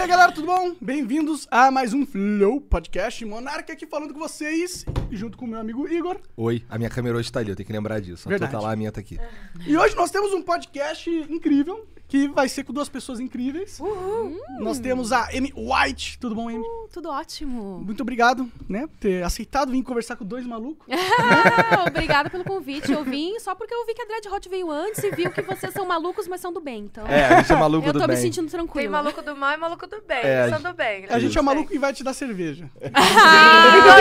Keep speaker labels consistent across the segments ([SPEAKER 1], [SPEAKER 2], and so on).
[SPEAKER 1] aí, galera, tudo bom? Bem-vindos a mais um Flow Podcast. Monarca aqui falando com vocês, junto com o meu amigo Igor.
[SPEAKER 2] Oi, a minha câmera hoje tá ali, eu tenho que lembrar disso. A tua
[SPEAKER 1] Verdade.
[SPEAKER 2] tá lá, a minha tá aqui.
[SPEAKER 1] E hoje nós temos um podcast incrível, que vai ser com duas pessoas incríveis.
[SPEAKER 3] Uhul.
[SPEAKER 1] Nós temos a Amy White. Tudo bom, Amy?
[SPEAKER 3] Tudo ótimo.
[SPEAKER 1] Muito obrigado, né, por ter aceitado vir conversar com dois malucos.
[SPEAKER 3] Ah, Obrigada pelo convite. Eu vim só porque eu vi que a Dread Hot veio antes e viu que vocês são malucos, mas são do bem. Então,
[SPEAKER 2] É, a gente é maluco
[SPEAKER 3] eu
[SPEAKER 2] do
[SPEAKER 3] tô me
[SPEAKER 2] bem.
[SPEAKER 3] sentindo tranquila.
[SPEAKER 4] Tem maluco do mal e maluco do bem.
[SPEAKER 2] É,
[SPEAKER 4] É,
[SPEAKER 2] a
[SPEAKER 4] são
[SPEAKER 2] gente-
[SPEAKER 4] do bem.
[SPEAKER 1] A gente é
[SPEAKER 4] Sei.
[SPEAKER 1] maluco e vai te dar cerveja.
[SPEAKER 3] Ah,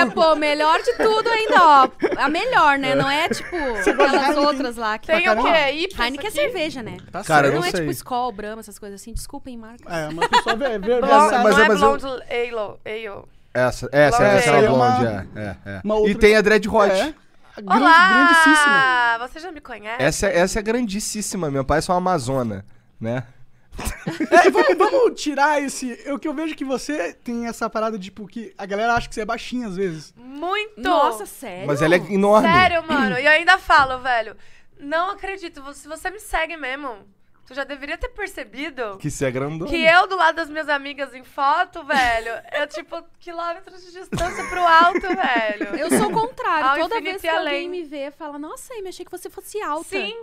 [SPEAKER 3] É, pô, melhor de tudo ainda, ó. A melhor, né? Não é tipo
[SPEAKER 1] gosta de
[SPEAKER 3] aquelas
[SPEAKER 1] Heineken?
[SPEAKER 3] outras lá que.
[SPEAKER 4] Tem o
[SPEAKER 1] Bacana.
[SPEAKER 4] quê? Ips
[SPEAKER 3] Heineken é
[SPEAKER 4] aqui?
[SPEAKER 3] cerveja, né?
[SPEAKER 1] Tá
[SPEAKER 2] Cara, Ah, eu
[SPEAKER 3] não
[SPEAKER 2] não
[SPEAKER 3] é
[SPEAKER 2] sei.
[SPEAKER 3] tipo Skol, Brahma, essas coisas assim. Desculpem, marca.
[SPEAKER 1] É, uma pessoa vê, vê, vê
[SPEAKER 2] Mas-
[SPEAKER 4] Blonde,
[SPEAKER 2] um
[SPEAKER 1] essa-
[SPEAKER 2] mas-
[SPEAKER 4] não é
[SPEAKER 2] mas eu-
[SPEAKER 4] blonde, Alo, Alo.
[SPEAKER 2] Essa, essa,
[SPEAKER 4] Blonde.
[SPEAKER 2] essa é
[SPEAKER 4] Essa
[SPEAKER 2] uma
[SPEAKER 4] é
[SPEAKER 1] uma-
[SPEAKER 2] blonde, é. é, é.
[SPEAKER 1] uma outra-
[SPEAKER 2] E tem a Dread Hot.
[SPEAKER 1] É, a grande, grandíssima.
[SPEAKER 4] Olá! Você já me conhece?
[SPEAKER 2] Essa, é- essa é grandíssima, meu pai é só uma amazona, né?
[SPEAKER 1] É, vamos, vamos tirar esse. Eu que eu vejo que você tem essa parada de tipo, que a galera acha que você é baixinha às vezes.
[SPEAKER 4] Muito!
[SPEAKER 3] Nossa, sério.
[SPEAKER 2] Mas ela é enorme.
[SPEAKER 4] Sério, mano. E eu ainda falo, velho. Não acredito. vo- Se você me segue mesmo, tu já deveria ter percebido que,
[SPEAKER 2] Que você é grandona.
[SPEAKER 4] eu, do lado das minhas amigas em foto, velho, é tipo quilômetros de distância pro alto, velho.
[SPEAKER 3] Eu sou o
[SPEAKER 4] Ao
[SPEAKER 3] contrário. Toda
[SPEAKER 4] infinito
[SPEAKER 3] vez
[SPEAKER 4] e
[SPEAKER 3] que alguém
[SPEAKER 4] além.
[SPEAKER 3] me vê, fala: Nossa, Amy, achei que você fosse alta.
[SPEAKER 4] Sim,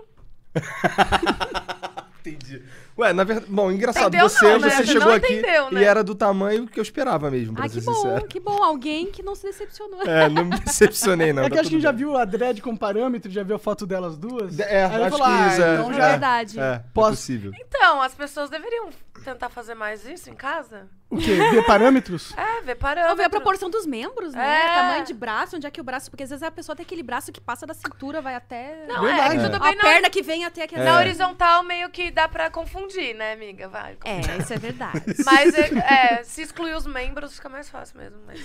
[SPEAKER 2] Entendi. Ué, na verdade. Bom, engraçado,
[SPEAKER 4] Entendeu
[SPEAKER 2] você,
[SPEAKER 4] não, né?
[SPEAKER 2] você
[SPEAKER 4] Você
[SPEAKER 2] chegou
[SPEAKER 4] não
[SPEAKER 2] aqui
[SPEAKER 4] entendeu, né?
[SPEAKER 2] e era do tamanho que eu esperava mesmo, pra
[SPEAKER 3] Ah,
[SPEAKER 2] ser
[SPEAKER 3] que bom,
[SPEAKER 2] sincero.
[SPEAKER 3] que bom. Alguém que não se decepcionou.
[SPEAKER 2] É, não me decepcionei, não.
[SPEAKER 1] é que
[SPEAKER 2] tá
[SPEAKER 1] a gente
[SPEAKER 2] tudo
[SPEAKER 1] já
[SPEAKER 2] bem.
[SPEAKER 1] viu a Dredd com parâmetro, já viu a foto delas duas.
[SPEAKER 2] É,
[SPEAKER 1] Aí eu
[SPEAKER 2] acho
[SPEAKER 1] falo,
[SPEAKER 2] que
[SPEAKER 1] "Ah,
[SPEAKER 2] isso é.
[SPEAKER 1] então
[SPEAKER 3] É
[SPEAKER 1] já
[SPEAKER 3] verdade.
[SPEAKER 2] É, é
[SPEAKER 1] Posso-
[SPEAKER 2] possível.
[SPEAKER 4] então, as pessoas deveriam tentar fazer mais isso em casa.
[SPEAKER 1] O quê? Ver parâmetros?
[SPEAKER 4] É, ver
[SPEAKER 3] Eu
[SPEAKER 4] parâmetro.
[SPEAKER 3] ver a proporção dos membros, né?
[SPEAKER 4] É.
[SPEAKER 3] Tamanho de braço, onde é que o braço. Porque às vezes a pessoa tem aquele braço que passa da cintura, vai até.
[SPEAKER 4] Não,
[SPEAKER 1] Verdade.
[SPEAKER 4] é, que
[SPEAKER 2] É.
[SPEAKER 4] tudo
[SPEAKER 3] a É.
[SPEAKER 4] bem na
[SPEAKER 3] perna que vem até aqui.
[SPEAKER 4] Na horizontal, meio que dá pra confundir, né, amiga? Vai.
[SPEAKER 3] É, isso é verdade.
[SPEAKER 4] Mas é, é, se excluir os membros, fica mais fácil mesmo. Mas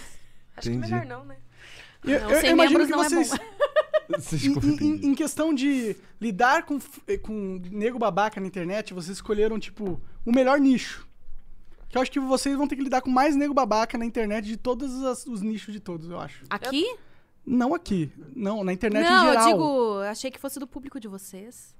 [SPEAKER 4] acho
[SPEAKER 2] Entendi.
[SPEAKER 4] que melhor não, né?
[SPEAKER 1] Eu,
[SPEAKER 3] Não,
[SPEAKER 1] eu
[SPEAKER 3] sem
[SPEAKER 1] imagino
[SPEAKER 3] membros
[SPEAKER 1] que
[SPEAKER 3] não é
[SPEAKER 1] vocês.
[SPEAKER 2] Desculpa,
[SPEAKER 1] em, em-
[SPEAKER 2] entendi.
[SPEAKER 1] em questão de lidar com, f- eh, com nego babaca na internet, vocês escolheram, tipo, o melhor nicho. Que eu acho que vocês vão ter que lidar com mais nego babaca na internet de todos as- os nichos de todos, eu acho.
[SPEAKER 3] Aqui?
[SPEAKER 1] Não aqui. Não, na internet em
[SPEAKER 3] Não, eu
[SPEAKER 1] geral.
[SPEAKER 3] digo, achei que fosse do público de vocês.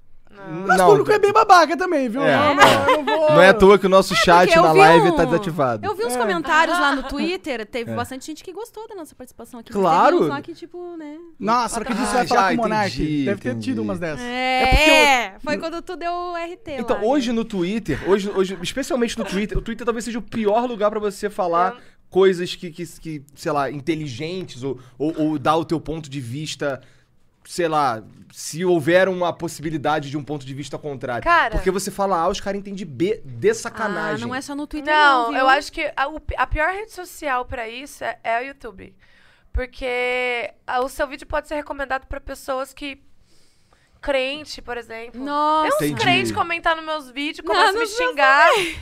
[SPEAKER 1] Mas o público é bem babaca também, viu?
[SPEAKER 2] tá- É.
[SPEAKER 1] Não, não, eu não vou.
[SPEAKER 2] Não é à toa que o nosso chat
[SPEAKER 3] Porque eu
[SPEAKER 2] na
[SPEAKER 3] vi
[SPEAKER 2] live
[SPEAKER 3] um-
[SPEAKER 2] tá desativado.
[SPEAKER 3] Eu vi uns
[SPEAKER 4] É.
[SPEAKER 3] comentários lá no Twitter, teve bastante gente que gostou da nossa participação aqui. mas
[SPEAKER 2] Claro.
[SPEAKER 3] teve uns lá que, tipo, né?
[SPEAKER 1] Nossa, será que
[SPEAKER 2] Ah,
[SPEAKER 1] você vai
[SPEAKER 2] já
[SPEAKER 1] falar com o Monark?
[SPEAKER 2] entendi,
[SPEAKER 1] Deve ter
[SPEAKER 2] entendi.
[SPEAKER 1] tido umas dessas.
[SPEAKER 3] É, foi quando tu deu o RT
[SPEAKER 2] Então,
[SPEAKER 3] lá, né?
[SPEAKER 2] hoje no Twitter, hoje, hoje, especialmente no Twitter, o Twitter talvez seja o pior lugar pra você falar coisas que, que, que, sei lá, inteligentes ou, ou, ou dar o teu ponto de vista, sei lá, se houver uma possibilidade de um ponto de vista contrário.
[SPEAKER 4] Cara.
[SPEAKER 2] Porque você fala A, os caras entendem B de sacanagem.
[SPEAKER 3] Ah, não é só no Twitter, não,
[SPEAKER 4] Não,
[SPEAKER 3] viu?
[SPEAKER 4] eu acho que a, o pi- a pior rede social pra isso é, é o YouTube. Porque a- o seu vídeo pode ser recomendado pra pessoas que. Crente, por exemplo.
[SPEAKER 3] Nossa.
[SPEAKER 4] Tem uns
[SPEAKER 2] Entendi.
[SPEAKER 4] crentes comentar nos meus vídeos,
[SPEAKER 3] Não,
[SPEAKER 4] começam a me
[SPEAKER 3] nos meus
[SPEAKER 4] xingar. Aí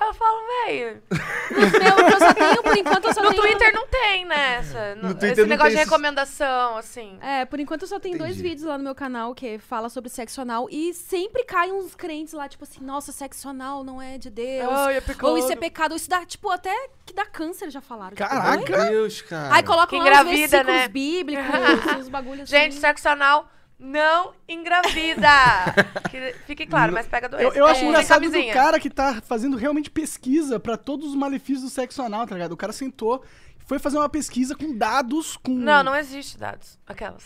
[SPEAKER 4] eu falo, velho.
[SPEAKER 3] Meu, eu só tenho, por enquanto, eu só
[SPEAKER 4] No
[SPEAKER 3] tenho...
[SPEAKER 4] Twitter não tem, né? Essa,
[SPEAKER 2] No
[SPEAKER 4] no-
[SPEAKER 2] Twitter
[SPEAKER 4] esse
[SPEAKER 2] não
[SPEAKER 4] negócio
[SPEAKER 2] tem
[SPEAKER 4] de
[SPEAKER 2] esses-
[SPEAKER 4] recomendação, assim.
[SPEAKER 3] É, por enquanto eu só tenho dois
[SPEAKER 2] Entendi.
[SPEAKER 3] vídeos lá no meu canal que fala sobre sexo anal e sempre caem uns crentes lá, tipo assim, nossa, sexo anal não é de Deus.
[SPEAKER 4] Ai, é
[SPEAKER 3] ou
[SPEAKER 4] pecado.
[SPEAKER 3] isso é pecado, ou isso dá, tipo, até que dá câncer, já falaram. Tipo,
[SPEAKER 1] Caraca.
[SPEAKER 2] Meu Deus, cara.
[SPEAKER 3] Aí colocam
[SPEAKER 4] Que
[SPEAKER 3] lá os
[SPEAKER 4] engravida,
[SPEAKER 3] versículos
[SPEAKER 4] né?
[SPEAKER 3] bíblicos, uns bagulhos
[SPEAKER 4] Gente,
[SPEAKER 3] assim.
[SPEAKER 4] sexo anal não engravida. que, fique claro, mas é, pega doença.
[SPEAKER 1] Eu, eu acho
[SPEAKER 4] Usem
[SPEAKER 1] engraçado do
[SPEAKER 4] camisinha.
[SPEAKER 1] cara que tá fazendo realmente pesquisa pra todos os malefícios do sexo anal, tá ligado? O cara sentou, foi fazer uma pesquisa com dados, com.
[SPEAKER 4] Não, não existe dados. Aquelas.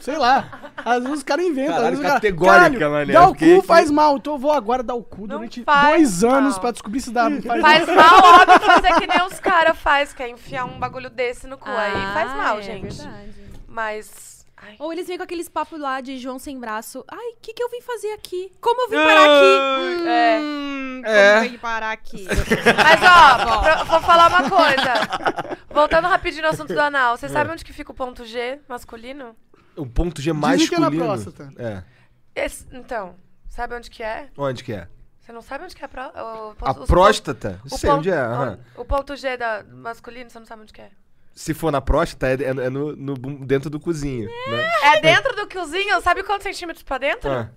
[SPEAKER 1] Sei lá. Às vezes os caras inventam. às
[SPEAKER 2] Caralho,
[SPEAKER 1] vezes o cara,
[SPEAKER 2] categórica,
[SPEAKER 1] "Caralho,
[SPEAKER 2] mané.
[SPEAKER 1] Dá o
[SPEAKER 2] Fiquei
[SPEAKER 1] cu
[SPEAKER 2] aqui.
[SPEAKER 1] faz mal, então eu vou agora dar o cu
[SPEAKER 4] Não
[SPEAKER 1] durante
[SPEAKER 4] faz
[SPEAKER 1] dois
[SPEAKER 4] mal.
[SPEAKER 1] anos pra descobrir se dá. Faz,
[SPEAKER 4] Faz mal, óbvio, fazer que nem os caras faz, que é enfiar um bagulho desse no cu. aí
[SPEAKER 3] Ah,
[SPEAKER 4] faz mal,
[SPEAKER 3] é
[SPEAKER 4] gente.
[SPEAKER 3] verdade.
[SPEAKER 4] Mas. ai,
[SPEAKER 3] Ou eles vêm com aqueles papos lá de João sem braço. Ai, o que, que eu vim fazer aqui? Como eu vim parar aqui?
[SPEAKER 4] é.
[SPEAKER 3] Hum,
[SPEAKER 2] É.
[SPEAKER 3] Como eu vim parar aqui?
[SPEAKER 4] Mas ó, pra- vou falar uma coisa. Voltando rapidinho no assunto do anal, vocês sabem onde que fica o ponto G masculino?
[SPEAKER 2] O ponto G
[SPEAKER 1] Dizem que é na
[SPEAKER 2] masculino.
[SPEAKER 1] próstata.
[SPEAKER 2] É.
[SPEAKER 4] Esse- então, sabe onde que é?
[SPEAKER 2] Onde que é?
[SPEAKER 4] Você não sabe onde que é a, pró o,
[SPEAKER 2] A
[SPEAKER 4] os
[SPEAKER 2] próstata?
[SPEAKER 4] pontos- o
[SPEAKER 2] Sei
[SPEAKER 4] ponto-
[SPEAKER 2] onde é. aham.
[SPEAKER 4] O ponto G da masculino, você não sabe onde que é.
[SPEAKER 2] Se for na próstata, é, é no, no bum- dentro do cozinho, né?
[SPEAKER 4] É dentro do cozinho, sabe quantos centímetros pra dentro?
[SPEAKER 2] Ah.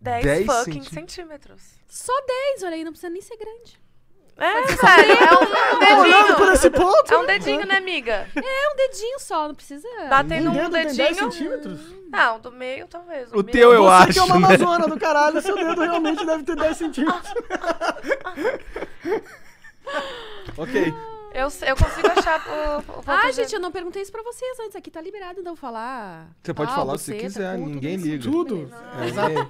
[SPEAKER 4] 10
[SPEAKER 2] Dez
[SPEAKER 4] fucking
[SPEAKER 2] centí-
[SPEAKER 4] centímetros.
[SPEAKER 3] Só 10, olha aí, não precisa nem ser grande.
[SPEAKER 4] É, velho, é um
[SPEAKER 1] Olhando Tá por
[SPEAKER 4] dedinho.
[SPEAKER 1] esse ponto.
[SPEAKER 4] É um dedinho, né, amiga?
[SPEAKER 3] É um dedinho só, não precisa.
[SPEAKER 4] Batendo
[SPEAKER 1] Um
[SPEAKER 4] um
[SPEAKER 1] dedo tem 10
[SPEAKER 4] dedinho.
[SPEAKER 1] centímetros?
[SPEAKER 4] Não, do meio talvez.
[SPEAKER 2] O
[SPEAKER 4] meio.
[SPEAKER 2] teu eu
[SPEAKER 1] Você que é
[SPEAKER 2] acho,
[SPEAKER 1] uma
[SPEAKER 2] né? Ah.
[SPEAKER 1] amazona do caralho, seu dedo realmente deve ter 10 centímetros.
[SPEAKER 2] Ok.
[SPEAKER 4] Eu, eu consigo achar o. o ponto
[SPEAKER 3] Ah,
[SPEAKER 4] de-
[SPEAKER 3] gente, eu não perguntei isso pra vocês antes. Aqui tá liberado, então, falar.
[SPEAKER 2] Você pode
[SPEAKER 3] pau,
[SPEAKER 2] falar o que você
[SPEAKER 3] buceta,
[SPEAKER 2] quiser,
[SPEAKER 3] cu, tudo
[SPEAKER 2] ninguém
[SPEAKER 3] isso.
[SPEAKER 2] liga.
[SPEAKER 1] Tudo.
[SPEAKER 2] É,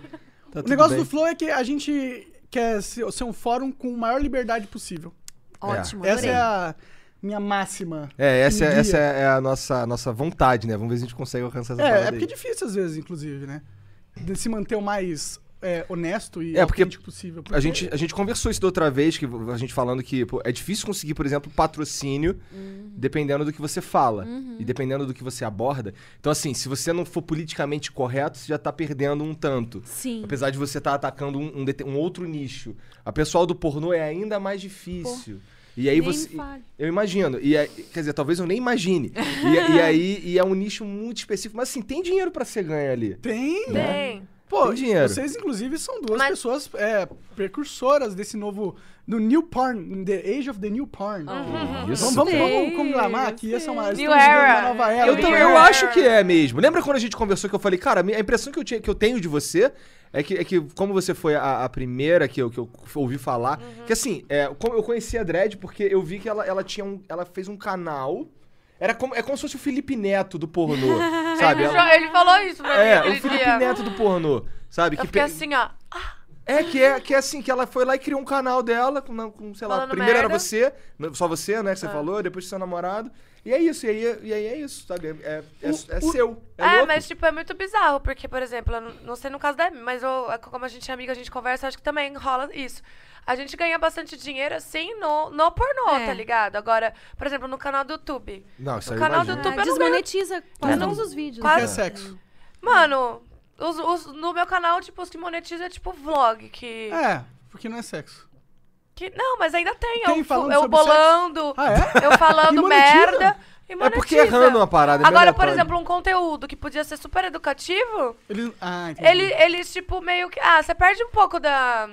[SPEAKER 2] tá
[SPEAKER 1] O negócio do Flow é que a gente quer ser ser um fórum com a maior liberdade possível.
[SPEAKER 3] Ótimo,
[SPEAKER 1] Essa
[SPEAKER 3] adorei.
[SPEAKER 1] é a minha máxima.
[SPEAKER 2] É, essa, é-
[SPEAKER 1] Guia.
[SPEAKER 2] essa é a nossa, nossa vontade, né? Vamos ver se a gente consegue alcançar essa
[SPEAKER 1] É,
[SPEAKER 2] parada
[SPEAKER 1] é porque é
[SPEAKER 2] aí.
[SPEAKER 1] difícil às vezes, inclusive, né? De se manter o mais é, honesto e
[SPEAKER 2] É, porque
[SPEAKER 1] autêntico possível.
[SPEAKER 2] A gente, a gente conversou isso da outra vez, que a gente falando que pô, é difícil conseguir, por exemplo, patrocínio, dependendo do que você fala e dependendo do que você aborda. Então, assim, se você não for politicamente correto, você já tá perdendo um tanto.
[SPEAKER 3] Sim.
[SPEAKER 2] Apesar de você estar atacando um, um dete- um outro nicho. A pessoal do pornô é ainda mais difícil. E aí
[SPEAKER 3] Nem
[SPEAKER 2] você.
[SPEAKER 3] me fale.
[SPEAKER 2] Eu imagino. E é- quer dizer, talvez eu nem imagine. E, e aí e é um nicho muito específico. Mas assim, tem dinheiro pra ser ganho ali.
[SPEAKER 1] Tem,
[SPEAKER 2] Né?
[SPEAKER 4] Tem.
[SPEAKER 1] Pô,
[SPEAKER 2] Tem dinheiro.
[SPEAKER 1] vocês, inclusive, são duas
[SPEAKER 4] Mas-
[SPEAKER 1] pessoas é, precursoras desse novo. do New Porn, The Age of the New Porn.
[SPEAKER 2] Isso.
[SPEAKER 1] Vamos, vamos, vamos
[SPEAKER 3] Sei,
[SPEAKER 1] conglamar que essa é uma.
[SPEAKER 3] sei.
[SPEAKER 1] estamos
[SPEAKER 4] Uhum. New
[SPEAKER 1] vivendo
[SPEAKER 4] era.
[SPEAKER 1] uma nova era.
[SPEAKER 2] Eu,
[SPEAKER 4] New
[SPEAKER 1] do-
[SPEAKER 2] também-
[SPEAKER 4] era.
[SPEAKER 2] eu acho que é mesmo. Lembra quando a gente conversou que eu falei, cara, a impressão que eu, tinha, que eu tenho de você é que, é que como você foi a, a primeira que eu, que eu ouvi falar,
[SPEAKER 4] Uhum.
[SPEAKER 2] que assim, é, como eu conheci a Dredd porque eu vi que ela, ela tinha um, ela fez um canal. Era como, é como se fosse o Felipe Neto do pornô, sabe?
[SPEAKER 4] Ele,
[SPEAKER 2] Ela-
[SPEAKER 4] jo- ele falou isso pra mim
[SPEAKER 2] é, o
[SPEAKER 4] aquele
[SPEAKER 2] Felipe
[SPEAKER 4] dia.
[SPEAKER 2] Neto do pornô, sabe?
[SPEAKER 4] Eu
[SPEAKER 2] Que
[SPEAKER 4] fiquei
[SPEAKER 2] pe-
[SPEAKER 4] assim, ó.
[SPEAKER 2] É, que é, que é assim, que ela foi lá e criou um canal dela, com, na- com, sei lá,
[SPEAKER 4] Falando
[SPEAKER 2] primeiro era
[SPEAKER 4] merda. Ah.
[SPEAKER 2] você, no- só você, né, que você falou, depois seu namorado. E é isso, e aí, e aí é isso, sabe? É, é- é- é seu. É,
[SPEAKER 4] É,
[SPEAKER 2] louco.
[SPEAKER 4] mas tipo, é muito bizarro, porque, por exemplo, eu não, não sei no caso da Amy, mas eu- como a gente é amiga, a gente conversa, acho que também rola isso. A gente ganha bastante dinheiro, assim, no, no pornô,
[SPEAKER 3] É.
[SPEAKER 4] tá ligado? Agora, por exemplo, no canal do YouTube.
[SPEAKER 2] Não, isso
[SPEAKER 4] No
[SPEAKER 2] aí eu
[SPEAKER 4] canal do
[SPEAKER 2] imagino.
[SPEAKER 4] YouTube.
[SPEAKER 3] Ah, desmonetiza quase todos os vídeos.
[SPEAKER 1] que
[SPEAKER 4] É, Quase-
[SPEAKER 1] é sexo.
[SPEAKER 4] Mano, os- os- no meu canal, tipo, os que monetizam é tipo vlog, que...
[SPEAKER 1] É, porque não é sexo.
[SPEAKER 4] que- não, mas ainda tem.
[SPEAKER 1] Tem
[SPEAKER 4] eu, fu-
[SPEAKER 1] falando
[SPEAKER 4] eu
[SPEAKER 1] sobre sexo?
[SPEAKER 4] bolando,
[SPEAKER 1] Ah, é?
[SPEAKER 4] eu
[SPEAKER 1] E
[SPEAKER 4] falando
[SPEAKER 1] monetiza?
[SPEAKER 4] merda e
[SPEAKER 2] É
[SPEAKER 4] monetiza.
[SPEAKER 2] porque errando uma parada, é meio
[SPEAKER 4] Agora, por
[SPEAKER 2] aleatório.
[SPEAKER 4] exemplo, um conteúdo que podia ser super educativo,
[SPEAKER 1] Eles, ah,
[SPEAKER 2] Uhum.
[SPEAKER 1] entendi.
[SPEAKER 4] ele, eles, tipo, meio que... Ah, você perde um pouco da...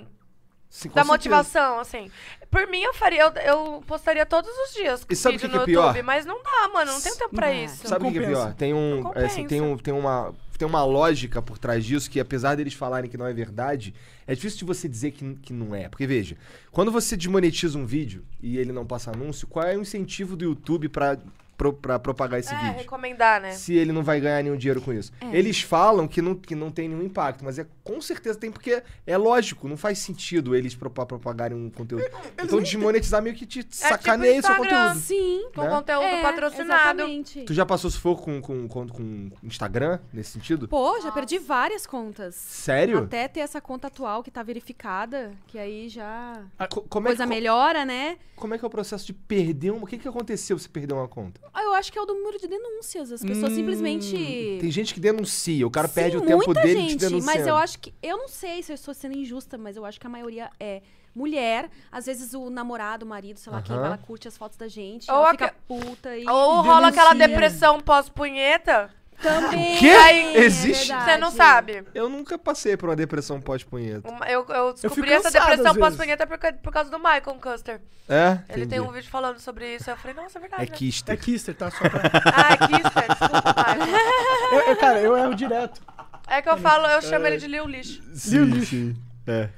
[SPEAKER 2] Sim, com
[SPEAKER 4] da
[SPEAKER 2] certeza.
[SPEAKER 4] motivação, assim. Por mim, eu faria, eu, eu postaria todos os dias
[SPEAKER 2] E sabe o
[SPEAKER 4] vídeo
[SPEAKER 2] que que é
[SPEAKER 4] no
[SPEAKER 2] pior?
[SPEAKER 4] YouTube, mas não dá, mano, não tenho tempo pra
[SPEAKER 3] Não é.
[SPEAKER 4] isso.
[SPEAKER 2] Sabe o que que é
[SPEAKER 1] compensa.
[SPEAKER 2] pior? Tem, um,
[SPEAKER 4] Não
[SPEAKER 2] é assim, tem, um, tem, uma, tem uma lógica por trás disso que, apesar deles falarem que não é verdade, é difícil de você dizer que, que não é. Porque, veja, quando você desmonetiza um vídeo e ele não passa anúncio, qual é o incentivo do YouTube pra, pro- pra propagar esse
[SPEAKER 4] é,
[SPEAKER 2] vídeo?
[SPEAKER 4] recomendar, né?
[SPEAKER 2] se ele não vai ganhar nenhum dinheiro com isso. Eles falam que não, que não tem nenhum impacto, mas é com certeza tem, porque é lógico, não faz sentido eles propa- propagarem um conteúdo. então desmonetizar meio que te sacaneia o seu
[SPEAKER 4] É tipo Instagram.
[SPEAKER 2] conteúdo.
[SPEAKER 3] Sim.
[SPEAKER 4] Com
[SPEAKER 2] né?
[SPEAKER 4] conteúdo
[SPEAKER 3] é,
[SPEAKER 4] um patrocinado.
[SPEAKER 3] Exatamente.
[SPEAKER 2] Tu já passou sufoco com, com, com, com Instagram nesse sentido?
[SPEAKER 3] Pô, já perdi várias contas.
[SPEAKER 2] Sério?
[SPEAKER 3] Até ter essa conta atual que tá verificada, que aí já.
[SPEAKER 2] Co- como, é que,
[SPEAKER 3] Coisa melhora, né?
[SPEAKER 2] como é que é o processo de perder uma? O que, que aconteceu se perder uma conta?
[SPEAKER 3] Ah, Eu acho que é o do número de denúncias. As pessoas
[SPEAKER 1] Hum,
[SPEAKER 3] simplesmente.
[SPEAKER 2] Tem gente que denuncia, o cara
[SPEAKER 3] Sim,
[SPEAKER 2] perde o tempo
[SPEAKER 3] muita
[SPEAKER 2] dele te
[SPEAKER 3] gente,
[SPEAKER 2] denunciando.
[SPEAKER 3] Mas eu acho que. Eu não sei se eu estou sendo injusta, mas eu acho que a maioria é mulher. Às vezes o namorado, o marido, sei lá quem,
[SPEAKER 2] Aham.
[SPEAKER 3] ela curte as fotos da gente.
[SPEAKER 4] Ou
[SPEAKER 3] ela
[SPEAKER 4] a
[SPEAKER 3] fica
[SPEAKER 4] que-
[SPEAKER 3] puta e.
[SPEAKER 4] Ou
[SPEAKER 1] E
[SPEAKER 4] rola aquela
[SPEAKER 1] denuncia.
[SPEAKER 4] depressão pós-punheta,
[SPEAKER 3] Também.
[SPEAKER 2] Quê?
[SPEAKER 3] aí,
[SPEAKER 2] Existe?
[SPEAKER 3] é
[SPEAKER 4] você não
[SPEAKER 3] verdade.
[SPEAKER 4] sabe.
[SPEAKER 2] Eu nunca passei por uma depressão pós-punheta.
[SPEAKER 4] Uma- Eu, eu descobri
[SPEAKER 1] fico
[SPEAKER 4] essa
[SPEAKER 1] cansado, às
[SPEAKER 4] depressão
[SPEAKER 1] vezes.
[SPEAKER 4] pós-punheta por, ca- por causa do Michael Custer.
[SPEAKER 2] É?
[SPEAKER 4] Ele tem
[SPEAKER 2] Entendi.
[SPEAKER 4] um vídeo falando sobre isso. Eu falei, nossa, é verdade.
[SPEAKER 2] É
[SPEAKER 4] né?
[SPEAKER 1] É
[SPEAKER 2] Kister.
[SPEAKER 1] Kister, tá? Só pra...
[SPEAKER 4] Ah, é Kister, desculpa, Michael.
[SPEAKER 1] eu, eu, cara, eu erro direto.
[SPEAKER 4] É que eu falo, eu chamo ele de Lil Lixo.
[SPEAKER 1] Liu
[SPEAKER 2] Sim,
[SPEAKER 1] Lixo.
[SPEAKER 2] sim. É.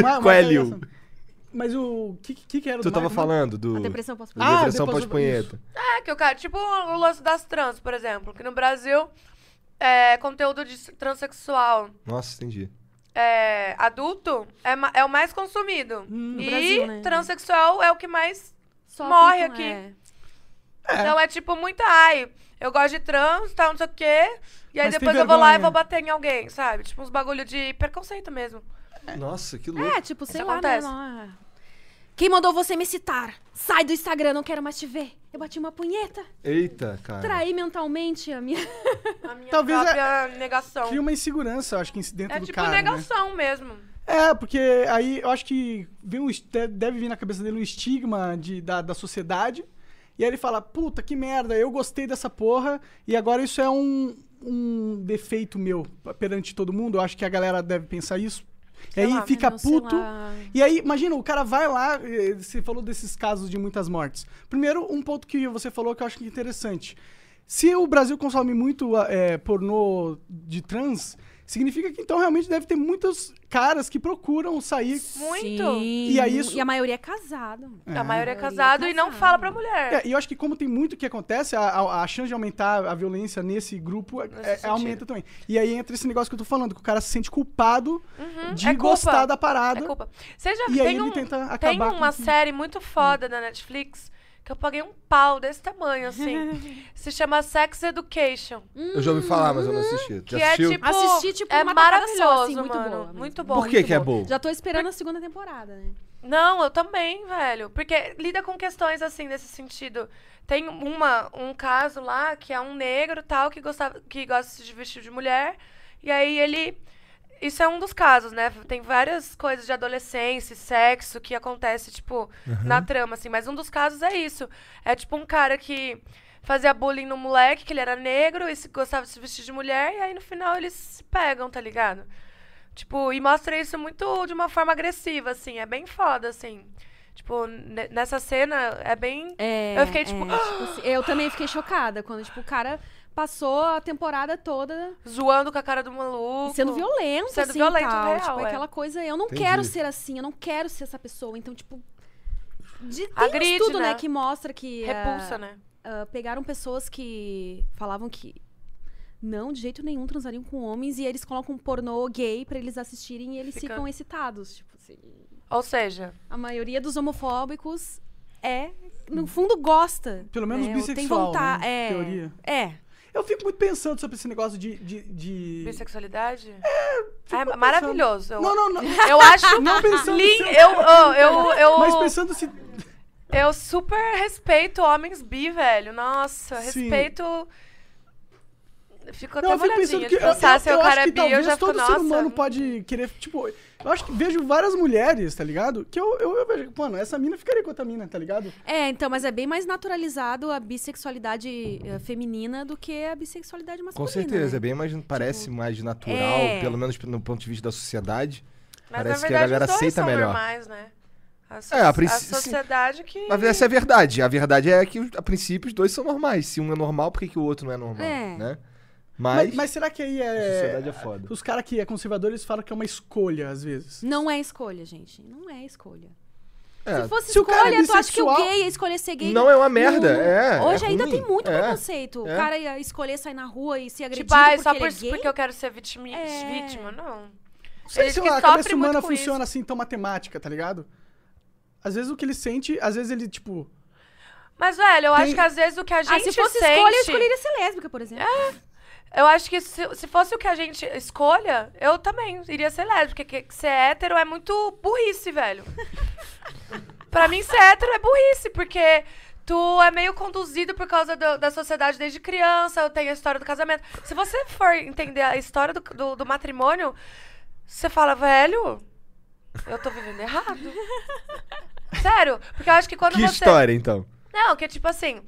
[SPEAKER 1] Uma- uma
[SPEAKER 2] Qual é,
[SPEAKER 1] coisa
[SPEAKER 2] Liu?
[SPEAKER 1] engraçada. Mas o que, que, que era
[SPEAKER 2] Tu
[SPEAKER 1] do
[SPEAKER 2] tava
[SPEAKER 1] Michael?
[SPEAKER 2] falando do.
[SPEAKER 3] né? A depressão posso
[SPEAKER 2] da
[SPEAKER 1] Ah,
[SPEAKER 2] depressão
[SPEAKER 1] depois eu-
[SPEAKER 2] pós-punheta.
[SPEAKER 4] É que o cara, tipo o lance das trans, por exemplo, que no Brasil é, conteúdo de s- transexual
[SPEAKER 2] Nossa, entendi.
[SPEAKER 4] é, adulto é, ma- é o mais consumido.
[SPEAKER 3] no
[SPEAKER 4] e
[SPEAKER 3] Brasil, né?
[SPEAKER 4] transexual é o que mais.
[SPEAKER 3] Só
[SPEAKER 4] Morre
[SPEAKER 3] com-
[SPEAKER 4] aqui.
[SPEAKER 3] é.
[SPEAKER 4] Então é tipo muita ai. Eu gosto de trans, tal, não sei o quê. E aí
[SPEAKER 1] Mas tem
[SPEAKER 4] depois eu vou lá e
[SPEAKER 1] vergonha.
[SPEAKER 4] vou bater em alguém, sabe? Tipo uns bagulho de preconceito mesmo.
[SPEAKER 2] Nossa, que
[SPEAKER 3] É,
[SPEAKER 2] louco.
[SPEAKER 3] tipo,
[SPEAKER 4] Isso
[SPEAKER 3] sei lá, né?
[SPEAKER 4] acontece.
[SPEAKER 3] não é- Quem mandou você me citar? Sai do Instagram, não quero mais te ver. Eu bati uma punheta.
[SPEAKER 2] Eita, cara.
[SPEAKER 3] Traí mentalmente a minha.
[SPEAKER 4] A minha
[SPEAKER 1] Talvez é-
[SPEAKER 4] própria negação.
[SPEAKER 1] Cria uma insegurança, eu acho que em- dentro
[SPEAKER 4] É
[SPEAKER 1] do
[SPEAKER 4] tipo
[SPEAKER 1] cara, né?
[SPEAKER 4] negação mesmo.
[SPEAKER 1] É, porque aí eu acho que vem um, est- deve vir na cabeça dele um estigma de, da, da sociedade. E aí ele fala, puta, que merda, eu gostei dessa porra. E agora isso é um, um defeito meu perante todo mundo. Eu acho que a galera deve pensar isso. E
[SPEAKER 4] Sei
[SPEAKER 1] aí
[SPEAKER 4] lá,
[SPEAKER 1] fica
[SPEAKER 3] Não sei
[SPEAKER 1] puto.
[SPEAKER 3] lá.
[SPEAKER 1] E aí, imagina, o cara vai lá, eh, você falou desses casos de muitas mortes. Primeiro, um ponto que você falou que eu acho que é interessante. Se o Brasil consome muito ah, eh, pornô de trans, significa que então realmente deve ter muitos caras que procuram sair.
[SPEAKER 4] Muito.
[SPEAKER 3] Sim.
[SPEAKER 1] E aí isso-
[SPEAKER 3] E a maioria é casada. mano.
[SPEAKER 4] A maioria é
[SPEAKER 3] É
[SPEAKER 4] casado e não
[SPEAKER 3] casado.
[SPEAKER 4] fala pra mulher.
[SPEAKER 1] É, e eu acho que como tem muito que acontece, a, a- a chance de aumentar a violência nesse grupo é-
[SPEAKER 4] Nesse
[SPEAKER 1] é-
[SPEAKER 4] sentido.
[SPEAKER 1] aumenta também. E aí entra esse negócio que eu tô falando, que o cara se sente culpado
[SPEAKER 4] Uhum,
[SPEAKER 1] de
[SPEAKER 4] é culpa.
[SPEAKER 1] gostar da
[SPEAKER 4] É
[SPEAKER 1] parada.
[SPEAKER 4] culpa. Você já
[SPEAKER 1] e aí
[SPEAKER 4] tem
[SPEAKER 1] ele
[SPEAKER 4] um,
[SPEAKER 1] tenta acabar
[SPEAKER 4] tem
[SPEAKER 1] com Hum.
[SPEAKER 4] uma
[SPEAKER 1] tudo.
[SPEAKER 4] série muito foda da Netflix que eu paguei um pau desse tamanho, assim. Se chama Sex Education.
[SPEAKER 2] Eu já ouvi falar, mas eu não assisti.
[SPEAKER 4] Que
[SPEAKER 2] já assistiu?
[SPEAKER 4] é tipo.
[SPEAKER 3] Assisti, tipo,
[SPEAKER 4] é
[SPEAKER 3] uma tacada só,
[SPEAKER 4] maravilhoso,
[SPEAKER 3] assim, muito
[SPEAKER 4] mano.
[SPEAKER 3] boa mesmo.
[SPEAKER 4] Muito bom.
[SPEAKER 2] Por que
[SPEAKER 4] muito
[SPEAKER 2] que é
[SPEAKER 4] bom.
[SPEAKER 2] bom?
[SPEAKER 3] Já tô esperando a segunda temporada, né?
[SPEAKER 4] Não, eu também, velho. Porque lida com questões assim nesse sentido. Tem uma, um caso lá que é um negro tal que gostava, que gosta de vestir de mulher. E aí ele. Isso é um dos casos, né? Tem várias coisas de adolescência, e sexo que acontece, tipo, na trama, assim. Mas um dos casos é isso. É tipo um cara que fazia bullying no moleque, que ele era negro e se- gostava de se vestir de mulher. E aí no final eles se pegam, tá ligado? Tipo, e mostra isso muito de uma forma agressiva, assim. É bem foda, assim. Tipo, ne- nessa cena é bem.
[SPEAKER 3] É,
[SPEAKER 4] Eu fiquei, tipo,
[SPEAKER 3] é, assim, eu também fiquei chocada quando, tipo, o cara passou a temporada toda
[SPEAKER 4] Zoando com a cara do maluco.
[SPEAKER 3] sendo violento,
[SPEAKER 4] Sendo
[SPEAKER 3] assim,
[SPEAKER 4] violento,
[SPEAKER 3] tal.
[SPEAKER 4] real,
[SPEAKER 3] tipo,
[SPEAKER 4] é.
[SPEAKER 3] aquela coisa, eu não
[SPEAKER 2] Entendi.
[SPEAKER 3] quero ser assim, eu não quero ser essa pessoa. Então, tipo, de, tem
[SPEAKER 4] Agride,
[SPEAKER 3] um estudo, né,
[SPEAKER 4] né?
[SPEAKER 3] que mostra que... ah,
[SPEAKER 4] Repulsa, né?
[SPEAKER 3] ah, pegaram pessoas que falavam que não, de jeito nenhum, transariam com homens e eles colocam um pornô gay pra eles assistirem e eles
[SPEAKER 4] Fica-
[SPEAKER 3] ficam excitados. Tipo assim,
[SPEAKER 4] Ou seja,
[SPEAKER 3] a maioria dos homofóbicos é, no fundo, gosta.
[SPEAKER 1] Pelo menos
[SPEAKER 3] né? Ou
[SPEAKER 1] bissexual,
[SPEAKER 3] Tem vontade.
[SPEAKER 1] né?
[SPEAKER 3] É.
[SPEAKER 1] Teoria.
[SPEAKER 3] É.
[SPEAKER 1] Eu fico muito pensando sobre esse negócio de. de, de-
[SPEAKER 4] bissexualidade? É,
[SPEAKER 1] tipo, pensando.
[SPEAKER 4] maravilhoso. Eu,
[SPEAKER 1] Não, não, não.
[SPEAKER 4] eu acho.
[SPEAKER 1] Não pensando
[SPEAKER 4] lindo.
[SPEAKER 1] se-
[SPEAKER 4] Eu, ó, eu, eu,
[SPEAKER 1] Mas pensando assim, se.
[SPEAKER 4] eu super respeito homens bi, velho. Nossa,
[SPEAKER 1] Sim.
[SPEAKER 4] respeito. Fico até
[SPEAKER 1] Não, eu fico
[SPEAKER 4] molhadinha
[SPEAKER 1] pensando que.
[SPEAKER 4] de pensar se o cara é
[SPEAKER 1] acho que
[SPEAKER 4] bi, eu
[SPEAKER 1] talvez
[SPEAKER 4] já fico,
[SPEAKER 1] todo
[SPEAKER 4] nossa.
[SPEAKER 1] ser humano pode querer. Tipo, eu acho que vejo várias mulheres, tá ligado? Que eu, eu, eu vejo. Mano, essa mina ficaria com outra mina, tá ligado?
[SPEAKER 3] É, então, mas é bem mais naturalizado a bissexualidade eh, feminina do que a bissexualidade
[SPEAKER 2] Com
[SPEAKER 3] masculina.
[SPEAKER 2] certeza,
[SPEAKER 3] né?
[SPEAKER 2] é bem mais. Parece mais natural,
[SPEAKER 3] é.
[SPEAKER 2] pelo menos no ponto de vista da sociedade.
[SPEAKER 4] Mas
[SPEAKER 2] Parece
[SPEAKER 4] na
[SPEAKER 2] que a
[SPEAKER 4] verdade
[SPEAKER 2] galera
[SPEAKER 4] os dois
[SPEAKER 2] aceita
[SPEAKER 4] são
[SPEAKER 2] melhor.
[SPEAKER 4] normais, né? A, so-
[SPEAKER 2] É, a
[SPEAKER 4] a
[SPEAKER 2] princ- sim.
[SPEAKER 4] sociedade que.
[SPEAKER 2] Mas essa é a verdade. A verdade é que, a princípio, os dois são normais. Se um é normal, por que, que o outro não é normal?
[SPEAKER 3] É.
[SPEAKER 2] Né?
[SPEAKER 1] Mas,
[SPEAKER 2] Mas,
[SPEAKER 1] mas será que aí
[SPEAKER 2] a
[SPEAKER 1] é.
[SPEAKER 2] sociedade é foda.
[SPEAKER 1] Os caras que é conservador, eles falam que é uma escolha, às vezes.
[SPEAKER 3] Não é escolha, gente. Não é escolha.
[SPEAKER 2] É.
[SPEAKER 3] Se fosse
[SPEAKER 1] Se o cara é
[SPEAKER 3] escolha, tu acha que o
[SPEAKER 1] bissexual-
[SPEAKER 3] gay ia escolher ser gay?
[SPEAKER 2] Não é uma merda, é,
[SPEAKER 3] Hoje
[SPEAKER 2] é
[SPEAKER 3] ainda
[SPEAKER 2] ruim,
[SPEAKER 3] tem muito
[SPEAKER 2] é,
[SPEAKER 3] preconceito.
[SPEAKER 2] é.
[SPEAKER 3] O cara ia escolher sair na rua e ser agredido
[SPEAKER 4] Tipo, ah,
[SPEAKER 3] porque
[SPEAKER 4] só
[SPEAKER 3] ele
[SPEAKER 4] por,
[SPEAKER 3] é gay.
[SPEAKER 4] porque eu quero ser vitimi-
[SPEAKER 3] É.
[SPEAKER 4] vítima, não.
[SPEAKER 1] Não sei
[SPEAKER 4] Eles
[SPEAKER 1] se
[SPEAKER 4] que
[SPEAKER 1] lá, a
[SPEAKER 4] sofrem
[SPEAKER 1] cabeça
[SPEAKER 4] muito
[SPEAKER 1] humana
[SPEAKER 4] com
[SPEAKER 1] funciona assim tão matemática, tá ligado? Às vezes o que ele sente, às vezes ele, tipo.
[SPEAKER 4] Mas, velho, eu
[SPEAKER 1] Tem-
[SPEAKER 4] acho que às vezes o que a gente
[SPEAKER 3] Ah, se fosse
[SPEAKER 4] sente... É.
[SPEAKER 3] escolha, eu escolheria ser lésbica, por exemplo.
[SPEAKER 4] Eu acho que se, se fosse o que a gente escolha, eu também iria ser lésbica. Porque que ser hétero é muito burrice, velho. pra mim, ser hétero é burrice, porque tu é meio conduzido por causa do- da sociedade desde criança, tem a história do casamento. Se você for entender a história do, do- do matrimônio, você fala, velho, eu tô vivendo errado. Sério, porque eu acho que quando
[SPEAKER 2] Que
[SPEAKER 4] você.
[SPEAKER 2] história, então?
[SPEAKER 4] Não, que tipo assim,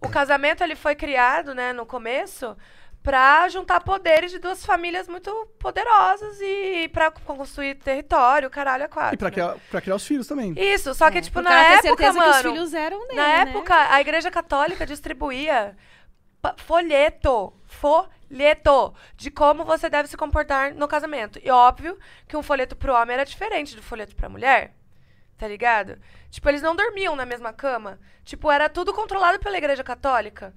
[SPEAKER 4] o casamento ele foi criado, né, no começo, pra juntar poderes de duas famílias muito poderosas e pra construir território, caralho, é quatro.
[SPEAKER 1] E pra
[SPEAKER 4] né?
[SPEAKER 1] criar, pra criar os filhos também.
[SPEAKER 4] Isso, só que tipo
[SPEAKER 3] pro
[SPEAKER 4] na
[SPEAKER 3] cara ter
[SPEAKER 4] época,
[SPEAKER 3] certeza que os
[SPEAKER 4] mano,
[SPEAKER 3] filhos eram dele,
[SPEAKER 4] na
[SPEAKER 3] né?
[SPEAKER 4] época a Igreja Católica distribuía pa- folheto, folheto de como você deve se comportar no casamento. E óbvio que um folheto pro homem era diferente do folheto pra mulher. Tá ligado? Tipo, eles não dormiam na mesma cama. Tipo, era tudo controlado pela Igreja Católica.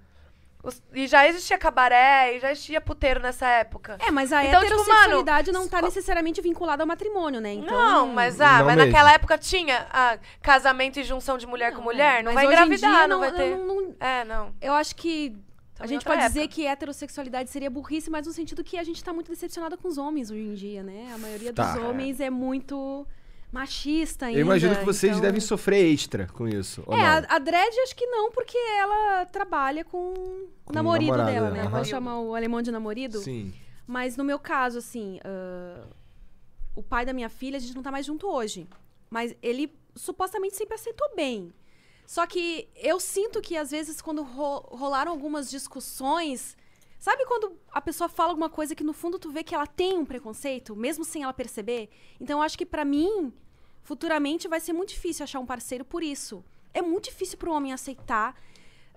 [SPEAKER 4] Os- e já existia cabaré, e já existia puteiro nessa época.
[SPEAKER 3] É, mas a
[SPEAKER 4] Então, tipo,
[SPEAKER 3] heterossexualidade
[SPEAKER 4] mano,
[SPEAKER 3] não tá necessariamente vinculada ao matrimônio, né? Então,
[SPEAKER 4] não, mas ah,
[SPEAKER 2] Não
[SPEAKER 4] mas
[SPEAKER 2] mesmo.
[SPEAKER 4] naquela época tinha ah, casamento e junção de mulher com mulher. Não
[SPEAKER 3] é. mas
[SPEAKER 4] vai
[SPEAKER 3] hoje em
[SPEAKER 4] engravidar,
[SPEAKER 3] dia
[SPEAKER 4] não vai ter.
[SPEAKER 3] não- não-
[SPEAKER 4] É, não.
[SPEAKER 3] eu acho que a
[SPEAKER 4] Também
[SPEAKER 3] gente
[SPEAKER 4] outra
[SPEAKER 3] pode dizer
[SPEAKER 4] época.
[SPEAKER 3] que heterossexualidade seria burrice, mas no sentido que a gente tá muito decepcionada com os homens hoje em dia, né? A maioria dos
[SPEAKER 2] Tá.
[SPEAKER 3] homens é muito machista ainda.
[SPEAKER 2] Eu imagino que vocês
[SPEAKER 3] então-
[SPEAKER 2] devem sofrer extra com isso. Ou
[SPEAKER 3] É,
[SPEAKER 2] não?
[SPEAKER 3] a, a Dredd acho que não, porque ela trabalha com, o
[SPEAKER 2] Com
[SPEAKER 3] namorido
[SPEAKER 2] namorada,
[SPEAKER 3] dela, né?
[SPEAKER 2] aham.
[SPEAKER 3] Vamos chamar o alemão de namorido?
[SPEAKER 2] Sim.
[SPEAKER 3] Mas no meu caso, assim, ah, o pai da minha filha, a gente não tá mais junto hoje. Mas ele supostamente sempre aceitou bem. Só que eu sinto que, às vezes, quando ro- rolaram algumas discussões, Sabe quando a pessoa fala alguma coisa que no fundo tu vê que ela tem um preconceito, mesmo sem ela perceber? Então eu acho que pra mim, futuramente vai ser muito difícil achar um parceiro por isso. É muito difícil pro homem aceitar.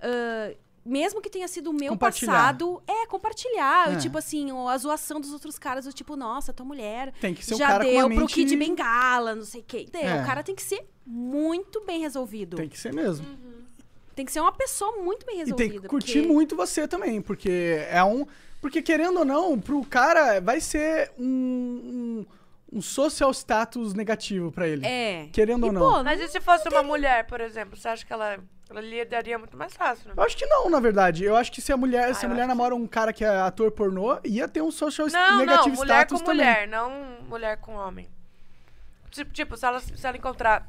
[SPEAKER 3] ah, mesmo que tenha sido o meu
[SPEAKER 1] Compartilhar.
[SPEAKER 3] passado, é compartilhar.
[SPEAKER 1] É.
[SPEAKER 3] Tipo assim, ou a zoação dos outros caras, do tipo, nossa, tua mulher
[SPEAKER 1] Tem que ser um
[SPEAKER 3] já
[SPEAKER 1] cara
[SPEAKER 3] deu
[SPEAKER 1] com uma
[SPEAKER 3] pro
[SPEAKER 1] mente-
[SPEAKER 3] Kid Bengala, não sei o quê. Deu.
[SPEAKER 1] É.
[SPEAKER 3] O cara tem que ser muito bem resolvido.
[SPEAKER 1] Tem
[SPEAKER 3] Tem,
[SPEAKER 1] que ser mesmo.
[SPEAKER 3] que ser uma pessoa muito bem
[SPEAKER 1] E
[SPEAKER 3] resolvida.
[SPEAKER 1] tem que curtir
[SPEAKER 3] porque-
[SPEAKER 1] muito você também, porque é um. Porque querendo ou não, pro cara vai ser um, um, um social status negativo pra ele.
[SPEAKER 3] É.
[SPEAKER 1] Querendo
[SPEAKER 3] E,
[SPEAKER 1] ou não.
[SPEAKER 3] pô,
[SPEAKER 4] Mas e se fosse uma mulher, por exemplo? Você acha que ela, ela lidaria muito mais fácil, né?
[SPEAKER 1] Eu acho que não, na verdade. Eu acho que se a mulher, se a
[SPEAKER 4] Ah, eu
[SPEAKER 1] mulher
[SPEAKER 4] acho que
[SPEAKER 1] namora um cara que é ator pornô, ia ter um social
[SPEAKER 4] Não,
[SPEAKER 1] negativo
[SPEAKER 4] não, mulher com
[SPEAKER 1] status também.
[SPEAKER 4] mulher, não mulher com homem. Tipo, tipo, se, ela, se ela encontrar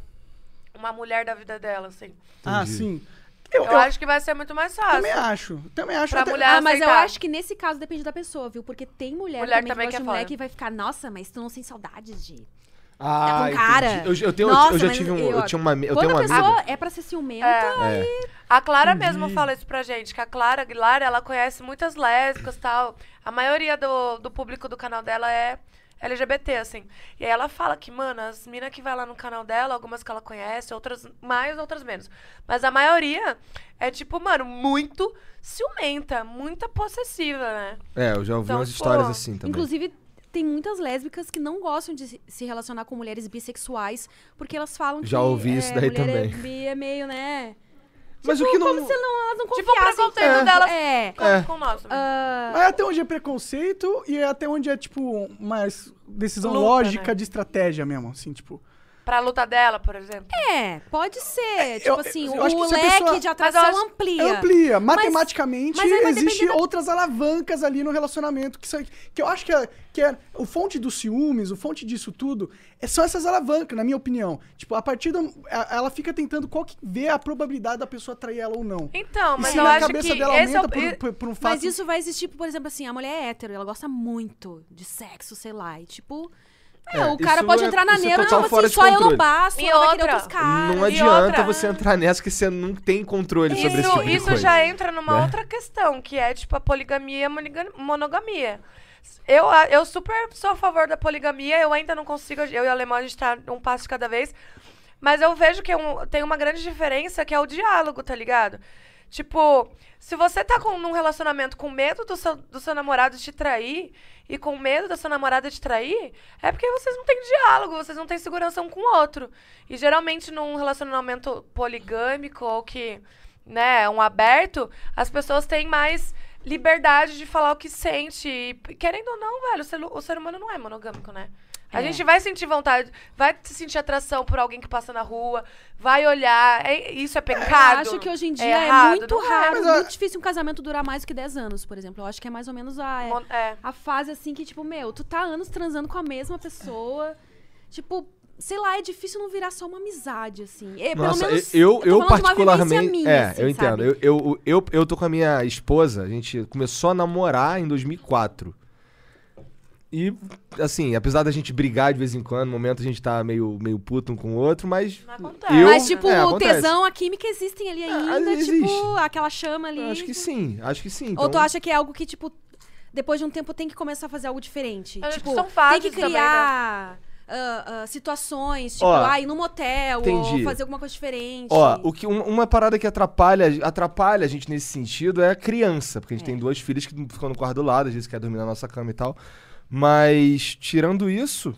[SPEAKER 4] uma mulher da vida dela, assim.
[SPEAKER 1] Ah,
[SPEAKER 2] Entendi.
[SPEAKER 1] sim. Eu,
[SPEAKER 4] Eu,
[SPEAKER 1] eu
[SPEAKER 4] acho que vai ser muito mais fácil.
[SPEAKER 1] também acho. Também acho.
[SPEAKER 4] Pra
[SPEAKER 1] até-
[SPEAKER 4] mulher-
[SPEAKER 3] Ah, mas eu
[SPEAKER 4] aceitar.
[SPEAKER 3] acho que nesse caso depende da pessoa, viu? Porque tem mulher,
[SPEAKER 4] Mulher
[SPEAKER 3] também,
[SPEAKER 4] também
[SPEAKER 3] que
[SPEAKER 4] que é
[SPEAKER 3] gosta de mulher
[SPEAKER 4] foda.
[SPEAKER 3] que vai ficar, nossa, mas tu não sente saudade de...
[SPEAKER 2] Ah,
[SPEAKER 3] com cara.
[SPEAKER 2] entendi. Eu, eu tenho,
[SPEAKER 3] Nossa,
[SPEAKER 2] eu já
[SPEAKER 3] mas
[SPEAKER 2] tive um.
[SPEAKER 3] eu-
[SPEAKER 2] Eu, tinha uma, ami- eu
[SPEAKER 3] Quando
[SPEAKER 2] tenho um
[SPEAKER 3] a
[SPEAKER 2] amigo.
[SPEAKER 3] pessoa é pra ser ciumenta...
[SPEAKER 4] É.
[SPEAKER 2] É.
[SPEAKER 4] A Clara
[SPEAKER 1] Entendi.
[SPEAKER 4] mesmo fala isso pra gente, que a Clara Aguilar, ela conhece muitas lésbicas e tal. A maioria do, do público do canal dela é LGBT, assim. E aí ela fala que, mano, as minas que vai lá no canal dela, algumas que ela conhece, outras mais, outras menos. Mas a maioria é, tipo, mano, muito ciumenta, muito possessiva, né?
[SPEAKER 2] É, eu já ouvi
[SPEAKER 4] Então,
[SPEAKER 2] umas
[SPEAKER 4] pô,
[SPEAKER 2] histórias assim também.
[SPEAKER 3] Inclusive, tem muitas lésbicas que não gostam de se- se relacionar com mulheres bissexuais, porque elas falam
[SPEAKER 2] Já
[SPEAKER 3] que...
[SPEAKER 2] ouvi isso
[SPEAKER 3] é,
[SPEAKER 2] daí
[SPEAKER 3] mulher é
[SPEAKER 2] também.
[SPEAKER 3] bi é meio, né...
[SPEAKER 2] Mas
[SPEAKER 3] tipo,
[SPEAKER 2] o que não-
[SPEAKER 3] Como se não, elas não
[SPEAKER 4] Tipo, o
[SPEAKER 3] confiassem
[SPEAKER 4] preconceito
[SPEAKER 3] tanto.
[SPEAKER 4] delas-
[SPEAKER 3] É.
[SPEAKER 4] Como
[SPEAKER 2] É.
[SPEAKER 4] com o nosso. né?
[SPEAKER 1] Mas até onde é preconceito e até onde é, tipo, uma s- decisão
[SPEAKER 4] Luta,
[SPEAKER 1] lógica
[SPEAKER 4] né?
[SPEAKER 1] de estratégia mesmo, assim, tipo.
[SPEAKER 4] Pra luta dela, por exemplo.
[SPEAKER 3] É, pode ser. Tipo
[SPEAKER 1] eu-
[SPEAKER 3] assim,
[SPEAKER 1] eu
[SPEAKER 3] o
[SPEAKER 1] acho que se a
[SPEAKER 3] leque
[SPEAKER 1] pessoa-
[SPEAKER 3] de
[SPEAKER 4] Mas eu
[SPEAKER 3] atração
[SPEAKER 4] acho-
[SPEAKER 3] amplia.
[SPEAKER 1] Amplia. Matematicamente,
[SPEAKER 3] mas aí vai
[SPEAKER 1] existem
[SPEAKER 3] depender da-
[SPEAKER 1] outras alavancas ali no relacionamento que, são- que eu acho que é, que é o fonte dos ciúmes, o fonte disso tudo, é, são essas alavancas, na minha opinião. Tipo, a partir do, a- ela fica tentando qual que vê a probabilidade da pessoa atrair ela ou não.
[SPEAKER 4] Então,
[SPEAKER 1] E
[SPEAKER 4] mas
[SPEAKER 1] se
[SPEAKER 4] eu
[SPEAKER 1] na
[SPEAKER 4] acho
[SPEAKER 1] cabeça
[SPEAKER 4] que
[SPEAKER 1] dela
[SPEAKER 4] esse é
[SPEAKER 1] aumenta por,
[SPEAKER 4] o...
[SPEAKER 1] por- por um fato...
[SPEAKER 3] Mas isso vai existir, por exemplo, assim, a mulher é hétero, ela gosta muito de sexo, sei lá, e tipo... É,
[SPEAKER 2] É,
[SPEAKER 3] o cara
[SPEAKER 2] isso
[SPEAKER 3] pode
[SPEAKER 2] é-
[SPEAKER 3] entrar na
[SPEAKER 2] isso é
[SPEAKER 3] neura,
[SPEAKER 2] total
[SPEAKER 3] tipo
[SPEAKER 2] fora
[SPEAKER 3] assim,
[SPEAKER 2] de
[SPEAKER 3] só eu não
[SPEAKER 2] controle.
[SPEAKER 3] basto,
[SPEAKER 4] E
[SPEAKER 3] ela vai querer
[SPEAKER 4] outra,
[SPEAKER 3] outros caras.
[SPEAKER 2] não
[SPEAKER 4] e
[SPEAKER 2] adianta
[SPEAKER 4] outra-
[SPEAKER 2] você entrar nessa que você não tem controle sobre esse
[SPEAKER 4] Isso,
[SPEAKER 2] tipo de
[SPEAKER 4] isso
[SPEAKER 2] coisa.
[SPEAKER 3] é
[SPEAKER 4] já entra numa
[SPEAKER 2] né?
[SPEAKER 4] outra questão, que é tipo a poligamia e a moniga- monogamia. Eu, a- eu super sou a favor da poligamia, eu ainda não consigo. Eu e o alemão, a gente tá um passo de cada vez. Mas eu vejo que é um- tem uma grande diferença que é o diálogo, tá ligado? Tipo, se você tá com, num relacionamento com medo do seu, do seu namorado te trair e com medo da sua namorada te trair, é porque vocês não têm diálogo, vocês não têm segurança um com o outro. E geralmente num relacionamento poligâmico ou que, né, um aberto, as pessoas têm mais liberdade de falar o que sente. E, querendo ou não, velho, o ser, o ser humano não é monogâmico, né? A
[SPEAKER 3] É.
[SPEAKER 4] gente vai sentir vontade, vai se sentir atração por alguém que passa na rua, vai olhar. é- isso é
[SPEAKER 3] Eu
[SPEAKER 4] pecado.
[SPEAKER 3] acho que hoje em dia é,
[SPEAKER 4] errado,
[SPEAKER 3] muito
[SPEAKER 4] não é,
[SPEAKER 3] raro,
[SPEAKER 1] mas eu-
[SPEAKER 3] muito difícil um casamento durar mais do que 10 anos, por exemplo. Eu acho que é mais ou menos a,
[SPEAKER 4] Mon- É.
[SPEAKER 3] a fase assim que, tipo, meu, tu tá anos transando com a mesma pessoa. Tipo, sei lá, é difícil não virar só uma amizade, assim. É, pelo
[SPEAKER 2] Nossa,
[SPEAKER 3] menos,
[SPEAKER 2] eu,
[SPEAKER 3] tô
[SPEAKER 2] eu,
[SPEAKER 3] falando de uma
[SPEAKER 2] particularmente.
[SPEAKER 3] vivência minha,
[SPEAKER 2] é,
[SPEAKER 3] assim,
[SPEAKER 2] eu
[SPEAKER 3] sabe?
[SPEAKER 2] entendo. Eu, eu, eu, eu tô com a minha esposa, a gente começou a namorar em 2004. E, assim, apesar da gente brigar de vez em quando, no momento a gente tá meio, meio puto um com o outro, mas.
[SPEAKER 4] Não acontece,
[SPEAKER 2] eu-
[SPEAKER 3] Mas, tipo,
[SPEAKER 2] é,
[SPEAKER 3] o
[SPEAKER 2] acontece. Ah,
[SPEAKER 3] tesão, a química existem ali ainda,
[SPEAKER 2] existe.
[SPEAKER 3] tipo, aquela chama ali.
[SPEAKER 2] Eu Acho que sim, acho que sim.
[SPEAKER 3] né? Ou tu
[SPEAKER 2] então-
[SPEAKER 3] acha que é algo que, tipo, depois de um tempo tem que começar a fazer algo diferente?
[SPEAKER 4] Eu acho
[SPEAKER 3] tipo,
[SPEAKER 4] que são fases
[SPEAKER 3] tem que
[SPEAKER 4] também, né?
[SPEAKER 3] criar ah, ah, situações, tipo,
[SPEAKER 2] Ó,
[SPEAKER 3] ah, ir num motel, ou
[SPEAKER 2] entendi.
[SPEAKER 3] fazer alguma coisa diferente.
[SPEAKER 2] Ó, o que, um- uma parada que atrapalha, atrapalha a gente nesse sentido é a criança, porque a gente
[SPEAKER 3] É.
[SPEAKER 2] tem duas filhas que ficam no quarto do lado, às vezes quer dormir na nossa cama e tal. Mas, tirando isso,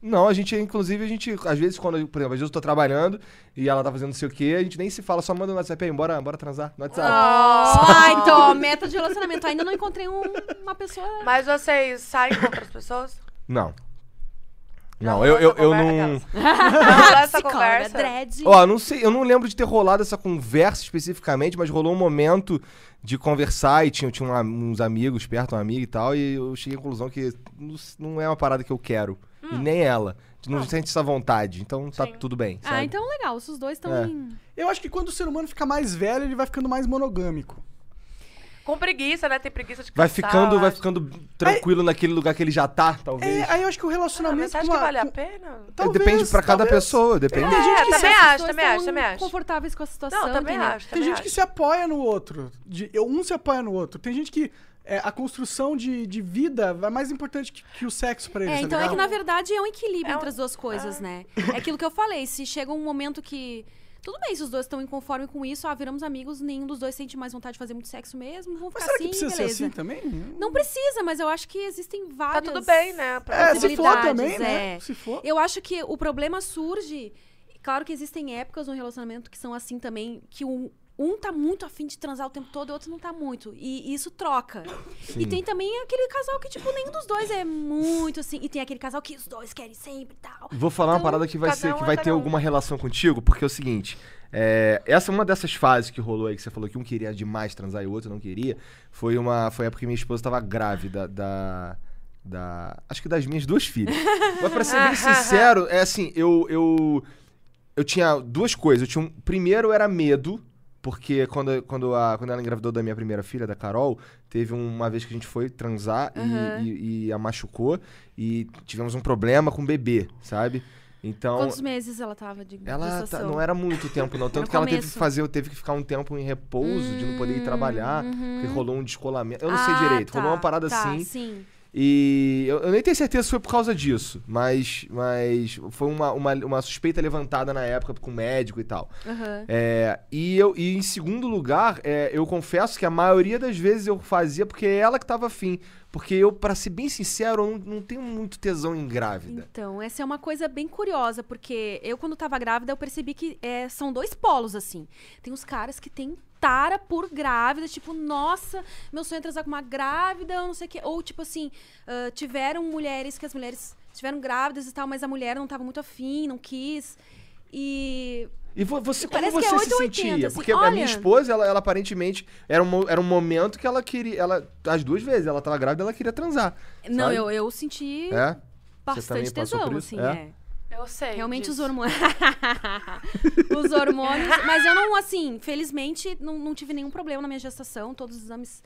[SPEAKER 2] não, a gente, inclusive, a gente, às vezes, quando, por exemplo, às vezes eu tô trabalhando e ela tá fazendo não sei o quê, a gente nem se fala, só manda no WhatsApp, aí, bora, bora transar no WhatsApp.
[SPEAKER 3] Ah, então, meta de relacionamento. Ainda não encontrei um- uma pessoa.
[SPEAKER 4] Mas vocês saem com outras pessoas?
[SPEAKER 2] Não.
[SPEAKER 4] Já
[SPEAKER 2] Não,
[SPEAKER 4] rolou
[SPEAKER 2] eu, eu,
[SPEAKER 4] essa
[SPEAKER 2] eu
[SPEAKER 4] conversa?
[SPEAKER 2] não.
[SPEAKER 4] Aquelas. Já rolou Ah, essa
[SPEAKER 3] Psicóloga,
[SPEAKER 4] conversa.
[SPEAKER 3] né? dread.
[SPEAKER 2] Ó, não sei, eu não lembro de ter rolado essa conversa especificamente, mas rolou um momento de conversar e tinha, tinha um a- uns amigos perto, uma amiga e tal, e eu cheguei à conclusão que não, s- não é uma parada que eu quero. E nem ela. A gente não sente essa vontade, então tá
[SPEAKER 4] Sim.
[SPEAKER 2] tudo bem.
[SPEAKER 3] Ah,
[SPEAKER 2] sabe?
[SPEAKER 3] então legal, se os dois estão
[SPEAKER 2] É.
[SPEAKER 3] em.
[SPEAKER 1] Eu acho que quando o ser humano fica mais velho, ele vai ficando mais monogâmico.
[SPEAKER 4] Com preguiça, né? Tem preguiça de
[SPEAKER 2] Vai
[SPEAKER 4] cansar,
[SPEAKER 2] ficando,
[SPEAKER 4] eu
[SPEAKER 2] vai
[SPEAKER 4] acho.
[SPEAKER 2] ficando tranquilo naquele lugar que ele já tá, talvez.
[SPEAKER 1] É, aí eu acho que o
[SPEAKER 4] Ah, mas
[SPEAKER 1] relacionamento...
[SPEAKER 4] você acha
[SPEAKER 1] com
[SPEAKER 4] que
[SPEAKER 1] uma-
[SPEAKER 4] vale a
[SPEAKER 1] com-
[SPEAKER 4] pena? É,
[SPEAKER 1] Talvez,
[SPEAKER 2] depende pra cada
[SPEAKER 1] talvez.
[SPEAKER 2] pessoa, depende.
[SPEAKER 1] Tem gente que
[SPEAKER 4] também
[SPEAKER 1] se-
[SPEAKER 3] Os
[SPEAKER 4] acho,
[SPEAKER 3] dois
[SPEAKER 4] também
[SPEAKER 3] tão
[SPEAKER 4] acho, também acho.
[SPEAKER 3] Confortáveis com a situação.
[SPEAKER 4] Não, também
[SPEAKER 3] entendeu?
[SPEAKER 4] acho,
[SPEAKER 1] Tem
[SPEAKER 4] também
[SPEAKER 1] gente que
[SPEAKER 4] acho.
[SPEAKER 1] se apoia no outro. De, um se apoia no outro. Tem gente que é, a construção de, de vida é mais importante que, que o sexo pra ele,
[SPEAKER 3] É,
[SPEAKER 1] tá
[SPEAKER 3] então é
[SPEAKER 1] ligado?
[SPEAKER 3] que na verdade é um equilíbrio
[SPEAKER 4] É
[SPEAKER 3] entre
[SPEAKER 4] um-
[SPEAKER 3] as duas coisas, né? É aquilo que eu falei, se chega um momento que. Tudo bem, se os dois estão inconformes com isso, ah, viramos amigos, nenhum dos dois sente mais vontade de fazer muito sexo mesmo, vão
[SPEAKER 1] Mas
[SPEAKER 3] ficar
[SPEAKER 1] será que
[SPEAKER 3] assim,
[SPEAKER 1] precisa
[SPEAKER 3] beleza.
[SPEAKER 1] ser assim também?
[SPEAKER 3] Não precisa, mas eu acho que existem
[SPEAKER 4] Tá
[SPEAKER 3] várias.
[SPEAKER 4] tudo bem,
[SPEAKER 1] É,
[SPEAKER 4] né?
[SPEAKER 1] se for
[SPEAKER 3] possibilidades,
[SPEAKER 1] também, né?
[SPEAKER 3] é.
[SPEAKER 1] Se for.
[SPEAKER 3] Eu acho que o problema surge. Claro que existem épocas no relacionamento que são assim também, que um, um tá muito afim de transar o tempo todo e o outro não tá muito. E isso troca. E tem também aquele casal que, tipo, nenhum dos dois é muito assim. E tem aquele casal que os dois querem sempre e tal.
[SPEAKER 2] Vou falar uma
[SPEAKER 4] Então,
[SPEAKER 2] parada que vai
[SPEAKER 4] cada
[SPEAKER 2] ser
[SPEAKER 4] um
[SPEAKER 2] que
[SPEAKER 4] é
[SPEAKER 2] vai
[SPEAKER 4] cada
[SPEAKER 2] ter
[SPEAKER 4] um.
[SPEAKER 2] alguma relação contigo, porque é o seguinte, é, essa é uma dessas fases que rolou aí que você falou que um queria demais transar e o outro não queria, foi uma foi a época que minha esposa tava grávida da da acho que das minhas duas filhas. Mas pra ser bem sincero, é assim, eu eu eu tinha duas coisas, eu tinha um, primeiro era medo, porque quando, quando, a, quando ela engravidou da minha primeira filha, da Carol, teve uma vez que a gente foi transar e-
[SPEAKER 3] Aham.
[SPEAKER 2] e, e a machucou e tivemos um problema com o bebê, sabe? Então.
[SPEAKER 3] Quantos meses ela tava de
[SPEAKER 2] Ela tá-
[SPEAKER 3] gestação?
[SPEAKER 2] não era muito tempo, não. Tanto
[SPEAKER 3] no
[SPEAKER 2] que ela teve que
[SPEAKER 3] começo.
[SPEAKER 2] fazer, teve que ficar um tempo em repouso, de não poder ir trabalhar, porque rolou um descolamento. Eu não sei
[SPEAKER 3] Hum, uhum. Ah,
[SPEAKER 2] direito,
[SPEAKER 3] tá,
[SPEAKER 2] rolou uma parada
[SPEAKER 3] tá,
[SPEAKER 2] assim.
[SPEAKER 3] Sim.
[SPEAKER 2] E eu, eu nem tenho certeza se foi por causa disso, mas, mas foi uma, uma, uma suspeita levantada na época com o médico e tal.
[SPEAKER 3] Aham.
[SPEAKER 2] É, e, eu, e em segundo lugar, é, eu confesso que a maioria das vezes eu fazia porque é ela que tava afim. Porque eu, pra ser bem sincero, eu não, não tenho muito tesão em grávida.
[SPEAKER 3] Então, essa é uma coisa bem curiosa, porque eu, quando tava grávida, eu percebi que é, são dois polos, assim. Tem uns caras que têm tara por grávida, tipo, nossa, meu sonho é transar com uma grávida, eu não sei o quê. Ou, tipo assim, ah, tiveram mulheres que as mulheres tiveram grávidas e tal, mas a mulher não tava muito afim, não quis. E
[SPEAKER 2] E vo- você, como
[SPEAKER 3] Parece
[SPEAKER 2] você
[SPEAKER 3] que é
[SPEAKER 2] se
[SPEAKER 3] 8 ou 80,
[SPEAKER 2] sentia?
[SPEAKER 3] assim,
[SPEAKER 2] porque a
[SPEAKER 3] olha-
[SPEAKER 2] minha esposa, ela, ela aparentemente, era um, mo- era um momento que ela queria. Ela, as duas vezes, ela tava grávida ela queria transar.
[SPEAKER 3] Não,
[SPEAKER 2] sabe?
[SPEAKER 3] eu, eu senti
[SPEAKER 2] É? também
[SPEAKER 3] bastante
[SPEAKER 2] passou
[SPEAKER 3] tesão,
[SPEAKER 2] por isso?
[SPEAKER 3] assim,
[SPEAKER 2] É.
[SPEAKER 3] é.
[SPEAKER 4] Eu sei.
[SPEAKER 3] Realmente os
[SPEAKER 4] disso.
[SPEAKER 3] hormônios. os hormônios. Mas eu não, assim, felizmente, não, não tive nenhum problema na minha gestação. Todos os exames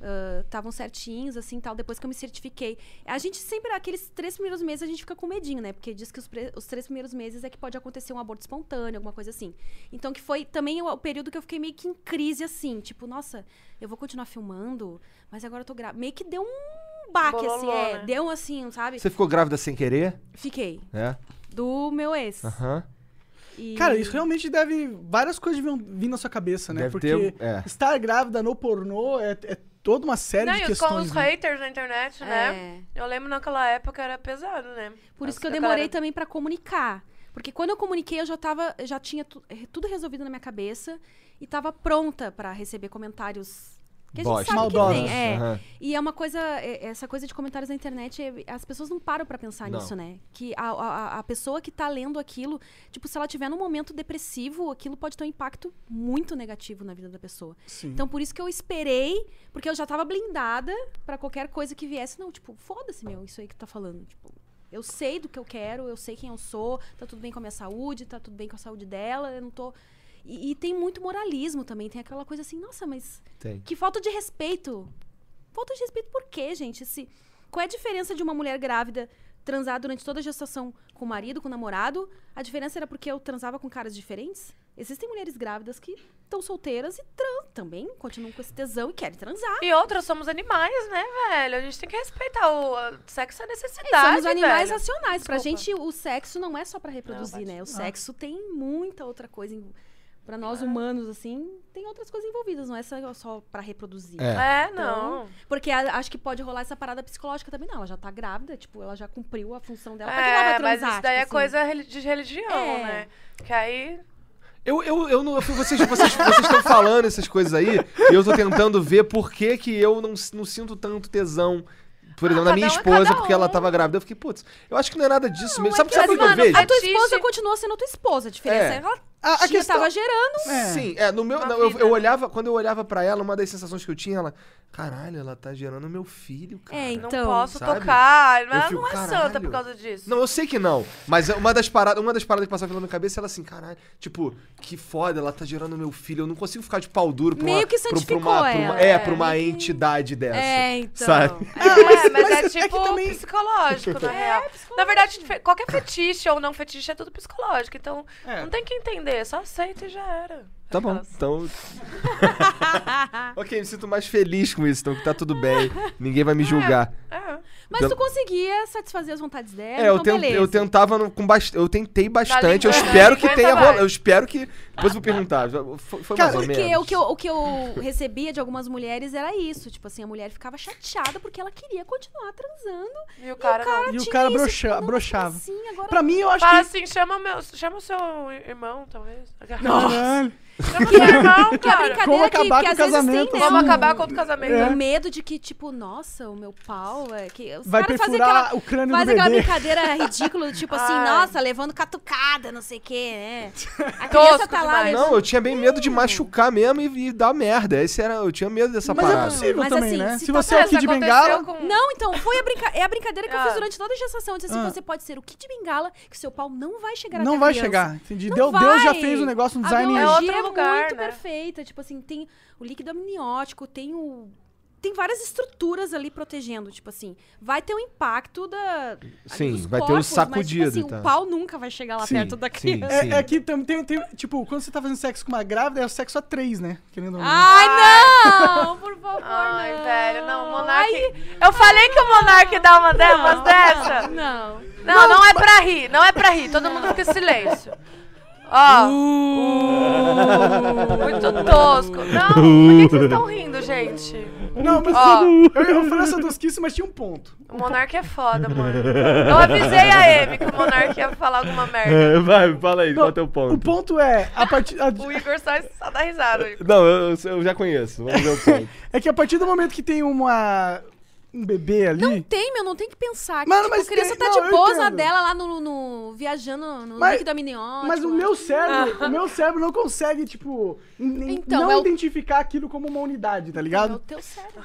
[SPEAKER 3] ah, estavam certinhos, assim, tal, depois que eu me certifiquei. A gente sempre, aqueles três primeiros meses, a gente fica com medinho, né? Porque diz que os, pre- os três primeiros meses é que pode acontecer um aborto espontâneo, alguma coisa assim. Então, que foi também o, o período que eu fiquei meio que em crise, assim. Tipo, nossa, eu vou continuar filmando, mas agora eu tô grávida. Meio que deu um baque, assim,
[SPEAKER 4] Bololô,
[SPEAKER 3] é.
[SPEAKER 4] né?
[SPEAKER 3] Deu assim, sabe?
[SPEAKER 2] Você ficou grávida sem querer?
[SPEAKER 3] Fiquei.
[SPEAKER 2] É.
[SPEAKER 3] Do meu ex.
[SPEAKER 2] Aham.
[SPEAKER 3] E-
[SPEAKER 1] Ah. Cara, isso realmente deve. Várias coisas deviam vir na sua cabeça, né?
[SPEAKER 2] Deve
[SPEAKER 1] Porque
[SPEAKER 2] ter- é.
[SPEAKER 1] estar grávida no pornô é, é toda uma série
[SPEAKER 4] Não,
[SPEAKER 1] de
[SPEAKER 4] e os,
[SPEAKER 1] questões.
[SPEAKER 4] os
[SPEAKER 1] né?
[SPEAKER 4] haters na internet, né?
[SPEAKER 3] É.
[SPEAKER 4] Eu lembro naquela época era pesado, né?
[SPEAKER 3] Por isso
[SPEAKER 4] Nossa,
[SPEAKER 3] que eu
[SPEAKER 4] cara.
[SPEAKER 3] demorei também pra comunicar. Porque quando eu comuniquei, eu já tava, já tinha tu- eh, tudo resolvido na minha cabeça e tava pronta pra receber comentários que a gente
[SPEAKER 2] Bosta.
[SPEAKER 3] sabe que
[SPEAKER 1] Maldosos.
[SPEAKER 3] vem. É.
[SPEAKER 2] Aham.
[SPEAKER 3] E é uma coisa, é- essa coisa de comentários na internet, é- as pessoas não param pra pensar
[SPEAKER 2] Não.
[SPEAKER 3] nisso, né? Que a, a, a pessoa que tá lendo aquilo, tipo, se ela tiver num momento depressivo, aquilo pode ter um impacto muito negativo na vida da pessoa.
[SPEAKER 1] Sim.
[SPEAKER 3] Então, por isso que eu esperei, porque eu já tava blindada pra qualquer coisa que viesse. Não, tipo, foda-se, meu, isso aí que tu tá falando. Tipo, eu sei do que eu quero, eu sei quem eu sou, tá tudo bem com a minha saúde, tá tudo bem com a saúde dela, eu não tô. E, e tem muito moralismo também, tem aquela coisa assim, nossa, mas
[SPEAKER 2] Tem.
[SPEAKER 3] que falta de respeito. Falta de respeito por quê, gente? Se, qual é a diferença de uma mulher grávida transar durante toda a gestação com o marido, com o namorado? A diferença era porque eu transava com caras diferentes? Existem mulheres grávidas que estão solteiras e trans também, continuam com esse tesão e querem transar.
[SPEAKER 4] E outras, somos animais, né, velho? A gente tem que respeitar o o sexo é necessidade.
[SPEAKER 3] Somos animais assim.
[SPEAKER 4] velho.
[SPEAKER 3] racionais. Pra
[SPEAKER 4] Desculpa.
[SPEAKER 3] gente, o sexo não é só pra reproduzir,
[SPEAKER 4] Não,
[SPEAKER 3] né? O sexo tem muita outra coisa. Em... Pra
[SPEAKER 4] É.
[SPEAKER 3] nós humanos, assim, tem outras coisas envolvidas, não é só- só pra reproduzir.
[SPEAKER 2] É.
[SPEAKER 4] É,
[SPEAKER 3] Então,
[SPEAKER 4] não.
[SPEAKER 3] Porque a- acho que pode rolar essa parada psicológica também. Não, ela já tá grávida, tipo, ela já cumpriu a função dela. pra que ela vai
[SPEAKER 4] é, mas
[SPEAKER 3] transar?
[SPEAKER 4] isso daí é
[SPEAKER 3] Tipo assim,
[SPEAKER 4] coisa reli- de religião,
[SPEAKER 3] É.
[SPEAKER 4] né? Que aí.
[SPEAKER 2] Eu, eu, eu não. eu- Vocês estão vocês, vocês estão falando essas coisas aí, e eu tô tentando ver por que, que eu não, s- não sinto tanto tesão.
[SPEAKER 3] Ah,
[SPEAKER 2] Por exemplo, na
[SPEAKER 4] cada
[SPEAKER 2] minha
[SPEAKER 4] um é
[SPEAKER 2] esposa,
[SPEAKER 4] cada
[SPEAKER 2] porque ela
[SPEAKER 4] um.
[SPEAKER 2] tava grávida, eu fiquei, putz, eu acho que não é nada disso mesmo.
[SPEAKER 4] é
[SPEAKER 2] Sabe,
[SPEAKER 4] que-
[SPEAKER 2] sabe o
[SPEAKER 4] mas,
[SPEAKER 2] que eu
[SPEAKER 4] mano,
[SPEAKER 2] vejo?
[SPEAKER 3] assim, A tua
[SPEAKER 4] Fetiche.
[SPEAKER 3] esposa continua sendo tua esposa. A diferença
[SPEAKER 2] É.
[SPEAKER 3] é, que ela
[SPEAKER 1] A- a
[SPEAKER 3] já
[SPEAKER 1] questão-
[SPEAKER 3] tava gerando.
[SPEAKER 1] É.
[SPEAKER 2] Sim, é, no meu.
[SPEAKER 4] Uma
[SPEAKER 2] não, eu,
[SPEAKER 4] vida,
[SPEAKER 2] eu
[SPEAKER 4] né?
[SPEAKER 2] olhava, quando eu olhava pra ela, uma das sensações que eu tinha, ela. Caralho, ela tá gerando meu filho, cara.
[SPEAKER 3] É,
[SPEAKER 4] Não
[SPEAKER 3] Então,
[SPEAKER 4] posso
[SPEAKER 2] sabe?
[SPEAKER 4] tocar. Mas
[SPEAKER 2] Eu
[SPEAKER 4] ela
[SPEAKER 2] fico,
[SPEAKER 4] não é
[SPEAKER 2] "Caralho".
[SPEAKER 4] santa por causa disso.
[SPEAKER 2] Não, eu sei que não. Mas é uma das paradas, uma das paradas que passava pela minha cabeça, ela assim, caralho, tipo, que foda, ela tá gerando meu filho. Eu não consigo ficar de pau duro pra uma,
[SPEAKER 3] Meio que
[SPEAKER 2] pra- pra
[SPEAKER 3] santificou
[SPEAKER 2] uma- pra uma-
[SPEAKER 3] ela,
[SPEAKER 2] é,
[SPEAKER 4] é.
[SPEAKER 2] pra uma
[SPEAKER 3] Meio que-
[SPEAKER 2] entidade dessa.
[SPEAKER 3] É, então.
[SPEAKER 2] Sabe?
[SPEAKER 4] É, mas,
[SPEAKER 1] mas é
[SPEAKER 4] é
[SPEAKER 1] que
[SPEAKER 4] tipo
[SPEAKER 1] também-
[SPEAKER 4] psicológico, na real. Na verdade, fe- qualquer fetiche ou não fetiche é tudo psicológico. Então,
[SPEAKER 1] É.
[SPEAKER 4] não tem que entender responder. Só aceita e já era.
[SPEAKER 2] Tá bom,
[SPEAKER 4] Aquelas.
[SPEAKER 2] então. ok, me sinto mais feliz com isso, então que tá tudo bem. Ninguém vai me julgar.
[SPEAKER 4] É.
[SPEAKER 3] Mas
[SPEAKER 2] Pelo-
[SPEAKER 3] tu conseguia satisfazer as vontades dela,
[SPEAKER 2] É,
[SPEAKER 3] então
[SPEAKER 2] eu, ten-
[SPEAKER 3] beleza. então,
[SPEAKER 2] eu tentava no- com bast... eu tentei bastante. Eu
[SPEAKER 4] língua, né?
[SPEAKER 2] espero que
[SPEAKER 4] Aguenta
[SPEAKER 2] tenha rolado.
[SPEAKER 4] mais.
[SPEAKER 2] Eu espero que. Depois eu vou perguntar. Foi, foi
[SPEAKER 1] Cara,
[SPEAKER 2] mais ou
[SPEAKER 3] Porque
[SPEAKER 2] menos.
[SPEAKER 3] o que, eu, o que eu recebia de algumas mulheres era isso. Tipo assim, a mulher ficava chateada porque ela queria continuar transando.
[SPEAKER 4] E o cara, não.
[SPEAKER 1] E o
[SPEAKER 3] tinha
[SPEAKER 1] cara
[SPEAKER 3] isso,
[SPEAKER 1] broxa-
[SPEAKER 3] não,
[SPEAKER 1] broxava.
[SPEAKER 3] Assim, agora
[SPEAKER 1] Pra mim, eu acho
[SPEAKER 4] Fala
[SPEAKER 1] que.
[SPEAKER 4] assim, chama, meu, chama o seu irmão, talvez.
[SPEAKER 1] Caralho.
[SPEAKER 4] Chama o seu irmão,
[SPEAKER 3] que a
[SPEAKER 4] cara.
[SPEAKER 3] brincadeira
[SPEAKER 1] Como acabar
[SPEAKER 3] que, que
[SPEAKER 1] com
[SPEAKER 3] às
[SPEAKER 1] o
[SPEAKER 3] vezes
[SPEAKER 1] casamento, assim,
[SPEAKER 3] tem, né?
[SPEAKER 4] Vamos
[SPEAKER 3] um-
[SPEAKER 4] acabar com outro casamento.
[SPEAKER 3] Um medo de que, tipo, nossa, o meu pau é que. Os
[SPEAKER 1] Vai
[SPEAKER 3] caras fazem
[SPEAKER 1] perfurar
[SPEAKER 3] aquela-
[SPEAKER 1] o crânio do
[SPEAKER 3] Faz aquela
[SPEAKER 1] bebê.
[SPEAKER 3] brincadeira ridícula, tipo assim,
[SPEAKER 4] Ai.
[SPEAKER 3] nossa, levando catucada, não sei o quê, né? A criança
[SPEAKER 4] Tosco
[SPEAKER 3] tá lá
[SPEAKER 4] demais.
[SPEAKER 3] levando.
[SPEAKER 2] Não, eu tinha bem medo de machucar mesmo e, e dar merda. Esse era, eu tinha medo dessa
[SPEAKER 1] Mas é
[SPEAKER 2] parada.
[SPEAKER 1] possível
[SPEAKER 3] Mas
[SPEAKER 1] também,
[SPEAKER 3] assim,
[SPEAKER 1] né?
[SPEAKER 3] se
[SPEAKER 1] Se
[SPEAKER 3] tá-
[SPEAKER 1] você é o Kid
[SPEAKER 4] aconteceu
[SPEAKER 1] Bengala.
[SPEAKER 4] com-
[SPEAKER 3] Não, então, foi a, brinca... é a brincadeira que eu
[SPEAKER 4] Ah.
[SPEAKER 3] fiz durante toda a gestação. Eu disse assim,
[SPEAKER 1] Ah.
[SPEAKER 3] você pode ser o Kid Bengala, que seu pau não vai chegar até
[SPEAKER 1] Não
[SPEAKER 3] a
[SPEAKER 1] vai
[SPEAKER 3] criança.
[SPEAKER 1] chegar. Entendi.
[SPEAKER 3] Não
[SPEAKER 1] Deu- Deus já
[SPEAKER 3] vai.
[SPEAKER 1] fez um negócio, um
[SPEAKER 3] A
[SPEAKER 1] design.
[SPEAKER 4] biologia- É outro
[SPEAKER 3] biologia é
[SPEAKER 4] lugar,
[SPEAKER 3] muito
[SPEAKER 4] né?
[SPEAKER 3] perfeita. Tipo assim, tem o líquido amniótico, tem o... Tem várias estruturas ali protegendo, tipo assim. Vai ter um impacto da... ali
[SPEAKER 2] Sim,
[SPEAKER 3] dos
[SPEAKER 2] vai ter o
[SPEAKER 3] corpos,
[SPEAKER 2] sacudido tá.
[SPEAKER 3] Mas,
[SPEAKER 2] e
[SPEAKER 3] tipo assim,
[SPEAKER 2] tal.
[SPEAKER 3] o pau nunca vai chegar lá
[SPEAKER 2] Sim,
[SPEAKER 3] perto da
[SPEAKER 2] sim.
[SPEAKER 3] criança.
[SPEAKER 1] É,
[SPEAKER 2] Sim.
[SPEAKER 1] é que tem, tem, tem- Tipo, quando você tá fazendo sexo com uma grávida, é o sexo a três, né? Querendo ou não.
[SPEAKER 3] Ah! Ai, não! Por favor,
[SPEAKER 4] Ai,
[SPEAKER 3] não.
[SPEAKER 4] velho, não, o Monark.
[SPEAKER 3] Ai,
[SPEAKER 4] eu falei que o Monark dá uma
[SPEAKER 3] não,
[SPEAKER 4] demas
[SPEAKER 3] não,
[SPEAKER 4] dessa. Não,
[SPEAKER 3] Não.
[SPEAKER 4] não, é pra rir, não é pra rir. Todo mundo fica em silêncio. Ó.
[SPEAKER 1] Uh.
[SPEAKER 4] uh, Muito tosco. Não, por que que vocês estão rindo, gente?
[SPEAKER 1] Não, mas
[SPEAKER 4] Ó.
[SPEAKER 1] eu, eu falei essa tosquice, mas tinha um ponto.
[SPEAKER 4] O Monark é foda, mano. Eu avisei a Eve que o Monark ia falar alguma merda.
[SPEAKER 2] É, vai, fala aí, qual é o teu
[SPEAKER 1] O
[SPEAKER 2] ponto?
[SPEAKER 1] ponto é, a partir, a-
[SPEAKER 4] O Igor só, só dá risada. o Igor.
[SPEAKER 2] Não, eu, eu já conheço. Vamos ver o ponto.
[SPEAKER 1] é que a partir do momento que tem uma um bebê ali,
[SPEAKER 3] Não tem, meu, não tem que pensar. Que,
[SPEAKER 1] Mano,
[SPEAKER 3] tipo,
[SPEAKER 1] mas
[SPEAKER 3] a criança
[SPEAKER 1] tem-
[SPEAKER 3] tá
[SPEAKER 1] não, eu
[SPEAKER 3] de boa na
[SPEAKER 1] entendo.
[SPEAKER 3] dela lá no, no- viajando no
[SPEAKER 1] Mas-
[SPEAKER 3] líquido amniótico.
[SPEAKER 1] mas o
[SPEAKER 3] lá.
[SPEAKER 1] meu cérebro, o meu cérebro não consegue tipo n-
[SPEAKER 3] Ah. Então,
[SPEAKER 1] não
[SPEAKER 3] é o-
[SPEAKER 1] identificar aquilo como uma unidade, tá
[SPEAKER 3] É o
[SPEAKER 1] ligado?
[SPEAKER 3] teu cérebro.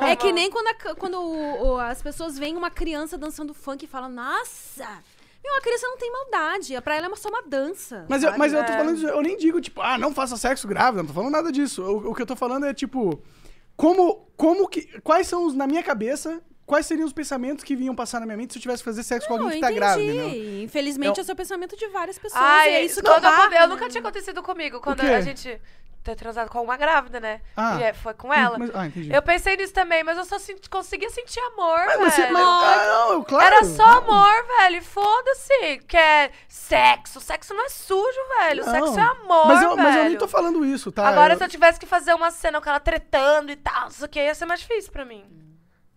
[SPEAKER 3] é que nem quando, a- quando o- o- as pessoas veem uma criança dançando funk e falam, nossa, meu, a criança não tem maldade. Pra ela é só uma dança.
[SPEAKER 1] Mas eu,
[SPEAKER 3] sabe?
[SPEAKER 1] mas eu tô
[SPEAKER 4] É.
[SPEAKER 1] falando, eu nem digo tipo, ah, não faça sexo grávida, não tô falando nada disso. O, o que eu tô falando é tipo, como como que quais são os na minha cabeça, quais seriam os pensamentos que vinham passar na minha mente se eu tivesse que fazer sexo com
[SPEAKER 3] Não,
[SPEAKER 1] alguém que
[SPEAKER 3] eu
[SPEAKER 1] tá
[SPEAKER 3] entendi.
[SPEAKER 1] grávida, né?
[SPEAKER 3] Infelizmente,
[SPEAKER 1] Eu-
[SPEAKER 3] esse é o pensamento de várias pessoas.
[SPEAKER 4] Ai,
[SPEAKER 3] e é isso que
[SPEAKER 4] quando
[SPEAKER 3] barra,
[SPEAKER 4] aconte- eu
[SPEAKER 3] né?
[SPEAKER 4] nunca tinha acontecido comigo. Quando
[SPEAKER 1] quê?
[SPEAKER 4] a gente ter transado com uma grávida, né?
[SPEAKER 1] Ah.
[SPEAKER 4] E é, foi com ela.
[SPEAKER 1] Mas- ah, entendi.
[SPEAKER 4] Eu pensei nisso também, mas eu só senti- conseguia sentir amor,
[SPEAKER 1] Mas você,
[SPEAKER 4] velho.
[SPEAKER 1] mas, ah, não, eu- claro.
[SPEAKER 4] Era só amor, velho. e Foda-se. Que é sexo. Sexo não é sujo, velho.
[SPEAKER 1] Não.
[SPEAKER 4] Sexo é amor,
[SPEAKER 1] mas eu,
[SPEAKER 4] velho.
[SPEAKER 1] mas eu nem tô falando isso, tá?
[SPEAKER 4] Agora,
[SPEAKER 1] eu,
[SPEAKER 4] se eu tivesse que fazer uma cena com ela tretando e tal, isso aqui ia ser mais difícil pra mim.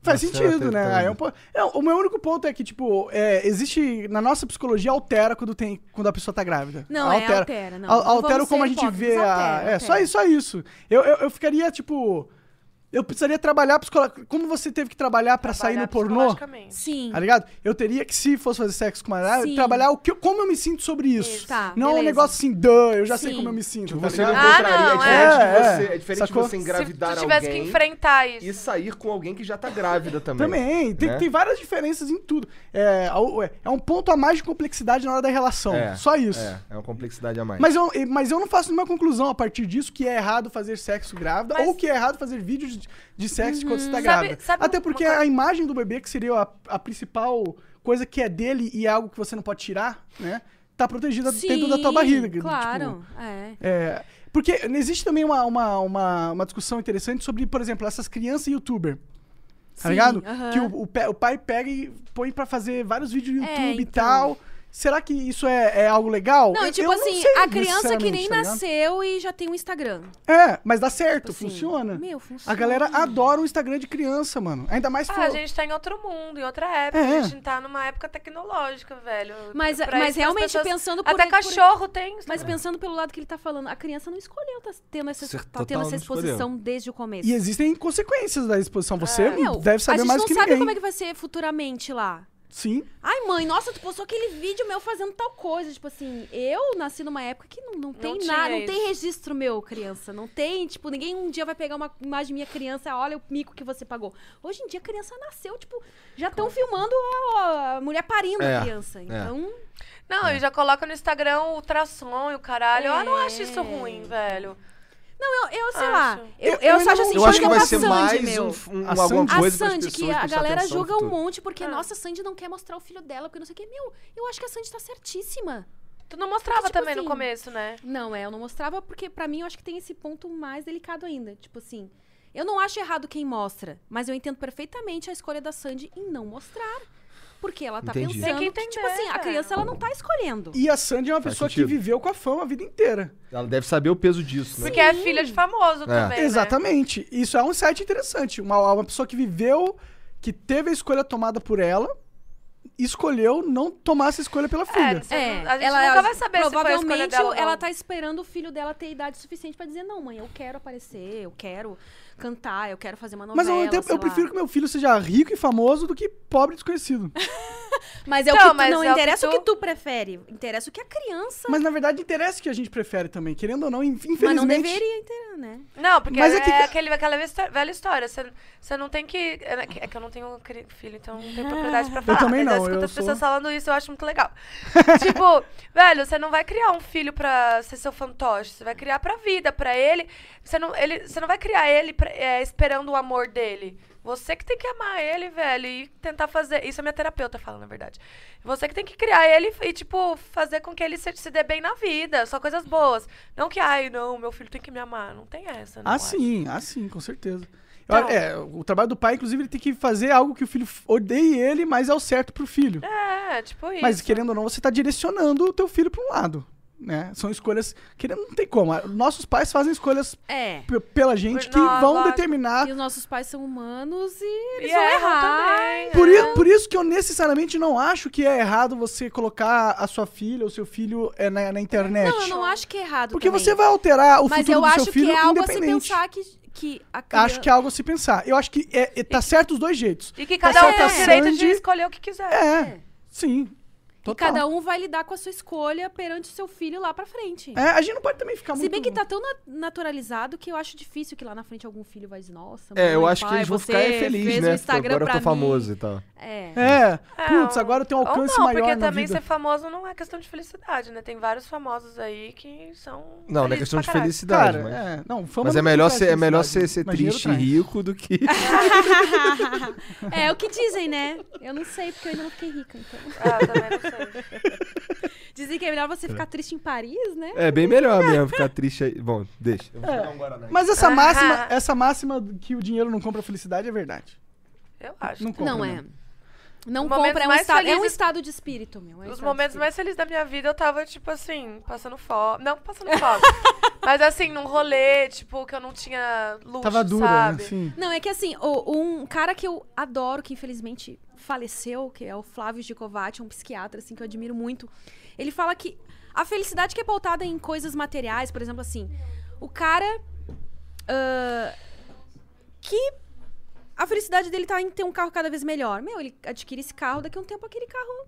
[SPEAKER 1] Faz
[SPEAKER 2] Você
[SPEAKER 1] sentido,
[SPEAKER 2] tá
[SPEAKER 1] né?
[SPEAKER 2] tentando.
[SPEAKER 1] Ah, é um po- Não, o meu único ponto é que, tipo, é, existe. Na nossa psicologia altera quando, tem, quando a pessoa tá grávida.
[SPEAKER 3] Não, é, altera, não.
[SPEAKER 1] Al-
[SPEAKER 3] Não
[SPEAKER 1] altera
[SPEAKER 3] vamos
[SPEAKER 1] como a
[SPEAKER 3] ser
[SPEAKER 1] gente vê
[SPEAKER 3] hipócritas,
[SPEAKER 1] a.
[SPEAKER 3] altera,
[SPEAKER 1] é, só,
[SPEAKER 3] altera.
[SPEAKER 1] isso- só isso. Eu, eu, eu ficaria, tipo. Eu precisaria trabalhar psicologicamente. Como você teve que trabalhar pra sair no
[SPEAKER 4] Trabalhar
[SPEAKER 1] pornô,
[SPEAKER 4] psicologicamente.
[SPEAKER 3] Sim.
[SPEAKER 1] tá ligado? Eu teria que, se fosse fazer sexo com uma grávida,
[SPEAKER 3] Sim.
[SPEAKER 1] trabalhar o que, eu- como eu me sinto sobre isso.
[SPEAKER 4] Isso.
[SPEAKER 3] Tá,
[SPEAKER 1] não é um
[SPEAKER 3] beleza.
[SPEAKER 1] negócio assim, duh, eu já sei
[SPEAKER 3] Sim.
[SPEAKER 1] como eu me sinto. tá
[SPEAKER 2] Tipo, Você não
[SPEAKER 1] ligado?
[SPEAKER 4] Ah,
[SPEAKER 2] encontraria.
[SPEAKER 4] não,
[SPEAKER 2] é diferente,
[SPEAKER 1] é.
[SPEAKER 2] de, você, é diferente de
[SPEAKER 1] Sacou?
[SPEAKER 2] você engravidar
[SPEAKER 4] Se tu tivesse
[SPEAKER 2] alguém
[SPEAKER 4] que enfrentar isso.
[SPEAKER 2] e sair com alguém que já tá grávida também.
[SPEAKER 1] Também, é tem,
[SPEAKER 2] né?
[SPEAKER 1] tem várias diferenças em tudo. É, ao- é- é um ponto a mais de complexidade na hora da relação.
[SPEAKER 2] É,
[SPEAKER 1] só isso.
[SPEAKER 2] É, é uma complexidade a mais.
[SPEAKER 1] Mas eu, mas eu não faço nenhuma conclusão a partir disso que é errado fazer sexo grávida
[SPEAKER 4] Mas- Uhum.
[SPEAKER 1] ou que é errado fazer vídeos de, de sexo enquanto você tá
[SPEAKER 4] Sabe-
[SPEAKER 1] grávida.
[SPEAKER 4] sabe
[SPEAKER 1] Até
[SPEAKER 4] uma
[SPEAKER 1] porque
[SPEAKER 4] coisa-
[SPEAKER 1] a imagem do bebê, que seria a, a principal coisa que é dele e é algo que você não pode tirar, né? Tá protegida dentro da tua barriga. tipo,
[SPEAKER 3] Claro, é.
[SPEAKER 1] é, porque existe também uma, uma, uma, uma discussão interessante sobre, por exemplo, essas crianças youtuber. Tá
[SPEAKER 3] Sim,
[SPEAKER 1] ligado?
[SPEAKER 3] aham.
[SPEAKER 1] Que o, o pe- o pai pega e põe pra fazer vários vídeos no
[SPEAKER 3] É,
[SPEAKER 1] YouTube e
[SPEAKER 3] então.
[SPEAKER 1] tal. Será que isso é, é algo legal?
[SPEAKER 3] Não,
[SPEAKER 1] Eu-
[SPEAKER 3] e tipo
[SPEAKER 1] eu
[SPEAKER 3] assim,
[SPEAKER 1] sei,
[SPEAKER 3] a criança que
[SPEAKER 1] sinceramente,
[SPEAKER 3] nem
[SPEAKER 1] tá ligado?
[SPEAKER 3] nasceu e já tem um Instagram.
[SPEAKER 1] É, mas dá certo,
[SPEAKER 3] Assim,
[SPEAKER 1] funciona.
[SPEAKER 3] Meu, funciona.
[SPEAKER 1] A galera adora o Instagram de criança, mano. Ainda mais
[SPEAKER 4] Ah,
[SPEAKER 1] for-
[SPEAKER 4] a gente tá em outro mundo, em outra época.
[SPEAKER 1] É.
[SPEAKER 4] A gente tá numa época tecnológica, velho.
[SPEAKER 3] Mas- mas
[SPEAKER 4] Pra isso que as
[SPEAKER 3] realmente pensando por-
[SPEAKER 4] Até
[SPEAKER 3] por-
[SPEAKER 4] cachorro tem.
[SPEAKER 3] Mas pensando pelo lado que ele tá falando, a criança não escolheu tá tendo essa,
[SPEAKER 2] Cer-
[SPEAKER 3] tá tendo
[SPEAKER 2] total,
[SPEAKER 3] essa
[SPEAKER 2] não escolheu.
[SPEAKER 3] exposição desde o começo.
[SPEAKER 1] E existem consequências da exposição. Você
[SPEAKER 3] Ah, Meu,
[SPEAKER 1] deve saber
[SPEAKER 3] a gente
[SPEAKER 1] mais
[SPEAKER 3] não
[SPEAKER 1] que
[SPEAKER 3] sabe
[SPEAKER 1] ninguém.
[SPEAKER 3] como é que vai ser futuramente lá.
[SPEAKER 1] Sim.
[SPEAKER 3] Ai, mãe, nossa, tu postou aquele vídeo meu fazendo tal coisa. Tipo assim, eu nasci numa época que não, não tem
[SPEAKER 4] tinha
[SPEAKER 3] nada, não tem
[SPEAKER 4] isso.
[SPEAKER 3] registro meu, criança. Não tem, tipo, ninguém um dia vai pegar uma imagem minha criança, olha o mico que você pagou. Hoje em dia a criança nasceu, tipo, já estão filmando a, a mulher parindo
[SPEAKER 2] É,
[SPEAKER 3] a criança. Então,
[SPEAKER 4] Não,
[SPEAKER 1] É.
[SPEAKER 4] e já coloca no Instagram o ultrassom e o caralho. Eu não
[SPEAKER 3] É.
[SPEAKER 4] acho isso ruim, velho.
[SPEAKER 3] não, eu, eu sei
[SPEAKER 4] Acho.
[SPEAKER 3] lá. Eu,
[SPEAKER 1] Eu-
[SPEAKER 3] eu,
[SPEAKER 1] eu
[SPEAKER 3] só acho
[SPEAKER 1] não-
[SPEAKER 3] assim,
[SPEAKER 2] eu
[SPEAKER 3] joga
[SPEAKER 2] acho que vai
[SPEAKER 3] pra
[SPEAKER 2] ser
[SPEAKER 3] Sandy,
[SPEAKER 2] mais
[SPEAKER 3] meu.
[SPEAKER 2] um, um
[SPEAKER 1] A
[SPEAKER 2] alguma
[SPEAKER 1] Sandy.
[SPEAKER 3] A
[SPEAKER 2] coisa pras
[SPEAKER 3] Sandy, que
[SPEAKER 2] pessoas
[SPEAKER 3] a
[SPEAKER 2] prestar
[SPEAKER 3] galera
[SPEAKER 2] atenção no
[SPEAKER 3] julga um
[SPEAKER 2] futuro.
[SPEAKER 3] monte porque,
[SPEAKER 4] Ah.
[SPEAKER 3] nossa, a Sandy não quer mostrar o filho dela, porque não sei o que. Meu, eu acho que a Sandy tá certíssima.
[SPEAKER 4] Tu não mostrava
[SPEAKER 3] Porque, tipo
[SPEAKER 4] também no
[SPEAKER 3] assim,
[SPEAKER 4] começo, né?
[SPEAKER 3] Não, é, eu não mostrava porque pra mim eu acho que tem esse ponto mais delicado ainda. Tipo assim, eu não acho errado quem mostra, mas eu entendo perfeitamente a escolha da Sandy em não mostrar. Porque ela tá
[SPEAKER 2] Entendi.
[SPEAKER 3] pensando
[SPEAKER 4] Tem que entender, é.
[SPEAKER 3] tipo assim, a
[SPEAKER 4] cara.
[SPEAKER 3] criança ela não tá escolhendo.
[SPEAKER 1] E a Sandy é uma
[SPEAKER 2] Faz
[SPEAKER 1] pessoa
[SPEAKER 2] sentido.
[SPEAKER 1] que viveu com a fama a vida inteira.
[SPEAKER 2] Ela deve saber o peso disso, né?
[SPEAKER 4] Porque é filha de famoso também. né?
[SPEAKER 1] Exatamente. Isso é um site interessante. Uma, uma pessoa que viveu, que teve a escolha tomada por ela, escolheu não tomar essa escolha
[SPEAKER 3] É,
[SPEAKER 1] pela filha.
[SPEAKER 4] você não- É, a gente nunca vai saber se foi a escolha
[SPEAKER 3] provavelmente
[SPEAKER 4] dela ou não.
[SPEAKER 3] ela tá esperando o filho dela ter idade suficiente pra dizer não, mãe, eu quero aparecer, eu quero cantar, eu quero fazer uma novela.
[SPEAKER 1] Mas ao mesmo tempo,
[SPEAKER 3] sei
[SPEAKER 1] eu
[SPEAKER 3] lá.
[SPEAKER 1] prefiro que meu filho seja rico e famoso do que pobre e desconhecido.
[SPEAKER 3] Mas é
[SPEAKER 4] Então,
[SPEAKER 3] o que tu,
[SPEAKER 4] mas
[SPEAKER 3] não
[SPEAKER 4] é o que
[SPEAKER 3] interessa o que,
[SPEAKER 4] tu-
[SPEAKER 3] tu... prefere, interessa o que a criança.
[SPEAKER 1] Mas na verdade interessa o que a gente prefere também, querendo ou não, in- infelizmente.
[SPEAKER 3] Mas não deveria interar, né?
[SPEAKER 4] Não, porque
[SPEAKER 1] Mas é
[SPEAKER 4] é,
[SPEAKER 1] que-
[SPEAKER 4] aquele, aquela velha velha história. Você, você não tem que. É que- é que eu não tenho cri- filho, então não tenho propriedade pra falar.
[SPEAKER 1] também
[SPEAKER 4] mas
[SPEAKER 1] não,
[SPEAKER 4] eu escuto
[SPEAKER 1] eu
[SPEAKER 4] as pessoas
[SPEAKER 1] sou-
[SPEAKER 4] falando isso, eu acho muito legal. tipo, velho, você não vai criar um filho pra ser seu fantoche. Você vai criar pra vida, pra ele. Você não, ele, você não vai criar ele pra- é, esperando o amor dele. Você que tem que amar ele, velho, e tentar fazer. Isso a minha terapeuta fala, na verdade. Você que tem que criar ele e, tipo, fazer com que ele se, se dê bem na vida. Só coisas boas. Não que, ai, não, meu filho tem que me amar. Não tem essa, não.
[SPEAKER 1] Ah,
[SPEAKER 4] acho.
[SPEAKER 1] sim, ah, sim, com certeza.
[SPEAKER 4] Então-
[SPEAKER 1] Eu- é, o trabalho do pai, inclusive, ele tem que fazer algo que o filho f- odeie ele, mas é o certo pro filho.
[SPEAKER 4] É, tipo isso.
[SPEAKER 1] Mas querendo ou não, você tá direcionando o teu filho pra um lado, né? São escolhas, querendo não tem como. Nossos pais fazem escolhas
[SPEAKER 3] É.
[SPEAKER 1] p- pela gente
[SPEAKER 4] Por
[SPEAKER 1] que
[SPEAKER 4] nós,
[SPEAKER 1] vão
[SPEAKER 4] lógico.
[SPEAKER 1] determinar.
[SPEAKER 3] E os nossos pais são humanos e eles
[SPEAKER 4] E é
[SPEAKER 3] vão
[SPEAKER 2] é
[SPEAKER 4] erram
[SPEAKER 3] errar.
[SPEAKER 4] também,
[SPEAKER 1] Por,
[SPEAKER 4] é.
[SPEAKER 1] i- por isso que eu necessariamente não acho que é errado você colocar a sua filha ou seu filho é, na, na internet.
[SPEAKER 3] Não, eu não acho que é errado.
[SPEAKER 1] Porque
[SPEAKER 3] também.
[SPEAKER 1] você vai alterar o
[SPEAKER 3] Mas
[SPEAKER 1] futuro
[SPEAKER 3] eu
[SPEAKER 1] do
[SPEAKER 3] acho
[SPEAKER 1] seu filho
[SPEAKER 3] que é algo a se
[SPEAKER 1] independente.
[SPEAKER 3] pensar que, que a criança.
[SPEAKER 1] Acho que é algo a se pensar. Eu acho que é, é- tá certo os dois jeitos.
[SPEAKER 4] E que
[SPEAKER 1] Tá
[SPEAKER 4] cada um
[SPEAKER 1] certo a
[SPEAKER 4] tem o direito de
[SPEAKER 1] Sandy.
[SPEAKER 4] escolher o que quiser.
[SPEAKER 1] É, sim.
[SPEAKER 3] E
[SPEAKER 1] Total.
[SPEAKER 3] cada um vai lidar com a sua escolha perante o seu filho lá pra frente.
[SPEAKER 1] É, a gente não pode também ficar
[SPEAKER 3] Se
[SPEAKER 1] muito...
[SPEAKER 3] bem que tá tão na- naturalizado que eu acho difícil que lá na frente algum filho vai dizer, nossa,
[SPEAKER 2] É, eu
[SPEAKER 3] mãe,
[SPEAKER 2] acho que
[SPEAKER 3] pai,
[SPEAKER 2] eles vão
[SPEAKER 3] você
[SPEAKER 2] ficar é, felizes,
[SPEAKER 3] fez
[SPEAKER 2] né?
[SPEAKER 3] o Instagram
[SPEAKER 2] agora eu
[SPEAKER 3] pra
[SPEAKER 2] tô
[SPEAKER 3] mim.
[SPEAKER 2] famoso e tal.
[SPEAKER 3] É.
[SPEAKER 1] É,
[SPEAKER 4] É,
[SPEAKER 1] putz,
[SPEAKER 4] ou-
[SPEAKER 1] agora eu tenho um alcance
[SPEAKER 4] Ou não,
[SPEAKER 1] maior
[SPEAKER 4] porque
[SPEAKER 1] na
[SPEAKER 4] também
[SPEAKER 1] vida.
[SPEAKER 4] ser famoso não é questão de felicidade, né? Tem vários famosos aí que são
[SPEAKER 2] Não, não é
[SPEAKER 4] felizes
[SPEAKER 2] questão
[SPEAKER 4] pra
[SPEAKER 2] de
[SPEAKER 4] caralho.
[SPEAKER 2] felicidade,
[SPEAKER 1] Cara,
[SPEAKER 2] mas...
[SPEAKER 1] é, não, fama
[SPEAKER 2] Mas
[SPEAKER 1] não
[SPEAKER 2] é melhor
[SPEAKER 1] traz
[SPEAKER 2] ser, é melhor ser,
[SPEAKER 1] felicidade.
[SPEAKER 2] ser
[SPEAKER 1] Mas dinheiro
[SPEAKER 2] triste e
[SPEAKER 1] traz.
[SPEAKER 2] rico do que...
[SPEAKER 3] é o que dizem, né? Eu não sei, porque eu ainda não fiquei rica, então.
[SPEAKER 4] Ah, eu também não sei.
[SPEAKER 3] Dizem que é melhor você ficar triste em Paris, né?
[SPEAKER 2] É bem melhor mesmo ficar triste aí. Bom, deixa.
[SPEAKER 1] Mas essa máxima, essa máxima que o dinheiro não compra felicidade é verdade.
[SPEAKER 4] Eu acho.
[SPEAKER 1] Não compra.
[SPEAKER 3] não é.
[SPEAKER 1] mesmo.
[SPEAKER 3] Não
[SPEAKER 4] Os
[SPEAKER 3] compra,
[SPEAKER 4] momentos
[SPEAKER 3] é um,
[SPEAKER 4] mais
[SPEAKER 3] estado, é um
[SPEAKER 4] felizes-
[SPEAKER 3] estado de espírito, meu. é um
[SPEAKER 4] Os
[SPEAKER 3] estado de
[SPEAKER 4] momentos
[SPEAKER 3] espírito.
[SPEAKER 4] mais felizes da minha vida eu tava, tipo assim, passando fome. Não, passando fome. mas assim, num rolê, tipo, que eu não tinha luxo,
[SPEAKER 1] Tava dura,
[SPEAKER 4] sabe?
[SPEAKER 1] né? Sim.
[SPEAKER 3] Não, é que assim, o- um cara que eu adoro, que infelizmente faleceu, que é o Flávio Gicovati, um psiquiatra, assim, que eu admiro muito. Ele fala que a felicidade que é pautada em coisas materiais, por exemplo, assim, o cara ah, que a felicidade dele tá em ter um carro cada vez melhor. Meu, ele adquire esse carro, daqui a um tempo aquele carro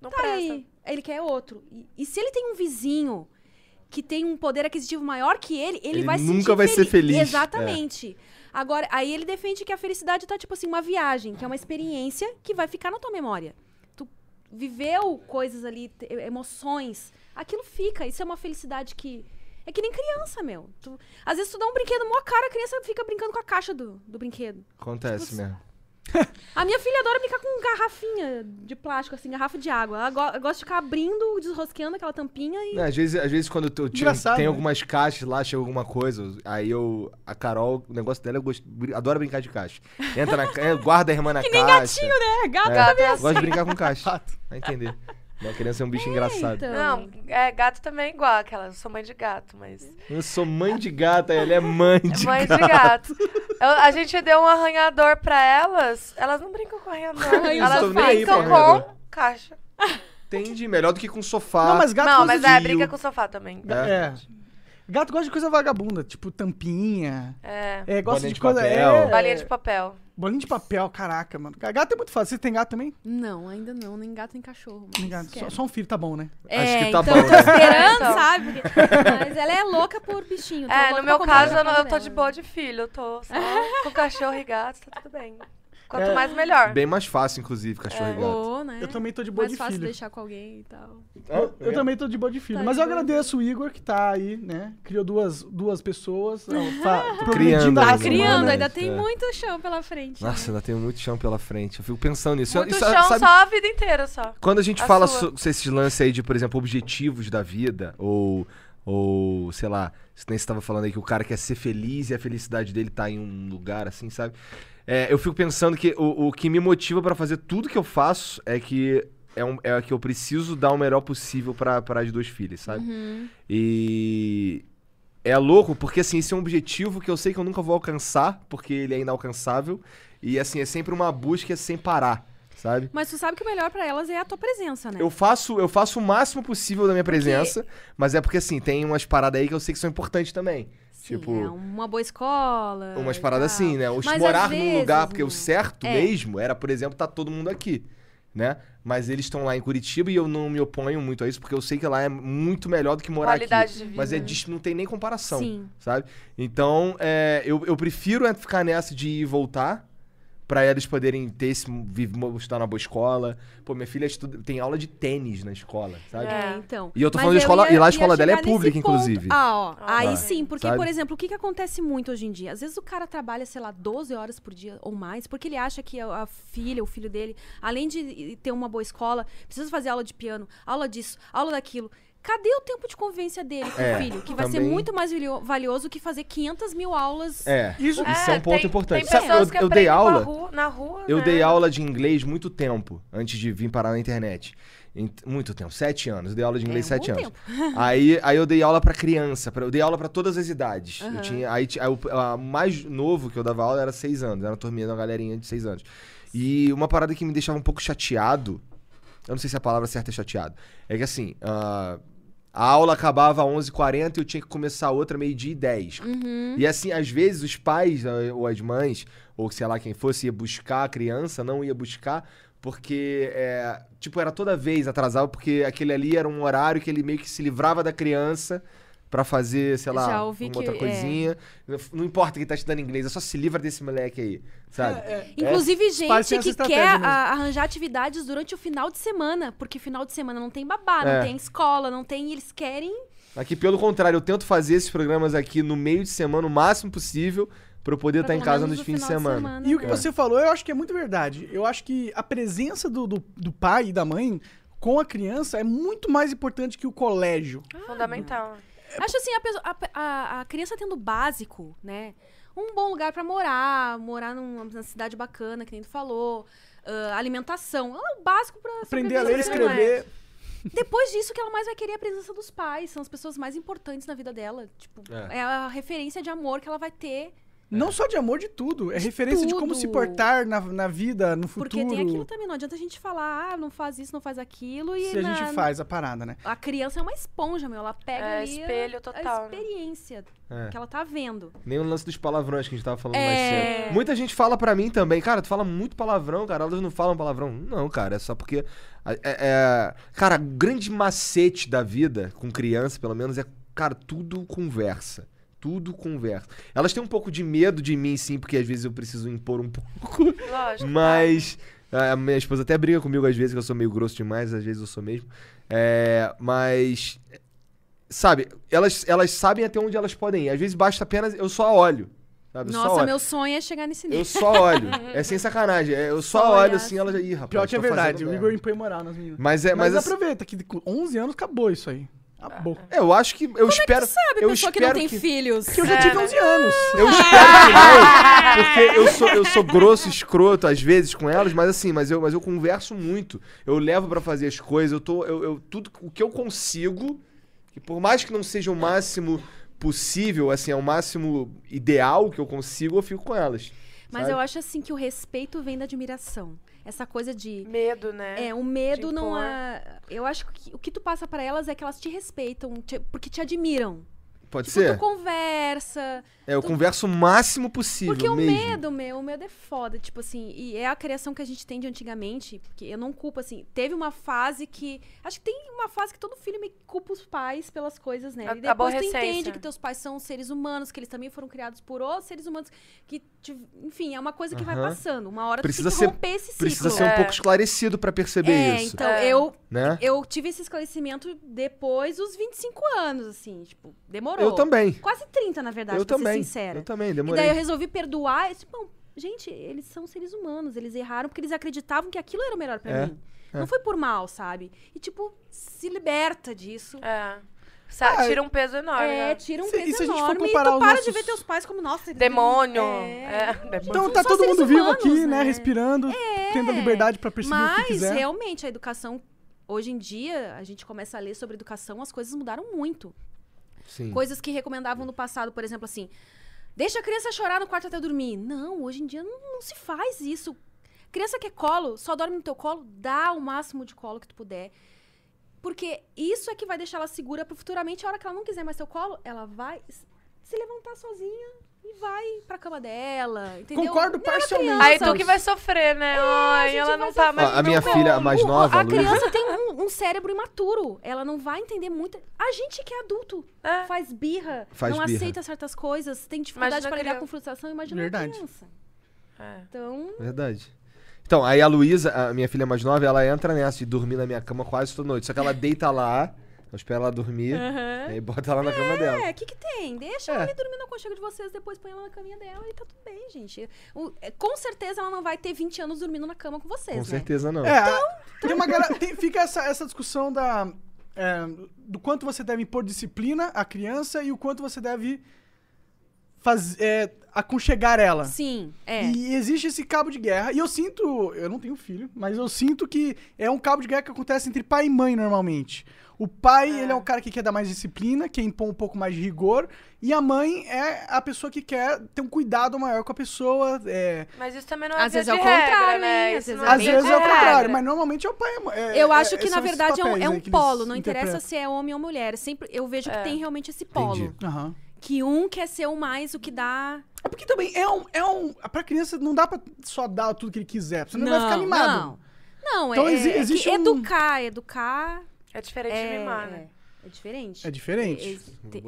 [SPEAKER 4] Não
[SPEAKER 3] Tá
[SPEAKER 4] presta.
[SPEAKER 3] aí. Ele quer outro. E, e se ele tem um vizinho que tem um poder aquisitivo maior que ele, ele,
[SPEAKER 2] Ele
[SPEAKER 3] vai se
[SPEAKER 2] nunca
[SPEAKER 3] sentir
[SPEAKER 2] vai ser feliz,
[SPEAKER 3] Exatamente. Agora, aí ele defende que a felicidade tá tipo assim, uma viagem, que é uma experiência que vai ficar na tua memória. Tu viveu coisas ali, te- eh, emoções, aquilo fica. Isso é uma felicidade que é que nem criança, meu. Tu- às vezes tu dá um brinquedo mó cara, a criança fica brincando com a caixa do, do brinquedo.
[SPEAKER 1] Tipo,
[SPEAKER 2] Acontece mesmo.
[SPEAKER 1] assim,
[SPEAKER 3] A minha filha adora brincar com garrafinha de plástico, assim, garrafa de água. Ela go- gosta de ficar abrindo, desrosqueando aquela tampinha e.
[SPEAKER 2] Não, às, vezes, às vezes quando eu tô- tiro,
[SPEAKER 1] Engraçado,
[SPEAKER 2] tem
[SPEAKER 1] né?
[SPEAKER 2] algumas caixas lá, chega alguma coisa, aí eu... A Carol, o negócio dela, eu gosto, br- adora brincar de caixa. Entra na ca- guarda a irmã na caixa.
[SPEAKER 3] né? Gato
[SPEAKER 2] É,
[SPEAKER 4] Gato é assim.
[SPEAKER 2] Gosto de brincar com caixa. Vai entender. Minha criança é um bicho engraçado.
[SPEAKER 3] então.
[SPEAKER 4] Não, é, gato também é igual aquela. Eu sou mãe de gato, mas.
[SPEAKER 2] Eu sou mãe de gata, ela é mãe de
[SPEAKER 4] Mãe
[SPEAKER 2] gato.
[SPEAKER 4] de gato. Eu- a gente deu um arranhador pra elas. Elas não brincam com arranhador.
[SPEAKER 3] Ai, eu
[SPEAKER 4] elas
[SPEAKER 3] tô nem aí
[SPEAKER 4] brincam
[SPEAKER 2] pra arranhador.
[SPEAKER 4] com caixa.
[SPEAKER 2] Entendi, melhor do que com sofá.
[SPEAKER 1] Não, mas gato
[SPEAKER 4] não,
[SPEAKER 1] gosta
[SPEAKER 4] mas
[SPEAKER 1] de...
[SPEAKER 4] é,
[SPEAKER 2] de-
[SPEAKER 4] brinca com o sofá também.
[SPEAKER 2] Ah, É.
[SPEAKER 1] É. Gato gosta de coisa vagabunda, tipo tampinha.
[SPEAKER 4] É.
[SPEAKER 1] É, gosta
[SPEAKER 2] Bolinha
[SPEAKER 1] de,
[SPEAKER 2] de
[SPEAKER 1] coisa.
[SPEAKER 2] papel.
[SPEAKER 1] É,
[SPEAKER 4] Balinha de papel.
[SPEAKER 1] bolinha de papel, caraca, mano. Gato é muito fácil. Você tem gato também?
[SPEAKER 3] Não, ainda não, nem gato nem cachorro. mas
[SPEAKER 1] Tem gato. Só,
[SPEAKER 3] quero.
[SPEAKER 1] só um filho, tá bom, né?
[SPEAKER 3] É,
[SPEAKER 2] Acho que tá
[SPEAKER 3] então
[SPEAKER 2] bom,
[SPEAKER 3] eu tô
[SPEAKER 2] né?
[SPEAKER 3] esperando,
[SPEAKER 4] Então.
[SPEAKER 3] sabe? Porque- Mas ela é louca por bichinho. então eu
[SPEAKER 4] É,
[SPEAKER 3] vou
[SPEAKER 4] no meu
[SPEAKER 3] comprar
[SPEAKER 4] caso, eu,
[SPEAKER 3] pra
[SPEAKER 4] não- eu tô de
[SPEAKER 3] ela.
[SPEAKER 4] boa de filho. Eu tô só com cachorro e gato, tá tudo bem. Quanto
[SPEAKER 1] É.
[SPEAKER 4] mais, melhor.
[SPEAKER 2] Bem mais fácil, inclusive, cachorro
[SPEAKER 4] É,
[SPEAKER 2] e gato.
[SPEAKER 3] Ou, né?
[SPEAKER 1] Eu também tô de boa
[SPEAKER 3] mais
[SPEAKER 1] de
[SPEAKER 3] fácil
[SPEAKER 1] filho.
[SPEAKER 3] deixar com alguém e tal.
[SPEAKER 1] Eu,
[SPEAKER 2] É.
[SPEAKER 1] eu também tô de boa de filho.
[SPEAKER 3] Tá
[SPEAKER 1] Mas
[SPEAKER 3] de
[SPEAKER 1] eu
[SPEAKER 3] boa.
[SPEAKER 1] agradeço o Igor, que tá aí, né? Criou duas, duas pessoas. ó, fa- progredindo
[SPEAKER 2] criando
[SPEAKER 1] a
[SPEAKER 2] ainda,
[SPEAKER 1] raça
[SPEAKER 2] né?
[SPEAKER 1] humana.
[SPEAKER 3] Criando,
[SPEAKER 2] né?
[SPEAKER 3] ainda tem
[SPEAKER 2] É.
[SPEAKER 3] muito chão pela frente.
[SPEAKER 2] Nossa,
[SPEAKER 3] né?
[SPEAKER 2] ainda tenho muito chão pela frente. Eu fico pensando nisso.
[SPEAKER 4] Muito
[SPEAKER 2] Isso- é,
[SPEAKER 4] chão
[SPEAKER 2] sabe-
[SPEAKER 4] só a vida inteira, só.
[SPEAKER 2] Quando a gente
[SPEAKER 4] A
[SPEAKER 2] fala
[SPEAKER 4] sua.
[SPEAKER 2] sobre esses lances aí de, por exemplo, objetivos da vida, ou, ou sei lá, se nem você tava falando aí que o cara quer ser feliz e a felicidade dele tá em um lugar assim, sabe? É, eu fico pensando que o, o que me motiva pra fazer tudo que eu faço é que é, um, é que eu preciso dar o melhor possível pra pra as duas filhas, sabe?
[SPEAKER 4] Uhum.
[SPEAKER 2] E é louco porque assim, esse é um objetivo que eu sei que eu nunca vou alcançar, porque ele é inalcançável, e assim, é sempre uma busca sem parar, sabe?
[SPEAKER 3] Mas tu sabe que o melhor pra elas é a tua presença, né?
[SPEAKER 2] Eu faço, eu faço o máximo possível da minha presença, mas é porque assim, tem umas paradas aí que eu sei que são importantes também.
[SPEAKER 3] Sim,
[SPEAKER 2] tipo,
[SPEAKER 3] é uma boa escola.
[SPEAKER 2] Umas
[SPEAKER 3] e
[SPEAKER 2] paradas
[SPEAKER 3] tal.
[SPEAKER 2] assim, né? Os
[SPEAKER 3] Ah, tá. Mas
[SPEAKER 2] morar
[SPEAKER 3] às
[SPEAKER 2] num
[SPEAKER 3] vezes,
[SPEAKER 2] lugar, porque o
[SPEAKER 3] né?
[SPEAKER 2] certo
[SPEAKER 3] É.
[SPEAKER 2] mesmo era, por exemplo, tá todo mundo aqui, né? Mas eles estão lá em Curitiba e eu não me oponho muito a isso, porque eu sei que lá é muito melhor do que morar
[SPEAKER 4] Qualidade
[SPEAKER 2] aqui.
[SPEAKER 4] de vida.
[SPEAKER 2] Mas é dis- não tem nem comparação,
[SPEAKER 3] né? Sim.
[SPEAKER 2] sabe? Então, é, eu, eu prefiro é ficar nessa de ir e voltar, Pra eles poderem ter esse. vi- estudar na boa escola. Pô, minha filha estuda- tem aula de tênis na escola, sabe?
[SPEAKER 3] É, então.
[SPEAKER 2] E eu tô
[SPEAKER 3] Mas
[SPEAKER 2] falando de escola-
[SPEAKER 3] ia-
[SPEAKER 2] e lá a
[SPEAKER 3] ia
[SPEAKER 2] escola dela é
[SPEAKER 3] chegar nesse
[SPEAKER 2] pública,
[SPEAKER 3] ponto.
[SPEAKER 2] inclusive.
[SPEAKER 3] Ah, ó.
[SPEAKER 4] Ah.
[SPEAKER 3] aí
[SPEAKER 2] Ah.
[SPEAKER 3] sim, porque,
[SPEAKER 2] Sabe?
[SPEAKER 3] por exemplo, o que, que acontece muito hoje em dia? Às vezes o cara trabalha, sei lá, 12 horas por dia ou mais, porque ele acha que a, a filha, o filho dele, além de eh, ter uma boa escola, precisa fazer aula de piano, aula disso, aula daquilo. Cadê o tempo de convivência dele com
[SPEAKER 2] É,
[SPEAKER 3] o filho? Que vai ser
[SPEAKER 2] também-
[SPEAKER 3] muito mais valio- valioso que fazer 500 mil aulas.
[SPEAKER 2] É.
[SPEAKER 1] Isso,
[SPEAKER 2] É. Isso um ponto
[SPEAKER 4] tem,
[SPEAKER 2] importante.
[SPEAKER 4] Tem
[SPEAKER 2] Sabe,
[SPEAKER 4] pessoas
[SPEAKER 2] eu-
[SPEAKER 4] que
[SPEAKER 2] eu dei
[SPEAKER 4] aprendem com a
[SPEAKER 2] aula-
[SPEAKER 4] ru- na rua,
[SPEAKER 2] Eu
[SPEAKER 4] né?
[SPEAKER 2] dei aula de inglês muito tempo antes de vir parar na internet. Ent- Muito tempo, sete anos. Eu dei aula de inglês
[SPEAKER 3] É, um
[SPEAKER 2] sete
[SPEAKER 3] bom
[SPEAKER 2] anos. Aí, aí eu dei aula pra criança, pra- eu dei aula pra todas as idades.
[SPEAKER 3] Aham.
[SPEAKER 2] Eu tinha, aí, ti- aí o a mais novo que eu dava aula era seis anos, era uma turminha de uma galerinha de seis anos. E uma parada que me deixava um pouco chateado, eu não sei se a palavra certa é chateado, é que assim, ah, a aula acabava às 11h40 e eu tinha que começar outra meio-dia e 10.
[SPEAKER 3] Uhum.
[SPEAKER 2] E assim, às vezes os pais ah, ou as mães, ou sei lá quem fosse, ia buscar a criança, não ia buscar, porque, é, tipo, era toda vez atrasado, porque aquele ali era um horário que ele meio que se livrava da criança pra fazer, sei lá,
[SPEAKER 3] Já
[SPEAKER 2] uma
[SPEAKER 3] ouvi que-
[SPEAKER 2] outra
[SPEAKER 3] é.
[SPEAKER 2] coisinha. Não importa quem tá estudando inglês, é só se livra desse moleque aí, sabe?
[SPEAKER 3] Inclusive,
[SPEAKER 1] pais têm
[SPEAKER 3] gente
[SPEAKER 1] essa
[SPEAKER 3] que
[SPEAKER 1] estratégia
[SPEAKER 3] quer
[SPEAKER 1] mesmo.
[SPEAKER 3] a- arranjar atividades durante o final de semana, porque final de semana não tem babá,
[SPEAKER 2] É.
[SPEAKER 3] não tem escola, não tem. Eles querem
[SPEAKER 2] Aqui, pelo contrário, eu tento fazer esses programas aqui no meio de semana, o máximo possível, pra eu poder
[SPEAKER 3] pra
[SPEAKER 2] estar tá em
[SPEAKER 3] pelo
[SPEAKER 2] casa
[SPEAKER 3] menos
[SPEAKER 2] nos
[SPEAKER 3] o
[SPEAKER 2] fins de
[SPEAKER 3] final
[SPEAKER 2] semana.
[SPEAKER 1] E o que
[SPEAKER 3] né?
[SPEAKER 1] você falou, eu acho que é muito verdade. Eu acho que a presença do, do, do pai e da mãe com a criança é muito mais importante que o colégio.
[SPEAKER 3] Ah,
[SPEAKER 4] Fundamental.
[SPEAKER 3] Acho assim, a, peso- a, a- a criança tendo o básico, né? Um bom lugar pra morar, morar num- numa cidade bacana, que nem tu falou. ah, alimentação. Ah, o básico pra
[SPEAKER 1] Aprender a ler e
[SPEAKER 3] sobreviver, né?
[SPEAKER 1] escrever.
[SPEAKER 3] Depois disso, o que ela mais vai querer é a presença dos pais. São as pessoas mais importantes na vida dela. Tipo,
[SPEAKER 2] É.
[SPEAKER 3] é, a referência de amor que ela vai ter.
[SPEAKER 1] Não só de amor de tudo. É referência de como
[SPEAKER 3] tudo.
[SPEAKER 1] se portar na, na vida, no futuro.
[SPEAKER 3] Porque tem aquilo também. Não adianta a gente falar, ah, não faz isso, não faz aquilo. E
[SPEAKER 1] se a
[SPEAKER 3] na-
[SPEAKER 1] gente faz a parada, né?
[SPEAKER 3] A criança é uma esponja, meu. Ela pega
[SPEAKER 4] É,
[SPEAKER 3] ali a-
[SPEAKER 4] espelho
[SPEAKER 3] a,
[SPEAKER 4] total, né?
[SPEAKER 3] experiência
[SPEAKER 2] É.
[SPEAKER 3] que ela tá vendo.
[SPEAKER 2] Nem o lance dos palavrões que a gente tava falando mais
[SPEAKER 3] É.
[SPEAKER 2] cedo. Muita gente fala pra mim também, cara, tu fala muito palavrão, cara, elas não falam palavrão. Não, cara, é só porque. é- é- cara, o grande macete da vida, com criança pelo menos, é, cara, tudo conversa. Tudo conversa. Elas têm um pouco de medo de mim, sim, porque às vezes eu preciso impor um pouco.
[SPEAKER 4] Lógico.
[SPEAKER 2] Mas a minha esposa até briga comigo às vezes, que eu sou meio grosso demais, às vezes eu sou mesmo. É, mas. Sabe, elas, elas sabem até onde elas podem ir. Às vezes basta apenas. Eu só olho. Sabe? eu só
[SPEAKER 3] Nossa,
[SPEAKER 2] olho.
[SPEAKER 3] meu sonho é chegar nesse nível.
[SPEAKER 2] Eu só olho. é sem sacanagem. é, Eu só,
[SPEAKER 3] Só
[SPEAKER 2] olho
[SPEAKER 3] olhar
[SPEAKER 2] assim, elas. Ih, rapaz.
[SPEAKER 1] Pior que é
[SPEAKER 2] tô fazendo
[SPEAKER 1] verdade. O
[SPEAKER 2] merda.
[SPEAKER 1] Igor impõe moral nas meninas.
[SPEAKER 2] Mas é.
[SPEAKER 1] mas
[SPEAKER 2] Mas, assim,
[SPEAKER 1] aproveita que com 11 anos acabou isso aí. Acabou.
[SPEAKER 2] eu acho que. Eu espero.
[SPEAKER 3] é Sabe,
[SPEAKER 2] eu
[SPEAKER 3] pessoa
[SPEAKER 2] espero
[SPEAKER 3] que não tem filhos.
[SPEAKER 1] Porque eu já tive
[SPEAKER 4] né?
[SPEAKER 1] 11 anos.
[SPEAKER 3] É.
[SPEAKER 2] Eu espero que não, porque eu sou, eu sou grosso, escroto às vezes com elas, mas assim, mas eu, mas eu converso muito. Eu levo pra fazer as coisas, eu tô. Eu, eu- tudo o que eu consigo, que por mais que não seja o máximo possível, assim, é o máximo ideal que eu consigo, eu fico com elas.
[SPEAKER 3] Mas
[SPEAKER 2] sabe?
[SPEAKER 3] eu acho assim que o respeito vem da admiração. Essa coisa de.
[SPEAKER 4] Medo, né?
[SPEAKER 3] É, o medo
[SPEAKER 4] de
[SPEAKER 3] não
[SPEAKER 4] impor.
[SPEAKER 3] é. Eu acho que o que tu passa pra elas é que elas te respeitam, te- porque te admiram.
[SPEAKER 2] Pode
[SPEAKER 3] Tipo,
[SPEAKER 2] ser?
[SPEAKER 3] tu conversa.
[SPEAKER 2] É, eu
[SPEAKER 3] tu-
[SPEAKER 2] converso o máximo possível
[SPEAKER 3] Porque o
[SPEAKER 2] mesmo.
[SPEAKER 3] medo, meu, o medo é foda. Tipo assim, e é a criação que a gente tem de antigamente, porque eu não culpo, assim. Teve uma fase que. Acho que tem uma fase que todo filho me culpa os pais pelas coisas, né?
[SPEAKER 4] A-
[SPEAKER 3] e
[SPEAKER 4] a
[SPEAKER 3] depois tu
[SPEAKER 4] aborrecência.
[SPEAKER 3] entende que teus pais são seres humanos, que eles também foram criados por outros seres humanos. que te- Enfim, é uma coisa que vai
[SPEAKER 2] Aham.
[SPEAKER 3] passando. Uma hora
[SPEAKER 2] Precisa
[SPEAKER 3] tu tem
[SPEAKER 2] ser-
[SPEAKER 3] que romper esse ciclo.
[SPEAKER 2] Precisa ser um
[SPEAKER 4] É.
[SPEAKER 2] pouco esclarecido pra perceber
[SPEAKER 3] é,
[SPEAKER 2] isso.
[SPEAKER 3] então,
[SPEAKER 4] É.
[SPEAKER 3] eu,
[SPEAKER 2] Né?
[SPEAKER 3] eu tive esse esclarecimento depois dos 25 anos, assim, tipo, demorou.
[SPEAKER 2] Eu também.
[SPEAKER 3] Quase 30, na verdade,
[SPEAKER 2] Eu
[SPEAKER 3] pra ser
[SPEAKER 2] também.
[SPEAKER 3] sincera.
[SPEAKER 2] Eu também,
[SPEAKER 3] E
[SPEAKER 2] demorei.
[SPEAKER 3] daí eu resolvi perdoar. E, tipo, bom, gente, eles são seres humanos, eles erraram porque eles acreditavam que aquilo era o melhor pra
[SPEAKER 2] É,
[SPEAKER 3] mim.
[SPEAKER 2] é.
[SPEAKER 3] Não foi por mal, sabe? E, tipo, se liberta disso.
[SPEAKER 4] É. Sa-
[SPEAKER 1] Ah,
[SPEAKER 4] tira um peso enorme.
[SPEAKER 3] É,
[SPEAKER 4] né?
[SPEAKER 3] tira um
[SPEAKER 1] Se- e
[SPEAKER 3] peso
[SPEAKER 1] se a gente for
[SPEAKER 3] enorme e tu
[SPEAKER 1] comparar
[SPEAKER 3] para
[SPEAKER 1] os
[SPEAKER 3] de
[SPEAKER 1] nossos-
[SPEAKER 3] ver teus pais como, nossa... eles-
[SPEAKER 4] Demônio.
[SPEAKER 3] É.
[SPEAKER 4] É, demônio.
[SPEAKER 1] Então
[SPEAKER 3] São
[SPEAKER 1] tá
[SPEAKER 3] só
[SPEAKER 1] todo
[SPEAKER 3] seres
[SPEAKER 1] mundo vivo
[SPEAKER 3] humanos,
[SPEAKER 1] aqui, né?
[SPEAKER 3] né?
[SPEAKER 1] Respirando, tendo a liberdade pra perceber o que
[SPEAKER 3] é. Mas,
[SPEAKER 1] quiser.
[SPEAKER 3] realmente, a educação... Hoje em dia, a gente começa a ler sobre educação, as coisas mudaram muito.
[SPEAKER 2] Sim.
[SPEAKER 3] Coisas que recomendavam no passado, por exemplo, assim. Deixa a criança chorar no quarto até dormir. Não, hoje em dia não, não se faz isso. Criança que é colo, só dorme no teu colo, dá o máximo de colo que tu puder. Porque isso é que vai deixar ela segura para futuramente, a hora que ela não quiser mais teu colo, ela vai s- se levantar sozinha e vai pra cama dela. Entendeu? é assim,
[SPEAKER 1] Concordo parcialmente.
[SPEAKER 4] Aí tu
[SPEAKER 3] criança.
[SPEAKER 4] que vai sofrer, né? Ai,
[SPEAKER 3] É, gente
[SPEAKER 4] ela
[SPEAKER 3] vai
[SPEAKER 4] não tá
[SPEAKER 3] sofrer.
[SPEAKER 4] mais.
[SPEAKER 2] Ó,
[SPEAKER 4] no
[SPEAKER 2] a minha
[SPEAKER 4] meu
[SPEAKER 2] filha
[SPEAKER 4] colo.
[SPEAKER 2] mais
[SPEAKER 3] O-
[SPEAKER 2] nova,
[SPEAKER 3] a
[SPEAKER 2] Luísa.
[SPEAKER 3] criança tem um, um cérebro imaturo. Ela não vai entender muito. A gente que é adulto
[SPEAKER 4] É.
[SPEAKER 3] faz birra,
[SPEAKER 2] Faz
[SPEAKER 3] não
[SPEAKER 2] birra.
[SPEAKER 3] aceita certas coisas, tem dificuldade
[SPEAKER 4] Imagina
[SPEAKER 3] para
[SPEAKER 4] a
[SPEAKER 3] lidar
[SPEAKER 4] criança.
[SPEAKER 3] com frustração, imagina
[SPEAKER 1] Verdade.
[SPEAKER 3] a criança.
[SPEAKER 4] É.
[SPEAKER 3] Então,
[SPEAKER 2] Verdade. Então, aí a Luísa, a minha filha mais nova, ela entra nessa de dormir na minha cama quase toda noite. Só que ela deita lá, eu espero ela dormir,
[SPEAKER 3] Aham.
[SPEAKER 2] aí bota ela na cama dela.
[SPEAKER 3] é, o que que tem? Deixa
[SPEAKER 2] É.
[SPEAKER 3] ela ali dormir no aconchego de vocês, depois põe ela na caminha dela e tá tudo bem, gente. O- é, com certeza ela não vai ter 20 anos dormindo na cama com vocês,
[SPEAKER 2] Com
[SPEAKER 3] né?
[SPEAKER 2] certeza não.
[SPEAKER 1] É, tem uma galera, tem- fica essa, essa discussão da, é, do quanto você deve impor disciplina à criança e o quanto você deve faz, é, aconchegar ela.
[SPEAKER 3] Sim, é.
[SPEAKER 1] E existe esse cabo de guerra. E eu sinto, eu não tenho filho, mas eu sinto que é um cabo de guerra que acontece entre pai e mãe normalmente. O pai,
[SPEAKER 3] Ah.
[SPEAKER 1] ele é um cara que quer dar mais disciplina, quer impor um pouco mais de rigor. E a mãe é a pessoa que quer ter um cuidado maior com a pessoa. é,
[SPEAKER 4] Mas isso também não é
[SPEAKER 3] Às
[SPEAKER 4] via
[SPEAKER 3] vezes é o
[SPEAKER 4] de regra,
[SPEAKER 3] contrário,
[SPEAKER 4] né?
[SPEAKER 3] hein? Às
[SPEAKER 4] Isso
[SPEAKER 3] vezes
[SPEAKER 4] não
[SPEAKER 3] é
[SPEAKER 1] Às
[SPEAKER 4] via
[SPEAKER 1] vezes
[SPEAKER 4] de
[SPEAKER 1] é o
[SPEAKER 4] regra.
[SPEAKER 1] contrário, mas normalmente é o pai e a mãe. É-
[SPEAKER 3] Eu
[SPEAKER 1] é-
[SPEAKER 3] acho que,
[SPEAKER 1] são
[SPEAKER 3] na
[SPEAKER 1] esses
[SPEAKER 3] verdade, é um,
[SPEAKER 1] papéis
[SPEAKER 3] é
[SPEAKER 1] aí
[SPEAKER 3] um
[SPEAKER 1] que eles
[SPEAKER 3] polo. Não interessa
[SPEAKER 1] interpretam.
[SPEAKER 3] se é homem ou mulher. Sempre, eu vejo que
[SPEAKER 4] É.
[SPEAKER 3] tem realmente esse polo.
[SPEAKER 2] Entendi.
[SPEAKER 1] Aham.
[SPEAKER 3] Que um quer ser o mais, o que dá.
[SPEAKER 1] É porque também é um, é um. Pra criança não dá pra só dar tudo que ele quiser, senão ele vai ficar mimado.
[SPEAKER 3] Não, não
[SPEAKER 1] Então,
[SPEAKER 3] é,
[SPEAKER 1] exi-
[SPEAKER 3] é
[SPEAKER 1] existe
[SPEAKER 3] que
[SPEAKER 1] um-
[SPEAKER 3] educar, educar.
[SPEAKER 4] É diferente de
[SPEAKER 3] É,
[SPEAKER 4] mimar, né?
[SPEAKER 3] é, é diferente.
[SPEAKER 1] É diferente.
[SPEAKER 3] É- te-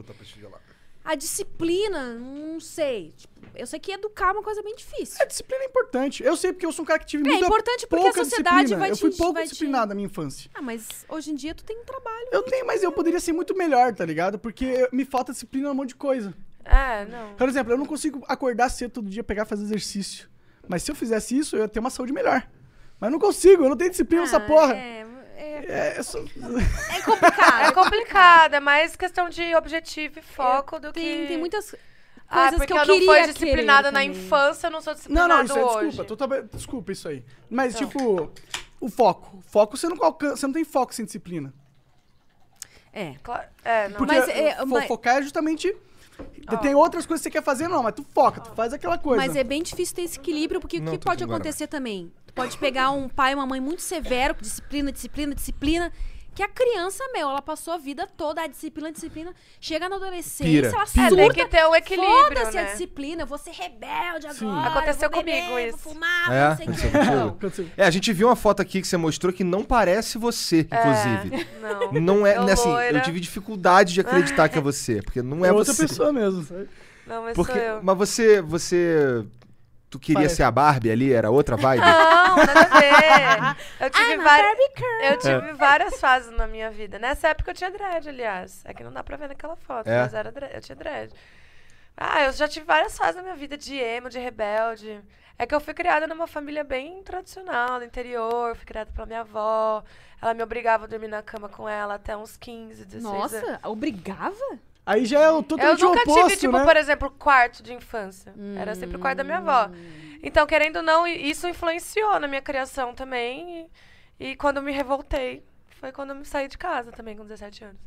[SPEAKER 3] A disciplina, não sei. Tipo, eu sei que educar é uma coisa bem difícil.
[SPEAKER 1] A disciplina é importante. Eu sei porque eu sou um cara que tive
[SPEAKER 3] É
[SPEAKER 1] muita
[SPEAKER 3] importante porque a
[SPEAKER 1] pouca
[SPEAKER 3] sociedade
[SPEAKER 1] disciplina.
[SPEAKER 3] vai
[SPEAKER 1] Eu
[SPEAKER 3] te-
[SPEAKER 1] fui pouco
[SPEAKER 3] vai te-
[SPEAKER 1] disciplinado na minha infância.
[SPEAKER 3] Ah, mas hoje em dia tu tem um trabalho.
[SPEAKER 1] Eu tenho, mas eu poderia ser muito melhor, tá ligado? Porque me falta disciplina em um monte de coisa.
[SPEAKER 4] É, não.
[SPEAKER 1] Por exemplo, eu não consigo acordar cedo todo dia, pegar e fazer exercício. Mas se eu fizesse isso, eu ia ter uma saúde melhor. Mas eu não consigo, eu não tenho disciplina nessa
[SPEAKER 3] Ah,
[SPEAKER 1] porra.
[SPEAKER 3] É, é
[SPEAKER 1] É, eu sou-
[SPEAKER 4] É complicado, é mais questão de objetivo e foco do
[SPEAKER 3] tem,
[SPEAKER 4] que.
[SPEAKER 3] tem muitas coisas
[SPEAKER 4] Ah,
[SPEAKER 3] que
[SPEAKER 4] porque
[SPEAKER 3] eu,
[SPEAKER 4] eu, não fui
[SPEAKER 3] queria querer
[SPEAKER 4] disciplinada na
[SPEAKER 3] também.
[SPEAKER 4] infância, eu não sou
[SPEAKER 1] Não,
[SPEAKER 4] disciplinada
[SPEAKER 1] não, isso é
[SPEAKER 4] hoje.
[SPEAKER 1] desculpa. totalmente- Desculpa isso aí. Mas,
[SPEAKER 4] Então.
[SPEAKER 1] tipo, o foco. Foco você não alcança, você não tem foco sem disciplina.
[SPEAKER 3] É.
[SPEAKER 4] Claro- É, não.
[SPEAKER 1] Porque
[SPEAKER 3] Mas, é,
[SPEAKER 1] fo-
[SPEAKER 3] mas-
[SPEAKER 1] focar é justamente. Tem outras coisas que você quer fazer, não, mas tu foca, tu faz aquela coisa.
[SPEAKER 3] Mas é bem difícil ter esse equilíbrio, porque
[SPEAKER 2] Não,
[SPEAKER 3] o que
[SPEAKER 2] tô
[SPEAKER 3] pode
[SPEAKER 2] com guaraná.
[SPEAKER 3] acontecer também? Tu pode pegar um pai e uma mãe muito severo, com disciplina, disciplina, disciplina, que a criança, meu, ela passou a vida toda a disciplina, disciplina, chega na adolescência,
[SPEAKER 2] Pira,
[SPEAKER 3] ela
[SPEAKER 2] pira.
[SPEAKER 4] É,
[SPEAKER 3] surta.
[SPEAKER 4] tem que ter um equilíbrio,
[SPEAKER 3] Foda-se a
[SPEAKER 4] né?
[SPEAKER 3] disciplina, eu vou ser rebelde
[SPEAKER 1] Sim.
[SPEAKER 3] agora.
[SPEAKER 4] Aconteceu
[SPEAKER 3] eu vou beber,
[SPEAKER 4] comigo isso.
[SPEAKER 3] Vou fumar,
[SPEAKER 2] É?
[SPEAKER 3] não sei o
[SPEAKER 2] Aconteceu
[SPEAKER 3] que.
[SPEAKER 2] contigo?
[SPEAKER 3] Não.
[SPEAKER 1] Aconteceu.
[SPEAKER 2] É, a gente viu uma foto aqui que você mostrou que não parece você,
[SPEAKER 3] É.
[SPEAKER 2] inclusive.
[SPEAKER 4] É, Não.
[SPEAKER 2] Não é,
[SPEAKER 4] Eu
[SPEAKER 2] né, assim,
[SPEAKER 4] loira.
[SPEAKER 2] eu tive dificuldade de acreditar que é você, porque não é,
[SPEAKER 1] É outra
[SPEAKER 2] você.
[SPEAKER 1] pessoa mesmo. sabe?
[SPEAKER 4] Não, mas
[SPEAKER 2] Porque,
[SPEAKER 4] sou eu.
[SPEAKER 2] mas você, você tu queria
[SPEAKER 1] Parece.
[SPEAKER 2] ser a Barbie ali, era outra vibe?
[SPEAKER 4] Não, nada a ver. Eu tive,
[SPEAKER 3] I'm a
[SPEAKER 4] várias,
[SPEAKER 3] Ah, Barbie girl.
[SPEAKER 4] eu tive várias fases na minha vida. Nessa época eu tinha dread, aliás. É que não dá pra ver naquela foto,
[SPEAKER 2] É?
[SPEAKER 4] mas era dre- eu tinha dread. Ah, eu já tive várias fases na minha vida de emo, de rebelde. É que eu fui criada numa família bem tradicional, do interior. Fui criada pela minha avó. Ela me obrigava a dormir na cama com ela até uns 15, 16 anos.
[SPEAKER 3] Nossa, obrigava?
[SPEAKER 1] Aí já é o
[SPEAKER 4] Eu
[SPEAKER 1] totalmente
[SPEAKER 4] nunca
[SPEAKER 1] oposto,
[SPEAKER 4] tive, tipo,
[SPEAKER 1] né?
[SPEAKER 4] por exemplo, quarto de infância. Era sempre o quarto da minha avó. Então, querendo ou não, i- isso influenciou na minha criação também. E, e quando eu me revoltei, foi quando eu me saí de casa também, com 17 anos.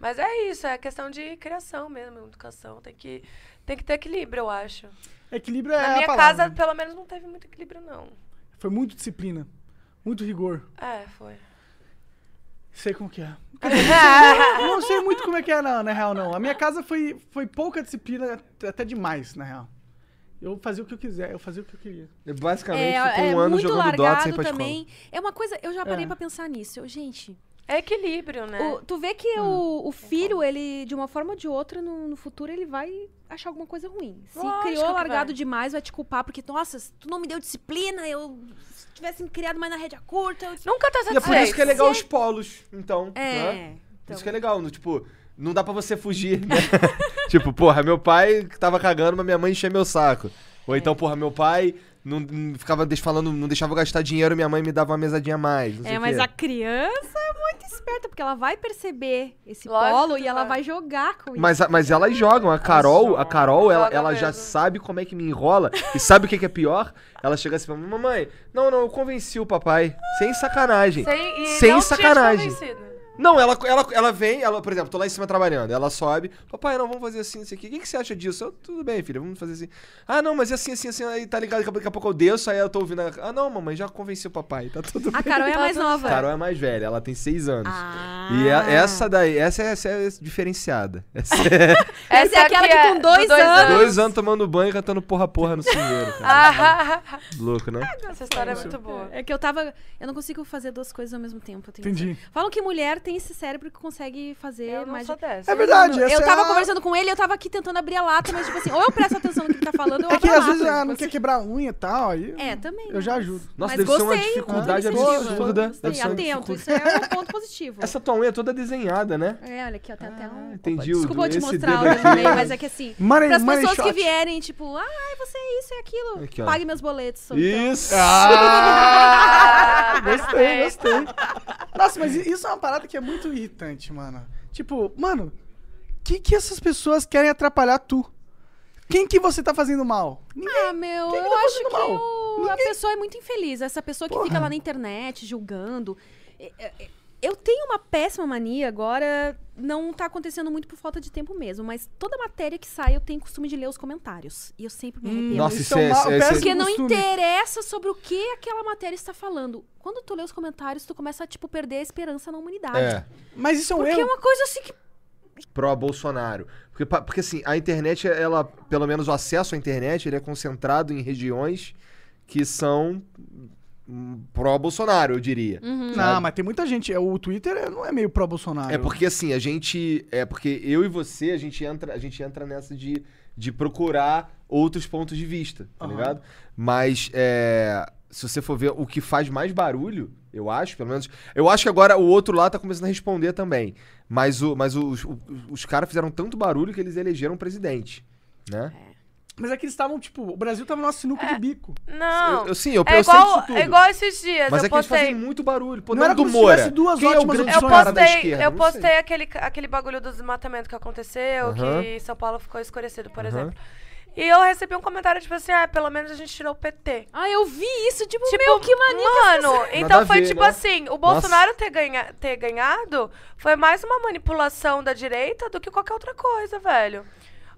[SPEAKER 4] Mas é isso, é questão de criação mesmo, educação. Tem que, tem que ter equilíbrio, eu acho.
[SPEAKER 1] Equilíbrio é
[SPEAKER 4] na
[SPEAKER 1] a
[SPEAKER 4] minha
[SPEAKER 1] palavra.
[SPEAKER 4] casa, pelo menos, não É, teve muito equilíbrio, não.
[SPEAKER 1] Foi muito disciplina, muito rigor.
[SPEAKER 4] É, foi.
[SPEAKER 1] Sei como que é. Eu não sei muito como é que é, não, na real, não. A minha casa foi, foi pouca disciplina, at- até demais, na real. Eu fazia o que eu quiser, eu fazia o que eu queria.
[SPEAKER 2] Basicamente,
[SPEAKER 3] É,
[SPEAKER 2] ficou
[SPEAKER 3] é
[SPEAKER 2] um ano
[SPEAKER 3] muito
[SPEAKER 2] jogando Dota sem ir
[SPEAKER 3] largado
[SPEAKER 2] pra escola.
[SPEAKER 3] também. É uma coisa, eu já parei
[SPEAKER 1] É.
[SPEAKER 3] pra pensar nisso. Eu, gente,
[SPEAKER 4] É equilíbrio, né?
[SPEAKER 3] o- tu vê
[SPEAKER 2] Hum,
[SPEAKER 3] que o, o filho, ele, de uma forma ou de outra, no, no futuro, ele vai achar alguma coisa ruim. Se
[SPEAKER 4] Lógico
[SPEAKER 3] criou
[SPEAKER 4] que
[SPEAKER 3] largado
[SPEAKER 4] vai.
[SPEAKER 3] demais, vai te culpar, porque, nossa, se tu não me deu disciplina, eu se tivesse me criado mais na rédea curta. Eu...
[SPEAKER 4] Nunca tá
[SPEAKER 2] E é
[SPEAKER 4] satisfeito.
[SPEAKER 2] por isso que é legal os polos, então.
[SPEAKER 3] É.
[SPEAKER 2] né?
[SPEAKER 3] então.
[SPEAKER 2] Isso que é legal, no- tipo, não dá pra você fugir, né? tipo, porra, meu pai tava cagando, mas minha mãe enchia meu saco. Ou então, porra, meu pai não, não ficava des- falando, não deixava eu gastar dinheiro, minha mãe me dava uma mesadinha a mais. Não sei
[SPEAKER 3] É,
[SPEAKER 2] o
[SPEAKER 3] mas
[SPEAKER 2] quê.
[SPEAKER 3] a criança é muito esperta, porque ela vai perceber esse
[SPEAKER 4] Lógico
[SPEAKER 3] polo
[SPEAKER 4] que
[SPEAKER 3] e ela
[SPEAKER 4] vai.
[SPEAKER 3] vai jogar com
[SPEAKER 2] Mas, a- mas elas jogam. A Carol, a Carol, ela,
[SPEAKER 4] Joga
[SPEAKER 2] ela já
[SPEAKER 4] mesmo.
[SPEAKER 2] sabe como é que me enrola. E sabe o que, que é pior? Ela chega assim pra mim, mamãe, não, não, eu convenci o papai. Sem sacanagem.
[SPEAKER 4] Sem,
[SPEAKER 2] Sem
[SPEAKER 4] e não tinha te
[SPEAKER 2] sacanagem.
[SPEAKER 4] convencido.
[SPEAKER 2] Não, ela, ela, ela vem, ela, por exemplo, tô lá em cima trabalhando, ela sobe, papai, não, vamos fazer assim, isso aqui. O que, que você acha disso? Eu, Tudo bem, filha, vamos fazer assim. Ah, não, mas é assim, assim, assim, aí tá ligado, daqui a- daqui a pouco eu desço, aí eu tô ouvindo. ela, Ah, não, mamãe, já convenci o papai, tá tudo bem.
[SPEAKER 3] A Carol é a mais nova.
[SPEAKER 2] A Carol é mais velha, ela tem seis anos.
[SPEAKER 3] Ah.
[SPEAKER 2] E é- essa daí, essa é, essa é diferenciada. Essa
[SPEAKER 3] Essa é aquela que com
[SPEAKER 4] do
[SPEAKER 3] dois
[SPEAKER 2] é
[SPEAKER 3] anos-
[SPEAKER 2] dois anos tomando banho e cantando porra porra no cinheiro, cara.
[SPEAKER 4] Ah,
[SPEAKER 2] Louco, né?
[SPEAKER 4] essa história é muito boa.
[SPEAKER 3] É que eu tava. Eu não consigo fazer duas coisas ao mesmo tempo. eu tenho
[SPEAKER 1] Entendi.
[SPEAKER 3] que- Falam que mulher tem esse cérebro que consegue fazer
[SPEAKER 4] Eu não
[SPEAKER 3] mais.
[SPEAKER 4] sou
[SPEAKER 3] de-
[SPEAKER 4] dessa.
[SPEAKER 1] É verdade, essa
[SPEAKER 3] eu
[SPEAKER 1] é
[SPEAKER 3] tava
[SPEAKER 1] a-
[SPEAKER 3] conversando com ele, eu tava aqui tentando abrir a lata, mas tipo assim, ou eu presto atenção no que ele tá falando, ou eu
[SPEAKER 1] É que
[SPEAKER 3] abro a
[SPEAKER 1] às vezes
[SPEAKER 3] lata.
[SPEAKER 1] ah, não quer quebrar a unha e tal, aí
[SPEAKER 3] É, também.
[SPEAKER 1] eu já ajudo.
[SPEAKER 2] Nossa,
[SPEAKER 3] Mas
[SPEAKER 2] deve ser uma
[SPEAKER 3] gostei,
[SPEAKER 2] dificuldade
[SPEAKER 1] muito positiva.
[SPEAKER 2] absurda.
[SPEAKER 3] Gostei,
[SPEAKER 2] Deve ser uma
[SPEAKER 3] atento,
[SPEAKER 2] dificu-
[SPEAKER 3] isso é um ponto positivo.
[SPEAKER 2] Essa tua unha é toda desenhada, né?
[SPEAKER 3] É, olha aqui, ó, tem
[SPEAKER 1] Ah,
[SPEAKER 3] até um.
[SPEAKER 2] Entendi. o-
[SPEAKER 3] Desculpa eu te
[SPEAKER 2] esse
[SPEAKER 3] mostrar o
[SPEAKER 2] dedo
[SPEAKER 3] dedo
[SPEAKER 2] aqui,
[SPEAKER 3] meio,
[SPEAKER 2] ó.
[SPEAKER 3] mas é que assim.
[SPEAKER 1] Money,
[SPEAKER 3] Para as
[SPEAKER 1] money
[SPEAKER 3] pessoas que
[SPEAKER 1] shot.
[SPEAKER 3] vierem, tipo, ah, você é isso e aquilo.
[SPEAKER 2] Aqui, ó.
[SPEAKER 3] Pague meus boletos. então.
[SPEAKER 2] Isso!
[SPEAKER 4] Ah,
[SPEAKER 2] gostei, gostei.
[SPEAKER 1] Nossa, mas i- isso é uma parada que é muito irritante, mano. Tipo, mano, que que essas pessoas querem atrapalhar tu? Quem que você tá fazendo mal? Ninguém.
[SPEAKER 3] Ah, meu,
[SPEAKER 1] Quem que
[SPEAKER 3] eu
[SPEAKER 1] tá
[SPEAKER 3] acho
[SPEAKER 1] fazendo
[SPEAKER 3] que
[SPEAKER 1] mal?
[SPEAKER 3] o- a pessoa é muito infeliz. Essa pessoa que fica lá na internet julgando. É, é, é, Eu tenho uma péssima mania agora, não tá acontecendo muito por falta de tempo mesmo, mas toda matéria que sai eu tenho costume de ler os comentários. E eu sempre me
[SPEAKER 1] Hum,
[SPEAKER 3] arrependo.
[SPEAKER 2] Nossa,
[SPEAKER 1] Eles
[SPEAKER 2] isso
[SPEAKER 1] são
[SPEAKER 2] é-
[SPEAKER 1] um mal-
[SPEAKER 2] isso é-
[SPEAKER 1] péssimo
[SPEAKER 3] Porque não
[SPEAKER 1] costume.
[SPEAKER 3] interessa sobre o que aquela matéria está falando. Quando tu lê os comentários, tu começa a, tipo, perder a esperança na humanidade.
[SPEAKER 2] É,
[SPEAKER 1] Mas isso é um
[SPEAKER 3] Porque é
[SPEAKER 1] erro.
[SPEAKER 3] uma coisa assim que.
[SPEAKER 2] pró-Bolsonaro. Porque, pa- porque assim, a internet, ela, pelo menos o acesso à internet, ele é concentrado em regiões que são hum, pró-Bolsonaro, eu diria.
[SPEAKER 4] Uhum.
[SPEAKER 1] Não, mas tem muita gente. é, O Twitter é- não é meio pró-Bolsonaro.
[SPEAKER 2] É porque assim, a gente. É porque eu e você, a gente entra, a gente entra nessa de, de procurar outros pontos de vista, tá
[SPEAKER 1] Aham.
[SPEAKER 2] ligado? Mas é, se você for ver o que faz mais barulho, eu acho, pelo menos. Eu acho que agora o outro lá tá começando a responder também. Mas, o, mas os, o- os caras fizeram tanto barulho que eles elegeram um presidente. Né?
[SPEAKER 1] Mas é que eles estavam, tipo, o Brasil tava numa sinuca
[SPEAKER 4] É,
[SPEAKER 1] de bico.
[SPEAKER 4] Não.
[SPEAKER 2] Eu, eu- sim, eu,
[SPEAKER 4] é,
[SPEAKER 2] eu sei
[SPEAKER 4] igual,
[SPEAKER 2] disso tudo.
[SPEAKER 4] é igual esses dias.
[SPEAKER 2] mas
[SPEAKER 4] eu
[SPEAKER 2] é que eles
[SPEAKER 4] postei.
[SPEAKER 2] fazem muito barulho. Pô,
[SPEAKER 1] Não
[SPEAKER 2] Nando
[SPEAKER 1] era como se
[SPEAKER 2] Moura,
[SPEAKER 1] tivesse duas
[SPEAKER 2] quem é o
[SPEAKER 1] ótimas
[SPEAKER 2] grande
[SPEAKER 1] opções.
[SPEAKER 4] Eu
[SPEAKER 2] cara da
[SPEAKER 4] postei,
[SPEAKER 2] esquerda?
[SPEAKER 4] eu
[SPEAKER 2] Não sei.
[SPEAKER 4] postei aquele, aquele bagulho do desmatamento que aconteceu,
[SPEAKER 2] Aham.
[SPEAKER 4] que São Paulo ficou escurecido, por
[SPEAKER 2] Aham.
[SPEAKER 4] exemplo. E eu recebi um comentário tipo assim: ah, pelo menos a gente tirou o PT.
[SPEAKER 3] Ah, eu vi isso, tipo,
[SPEAKER 4] Tipo,
[SPEAKER 3] meu, que mania.
[SPEAKER 4] mano,
[SPEAKER 2] a
[SPEAKER 4] então foi
[SPEAKER 2] ver,
[SPEAKER 4] tipo
[SPEAKER 2] né?
[SPEAKER 4] assim, o Bolsonaro ter, ganha, ter ganhado foi mais uma manipulação da direita do que qualquer outra coisa, velho.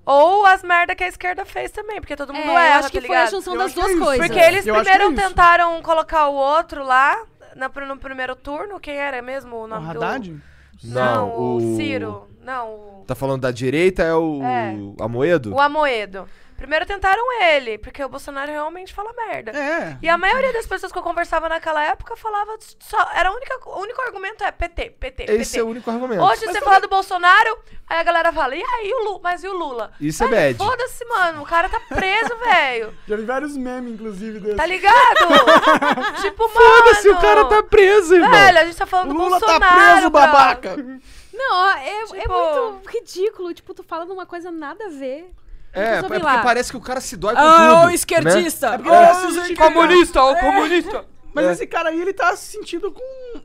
[SPEAKER 4] Ou as merda que a esquerda fez também, porque todo mundo
[SPEAKER 3] É, eu
[SPEAKER 4] erra,
[SPEAKER 3] acho que
[SPEAKER 4] tá
[SPEAKER 3] foi a
[SPEAKER 4] ligado?
[SPEAKER 3] junção
[SPEAKER 1] Eu
[SPEAKER 3] das
[SPEAKER 1] acho que
[SPEAKER 3] duas
[SPEAKER 1] é isso.
[SPEAKER 3] coisas.
[SPEAKER 4] Porque eles
[SPEAKER 1] Eu acho que é
[SPEAKER 4] primeiro
[SPEAKER 1] isso.
[SPEAKER 4] tentaram colocar o outro lá na- no primeiro turno, quem era mesmo o
[SPEAKER 1] O
[SPEAKER 4] nome
[SPEAKER 1] Haddad?
[SPEAKER 4] do...
[SPEAKER 2] Não, o-
[SPEAKER 4] o Ciro. Não, o...
[SPEAKER 2] Tá falando da direita é o
[SPEAKER 4] É.
[SPEAKER 2] Amoedo?
[SPEAKER 4] O Amoedo. Primeiro tentaram ele, porque o Bolsonaro realmente fala merda.
[SPEAKER 1] É.
[SPEAKER 4] E a maioria das pessoas que eu conversava naquela época falava só. Era a única, o único argumento é PT, PT,
[SPEAKER 2] Esse
[SPEAKER 4] PT.
[SPEAKER 2] é o único argumento.
[SPEAKER 4] Hoje você fala do Bolsonaro, aí a galera fala, e aí o Lula? Mas e o Lula?
[SPEAKER 2] Isso é
[SPEAKER 4] Velho,
[SPEAKER 2] bad.
[SPEAKER 4] Foda-se, mano. O cara tá preso, velho.
[SPEAKER 1] Já vi vários memes, inclusive, desse.
[SPEAKER 4] Tá ligado? tipo, mano.
[SPEAKER 2] Foda-se, o cara tá preso, irmão.
[SPEAKER 4] Velho, a gente tá
[SPEAKER 1] O
[SPEAKER 4] falando
[SPEAKER 1] Lula
[SPEAKER 4] do Bolsonaro.
[SPEAKER 1] tá preso,
[SPEAKER 4] bro.
[SPEAKER 1] babaca!
[SPEAKER 3] Não, é, é
[SPEAKER 4] Tipo-
[SPEAKER 3] muito ridículo. Tipo, tu fala de uma coisa nada a ver.
[SPEAKER 2] é, é
[SPEAKER 3] Então,
[SPEAKER 2] porque
[SPEAKER 3] vem lá.
[SPEAKER 2] parece que o cara se dói com
[SPEAKER 5] Ah,
[SPEAKER 2] tudo. né?
[SPEAKER 5] o esquerdista!
[SPEAKER 1] porque
[SPEAKER 4] Ah,
[SPEAKER 1] ele é sujeito
[SPEAKER 5] comunista, o comunista!
[SPEAKER 1] Mas
[SPEAKER 2] É.
[SPEAKER 1] esse cara aí, ele tá se sentindo com...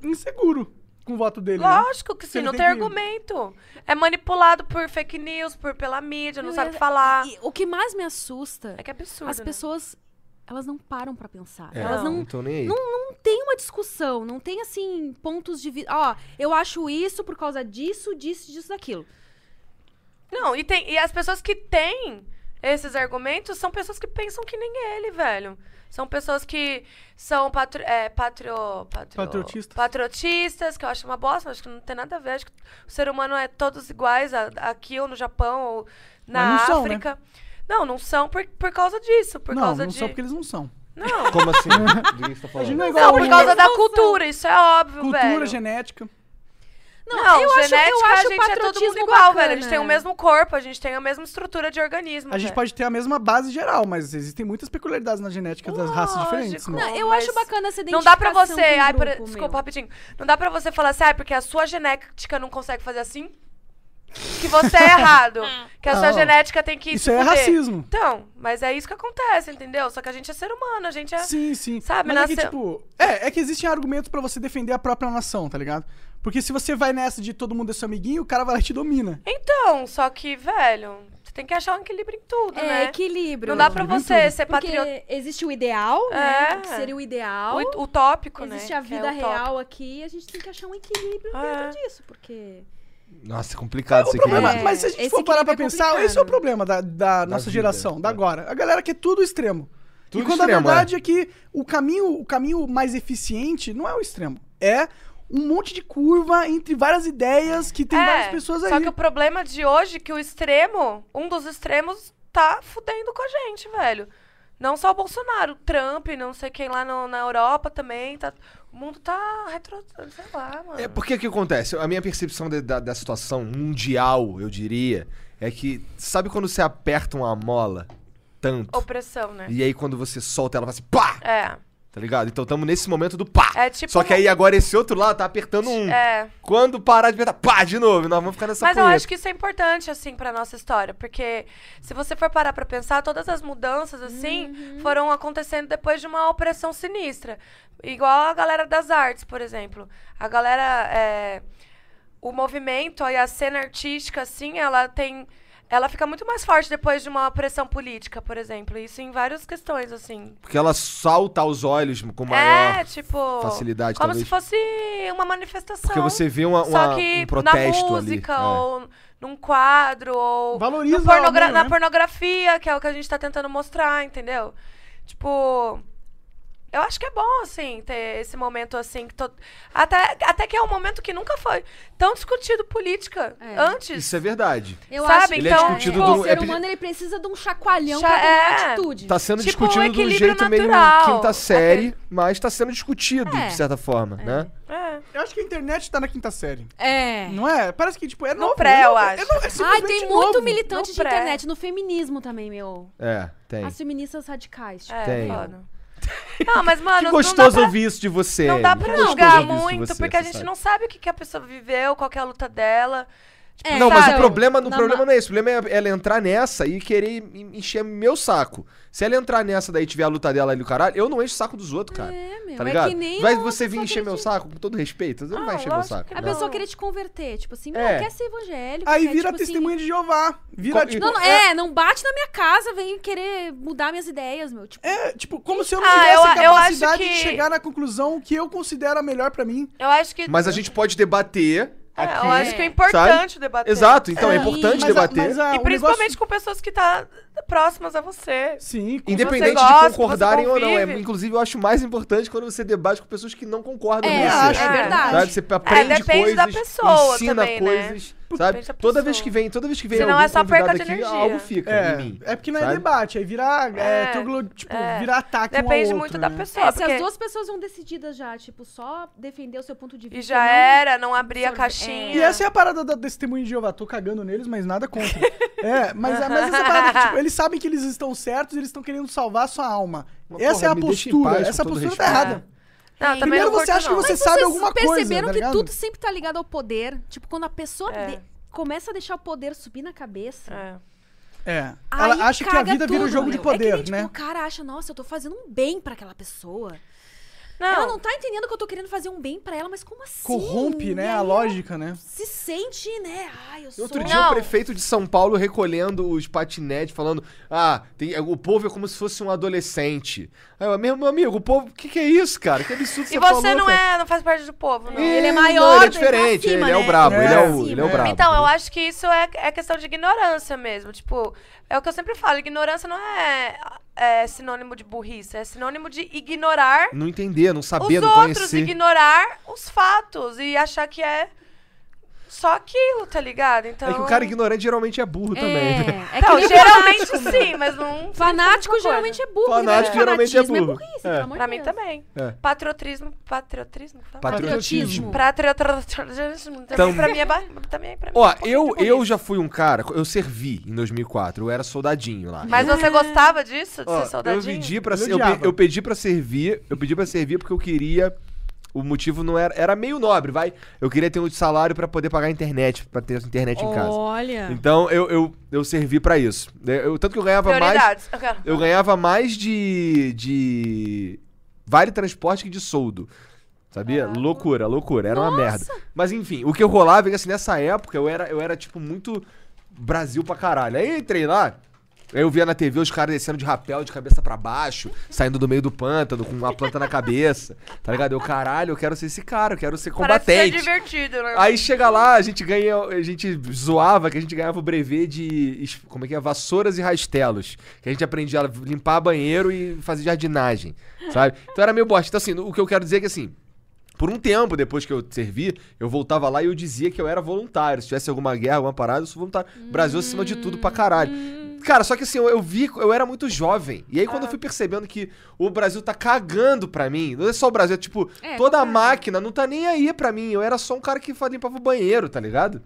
[SPEAKER 1] inseguro com o voto dele. né?
[SPEAKER 4] Lógico que sim,
[SPEAKER 1] Ele
[SPEAKER 4] não
[SPEAKER 1] tem
[SPEAKER 4] tem
[SPEAKER 1] que-
[SPEAKER 4] argumento. É manipulado por fake news, por pela mídia, não
[SPEAKER 3] Meu,
[SPEAKER 4] sabe
[SPEAKER 3] é-
[SPEAKER 4] falar.
[SPEAKER 3] E o que mais me assusta
[SPEAKER 4] Ah. É que é absurdo.
[SPEAKER 3] as
[SPEAKER 4] né?
[SPEAKER 3] pessoas. Elas não param pra pensar.
[SPEAKER 2] É,
[SPEAKER 3] Elas
[SPEAKER 4] não-
[SPEAKER 3] não,
[SPEAKER 2] tão nem aí.
[SPEAKER 3] não tem uma discussão, não tem assim pontos de vista. Ó, eu acho isso por causa disso, disso, disso, daquilo.
[SPEAKER 4] Não, e, tem, e as pessoas que têm esses argumentos são pessoas que pensam que nem ele, velho. São pessoas que são patri... é, patrio... patrio-
[SPEAKER 1] Patriotistas.
[SPEAKER 4] patriotistas, que eu acho uma bosta, acho que não tem nada a ver. Acho que o ser humano é todos iguais a- aqui ou no Japão ou na
[SPEAKER 1] Mas não são, né?
[SPEAKER 4] África. Não, não são por, por causa disso. Por
[SPEAKER 1] não,
[SPEAKER 4] causa
[SPEAKER 1] não
[SPEAKER 4] de...
[SPEAKER 1] são porque eles não são.
[SPEAKER 4] Não,
[SPEAKER 2] Como assim? Do que você tá
[SPEAKER 1] A
[SPEAKER 2] falando?
[SPEAKER 1] gente não é
[SPEAKER 4] não,
[SPEAKER 1] igual
[SPEAKER 4] por
[SPEAKER 1] a
[SPEAKER 4] causa da cultura, isso é óbvio,
[SPEAKER 1] cultura,
[SPEAKER 4] velho.
[SPEAKER 1] genética.
[SPEAKER 3] Não,
[SPEAKER 4] Não,
[SPEAKER 3] eu acho- eu
[SPEAKER 4] genética,
[SPEAKER 3] acho o
[SPEAKER 4] a gente é todo mundo
[SPEAKER 3] patriotismo
[SPEAKER 4] igual, velho. A gente
[SPEAKER 3] bacana.
[SPEAKER 4] tem o mesmo corpo, a gente tem a mesma estrutura de organismo.
[SPEAKER 1] A gente
[SPEAKER 4] velho.
[SPEAKER 1] pode ter a mesma base geral, mas existem muitas peculiaridades na genética das raças
[SPEAKER 4] Lógico.
[SPEAKER 1] diferentes. né?
[SPEAKER 3] Não, eu
[SPEAKER 4] Mas
[SPEAKER 3] acho bacana essa
[SPEAKER 4] Não
[SPEAKER 3] identificação
[SPEAKER 4] dá pra um você.
[SPEAKER 3] com o
[SPEAKER 4] ai, pera-
[SPEAKER 3] grupo,
[SPEAKER 4] desculpa,
[SPEAKER 3] meu.
[SPEAKER 4] rapidinho. Não dá pra você falar assim, ah, é porque a sua genética não consegue fazer assim? Que você é errado. que a sua
[SPEAKER 1] Não.
[SPEAKER 4] genética tem que.
[SPEAKER 1] Isso
[SPEAKER 4] se
[SPEAKER 1] é
[SPEAKER 4] fuder.
[SPEAKER 1] racismo.
[SPEAKER 4] Então, mas é isso que acontece, entendeu? Só que a gente é ser humano, a gente é.
[SPEAKER 1] Sim, sim.
[SPEAKER 4] Sabe,
[SPEAKER 1] Mas é que,
[SPEAKER 4] nasceu-
[SPEAKER 1] tipo. É, é que existem argumentos pra você defender a própria nação, tá ligado? Porque se você vai nessa de todo mundo é seu amiguinho, o cara vai lá e te domina.
[SPEAKER 4] Então, só que, velho, você tem que achar um equilíbrio em tudo,
[SPEAKER 3] É,
[SPEAKER 4] né?
[SPEAKER 3] equilíbrio.
[SPEAKER 4] Não dá pra
[SPEAKER 1] Equilíbrio em
[SPEAKER 4] você ser
[SPEAKER 3] Porque
[SPEAKER 4] patriota.
[SPEAKER 3] existe o ideal,
[SPEAKER 4] É.
[SPEAKER 3] né? Que seria o ideal.
[SPEAKER 4] O, utópico, né?
[SPEAKER 3] existe a
[SPEAKER 4] que é
[SPEAKER 3] vida
[SPEAKER 4] utópico.
[SPEAKER 3] real aqui. A gente tem que achar um equilíbrio
[SPEAKER 4] É.
[SPEAKER 3] dentro disso, porque...
[SPEAKER 2] Nossa, é complicado isso
[SPEAKER 1] O
[SPEAKER 2] aqui.
[SPEAKER 1] problema,
[SPEAKER 3] É,
[SPEAKER 1] mas se a gente
[SPEAKER 3] esse
[SPEAKER 1] for parar pra
[SPEAKER 3] equilíbrio é
[SPEAKER 1] pensar,
[SPEAKER 3] complicado.
[SPEAKER 1] esse é o problema da, da nossa
[SPEAKER 2] vida,
[SPEAKER 1] geração, da
[SPEAKER 2] é.
[SPEAKER 1] agora. A galera quer tudo extremo.
[SPEAKER 2] Tudo
[SPEAKER 1] e quando
[SPEAKER 2] extremo,
[SPEAKER 1] a verdade é. que o caminho, o caminho mais eficiente não é o extremo. É um monte de curva entre várias ideias que tem
[SPEAKER 4] É,
[SPEAKER 1] várias pessoas aí.
[SPEAKER 4] Só que o problema de hoje é que o extremo, um dos extremos, tá fudendo com a gente, velho. Não só o Bolsonaro, o Trump, não sei quem lá no- na Europa também. Tá, o mundo tá retro. sei lá, mano.
[SPEAKER 2] É porque o que acontece? A minha percepção de- da, da situação mundial, eu diria, é que sabe quando você aperta uma mola tanto
[SPEAKER 4] Opressão, né?
[SPEAKER 2] e aí quando você solta ela faz assim, pá,
[SPEAKER 4] É.
[SPEAKER 2] tá ligado? Então estamos nesse momento do pá.
[SPEAKER 4] É tipo
[SPEAKER 2] Só que
[SPEAKER 4] um-
[SPEAKER 2] aí agora esse outro lado tá apertando um.
[SPEAKER 4] É.
[SPEAKER 2] Quando parar de apertar, pá, de novo, nós vamos ficar nessa
[SPEAKER 4] Mas eu
[SPEAKER 2] punheta.
[SPEAKER 4] acho que isso é importante, assim, pra nossa história. Porque se você for parar pra pensar, todas as mudanças, assim, foram acontecendo depois de uma opressão sinistra. Igual a galera das artes, por exemplo. A galera. é, o movimento e a cena artística, assim, ela tem. Ela fica muito mais forte depois de uma opressão política, por exemplo. Isso em várias questões, assim.
[SPEAKER 2] Porque ela salta aos olhos com
[SPEAKER 4] é,
[SPEAKER 2] maior.
[SPEAKER 4] tipo.
[SPEAKER 2] facilidade,
[SPEAKER 4] Como
[SPEAKER 2] talvez.
[SPEAKER 4] se fosse uma manifestação.
[SPEAKER 2] Porque você vê uma,
[SPEAKER 4] Só
[SPEAKER 2] uma-
[SPEAKER 4] que
[SPEAKER 2] um protesto
[SPEAKER 4] na música,
[SPEAKER 2] ali. É.
[SPEAKER 4] ou num quadro, ou
[SPEAKER 1] Valoriza
[SPEAKER 4] no pornogra-
[SPEAKER 1] alguém,
[SPEAKER 4] na
[SPEAKER 1] né?
[SPEAKER 4] pornografia, que é o que a gente tá tentando mostrar, entendeu? Tipo. Eu acho que é bom, assim, ter esse momento assim. Que to- até, até que é um momento que nunca foi tão discutido política
[SPEAKER 3] É.
[SPEAKER 4] antes.
[SPEAKER 2] Isso é verdade.
[SPEAKER 3] Eu
[SPEAKER 4] Sabe,
[SPEAKER 3] acho que
[SPEAKER 4] ele é discutido
[SPEAKER 2] do-
[SPEAKER 3] o
[SPEAKER 2] é
[SPEAKER 3] ser
[SPEAKER 2] pe-
[SPEAKER 3] humano ele precisa de um chacoalhão
[SPEAKER 4] Cha-
[SPEAKER 3] pra tomar
[SPEAKER 4] é.
[SPEAKER 3] uma atitude.
[SPEAKER 2] Tá sendo
[SPEAKER 4] Tipo, um
[SPEAKER 2] discutido de um
[SPEAKER 4] equilíbrio
[SPEAKER 2] jeito meio
[SPEAKER 4] natural.
[SPEAKER 2] quinta série, mas tá sendo discutido,
[SPEAKER 3] É.
[SPEAKER 2] de certa forma, né?
[SPEAKER 4] É.
[SPEAKER 1] Eu acho que a internet tá na quinta série.
[SPEAKER 3] É.
[SPEAKER 1] Não é? Parece que, tipo, é
[SPEAKER 4] No
[SPEAKER 1] novo.
[SPEAKER 4] pré,
[SPEAKER 1] é
[SPEAKER 4] eu
[SPEAKER 1] novo,
[SPEAKER 4] acho.
[SPEAKER 1] É novo, é
[SPEAKER 3] Ai,
[SPEAKER 1] simplesmente
[SPEAKER 3] tem
[SPEAKER 1] novo.
[SPEAKER 3] muito militante
[SPEAKER 4] no
[SPEAKER 3] de
[SPEAKER 4] pré.
[SPEAKER 3] internet no feminismo também, meu.
[SPEAKER 2] É, tem.
[SPEAKER 4] Assim,
[SPEAKER 3] As feministas radicais. tipo.
[SPEAKER 4] É,
[SPEAKER 2] Tem.
[SPEAKER 4] foda. Não, mas, mano,
[SPEAKER 2] que
[SPEAKER 4] não dá
[SPEAKER 2] gostoso
[SPEAKER 4] pra-
[SPEAKER 2] ouvir isso de você.
[SPEAKER 4] Não dá pra
[SPEAKER 2] Que gostoso
[SPEAKER 4] julgar
[SPEAKER 2] ouvir isso de
[SPEAKER 4] muito,
[SPEAKER 2] você,
[SPEAKER 4] porque a
[SPEAKER 2] você
[SPEAKER 4] gente
[SPEAKER 2] sabe.
[SPEAKER 4] não sabe o que, que a pessoa viveu, qual que é a luta dela.
[SPEAKER 3] É,
[SPEAKER 2] Não, mas o
[SPEAKER 3] sabe?
[SPEAKER 2] problema, o
[SPEAKER 3] Na
[SPEAKER 2] problema
[SPEAKER 3] ma-
[SPEAKER 2] não é esse. O problema é ela entrar nessa e querer en- encher meu saco. Se ela entrar nessa daí e tiver a luta dela ali, o caralho, eu não encho o saco dos outros, cara.
[SPEAKER 3] É, meu,
[SPEAKER 2] Tá
[SPEAKER 3] é
[SPEAKER 2] ligado?
[SPEAKER 3] que nem
[SPEAKER 2] vai
[SPEAKER 3] a
[SPEAKER 2] você vir
[SPEAKER 3] pessoa
[SPEAKER 2] encher
[SPEAKER 3] que
[SPEAKER 2] meu
[SPEAKER 3] te-
[SPEAKER 2] saco, com todo respeito, você não
[SPEAKER 4] Ah,
[SPEAKER 2] vai encher meu
[SPEAKER 4] lógico
[SPEAKER 2] saco.
[SPEAKER 4] que
[SPEAKER 3] A
[SPEAKER 2] né?
[SPEAKER 4] não.
[SPEAKER 3] pessoa querer te converter, tipo assim, meu,
[SPEAKER 2] É.
[SPEAKER 3] quer ser evangélico.
[SPEAKER 1] Aí
[SPEAKER 4] né?
[SPEAKER 3] quer,
[SPEAKER 1] vira
[SPEAKER 3] tipo
[SPEAKER 1] testemunha
[SPEAKER 3] assim,
[SPEAKER 1] de Jeová. Vira,
[SPEAKER 2] Co-
[SPEAKER 1] tipo.
[SPEAKER 3] Não, não, é, não bate na minha casa, vem querer mudar minhas ideias, meu. Tipo,
[SPEAKER 1] É, tipo, como se eu não
[SPEAKER 4] Ah,
[SPEAKER 1] tivesse
[SPEAKER 4] eu-
[SPEAKER 1] a
[SPEAKER 4] eu acho
[SPEAKER 1] capacidade de
[SPEAKER 4] que-
[SPEAKER 1] chegar na conclusão que eu considero a melhor pra mim.
[SPEAKER 4] Eu acho que.
[SPEAKER 2] Mas a gente pode debater.
[SPEAKER 4] É,
[SPEAKER 2] aqui,
[SPEAKER 4] eu acho que é
[SPEAKER 3] sabe?
[SPEAKER 4] importante debater.
[SPEAKER 2] Exato, então é,
[SPEAKER 3] É,
[SPEAKER 2] importante
[SPEAKER 1] mas a-
[SPEAKER 2] debater.
[SPEAKER 1] mas a-
[SPEAKER 4] E
[SPEAKER 1] o
[SPEAKER 4] principalmente
[SPEAKER 1] negócio-
[SPEAKER 4] com pessoas que tá próximas a você.
[SPEAKER 1] Sim, com...
[SPEAKER 2] Independente
[SPEAKER 4] você gosta,
[SPEAKER 2] de
[SPEAKER 4] que
[SPEAKER 2] concordarem
[SPEAKER 4] você
[SPEAKER 2] ou não. É,
[SPEAKER 4] convive.
[SPEAKER 2] inclusive, eu acho mais importante quando você debate com pessoas que não concordam
[SPEAKER 3] é,
[SPEAKER 2] com você.
[SPEAKER 1] acho,
[SPEAKER 3] é verdade.
[SPEAKER 2] Sabe? Você aprende
[SPEAKER 4] depende
[SPEAKER 2] coisas,
[SPEAKER 4] da pessoa
[SPEAKER 2] ensina
[SPEAKER 4] também, né?
[SPEAKER 2] coisas, sabe?
[SPEAKER 4] Depende da
[SPEAKER 2] Toda vez
[SPEAKER 4] pessoa.
[SPEAKER 2] que vem, toda vez que vem
[SPEAKER 4] Senão
[SPEAKER 2] algum
[SPEAKER 4] é só perca
[SPEAKER 2] convidado
[SPEAKER 4] de
[SPEAKER 2] aqui,
[SPEAKER 4] energia.
[SPEAKER 2] algo fica
[SPEAKER 1] É,
[SPEAKER 2] em mim.
[SPEAKER 1] é porque não é
[SPEAKER 2] sabe?
[SPEAKER 1] debate, aí vira. É,
[SPEAKER 4] É,
[SPEAKER 1] troglo- tipo,
[SPEAKER 4] é.
[SPEAKER 1] vira ataque um ao
[SPEAKER 4] Depende
[SPEAKER 1] outro,
[SPEAKER 4] muito da
[SPEAKER 1] né?
[SPEAKER 4] pessoa.
[SPEAKER 3] é, se
[SPEAKER 4] porque-
[SPEAKER 3] as duas pessoas vão decididas já, tipo, só defender o seu ponto de vista.
[SPEAKER 4] E já é
[SPEAKER 3] não-
[SPEAKER 4] era, não abrir a
[SPEAKER 3] absorve-
[SPEAKER 4] caixinha.
[SPEAKER 1] E essa é a parada da testemunha de Jeová. Tô cagando neles, mas nada contra. é, mas, mas essa parada, que, tipo, eles sabem que eles estão certos e eles estão querendo salvar a sua alma.
[SPEAKER 2] Mas,
[SPEAKER 1] essa
[SPEAKER 2] porra,
[SPEAKER 1] é a
[SPEAKER 2] me deixa em
[SPEAKER 1] postura.
[SPEAKER 2] paz, com
[SPEAKER 1] essa
[SPEAKER 2] todo
[SPEAKER 1] postura tá
[SPEAKER 2] respeito.
[SPEAKER 4] É.
[SPEAKER 1] errada.
[SPEAKER 4] Não, também
[SPEAKER 1] Primeiro
[SPEAKER 4] não
[SPEAKER 1] você
[SPEAKER 4] curto,
[SPEAKER 1] acha que
[SPEAKER 4] não.
[SPEAKER 1] você
[SPEAKER 3] Mas
[SPEAKER 1] sabe
[SPEAKER 3] vocês
[SPEAKER 1] alguma coisa.
[SPEAKER 3] perceberam
[SPEAKER 1] tá
[SPEAKER 3] que
[SPEAKER 1] ligado?
[SPEAKER 3] tudo sempre tá ligado ao poder. Tipo, quando a pessoa
[SPEAKER 4] É.
[SPEAKER 3] de- começa a deixar o poder subir na cabeça.
[SPEAKER 4] É.
[SPEAKER 1] É.
[SPEAKER 3] aí
[SPEAKER 1] Ela acha que a
[SPEAKER 3] caga
[SPEAKER 1] vida vira um
[SPEAKER 3] tudo,
[SPEAKER 4] tipo,
[SPEAKER 1] jogo de
[SPEAKER 3] meu. É que
[SPEAKER 1] poder,
[SPEAKER 3] nem, tipo,
[SPEAKER 1] né?
[SPEAKER 3] O cara acha, nossa, eu tô fazendo um bem pra aquela pessoa. Ela não tá entendendo que eu tô querendo fazer um bem pra ela, mas como assim?
[SPEAKER 1] Corrompe,
[SPEAKER 3] E
[SPEAKER 1] né?
[SPEAKER 3] aí
[SPEAKER 1] A
[SPEAKER 3] ela
[SPEAKER 1] lógica, né?
[SPEAKER 3] Se sente, né? Ai, eu sou...
[SPEAKER 2] Outro
[SPEAKER 4] Não.
[SPEAKER 2] dia o prefeito de São Paulo recolhendo os patinetes, falando: Ah, tem- o povo é como se fosse um adolescente. Aí eu, meu, meu amigo, o povo, o que, que é isso, cara? Que absurdo
[SPEAKER 4] E
[SPEAKER 2] você falou,
[SPEAKER 4] você não
[SPEAKER 2] cara.
[SPEAKER 4] é, não faz parte do povo, não.
[SPEAKER 2] Ih,
[SPEAKER 3] Ele é
[SPEAKER 2] não, ele
[SPEAKER 3] maior,
[SPEAKER 2] é
[SPEAKER 3] vem pra
[SPEAKER 2] diferente,
[SPEAKER 3] cima,
[SPEAKER 2] ele é o
[SPEAKER 3] né?
[SPEAKER 2] brabo,
[SPEAKER 1] É.
[SPEAKER 2] ele é o,
[SPEAKER 3] Pra
[SPEAKER 2] ele é o
[SPEAKER 1] cima.
[SPEAKER 2] brabo.
[SPEAKER 4] Então, eu
[SPEAKER 2] entendeu?
[SPEAKER 4] acho que isso é, é questão de ignorância mesmo. Tipo, é o que eu sempre falo, ignorância não é, é sinônimo de burrice, é sinônimo de ignorar
[SPEAKER 2] Não entender, não
[SPEAKER 4] os
[SPEAKER 2] saber, não
[SPEAKER 4] outros,
[SPEAKER 2] conhecer.
[SPEAKER 4] ignorar os fatos e achar que é só aquilo, tá ligado? Então,
[SPEAKER 2] É que o cara ignorante geralmente é burro também.
[SPEAKER 3] É,
[SPEAKER 2] né?
[SPEAKER 3] é
[SPEAKER 4] Não,
[SPEAKER 3] que nem
[SPEAKER 4] geralmente
[SPEAKER 3] fanático.
[SPEAKER 4] sim, mas não...
[SPEAKER 3] Fanático
[SPEAKER 4] Coisa.
[SPEAKER 3] geralmente é burro.
[SPEAKER 2] Fanático
[SPEAKER 3] né?
[SPEAKER 2] geralmente é
[SPEAKER 3] Fanatismo
[SPEAKER 2] burro.
[SPEAKER 3] burrice,
[SPEAKER 2] É.
[SPEAKER 3] pelo amor
[SPEAKER 4] Pra
[SPEAKER 3] de
[SPEAKER 4] mim
[SPEAKER 3] Deus.
[SPEAKER 4] também.
[SPEAKER 2] É.
[SPEAKER 4] Patriotismo, patriotismo? que fala?
[SPEAKER 3] Patriotismo.
[SPEAKER 4] Patriotismo. Também pra mim é... ba- Também pra mim é
[SPEAKER 2] Ó,
[SPEAKER 4] um pouquinho
[SPEAKER 2] eu,
[SPEAKER 4] de
[SPEAKER 2] eu
[SPEAKER 4] burrice.
[SPEAKER 2] já fui um cara, eu servi em 2004, eu era soldadinho lá.
[SPEAKER 4] Mas você gostava disso, de
[SPEAKER 2] Ó,
[SPEAKER 4] ser
[SPEAKER 2] eu
[SPEAKER 4] soldadinho?
[SPEAKER 2] pedi para
[SPEAKER 1] Eu
[SPEAKER 2] eu,
[SPEAKER 1] odiava.
[SPEAKER 2] pe- eu pedi para servir, eu pedi para servir porque eu queria o motivo não era era meio nobre, vai. Eu queria ter um salário pra poder pagar a internet, pra ter internet em casa.
[SPEAKER 3] Olha.
[SPEAKER 2] Então eu, eu, eu servi pra isso. Né, Eu, tanto que eu ganhava mais
[SPEAKER 4] Prioridades. Eu quero-
[SPEAKER 2] eu ganhava mais de de vale transporte que de soldo. Sabia?
[SPEAKER 4] Caraca.
[SPEAKER 2] Loucura, loucura, era uma merda. Mas enfim, o que eu rolava é que assim, nessa época eu era eu era tipo muito Brasil pra caralho. Aí eu entrei lá, Aí eu via na TV os caras descendo de rapel, de cabeça pra baixo, saindo do meio do pântano, com uma planta na cabeça. Tá ligado? Eu, caralho, eu quero ser esse cara, eu quero ser
[SPEAKER 4] Parece ser
[SPEAKER 2] combatente.
[SPEAKER 4] divertido, né?
[SPEAKER 2] Aí chega lá, a gente ganha. A gente zoava que a gente ganhava o brevet de. es- Como é que é? Vassouras e rastelos. Que a gente aprendia a limpar banheiro e fazer jardinagem. Sabe? Então era meio bosta. Então, assim, o que eu quero dizer é que assim. Por um tempo, depois que eu servi, eu voltava lá e eu dizia que eu era voluntário. Se tivesse alguma guerra, alguma parada, eu sou voluntário. Brasil é acima de tudo pra caralho.
[SPEAKER 4] Hum.
[SPEAKER 2] Cara, só que assim, eu, eu vi, eu era muito jovem. E aí, quando eu
[SPEAKER 4] Ah.
[SPEAKER 2] fui percebendo que o Brasil tá cagando pra mim, não é só o Brasil, é tipo,
[SPEAKER 3] É,
[SPEAKER 2] toda a
[SPEAKER 3] claro.
[SPEAKER 2] máquina não tá nem aí pra mim. Eu era só um cara que fa- limpava o banheiro, tá ligado?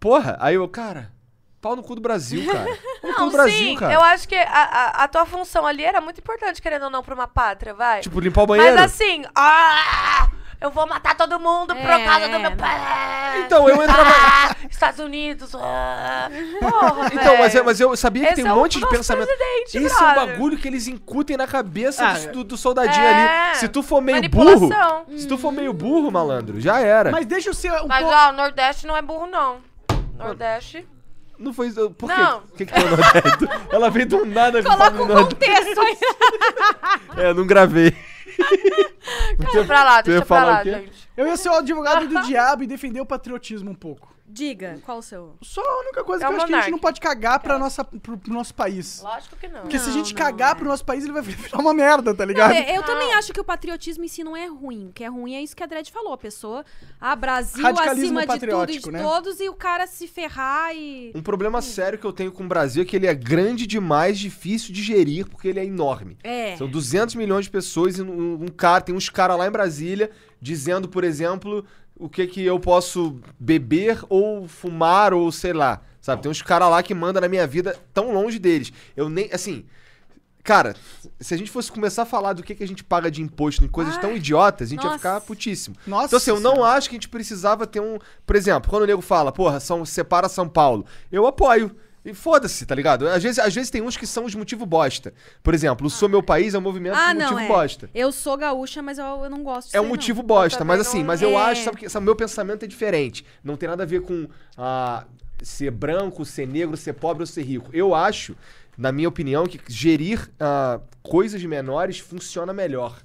[SPEAKER 2] Porra, aí eu, cara, pau no cu do Brasil, cara. Pau no cu
[SPEAKER 4] Não,
[SPEAKER 2] do Brasil,
[SPEAKER 4] sim,
[SPEAKER 2] cara.
[SPEAKER 4] eu acho que a, a- a tua função ali era muito importante, querendo ou não, pra uma pátria, vai.
[SPEAKER 2] Tipo, limpar o banheiro.
[SPEAKER 4] Mas assim, ah, eu vou matar todo mundo por
[SPEAKER 3] É,
[SPEAKER 4] causa do meu
[SPEAKER 3] não.
[SPEAKER 4] pai.
[SPEAKER 2] Então, eu entrava-
[SPEAKER 4] Ah, Estados Unidos. Ah, porra,
[SPEAKER 2] Então, mas, é-
[SPEAKER 4] velho.
[SPEAKER 2] mas eu sabia que
[SPEAKER 4] Esse
[SPEAKER 2] tem
[SPEAKER 4] é
[SPEAKER 2] um
[SPEAKER 4] o
[SPEAKER 2] monte de
[SPEAKER 4] nosso
[SPEAKER 2] pensamento.
[SPEAKER 4] presidente,
[SPEAKER 2] Esse é um
[SPEAKER 4] brother.
[SPEAKER 2] bagulho que eles incutem na cabeça
[SPEAKER 1] Ah,
[SPEAKER 2] do- do, do soldadinho
[SPEAKER 4] é.
[SPEAKER 2] ali. Se tu for meio burro.
[SPEAKER 4] Manipulação.
[SPEAKER 2] Se tu for meio burro, malandro, já era.
[SPEAKER 1] Mas deixa eu ser
[SPEAKER 2] é
[SPEAKER 1] um
[SPEAKER 4] Mas
[SPEAKER 1] pouco.
[SPEAKER 4] ó, o Nordeste não é burro, não. Nordeste.
[SPEAKER 2] Não foi. Por quê?
[SPEAKER 4] Não.
[SPEAKER 2] O que, que tem um no Nordeste? Ela veio do nada me
[SPEAKER 3] Coloca
[SPEAKER 2] falando
[SPEAKER 3] um
[SPEAKER 2] no Nordeste.
[SPEAKER 3] contexto aí.
[SPEAKER 2] É, eu não gravei.
[SPEAKER 4] Deixa pra lá,
[SPEAKER 2] Tu ia
[SPEAKER 4] deixa pra
[SPEAKER 2] falar
[SPEAKER 4] lá,
[SPEAKER 2] o quê?
[SPEAKER 4] gente.
[SPEAKER 1] Eu ia ser o advogado do diabo e defender o patriotismo um pouco.
[SPEAKER 3] Diga, qual o seu?
[SPEAKER 1] Só a única coisa
[SPEAKER 4] É
[SPEAKER 1] que eu
[SPEAKER 4] o
[SPEAKER 1] acho que a gente
[SPEAKER 4] monarca. É.
[SPEAKER 1] não pode cagar pra nossa, pro, pro nosso país.
[SPEAKER 4] Lógico que não.
[SPEAKER 1] Porque se a gente
[SPEAKER 3] Não, não,
[SPEAKER 1] cagar
[SPEAKER 3] é.
[SPEAKER 1] pro nosso país, ele vai virar uma merda, tá ligado?
[SPEAKER 3] Eu, eu também acho que o patriotismo em si não é ruim. O que é ruim é isso que a Dredd falou. A pessoa, a Brasil
[SPEAKER 1] Radicalismo
[SPEAKER 3] acima de tudo e
[SPEAKER 1] patriótico,
[SPEAKER 3] de
[SPEAKER 1] né?
[SPEAKER 3] todos e o cara se ferrar e...
[SPEAKER 2] Um problema sério que eu tenho com o Brasil é que ele é grande demais, difícil de gerir, porque ele é enorme.
[SPEAKER 3] É.
[SPEAKER 2] São 200 milhões de pessoas e um, um cara, tem uns caras lá em Brasília dizendo, por exemplo, o que que eu posso beber ou fumar ou sei lá, sabe? Tem uns caras lá que mandam na minha vida tão longe deles. Eu nem, assim, cara, se a gente fosse começar a falar do que que a gente paga de imposto em coisas tão idiotas, a gente ia
[SPEAKER 3] nossa.
[SPEAKER 2] ficar putíssimo.
[SPEAKER 1] Nossa.
[SPEAKER 2] Então, assim, eu não
[SPEAKER 1] senhora.
[SPEAKER 2] acho que a gente precisava ter um. Por exemplo, quando o nego fala, porra, são, separa São Paulo, eu apoio. E foda-se, tá ligado? Às vezes, às vezes tem uns que são os motivo bosta. Por exemplo, o Sou Meu País é um movimento
[SPEAKER 3] Ah,
[SPEAKER 2] de
[SPEAKER 3] não,
[SPEAKER 2] motivo
[SPEAKER 3] é.
[SPEAKER 2] bosta.
[SPEAKER 3] Eu sou gaúcha, mas eu, eu não gosto disso
[SPEAKER 2] É um
[SPEAKER 3] aí, não.
[SPEAKER 2] motivo bosta,
[SPEAKER 4] também
[SPEAKER 2] mas assim,
[SPEAKER 4] não-
[SPEAKER 2] mas eu
[SPEAKER 3] É.
[SPEAKER 2] acho, sabe que sabe, meu pensamento é diferente. Não tem nada a ver com ah, ser branco, ser negro, ser pobre ou ser rico. Eu acho, na minha opinião, que gerir ah, coisas menores funciona melhor.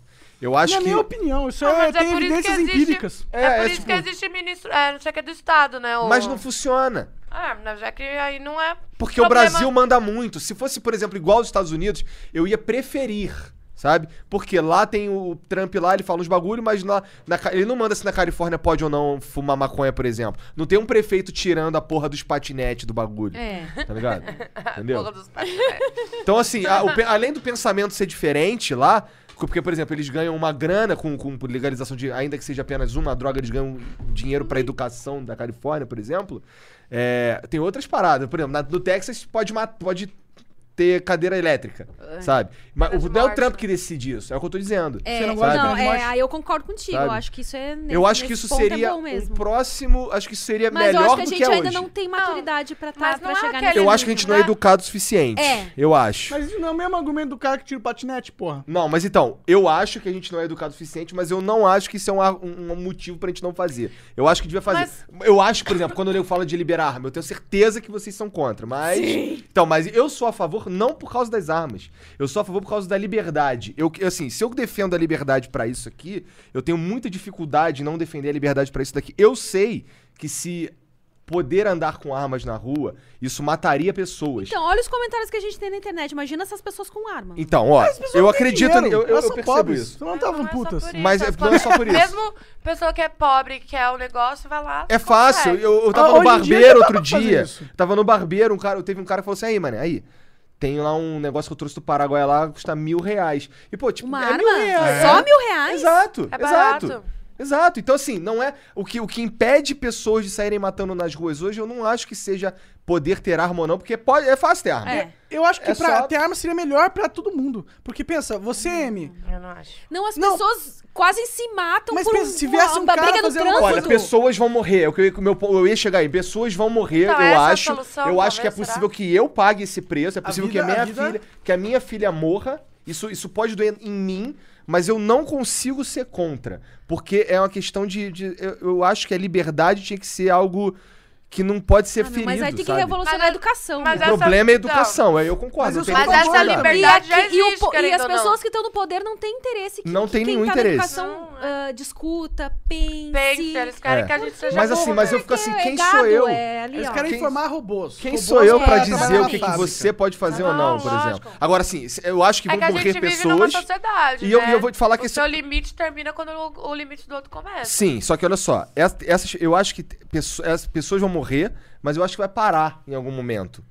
[SPEAKER 2] Eu acho
[SPEAKER 1] Na
[SPEAKER 2] que.
[SPEAKER 1] minha opinião, isso
[SPEAKER 4] Ah,
[SPEAKER 1] é,
[SPEAKER 4] mas é
[SPEAKER 1] tem
[SPEAKER 4] por isso que
[SPEAKER 1] evidências
[SPEAKER 4] existe-
[SPEAKER 1] empíricas.
[SPEAKER 4] É,
[SPEAKER 2] É,
[SPEAKER 4] por
[SPEAKER 2] é
[SPEAKER 4] isso
[SPEAKER 2] tipo-
[SPEAKER 4] que existe ministro. É, não sei o que é do Estado, né? o-
[SPEAKER 2] Mas não funciona.
[SPEAKER 4] Ah, mas já que aí não é.
[SPEAKER 2] Porque o
[SPEAKER 4] problema-
[SPEAKER 2] Brasil manda muito. Se fosse, por exemplo, igual aos Estados Unidos, eu ia preferir, sabe? Porque lá tem o Trump lá, ele fala uns bagulho, mas lá, na Ca- ele não manda se na Califórnia pode ou não fumar maconha, por exemplo. Não tem um prefeito tirando a porra dos patinetes do bagulho.
[SPEAKER 3] É.
[SPEAKER 2] Tá ligado?
[SPEAKER 4] Porra
[SPEAKER 2] Entendeu?
[SPEAKER 4] dos pais. é.
[SPEAKER 2] Então, assim, a- o pe- além do pensamento ser diferente lá, porque, por exemplo, eles ganham uma grana com, com legalização de, ainda que seja apenas uma droga, eles ganham dinheiro pra educação da Califórnia, por exemplo. É, tem outras paradas. Por exemplo, na- no Texas pode, ma- pode ter cadeira elétrica, sabe? Mas
[SPEAKER 4] Mas
[SPEAKER 2] o- não é o
[SPEAKER 4] morte.
[SPEAKER 2] Trump que decide isso, é o que eu tô dizendo.
[SPEAKER 3] É,
[SPEAKER 1] Você não gosta
[SPEAKER 3] não,
[SPEAKER 1] de
[SPEAKER 3] é,
[SPEAKER 1] morte?
[SPEAKER 3] aí eu concordo contigo.
[SPEAKER 2] Sabe?
[SPEAKER 3] Eu acho que isso é. ne-
[SPEAKER 2] Eu acho que
[SPEAKER 3] nesse
[SPEAKER 2] isso
[SPEAKER 3] ponto é
[SPEAKER 2] seria
[SPEAKER 3] bom mesmo.
[SPEAKER 2] um próximo. Acho que isso seria
[SPEAKER 3] Mas eu
[SPEAKER 2] melhor
[SPEAKER 3] acho que a
[SPEAKER 2] do
[SPEAKER 3] gente
[SPEAKER 2] que é
[SPEAKER 3] ainda
[SPEAKER 2] hoje.
[SPEAKER 3] não tá tem maturidade pra, tá,
[SPEAKER 4] mas
[SPEAKER 3] pra
[SPEAKER 4] não é
[SPEAKER 3] chegar
[SPEAKER 4] aquele
[SPEAKER 3] nesse
[SPEAKER 2] Eu
[SPEAKER 4] Ele
[SPEAKER 2] acho que a
[SPEAKER 3] nível.
[SPEAKER 2] gente não é
[SPEAKER 4] não é?
[SPEAKER 2] educado o suficiente.
[SPEAKER 3] né? É.
[SPEAKER 2] Eu acho.
[SPEAKER 1] Mas isso não é o mesmo argumento do cara que tira o patinete, porra.
[SPEAKER 2] Não, mas então, eu acho que a gente não é educado o suficiente, mas eu não acho que isso é um, ar- um- um motivo pra gente não fazer. Eu acho que devia fazer. Eu acho, por exemplo, quando eu falo de liberar arma, eu tenho certeza que vocês são contra, mas. Então, mas eu sou a favor não por causa das armas. Eu sou a favor por causa da liberdade. Eu, assim, se eu defendo a liberdade pra isso aqui, eu tenho muita dificuldade em não defender a liberdade pra isso daqui. Eu sei que se poder andar com armas na rua, isso mataria pessoas.
[SPEAKER 3] Então, olha os comentários que a gente tem na internet. Imagina essas pessoas com arma.
[SPEAKER 2] Então, ó, eu acredito,
[SPEAKER 1] Dinheiro,
[SPEAKER 2] eu, eu, eu
[SPEAKER 1] elas são
[SPEAKER 2] percebo
[SPEAKER 1] pobres,
[SPEAKER 2] isso.
[SPEAKER 1] Não
[SPEAKER 4] Não,
[SPEAKER 1] estavam
[SPEAKER 4] não é só
[SPEAKER 1] putas.
[SPEAKER 4] por isso,
[SPEAKER 2] Mas é-
[SPEAKER 4] as
[SPEAKER 2] não é só por isso.
[SPEAKER 4] Mesmo pessoa que é pobre, que é o negócio, vai lá.
[SPEAKER 2] É fácil.
[SPEAKER 4] consegue.
[SPEAKER 2] Eu, eu
[SPEAKER 1] Ah,
[SPEAKER 2] tava no
[SPEAKER 1] hoje em dia
[SPEAKER 2] barbeiro
[SPEAKER 1] já dá
[SPEAKER 2] outro
[SPEAKER 1] pra fazer
[SPEAKER 2] dia.
[SPEAKER 1] isso.
[SPEAKER 2] Tava no barbeiro, um cara, teve um cara que falou assim: aí, mano, aí. Tem lá um negócio que eu trouxe do Paraguai lá, custa mil reais. E, pô, tipo,
[SPEAKER 3] Uma
[SPEAKER 2] é
[SPEAKER 3] arma?
[SPEAKER 2] mil reais.
[SPEAKER 3] Só
[SPEAKER 2] É.
[SPEAKER 3] mil reais?
[SPEAKER 2] Exato,
[SPEAKER 4] É
[SPEAKER 2] exato.
[SPEAKER 4] barato.
[SPEAKER 2] Exato. Então, assim, não é. O que, o que impede pessoas de saírem matando nas ruas hoje, eu não acho que seja poder ter arma ou não, porque pode, é fácil ter arma.
[SPEAKER 3] É.
[SPEAKER 1] Eu acho que
[SPEAKER 2] É
[SPEAKER 1] pra
[SPEAKER 2] só-
[SPEAKER 1] ter arma seria melhor pra todo mundo. Porque pensa, você,
[SPEAKER 3] Hum.
[SPEAKER 1] M,
[SPEAKER 4] Eu não acho.
[SPEAKER 3] Não, as
[SPEAKER 1] Não.
[SPEAKER 3] pessoas quase se matam
[SPEAKER 1] Mas
[SPEAKER 3] por
[SPEAKER 1] pensa,
[SPEAKER 3] um-
[SPEAKER 1] se viesse um
[SPEAKER 3] uma
[SPEAKER 1] cara
[SPEAKER 3] briga no
[SPEAKER 1] fazendo-
[SPEAKER 3] trânsito.
[SPEAKER 2] Olha, pessoas vão morrer. É o que eu, ia- o meu, po- eu ia chegar aí. Pessoas vão morrer,
[SPEAKER 4] Então,
[SPEAKER 2] eu
[SPEAKER 4] essa é a
[SPEAKER 2] acho.
[SPEAKER 4] solução,
[SPEAKER 2] eu acho
[SPEAKER 4] talvez,
[SPEAKER 2] que é possível que eu pague esse preço. É possível
[SPEAKER 1] vida-
[SPEAKER 2] que, a minha
[SPEAKER 1] a vida-
[SPEAKER 2] filha, que a minha filha morra. Isso, isso pode doer em mim, mas eu não consigo ser contra. Porque é uma questão de. de- eu, eu acho que a liberdade tinha que ser algo que não pode ser
[SPEAKER 3] Ah, meu,
[SPEAKER 2] é ferido.
[SPEAKER 3] mas aí tem que
[SPEAKER 2] sabe?
[SPEAKER 3] revolucionar
[SPEAKER 4] Mas-
[SPEAKER 3] a educação.
[SPEAKER 4] mas
[SPEAKER 3] né?
[SPEAKER 2] O
[SPEAKER 4] essa-
[SPEAKER 2] problema é a
[SPEAKER 4] não.
[SPEAKER 2] educação, aí eu concordo.
[SPEAKER 1] Mas
[SPEAKER 2] não
[SPEAKER 1] eu sou
[SPEAKER 2] tem
[SPEAKER 4] Mas
[SPEAKER 2] como
[SPEAKER 1] contra.
[SPEAKER 4] essa
[SPEAKER 2] discordar.
[SPEAKER 1] liberdade
[SPEAKER 3] E,
[SPEAKER 4] liberdade já
[SPEAKER 3] aqui- e o
[SPEAKER 4] existe,
[SPEAKER 3] po- e
[SPEAKER 4] querendo
[SPEAKER 3] as
[SPEAKER 4] ou não.
[SPEAKER 3] pessoas que estão no poder não têm interesse que,
[SPEAKER 2] Não
[SPEAKER 3] que
[SPEAKER 2] tem
[SPEAKER 3] quem
[SPEAKER 2] nenhum
[SPEAKER 3] tá
[SPEAKER 2] interesse.
[SPEAKER 3] na educação
[SPEAKER 4] Não,
[SPEAKER 3] ah, discuta, pense.
[SPEAKER 4] Pense, eles querem
[SPEAKER 2] É.
[SPEAKER 4] que a gente seja
[SPEAKER 2] Mas
[SPEAKER 4] burro,
[SPEAKER 2] assim, mas eu
[SPEAKER 4] né?
[SPEAKER 2] fico assim,
[SPEAKER 3] É,
[SPEAKER 2] quem
[SPEAKER 3] gado,
[SPEAKER 2] sou eu?
[SPEAKER 3] É, ali,
[SPEAKER 1] eles
[SPEAKER 3] ó.
[SPEAKER 1] querem
[SPEAKER 2] Quem-
[SPEAKER 1] informar robôs.
[SPEAKER 2] Quem
[SPEAKER 1] Robôs
[SPEAKER 2] sou eu
[SPEAKER 4] é,
[SPEAKER 1] pra
[SPEAKER 4] tá
[SPEAKER 2] pra
[SPEAKER 1] trabalhar
[SPEAKER 2] dizer
[SPEAKER 1] na
[SPEAKER 2] o que, que
[SPEAKER 1] fábrica.
[SPEAKER 2] você pode fazer
[SPEAKER 4] Não,
[SPEAKER 2] ou não, por
[SPEAKER 4] lógico.
[SPEAKER 2] exemplo. Agora, assim, eu acho que
[SPEAKER 4] É
[SPEAKER 2] vão
[SPEAKER 4] que a
[SPEAKER 2] morrer
[SPEAKER 4] gente vive numa
[SPEAKER 2] pessoas.
[SPEAKER 4] sociedade.
[SPEAKER 2] E eu-
[SPEAKER 4] né?
[SPEAKER 2] e eu vou te falar que
[SPEAKER 4] O
[SPEAKER 2] esse-
[SPEAKER 4] seu limite termina quando o, o limite do outro começa.
[SPEAKER 2] Sim, só que olha só, essa- essas, eu acho que te- pesso- essas pessoas vão morrer, mas eu acho que vai parar em algum momento.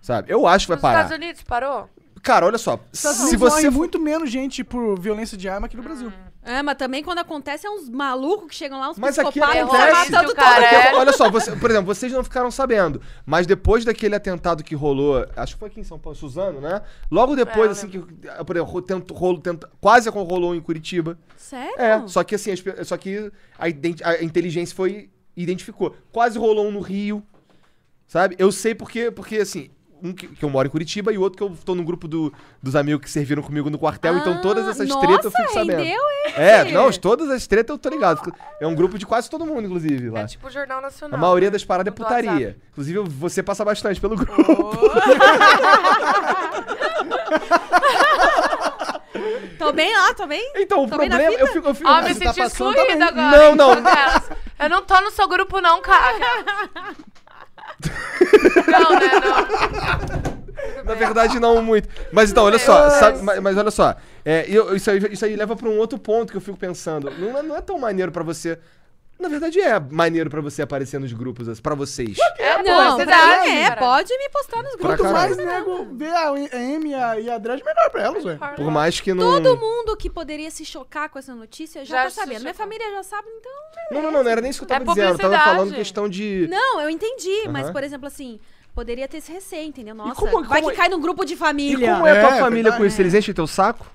[SPEAKER 2] Sabe? Eu acho que vai
[SPEAKER 4] Nos Estados
[SPEAKER 2] parar.
[SPEAKER 4] Unidos parou?
[SPEAKER 2] Cara, olha só,
[SPEAKER 1] Estados
[SPEAKER 2] se
[SPEAKER 1] Unidos morre
[SPEAKER 2] você for-
[SPEAKER 1] muito menos gente por violência de arma aqui no Brasil.
[SPEAKER 3] É, mas também quando acontece é uns malucos que chegam lá, uns
[SPEAKER 2] Mas aqui é
[SPEAKER 3] psicopatas que estão
[SPEAKER 2] acontece.
[SPEAKER 3] matando todo
[SPEAKER 4] Cara,
[SPEAKER 2] Porque,
[SPEAKER 4] é.
[SPEAKER 2] Olha só, você- por exemplo, vocês não ficaram sabendo, mas depois daquele atentado que rolou, acho que foi aqui em São Paulo, Suzano, né? Logo depois,
[SPEAKER 4] É, eu
[SPEAKER 2] assim, que, por exemplo, tento, rolo, tento, quase rolou em Curitiba.
[SPEAKER 3] Sério?
[SPEAKER 2] É, só que assim, as pe- só que a, ident- a inteligência foi identificou. Quase rolou um no Rio, sabe? Eu sei porque, porque assim, um que, que eu moro em Curitiba e o outro que eu tô no grupo do- dos amigos que serviram comigo no quartel, então todas
[SPEAKER 3] Ah,
[SPEAKER 2] essas
[SPEAKER 3] nossa,
[SPEAKER 2] tretas eu fico sabendo.
[SPEAKER 3] rendeu esse.
[SPEAKER 2] É, não, todas as tretas eu tô ligado. É um grupo de quase todo mundo, inclusive, lá.
[SPEAKER 4] É tipo Jornal Nacional.
[SPEAKER 2] A maioria
[SPEAKER 4] né?
[SPEAKER 2] das paradas é
[SPEAKER 4] Do WhatsApp.
[SPEAKER 2] putaria. Inclusive, você passa bastante pelo grupo.
[SPEAKER 3] Tô bem lá, tô bem.
[SPEAKER 2] Então, o
[SPEAKER 3] Tô bem na
[SPEAKER 2] problema.
[SPEAKER 3] fita.
[SPEAKER 2] Eu fico. Eu fico
[SPEAKER 4] Ó, Ah, me
[SPEAKER 1] Você tá
[SPEAKER 4] senti
[SPEAKER 1] passando
[SPEAKER 4] excluída
[SPEAKER 1] também.
[SPEAKER 4] agora.
[SPEAKER 2] Não, não.
[SPEAKER 4] com delas. Eu não tô no seu grupo, não, cara. não, né? Não.
[SPEAKER 2] Na verdade, não muito. Mas então, olha só, sabe- mas, mas olha só. é, eu- isso, aí, isso aí leva pra um outro ponto que eu fico pensando. Não, é- não é tão maneiro pra você. Na verdade, é maneiro pra você aparecer nos grupos, assim, pra vocês.
[SPEAKER 4] É, pô,
[SPEAKER 3] não,
[SPEAKER 4] vocês
[SPEAKER 3] pra mim
[SPEAKER 4] acham,
[SPEAKER 3] é,
[SPEAKER 4] cara?
[SPEAKER 3] pode me postar nos grupos.
[SPEAKER 1] Quanto mais
[SPEAKER 2] caralho.
[SPEAKER 1] nego vê a M e a, e a Dredd, melhor pra elas, velho.
[SPEAKER 2] Por mais que não.
[SPEAKER 3] Todo mundo que poderia se chocar com essa notícia já,
[SPEAKER 4] Já
[SPEAKER 3] tá
[SPEAKER 4] se
[SPEAKER 3] sabendo. Minha
[SPEAKER 4] chocou.
[SPEAKER 3] família já sabe, então.
[SPEAKER 2] Não, não, não, não era nem isso que eu tava
[SPEAKER 4] É
[SPEAKER 2] dizendo. Eu tava
[SPEAKER 4] publicidade.
[SPEAKER 2] falando questão de.
[SPEAKER 3] Não, eu entendi, mas
[SPEAKER 2] Aham.
[SPEAKER 3] por exemplo, assim, poderia ter esse receio, entendeu? Nossa,
[SPEAKER 2] como- é-
[SPEAKER 3] vai
[SPEAKER 2] como-
[SPEAKER 3] que cai num grupo de
[SPEAKER 2] E
[SPEAKER 3] família.
[SPEAKER 2] como é a tua
[SPEAKER 1] É,
[SPEAKER 2] família
[SPEAKER 1] verdade.
[SPEAKER 2] com isso? Eles enchem teu saco?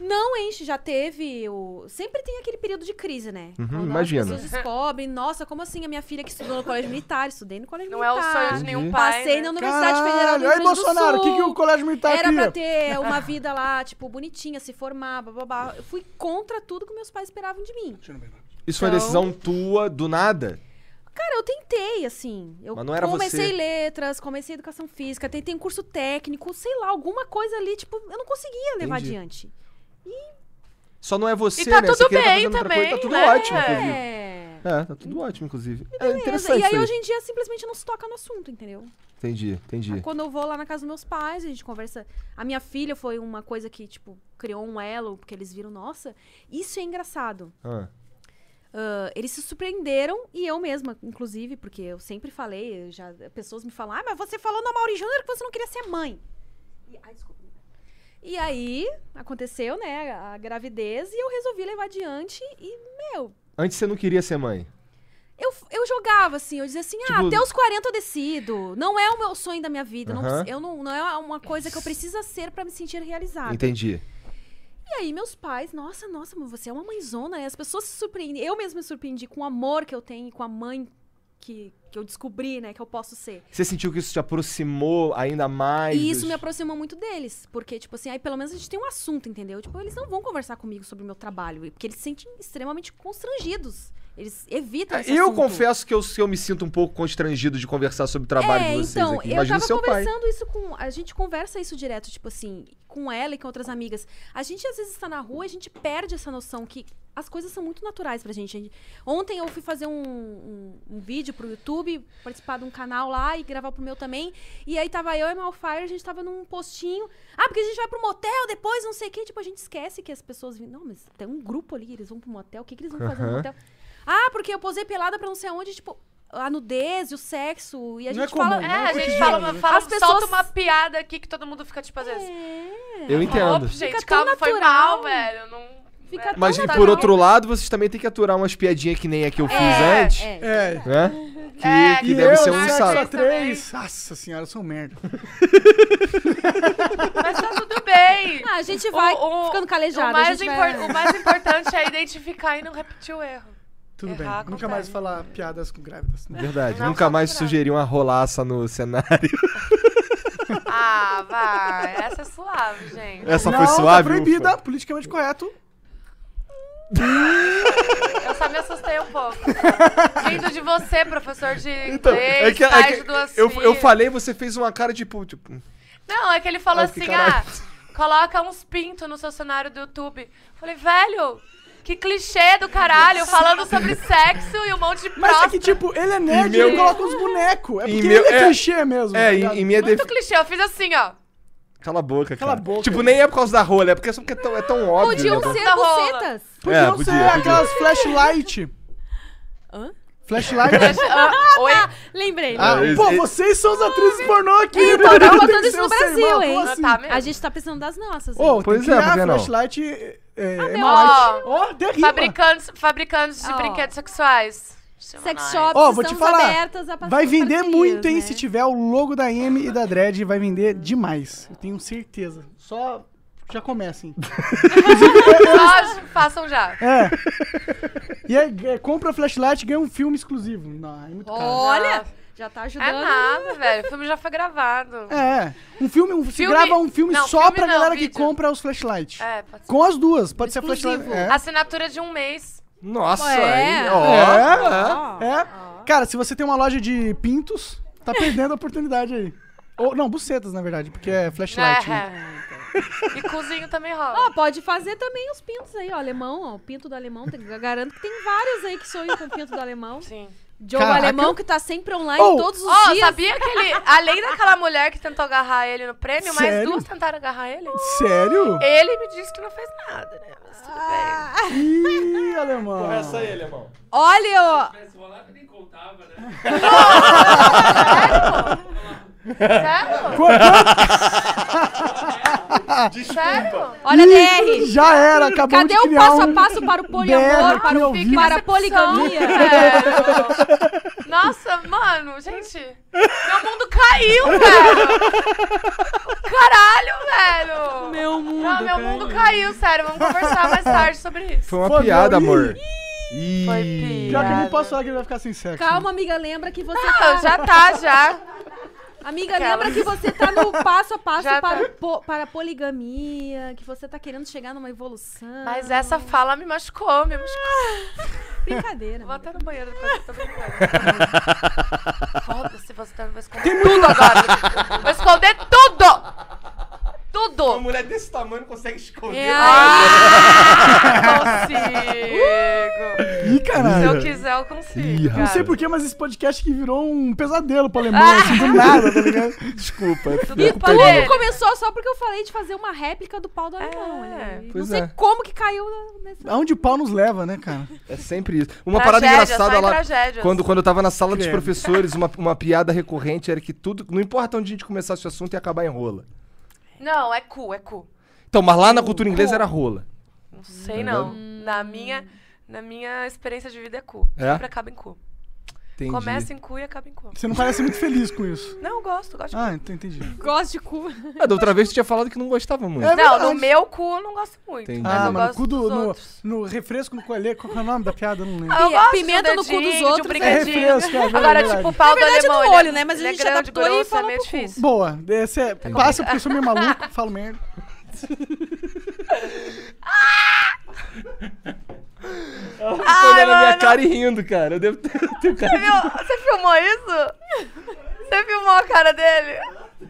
[SPEAKER 3] Não enche, já teve. O... Sempre tem aquele período de crise, né? Quando
[SPEAKER 2] Uhum, imagino.
[SPEAKER 3] As pessoas descobrem, nossa, como assim a minha filha que estudou no colégio militar, estudei no colégio
[SPEAKER 4] Não é
[SPEAKER 3] militar.
[SPEAKER 4] o sonho de nenhum pai.
[SPEAKER 3] Passei
[SPEAKER 4] né?
[SPEAKER 3] na Universidade Federal do
[SPEAKER 1] Caralho,
[SPEAKER 3] Rio
[SPEAKER 1] aí
[SPEAKER 3] Grande do
[SPEAKER 1] Bolsonaro, o
[SPEAKER 3] Sul.
[SPEAKER 1] que, que o colégio
[SPEAKER 2] Tá
[SPEAKER 1] militar
[SPEAKER 3] Era pra
[SPEAKER 1] queria?
[SPEAKER 3] ter uma vida lá, tipo, bonitinha, se formar, bababá. Eu fui contra tudo que meus pais esperavam de mim.
[SPEAKER 2] Isso foi
[SPEAKER 3] Então-
[SPEAKER 2] decisão tua, do nada?
[SPEAKER 3] Cara, eu tentei, assim. Eu
[SPEAKER 2] Mas não era
[SPEAKER 3] comecei
[SPEAKER 2] você.
[SPEAKER 3] letras, comecei educação física, tentei um curso técnico, sei lá, alguma coisa ali, tipo, eu não conseguia levar
[SPEAKER 2] Entendi.
[SPEAKER 3] adiante.
[SPEAKER 2] Só não é você,
[SPEAKER 4] E tá
[SPEAKER 2] né? Você
[SPEAKER 4] tudo
[SPEAKER 2] queria tá
[SPEAKER 4] bem
[SPEAKER 2] fazendo outra
[SPEAKER 4] também,
[SPEAKER 2] Coisa, tá tudo
[SPEAKER 4] né?
[SPEAKER 2] ótimo, inclusive.
[SPEAKER 3] É.
[SPEAKER 2] É, tá tudo ótimo, inclusive. É
[SPEAKER 3] Beleza.
[SPEAKER 2] interessante.
[SPEAKER 3] E aí
[SPEAKER 2] isso aí.
[SPEAKER 3] hoje em dia simplesmente não se toca no assunto, entendeu?
[SPEAKER 2] Entendi, entendi.
[SPEAKER 3] Quando eu vou lá na casa dos meus pais, a gente conversa. A minha filha foi uma coisa que, tipo, criou um elo, porque eles viram, nossa, isso é engraçado.
[SPEAKER 2] Ah.
[SPEAKER 3] Ah, eles se surpreenderam e eu mesma, inclusive, porque eu sempre falei, eu já pessoas me falam, ah, mas você falou na Mauri Júnior que você não queria ser mãe. E, ai, desculpa. E aí aconteceu, né, a gravidez e eu resolvi levar adiante e, meu,
[SPEAKER 2] Antes você não queria ser mãe.
[SPEAKER 3] eu, eu eu jogava, assim. Eu dizia assim, ah,
[SPEAKER 2] Tipo-
[SPEAKER 3] até os 40 eu decido. Não é o meu sonho da minha vida. não
[SPEAKER 2] Aham.
[SPEAKER 3] preci- eu não, não é uma coisa que eu precisa ser pra me sentir realizada.
[SPEAKER 2] Entendi.
[SPEAKER 3] E aí, meus pais, nossa, nossa, mas você é uma mãezona, né? As pessoas se surpreendem. Eu mesma me surpreendi com o amor que eu tenho e com a mãe que, que eu descobri, né? Que eu posso ser.
[SPEAKER 2] Você sentiu que isso te aproximou ainda mais?
[SPEAKER 3] E isso
[SPEAKER 2] dos-
[SPEAKER 3] me aproximou muito deles. Porque, tipo assim, aí pelo menos a gente tem um assunto, entendeu? Tipo, eles não vão conversar comigo sobre o meu trabalho. Porque eles se sentem extremamente constrangidos. Eles evitam esse
[SPEAKER 2] É, Eu
[SPEAKER 3] assunto.
[SPEAKER 2] confesso que eu, que eu me sinto um pouco constrangido de conversar sobre o trabalho
[SPEAKER 3] é,
[SPEAKER 2] de vocês
[SPEAKER 3] então,
[SPEAKER 2] aqui.
[SPEAKER 3] eu
[SPEAKER 2] Imagina
[SPEAKER 3] tava
[SPEAKER 2] seu pai.
[SPEAKER 3] conversando isso com... A gente conversa isso direto, tipo assim, com ela e com outras amigas. A gente, às vezes, está na rua e a gente perde essa noção que as coisas são muito naturais pra gente. A gente- Ontem eu fui fazer um, um, um vídeo pro YouTube, participar de um canal lá e gravar pro meu também. E aí tava eu e a Malfire, a gente tava num postinho. Ah, porque a gente vai pro motel depois, não sei o quê. Tipo, a gente esquece que as pessoas... vêm. Não, mas tem um grupo ali, eles vão pro motel. O que, que eles vão fazer
[SPEAKER 2] Aham.
[SPEAKER 3] no motel? Ah, porque eu posei pelada pra não sei aonde, tipo... A nudez e o sexo. E a
[SPEAKER 1] Não é
[SPEAKER 3] gente fala.
[SPEAKER 4] É,
[SPEAKER 1] comum,
[SPEAKER 4] a gente
[SPEAKER 1] cotidiano,
[SPEAKER 4] fala, uma,
[SPEAKER 1] né?
[SPEAKER 4] fala
[SPEAKER 3] As
[SPEAKER 4] solta
[SPEAKER 3] pessoas-
[SPEAKER 4] uma piada aqui que todo mundo fica, tipo, às vezes.
[SPEAKER 3] É.
[SPEAKER 2] Eu
[SPEAKER 4] "Ops,
[SPEAKER 2] entendo.
[SPEAKER 4] gente,
[SPEAKER 3] Fica tão
[SPEAKER 4] calma, foi
[SPEAKER 3] natural.
[SPEAKER 4] mal, velho. Não.
[SPEAKER 3] Fica tão
[SPEAKER 2] É.
[SPEAKER 3] né?
[SPEAKER 2] Mas e
[SPEAKER 3] natural.
[SPEAKER 2] por outro lado, vocês também têm que aturar umas piadinhas que nem a que eu fiz
[SPEAKER 4] É,
[SPEAKER 2] antes.
[SPEAKER 3] É.
[SPEAKER 1] É.
[SPEAKER 2] Né? Que,
[SPEAKER 4] É,
[SPEAKER 2] que
[SPEAKER 1] E
[SPEAKER 2] deve
[SPEAKER 1] eu,
[SPEAKER 2] ser um
[SPEAKER 1] sexo
[SPEAKER 4] saco.
[SPEAKER 1] a
[SPEAKER 2] saco.
[SPEAKER 1] três. Nossa senhora, eu sou um merda.
[SPEAKER 4] Mas tá tudo bem.
[SPEAKER 3] Ah, a gente vai
[SPEAKER 4] O- o-
[SPEAKER 3] ficando calejado.
[SPEAKER 4] O mais,
[SPEAKER 3] a gente vai-
[SPEAKER 4] impor- o mais importante é identificar e não repetir o erro.
[SPEAKER 1] Tudo
[SPEAKER 3] É,
[SPEAKER 4] Errar
[SPEAKER 1] bem. Nunca
[SPEAKER 4] acontece.
[SPEAKER 1] mais falar piadas com grávidas. Né?
[SPEAKER 2] Verdade.
[SPEAKER 4] Não,
[SPEAKER 2] Nunca
[SPEAKER 4] só
[SPEAKER 2] mais
[SPEAKER 4] natural.
[SPEAKER 2] sugerir uma rolaça no cenário.
[SPEAKER 4] Ah, vai. Essa é suave, gente.
[SPEAKER 2] Essa
[SPEAKER 1] não,
[SPEAKER 2] foi suave?
[SPEAKER 1] Tá
[SPEAKER 2] não
[SPEAKER 1] proibida,
[SPEAKER 2] foi?
[SPEAKER 1] politicamente correto.
[SPEAKER 4] Eu só me assustei um pouco. Vindo de você, professor de inglês,
[SPEAKER 2] Então, é que, é
[SPEAKER 4] pai
[SPEAKER 2] que
[SPEAKER 4] de duas
[SPEAKER 2] eu, eu
[SPEAKER 4] filhas.
[SPEAKER 2] falei, você fez uma cara tipo. tipo
[SPEAKER 4] Não, é que ele falou
[SPEAKER 2] Ah, que
[SPEAKER 4] assim,
[SPEAKER 2] caralho.
[SPEAKER 4] ah, coloca uns pintos no seu cenário do YouTube. Eu falei, velho, que clichê do caralho, falando sobre sexo e um monte de
[SPEAKER 1] Mas
[SPEAKER 4] próstata.
[SPEAKER 1] é que, tipo, ele é nerd
[SPEAKER 2] E meu-
[SPEAKER 1] ele coloca uns bonecos. É
[SPEAKER 2] E
[SPEAKER 1] porque
[SPEAKER 2] meu-
[SPEAKER 1] ele é,
[SPEAKER 2] é.
[SPEAKER 1] clichê mesmo. tá
[SPEAKER 2] é, em,
[SPEAKER 1] ligado?
[SPEAKER 2] em minha
[SPEAKER 4] Muito
[SPEAKER 2] defesa.
[SPEAKER 4] clichê, eu fiz assim, ó.
[SPEAKER 2] Cala a boca, cara.
[SPEAKER 1] Cala a boca.
[SPEAKER 2] Tipo, nem é por causa da rola, é porque é só porque é tão, é tão óbvio.
[SPEAKER 3] Podiam
[SPEAKER 2] né?
[SPEAKER 3] ser
[SPEAKER 4] Da rola.
[SPEAKER 3] bucetas.
[SPEAKER 1] Podiam
[SPEAKER 2] é, podia,
[SPEAKER 1] ser
[SPEAKER 2] podia.
[SPEAKER 1] aquelas flashlight.
[SPEAKER 3] Hã?
[SPEAKER 1] Flashlight?
[SPEAKER 3] tá.
[SPEAKER 4] Ah, Oi?
[SPEAKER 3] Lembrei.
[SPEAKER 1] Ah,
[SPEAKER 2] É,
[SPEAKER 1] pô,
[SPEAKER 2] é-
[SPEAKER 1] vocês são as atrizes pornô aqui.
[SPEAKER 3] Então,
[SPEAKER 1] né?
[SPEAKER 3] tá
[SPEAKER 1] Tem
[SPEAKER 3] botando
[SPEAKER 1] que
[SPEAKER 3] isso
[SPEAKER 1] ser
[SPEAKER 3] no
[SPEAKER 1] o seu
[SPEAKER 3] Brasil,
[SPEAKER 1] irmão,
[SPEAKER 3] hein?
[SPEAKER 1] como
[SPEAKER 4] Ah,
[SPEAKER 1] assim?
[SPEAKER 4] tá mesmo.
[SPEAKER 3] A gente tá precisando das nossas. hein?
[SPEAKER 1] Ô,
[SPEAKER 2] Pois é,
[SPEAKER 1] tem que criar
[SPEAKER 2] por que não?
[SPEAKER 1] flashlight... É,
[SPEAKER 3] Ah,
[SPEAKER 1] é, é
[SPEAKER 3] meu
[SPEAKER 1] light.
[SPEAKER 4] Ó,
[SPEAKER 1] Ó, oh,
[SPEAKER 4] fabricantes, fabricantes de
[SPEAKER 3] Ó.
[SPEAKER 4] brinquedos sexuais. Chama
[SPEAKER 3] Sex
[SPEAKER 4] nós.
[SPEAKER 3] shops
[SPEAKER 1] Ó, vou te
[SPEAKER 3] estamos
[SPEAKER 1] falar,
[SPEAKER 3] abertas a
[SPEAKER 1] Vai vender
[SPEAKER 3] parcerias,
[SPEAKER 1] muito, hein? tipo
[SPEAKER 3] né?
[SPEAKER 1] Se tiver o logo da M e da Dredd, vai vender demais. Eu tenho certeza. Só já comecem.
[SPEAKER 4] Só façam já.
[SPEAKER 1] É. E é, é, compra flashlight e ganha um filme exclusivo. Não, é muito caro.
[SPEAKER 3] Olha, já tá ajudando.
[SPEAKER 4] É nada, velho. O filme já foi gravado.
[SPEAKER 1] É. Um filme, um, se
[SPEAKER 4] Filme-
[SPEAKER 1] grava um filme
[SPEAKER 4] não,
[SPEAKER 1] só
[SPEAKER 4] filme
[SPEAKER 1] pra
[SPEAKER 4] não,
[SPEAKER 1] galera que
[SPEAKER 4] vídeo.
[SPEAKER 1] compra os flashlights.
[SPEAKER 4] É, pode ser.
[SPEAKER 1] Com as duas, pode ser
[SPEAKER 3] Exclusivo.
[SPEAKER 1] flashlight. É.
[SPEAKER 4] Assinatura de um mês.
[SPEAKER 2] Nossa,
[SPEAKER 3] É.
[SPEAKER 2] aí, ó.
[SPEAKER 1] É,
[SPEAKER 3] Ó,
[SPEAKER 1] é. Cara, se você tem uma loja de pintos, tá perdendo a oportunidade aí. Ou, não, bucetas, na verdade, porque é flashlight. né?
[SPEAKER 4] É. E cozinho também rola.
[SPEAKER 3] Ó, pode fazer também os pintos aí, ó. Alemão, ó. O pinto do alemão. Tem- Garanto que tem vários aí que sonham com o pinto do alemão.
[SPEAKER 4] Sim.
[SPEAKER 3] Joe
[SPEAKER 1] Caraca.
[SPEAKER 3] Alemão, que tá sempre online
[SPEAKER 1] Oh,
[SPEAKER 3] todos os
[SPEAKER 4] Ó,
[SPEAKER 3] dias.
[SPEAKER 4] sabia que ele, além daquela mulher que tentou agarrar ele no prêmio, mais
[SPEAKER 1] Sério?
[SPEAKER 4] duas tentaram agarrar ele?
[SPEAKER 1] Sério?
[SPEAKER 4] Ele me disse que não fez nada, né? Mas tudo bem.
[SPEAKER 1] Ih, alemão.
[SPEAKER 2] aí, alemão.
[SPEAKER 3] Olha, ó. Ah.
[SPEAKER 4] Sério? Sério?
[SPEAKER 3] Olha,
[SPEAKER 1] Ih,
[SPEAKER 3] DR.
[SPEAKER 1] Já era, acabou
[SPEAKER 3] Cadê
[SPEAKER 1] de
[SPEAKER 3] o
[SPEAKER 1] criar
[SPEAKER 3] passo
[SPEAKER 1] um-
[SPEAKER 3] a passo para o
[SPEAKER 1] BR
[SPEAKER 3] poliamor,
[SPEAKER 1] aqui
[SPEAKER 3] para,
[SPEAKER 1] ao
[SPEAKER 3] o,
[SPEAKER 1] vivo.
[SPEAKER 3] para a
[SPEAKER 4] Decepção,
[SPEAKER 3] poligamia?
[SPEAKER 4] velho. Nossa, mano, gente. Meu mundo caiu, velho. Caralho, velho.
[SPEAKER 3] Meu mundo.
[SPEAKER 4] Não, meu mundo caiu, sério. Vamos conversar mais tarde sobre isso.
[SPEAKER 2] Foi uma
[SPEAKER 1] Foi,
[SPEAKER 2] piada,
[SPEAKER 1] meu,
[SPEAKER 2] amor.
[SPEAKER 1] ih.
[SPEAKER 2] Ih.
[SPEAKER 4] Foi pi.
[SPEAKER 1] Pior que eu não posso falar que ele vai ficar sem sexo.
[SPEAKER 3] Calma, amiga, lembra que você
[SPEAKER 4] Ah,
[SPEAKER 3] tá.
[SPEAKER 4] já tá, já.
[SPEAKER 3] Amiga,
[SPEAKER 4] Aquela.
[SPEAKER 3] lembra que você tá no passo a passo
[SPEAKER 4] Já
[SPEAKER 3] para,
[SPEAKER 4] tá.
[SPEAKER 3] o po- para a poligamia, que você tá querendo chegar numa evolução.
[SPEAKER 4] Mas é- essa fala me machucou, me machucou.
[SPEAKER 3] brincadeira.
[SPEAKER 4] Vou
[SPEAKER 3] amiga.
[SPEAKER 4] até no banheiro depois, eu tô brincando. Foda-se, você tá vai esconder tudo agora. Vou esconder tudo! Tudo!
[SPEAKER 2] mulher desse tamanho consegue esconder.
[SPEAKER 3] É,
[SPEAKER 4] Ah, consigo!
[SPEAKER 1] Ih,
[SPEAKER 4] Se eu
[SPEAKER 1] caralho.
[SPEAKER 4] quiser, eu consigo.
[SPEAKER 2] Ih,
[SPEAKER 4] cara.
[SPEAKER 1] Não sei porquê, mas esse podcast que virou um pesadelo pro alemão, assim, do nada, tá ligado?
[SPEAKER 2] Desculpa.
[SPEAKER 3] E
[SPEAKER 2] minha culpa é minha.
[SPEAKER 3] tudo começou só porque eu falei de fazer uma réplica do pau do alemão.
[SPEAKER 4] É,
[SPEAKER 3] olha aí. Não
[SPEAKER 2] pois
[SPEAKER 3] sei
[SPEAKER 2] é.
[SPEAKER 3] como que caiu na- nessa.
[SPEAKER 1] Aonde o pau nos leva, né, cara?
[SPEAKER 2] É sempre isso. Uma parada
[SPEAKER 4] Tragédias, só
[SPEAKER 2] engraçada
[SPEAKER 4] em
[SPEAKER 2] lá.
[SPEAKER 4] tragédias.
[SPEAKER 2] Quando, quando eu tava na sala dos
[SPEAKER 1] Credo.
[SPEAKER 2] professores, uma, uma piada recorrente era que tudo. Não importa onde a gente começasse o assunto ia acabar em rola.
[SPEAKER 4] Não, é cu, é cu.
[SPEAKER 2] Então, mas lá na cultura inglesa era rola.
[SPEAKER 4] Não sei, não. Na minha, na minha experiência de vida é cu.
[SPEAKER 2] É?
[SPEAKER 4] Sempre acaba em cu.
[SPEAKER 2] Entendi.
[SPEAKER 4] Começa em cu e acaba em cu.
[SPEAKER 1] Você não parece muito feliz com isso.
[SPEAKER 4] Não, eu gosto, gosto de
[SPEAKER 1] Ah, ent- entendi.
[SPEAKER 3] Gosto de cu.
[SPEAKER 2] Ah, da outra vez tu tinha falado que não gostava muito.
[SPEAKER 1] É.
[SPEAKER 4] não,
[SPEAKER 1] verdade.
[SPEAKER 4] no meu cu eu não gosto muito.
[SPEAKER 2] Entendi.
[SPEAKER 4] Mas
[SPEAKER 1] Ah,
[SPEAKER 4] eu
[SPEAKER 1] mano,
[SPEAKER 4] gosto
[SPEAKER 1] cu do-
[SPEAKER 4] dos
[SPEAKER 1] no,
[SPEAKER 4] outros.
[SPEAKER 1] no refresco no colher, qual que é o nome da piada? Eu não lembro.
[SPEAKER 4] Ah, eu
[SPEAKER 3] Pi-
[SPEAKER 4] gosto de um
[SPEAKER 3] pimenta no cu dos
[SPEAKER 4] dedinho, de um
[SPEAKER 3] outros, é
[SPEAKER 4] brigadinho.
[SPEAKER 1] refresco, é verdade,
[SPEAKER 4] Agora,
[SPEAKER 1] verdade.
[SPEAKER 4] tipo, o pau
[SPEAKER 3] Na verdade, é
[SPEAKER 4] do
[SPEAKER 3] no
[SPEAKER 4] alemão.
[SPEAKER 3] olho,
[SPEAKER 4] ele é-
[SPEAKER 3] né? Mas a
[SPEAKER 4] ele
[SPEAKER 3] gente
[SPEAKER 4] é grande,
[SPEAKER 3] adaptou e
[SPEAKER 4] grosso,
[SPEAKER 3] fala
[SPEAKER 4] é meio
[SPEAKER 3] pro cu.
[SPEAKER 4] difícil.
[SPEAKER 1] Boa. Esse é-
[SPEAKER 4] Tá
[SPEAKER 1] passa porque eu sou meio maluco, falo merda.
[SPEAKER 2] Ficou olhando na minha
[SPEAKER 4] mano.
[SPEAKER 2] cara e rindo, cara. Eu devo ter, ter
[SPEAKER 4] Você,
[SPEAKER 2] cara.
[SPEAKER 4] viu- você filmou isso? Você filmou a cara dele?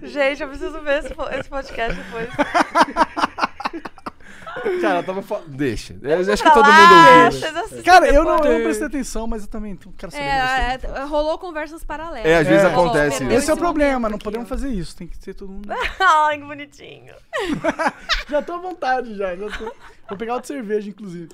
[SPEAKER 4] Gente, eu preciso ver esse, po- esse podcast depois.
[SPEAKER 2] Cara, eu tava falando. Deixa. Eu acho que
[SPEAKER 4] Pra
[SPEAKER 2] todo
[SPEAKER 4] lá,
[SPEAKER 2] mundo ouviu. né?
[SPEAKER 4] vocês assistem
[SPEAKER 1] Cara, eu não, eu
[SPEAKER 2] depois.
[SPEAKER 1] não prestei atenção, mas eu também tô- quero saber. de você.
[SPEAKER 3] É, é, rolou conversas paralelas.
[SPEAKER 2] É, às vezes
[SPEAKER 1] É.
[SPEAKER 2] acontece
[SPEAKER 3] Rolou,
[SPEAKER 2] isso.
[SPEAKER 1] Esse é o
[SPEAKER 3] momento
[SPEAKER 1] problema, não
[SPEAKER 3] aqui,
[SPEAKER 1] podemos
[SPEAKER 3] ó.
[SPEAKER 1] fazer isso. Tem que ser todo mundo.
[SPEAKER 4] Ai, que bonitinho.
[SPEAKER 1] Já tô à vontade, já. já tô- Vou pegar outra cerveja, inclusive.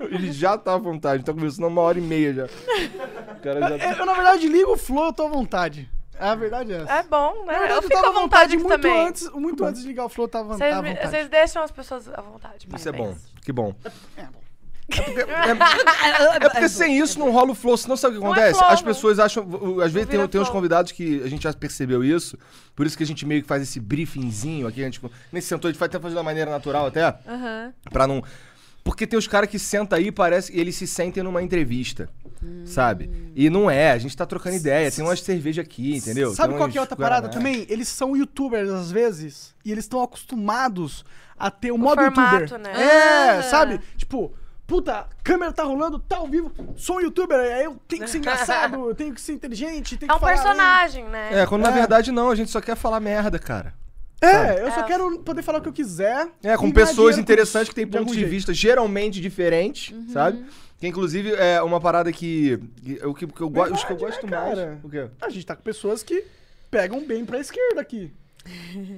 [SPEAKER 2] Ele já tá à vontade, tá conversando há uma hora e meia já. O cara já. tá-
[SPEAKER 1] É, Eu, na verdade, ligo o flow, eu tô à vontade. A verdade é essa.
[SPEAKER 4] É bom, né?
[SPEAKER 1] Na verdade,
[SPEAKER 4] eu fico
[SPEAKER 1] tava
[SPEAKER 4] à vontade, aqui
[SPEAKER 1] muito
[SPEAKER 4] também.
[SPEAKER 1] antes, muito antes de ligar o flow, eu tava
[SPEAKER 4] Vocês
[SPEAKER 1] tava à
[SPEAKER 4] me-
[SPEAKER 1] vontade.
[SPEAKER 4] Vocês deixam as pessoas à vontade.
[SPEAKER 2] Isso é bom.
[SPEAKER 4] parabéns.
[SPEAKER 2] Que bom.
[SPEAKER 1] É, bom.
[SPEAKER 2] É porque sem isso não rola o flow, senão sabe o que
[SPEAKER 4] Não é
[SPEAKER 2] acontece?
[SPEAKER 4] flow,
[SPEAKER 2] As
[SPEAKER 4] não.
[SPEAKER 2] pessoas acham. o- o- Às vezes tem,
[SPEAKER 4] vira
[SPEAKER 2] tem uns
[SPEAKER 4] flow.
[SPEAKER 2] convidados que a gente já percebeu isso, por isso que a gente meio que faz esse briefingzinho aqui, a gente nesse sentou, a gente vai até fazer de uma maneira natural até,
[SPEAKER 3] Aham.
[SPEAKER 2] pra não. Porque tem os caras que sentam aí parece e eles se sentem numa entrevista, sabe? E não é, a gente tá trocando ideia, tem umas cerveja aqui, entendeu? Então
[SPEAKER 1] Sabe
[SPEAKER 2] Tem
[SPEAKER 1] qual
[SPEAKER 2] uns
[SPEAKER 1] que é outra
[SPEAKER 2] guaraná.
[SPEAKER 1] parada também? Eles são youtubers às vezes e eles estão acostumados a ter o,
[SPEAKER 4] O
[SPEAKER 1] modo
[SPEAKER 4] formato,
[SPEAKER 1] youtuber.
[SPEAKER 4] né?
[SPEAKER 1] É,
[SPEAKER 3] Ah.
[SPEAKER 1] sabe? Tipo, puta, a câmera tá rolando, tá ao vivo, sou um youtuber, aí eu tenho que ser engraçado, eu tenho que ser inteligente, tenho
[SPEAKER 4] É
[SPEAKER 1] que
[SPEAKER 4] um
[SPEAKER 1] falar,
[SPEAKER 4] personagem, né?
[SPEAKER 2] É, quando na
[SPEAKER 1] É.
[SPEAKER 2] verdade não, a gente só quer falar merda, cara.
[SPEAKER 1] É, É, eu só
[SPEAKER 4] É.
[SPEAKER 1] quero poder falar o que eu quiser.
[SPEAKER 2] É, com
[SPEAKER 1] e ganhar
[SPEAKER 2] pessoas
[SPEAKER 1] dinheiro
[SPEAKER 2] interessantes que têm
[SPEAKER 1] de
[SPEAKER 2] pontos
[SPEAKER 1] algum
[SPEAKER 2] de
[SPEAKER 1] jeito.
[SPEAKER 2] vista geralmente diferentes,
[SPEAKER 4] Uhum.
[SPEAKER 2] sabe? Que inclusive é uma parada que. que- é o que, que eu gosto. Os que eu
[SPEAKER 1] Verdade,
[SPEAKER 2] gosto
[SPEAKER 1] né,
[SPEAKER 2] mais.
[SPEAKER 1] cara?
[SPEAKER 2] O quê?
[SPEAKER 1] A gente tá com pessoas que pegam bem pra esquerda aqui.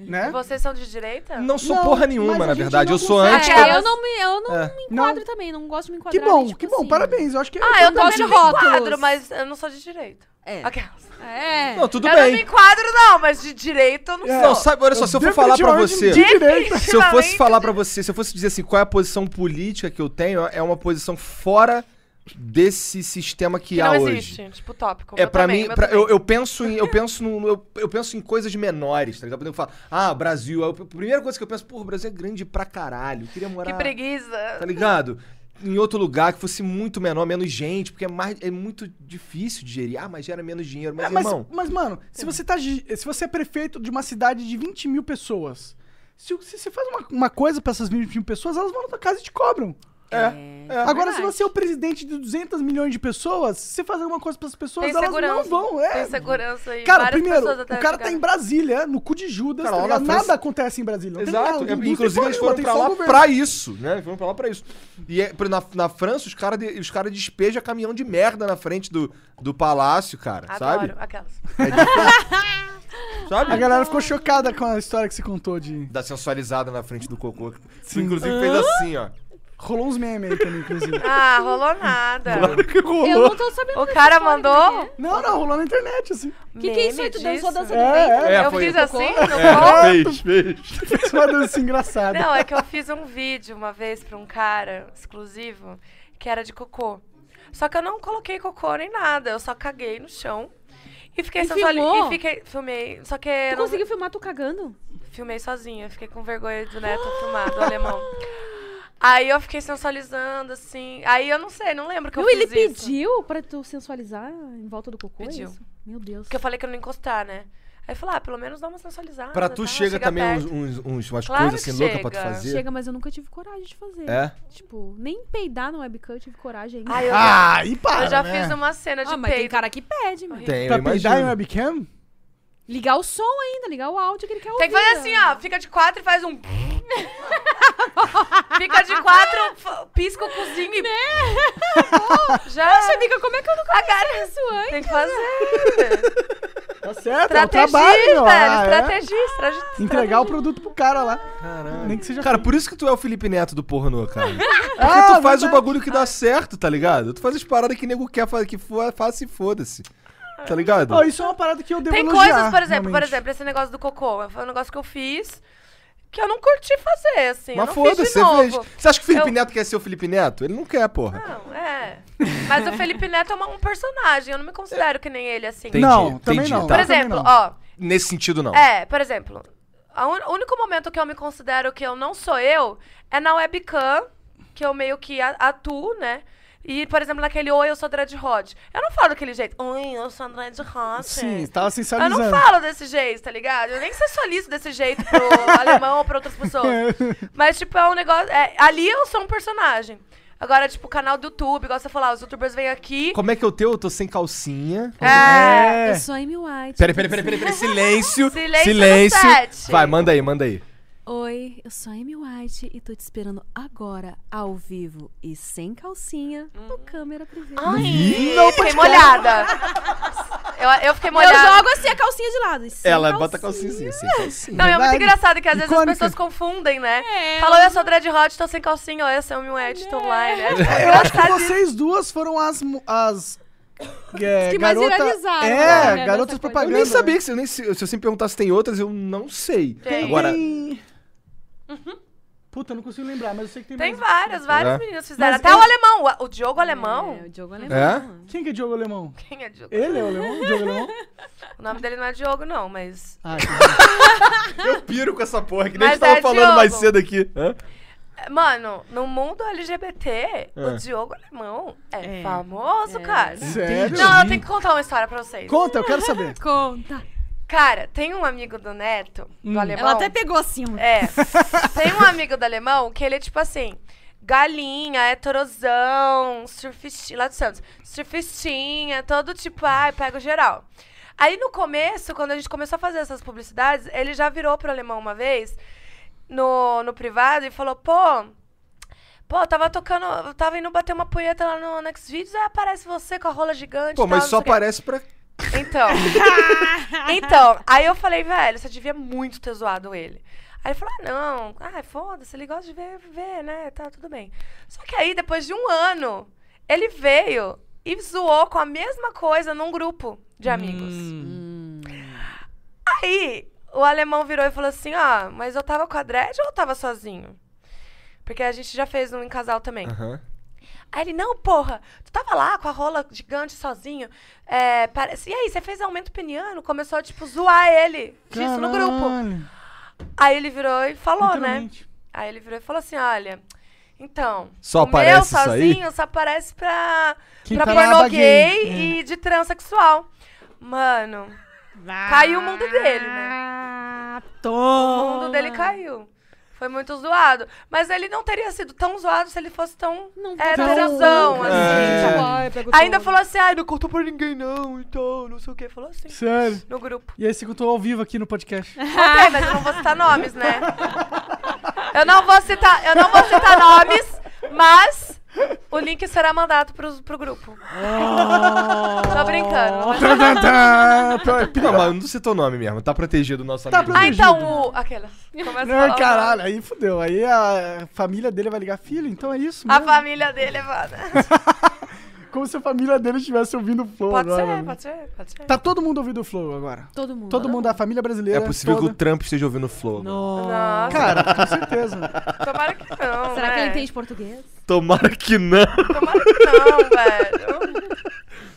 [SPEAKER 1] né?
[SPEAKER 4] Vocês são de direita?
[SPEAKER 2] Não sou
[SPEAKER 1] Não,
[SPEAKER 2] porra
[SPEAKER 1] mas
[SPEAKER 2] nenhuma,
[SPEAKER 1] a
[SPEAKER 2] na
[SPEAKER 1] gente
[SPEAKER 2] verdade.
[SPEAKER 1] não
[SPEAKER 2] Eu sou
[SPEAKER 1] consegue.
[SPEAKER 2] anti.
[SPEAKER 3] É,
[SPEAKER 4] Aquelas-
[SPEAKER 3] eu não me, eu não
[SPEAKER 2] É.
[SPEAKER 3] me
[SPEAKER 1] Não.
[SPEAKER 3] enquadro também, não gosto de me
[SPEAKER 1] Que
[SPEAKER 3] enquadrar.
[SPEAKER 1] bom,
[SPEAKER 3] tipo
[SPEAKER 1] que bom,
[SPEAKER 3] assim.
[SPEAKER 1] parabéns. Eu acho que é um
[SPEAKER 4] Ah, eu
[SPEAKER 3] Todo mundo
[SPEAKER 4] também
[SPEAKER 3] de
[SPEAKER 4] não me enquadro,
[SPEAKER 3] rótulos.
[SPEAKER 4] mas eu não sou de direita.
[SPEAKER 3] É.
[SPEAKER 4] Aquelas.
[SPEAKER 3] É.
[SPEAKER 2] Não, tudo
[SPEAKER 4] eu não me
[SPEAKER 2] bem. É.
[SPEAKER 4] enquadro, não, mas de direito eu não
[SPEAKER 2] Não,
[SPEAKER 4] sou.
[SPEAKER 2] sabe, olha só, se eu for
[SPEAKER 1] Definitivamente
[SPEAKER 2] falar pra
[SPEAKER 1] De
[SPEAKER 2] você.
[SPEAKER 1] direita.
[SPEAKER 2] Se eu fosse
[SPEAKER 4] Definitivamente
[SPEAKER 2] falar pra você, se eu fosse dizer assim, qual é a posição política que eu tenho, é uma posição fora desse sistema que,
[SPEAKER 4] Que
[SPEAKER 2] há
[SPEAKER 4] não
[SPEAKER 2] hoje.
[SPEAKER 4] existe, tipo, tópico.
[SPEAKER 2] É
[SPEAKER 4] Meu
[SPEAKER 2] pra
[SPEAKER 4] também,
[SPEAKER 2] mim,
[SPEAKER 4] meu
[SPEAKER 2] pra-
[SPEAKER 4] também.
[SPEAKER 2] eu, eu penso em, eu penso no, eu, eu penso em coisas menores, tá ligado? Por exemplo, eu falo, ah, Brasil, a primeira coisa que eu penso, pô, o Brasil é grande pra caralho, eu queria morar,
[SPEAKER 4] Que
[SPEAKER 2] tá
[SPEAKER 4] preguiça.
[SPEAKER 2] ligado? Em outro lugar que fosse muito menor, menos gente, porque é mais é muito difícil de gerir. Ah, mas gera menos dinheiro, mas,
[SPEAKER 1] É, mas,
[SPEAKER 2] irmão,
[SPEAKER 1] mas, mano, se você, tá, gi- se você é prefeito de uma cidade de 20 mil pessoas, se, o- se você faz uma, uma coisa pra essas 20 mil pessoas, elas vão na tua casa e te cobram.
[SPEAKER 2] é, é.
[SPEAKER 1] Agora, se
[SPEAKER 3] verdade.
[SPEAKER 1] você é o presidente de 200 milhões de pessoas, se você fazer alguma coisa pras pessoas,
[SPEAKER 4] Tem
[SPEAKER 1] elas não
[SPEAKER 4] segurança.
[SPEAKER 1] vão. É.
[SPEAKER 4] Tem segurança e
[SPEAKER 1] Cara,
[SPEAKER 4] várias
[SPEAKER 1] primeiro,
[SPEAKER 4] pessoas até
[SPEAKER 1] o cara tá em
[SPEAKER 4] chegarem.
[SPEAKER 1] Brasília, no cu de Judas, tá
[SPEAKER 2] Cara, lá
[SPEAKER 1] ligado?
[SPEAKER 2] na
[SPEAKER 1] nada
[SPEAKER 2] França-
[SPEAKER 1] acontece em Brasília. não tem
[SPEAKER 2] Exato.
[SPEAKER 1] nada,
[SPEAKER 2] é,
[SPEAKER 1] não tem
[SPEAKER 2] inclusive, eles
[SPEAKER 1] porra nenhuma,
[SPEAKER 2] foram pra
[SPEAKER 1] tem só
[SPEAKER 2] lá
[SPEAKER 1] o governo.
[SPEAKER 2] pra isso, né? Eles foram pra lá pra isso. E é, por exemplo, na, na França, os caras os cara despejam caminhão de merda na frente do, do palácio, cara,
[SPEAKER 4] Adoro,
[SPEAKER 2] sabe?
[SPEAKER 4] aquelas.
[SPEAKER 2] É difícil. sabe?
[SPEAKER 1] A galera ficou chocada com a história que você contou de...
[SPEAKER 2] da sensualizada na frente do cocô. Sim. Inclusive fez assim, ó.
[SPEAKER 1] Rolou uns memes aí também, inclusive.
[SPEAKER 4] Ah, rolou nada.
[SPEAKER 2] que
[SPEAKER 3] Eu não tô sabendo.
[SPEAKER 4] O
[SPEAKER 3] dessa
[SPEAKER 4] cara
[SPEAKER 3] história,
[SPEAKER 4] mandou?
[SPEAKER 3] né?
[SPEAKER 1] Não, não, rolou na internet, assim.
[SPEAKER 3] Que que é isso aí? Tu
[SPEAKER 4] Meme
[SPEAKER 3] dançou
[SPEAKER 4] disso?
[SPEAKER 3] dança do
[SPEAKER 1] É,
[SPEAKER 3] vento?
[SPEAKER 1] é.
[SPEAKER 2] É,
[SPEAKER 4] Eu
[SPEAKER 2] foi-
[SPEAKER 4] fiz assim, não
[SPEAKER 2] fez, fez.
[SPEAKER 1] Fez é uma dança engraçada.
[SPEAKER 4] Não, é que eu fiz um vídeo uma vez pra um cara exclusivo que era de cocô. Só que eu não coloquei cocô nem nada, eu só caguei no chão. E fiquei
[SPEAKER 3] E
[SPEAKER 4] sensualizada.
[SPEAKER 3] filmou?
[SPEAKER 4] E fiquei. Filmei. Só que.
[SPEAKER 3] Tu
[SPEAKER 4] eu não-
[SPEAKER 3] conseguiu filmar tu cagando?
[SPEAKER 4] Filmei sozinha, fiquei com vergonha do neto filmar, do alemão. Aí eu fiquei sensualizando, assim. Aí eu não sei, não lembro que eu
[SPEAKER 3] Não, ele
[SPEAKER 4] fiz isso.
[SPEAKER 3] pediu pra tu sensualizar em volta do cocô? é
[SPEAKER 4] Pediu.
[SPEAKER 3] isso? Meu Deus.
[SPEAKER 4] Porque eu falei que eu não ia encostar, né? Aí eu falei, ah, pelo menos dá uma sensualizada.
[SPEAKER 2] Pra tu
[SPEAKER 4] tá?
[SPEAKER 2] chega, também uns,
[SPEAKER 4] perto.
[SPEAKER 2] uns, uns- umas
[SPEAKER 4] Claro
[SPEAKER 2] coisas
[SPEAKER 4] que
[SPEAKER 2] assim loucas pra tu
[SPEAKER 4] chega.
[SPEAKER 2] fazer.
[SPEAKER 3] Chega, mas eu nunca tive coragem de fazer.
[SPEAKER 2] É?
[SPEAKER 3] Tipo, nem peidar no webcam eu tive coragem ainda.
[SPEAKER 4] Ai, eu,
[SPEAKER 1] Ah, e para,
[SPEAKER 4] eu já
[SPEAKER 1] né?
[SPEAKER 4] fiz uma cena de
[SPEAKER 3] ah, mas tem
[SPEAKER 4] peito.
[SPEAKER 3] cara que pede, mano.
[SPEAKER 2] Tem, eu
[SPEAKER 1] Pra peidar em
[SPEAKER 2] imagino.
[SPEAKER 1] webcam?
[SPEAKER 3] Ligar o som ainda, ligar o áudio que ele quer ouvir. né?
[SPEAKER 4] Tem que fazer assim, ó. Fica de quatro e faz um. fica de quatro, f- pisca o cozinho e. Já.
[SPEAKER 3] Poxa, amiga, Né, como é que eu nunca
[SPEAKER 4] A cara-
[SPEAKER 3] fiz isso antes?
[SPEAKER 4] Tem que fazer.
[SPEAKER 1] Tá certo, é o
[SPEAKER 4] Estratégia,
[SPEAKER 1] É trabalho, ó.
[SPEAKER 4] velho.
[SPEAKER 1] Ah, é.
[SPEAKER 4] Estratégia, estratégia.
[SPEAKER 1] Entregar o produto pro cara lá.
[SPEAKER 2] Caralho.
[SPEAKER 1] Nem que seja.
[SPEAKER 2] Cara, por isso que tu é o Felipe Neto do pornô, cara. Porque
[SPEAKER 1] Ah,
[SPEAKER 2] tu faz o
[SPEAKER 1] verdade.
[SPEAKER 2] bagulho que dá certo, tá ligado? Tu faz as paradas que nego quer fa- que fa- faça e foda-se.
[SPEAKER 4] Ah.
[SPEAKER 2] Tá ligado?
[SPEAKER 1] Ó, isso é uma parada que eu devo
[SPEAKER 4] Tem
[SPEAKER 1] elogiar,
[SPEAKER 4] coisas, por exemplo, por
[SPEAKER 1] realmente.
[SPEAKER 4] exemplo, esse negócio do cocô. Foi um negócio que eu fiz que eu não curti fazer, assim. eu
[SPEAKER 2] Mas
[SPEAKER 4] não fiz
[SPEAKER 2] foda-se,
[SPEAKER 4] de
[SPEAKER 2] você
[SPEAKER 4] novo.
[SPEAKER 2] fez. Você acha que o Felipe
[SPEAKER 4] Eu-
[SPEAKER 2] Neto quer ser o Felipe Neto? Ele não quer, porra.
[SPEAKER 4] Não, é. É. Mas o Felipe Neto é uma- um personagem, eu não me considero que nem ele assim.
[SPEAKER 2] Entendi,
[SPEAKER 1] Não, também
[SPEAKER 2] entendi,
[SPEAKER 1] não.
[SPEAKER 2] tá.
[SPEAKER 4] Por
[SPEAKER 1] também
[SPEAKER 4] exemplo,
[SPEAKER 1] não.
[SPEAKER 4] ó,
[SPEAKER 2] Nesse sentido, não.
[SPEAKER 4] É, por exemplo, a un- o único momento que eu me considero que eu não sou eu é na webcam, que eu meio que a- atuo, né? E, por exemplo, naquele Oi, eu sou Dread Rod. Eu não falo daquele jeito. Oi, eu sou Dread Rod.
[SPEAKER 1] Sim, tava
[SPEAKER 4] é. Eu
[SPEAKER 1] sensualizando.
[SPEAKER 4] não falo desse jeito, tá ligado? Eu nem sensualizo desse jeito pro alemão ou pra outras
[SPEAKER 1] É,
[SPEAKER 4] pessoas. Mas, tipo, é um negócio. é, ali eu sou um personagem. Agora, tipo, canal do YouTube, igual você falar, os youtubers vêm aqui.
[SPEAKER 2] Como é que eu teu? Eu tô sem calcinha.
[SPEAKER 4] É.
[SPEAKER 3] Eu sou a Amy White.
[SPEAKER 2] Peraí, peraí, peraí, peraí, peraí. Silêncio.
[SPEAKER 4] Silêncio
[SPEAKER 2] silêncio.
[SPEAKER 4] no set.
[SPEAKER 2] Vai, manda aí, manda aí.
[SPEAKER 3] Oi, eu sou a Amy White e tô te esperando agora, ao vivo e sem calcinha,
[SPEAKER 4] Uhum.
[SPEAKER 3] no câmera privê.
[SPEAKER 4] Ai, fiquei molhada. Eu, eu fiquei molhada.
[SPEAKER 3] Eu jogo assim a calcinha de lado. e sem
[SPEAKER 2] Ela
[SPEAKER 3] calcinha.
[SPEAKER 2] bota a calcinha sem calcinha.
[SPEAKER 4] Não, é muito
[SPEAKER 1] Verdade.
[SPEAKER 4] engraçado que às vezes
[SPEAKER 1] Icônica.
[SPEAKER 4] as pessoas confundem, né?
[SPEAKER 3] É.
[SPEAKER 4] Falou, eu sou dread hot, tô sem calcinha, ou eu sou um wet, tô online. É,
[SPEAKER 1] Eu acho que
[SPEAKER 4] engraçadíssimo.
[SPEAKER 1] vocês duas foram as. mu- as é,
[SPEAKER 3] que mais
[SPEAKER 1] garota-
[SPEAKER 3] viralizaram,
[SPEAKER 1] É, garotas
[SPEAKER 3] né, dessa coisa.
[SPEAKER 2] Eu
[SPEAKER 1] propagandas.
[SPEAKER 2] nem sabia que se, eu nem, se se você me perguntar se tem outras, eu não sei.
[SPEAKER 4] Tem.
[SPEAKER 2] Agora,
[SPEAKER 1] Puta, eu não consigo lembrar, mas eu sei que tem,
[SPEAKER 4] Uhum. Tem
[SPEAKER 1] mais.
[SPEAKER 4] várias, várias
[SPEAKER 2] É.
[SPEAKER 4] meninas fizeram.
[SPEAKER 1] Mas
[SPEAKER 4] Até
[SPEAKER 1] eu-
[SPEAKER 4] o alemão, o- o Diogo Alemão.
[SPEAKER 3] É, o Diogo
[SPEAKER 2] É?
[SPEAKER 3] Alemão.
[SPEAKER 1] Quem que é Diogo Alemão?
[SPEAKER 4] Quem é Diogo?
[SPEAKER 1] Ele é o Alemão? Diogo Alemão?
[SPEAKER 4] O nome dele não é Diogo, não, mas.
[SPEAKER 1] Ah, que-
[SPEAKER 2] eu piro com essa porra, que nem a gente
[SPEAKER 4] Mas
[SPEAKER 2] tava
[SPEAKER 4] é
[SPEAKER 2] falando mais
[SPEAKER 4] Diogo.
[SPEAKER 2] cedo aqui. Hã?
[SPEAKER 4] Mano, no mundo LGBT, o Diogo Alemão é,
[SPEAKER 3] É.
[SPEAKER 4] famoso,
[SPEAKER 3] É.
[SPEAKER 4] cara.
[SPEAKER 1] Sério?
[SPEAKER 4] Não, eu tenho que contar uma história pra vocês.
[SPEAKER 1] Conta, eu quero saber.
[SPEAKER 3] Conta.
[SPEAKER 4] Cara, tem um amigo do Neto, do alemão.
[SPEAKER 3] Ela até pegou assim. um-
[SPEAKER 4] É. Tem um amigo do alemão que ele é tipo assim. Galinha, heterosão, surfistinha, lá do Santos, surfistinha, todo tipo, ai, pego geral. Aí no começo, quando a gente começou a fazer essas publicidades, ele já virou pro alemão uma vez, no, no privado, e falou, pô, pô, tava tocando, eu tava indo bater uma punheta lá no Next Videos, aí aparece você com a rola gigante.
[SPEAKER 2] Pô,
[SPEAKER 4] e
[SPEAKER 2] mas
[SPEAKER 4] tal,
[SPEAKER 2] só
[SPEAKER 4] não sei o quê."
[SPEAKER 2] aparece pra.
[SPEAKER 4] Então. então, aí eu falei, velho, você devia muito ter zoado ele. Aí ele falou, ah, não, ah, foda-se, ele gosta de ver, ver, né, tá tudo bem. Só que aí, depois de um ano, ele veio e zoou com a mesma coisa num grupo
[SPEAKER 1] Hum.
[SPEAKER 4] de amigos.
[SPEAKER 3] Hum.
[SPEAKER 4] Aí, o alemão virou e falou assim, ah, mas eu tava com a Dredd ou eu tava sozinho? Porque a gente já fez um em casal também.
[SPEAKER 2] Aham.
[SPEAKER 4] Aí ele, não, porra, tu tava lá com a rola gigante sozinho. É, parece... E aí, você fez aumento peniano? Começou a, tipo, zoar ele disso no grupo. né?
[SPEAKER 1] Caralho,
[SPEAKER 4] Aí ele virou e falou, né?
[SPEAKER 1] literalmente.
[SPEAKER 4] Aí ele virou e falou assim, olha... Então,
[SPEAKER 2] Só
[SPEAKER 4] o meu
[SPEAKER 2] aparece isso aí?
[SPEAKER 4] sozinho só aparece pra,
[SPEAKER 1] Que
[SPEAKER 4] pra
[SPEAKER 1] tá na
[SPEAKER 4] pornô
[SPEAKER 1] aba
[SPEAKER 4] gay,
[SPEAKER 2] É.
[SPEAKER 1] gay,
[SPEAKER 4] e de transexual. Mano, caiu o mundo dele, né?
[SPEAKER 3] Ah,
[SPEAKER 4] O
[SPEAKER 3] toma.
[SPEAKER 4] mundo dele caiu. Foi muito zoado. Mas ele não teria sido tão zoado se ele fosse tão é,
[SPEAKER 3] Não foi tão
[SPEAKER 4] heterosão,
[SPEAKER 3] louco,
[SPEAKER 4] assim,
[SPEAKER 2] É.
[SPEAKER 4] sabe?
[SPEAKER 5] Ai,
[SPEAKER 1] Tipo,
[SPEAKER 5] pegou
[SPEAKER 4] Ainda
[SPEAKER 5] todo.
[SPEAKER 4] falou assim, ai, não contou pra ninguém não, então, não sei o que. Falou assim,
[SPEAKER 1] Sério.
[SPEAKER 4] no grupo.
[SPEAKER 1] E aí você contou ao vivo aqui no podcast.
[SPEAKER 4] Contei, mas eu não vou citar nomes, né? Eu não vou citar, eu não vou citar nomes, mas o link será mandado pros, pro grupo. Tô
[SPEAKER 2] Tá,
[SPEAKER 4] brincando.
[SPEAKER 1] Tan, tan, tan, tan.
[SPEAKER 2] é, Não, mas não citou o nome mesmo. Tá protegido o nosso
[SPEAKER 1] Tá
[SPEAKER 2] amigo.
[SPEAKER 1] pro-
[SPEAKER 4] Ah, então, o... Aquela. Começa a falar
[SPEAKER 1] Não,
[SPEAKER 4] o
[SPEAKER 1] caralho, aí fudeu. Aí a família dele vai ligar, filho, então é isso
[SPEAKER 4] nome. A
[SPEAKER 1] mesmo.
[SPEAKER 4] família dele é foda.
[SPEAKER 1] Como se a família dele estivesse ouvindo o Flow
[SPEAKER 4] Pode
[SPEAKER 1] agora.
[SPEAKER 4] ser,
[SPEAKER 1] né?
[SPEAKER 4] pode ser, pode ser.
[SPEAKER 1] Tá todo mundo ouvindo o Flow agora.
[SPEAKER 3] Todo mundo.
[SPEAKER 1] Todo mundo, a família brasileira
[SPEAKER 2] É possível que
[SPEAKER 1] toda.
[SPEAKER 2] o Trump esteja ouvindo o Flow.
[SPEAKER 4] Nossa,
[SPEAKER 1] Cara, com certeza.
[SPEAKER 4] tomara que não,
[SPEAKER 3] Será que
[SPEAKER 4] né?
[SPEAKER 3] ele entende português?
[SPEAKER 2] Tomara que não.
[SPEAKER 4] Tomara que não, velho.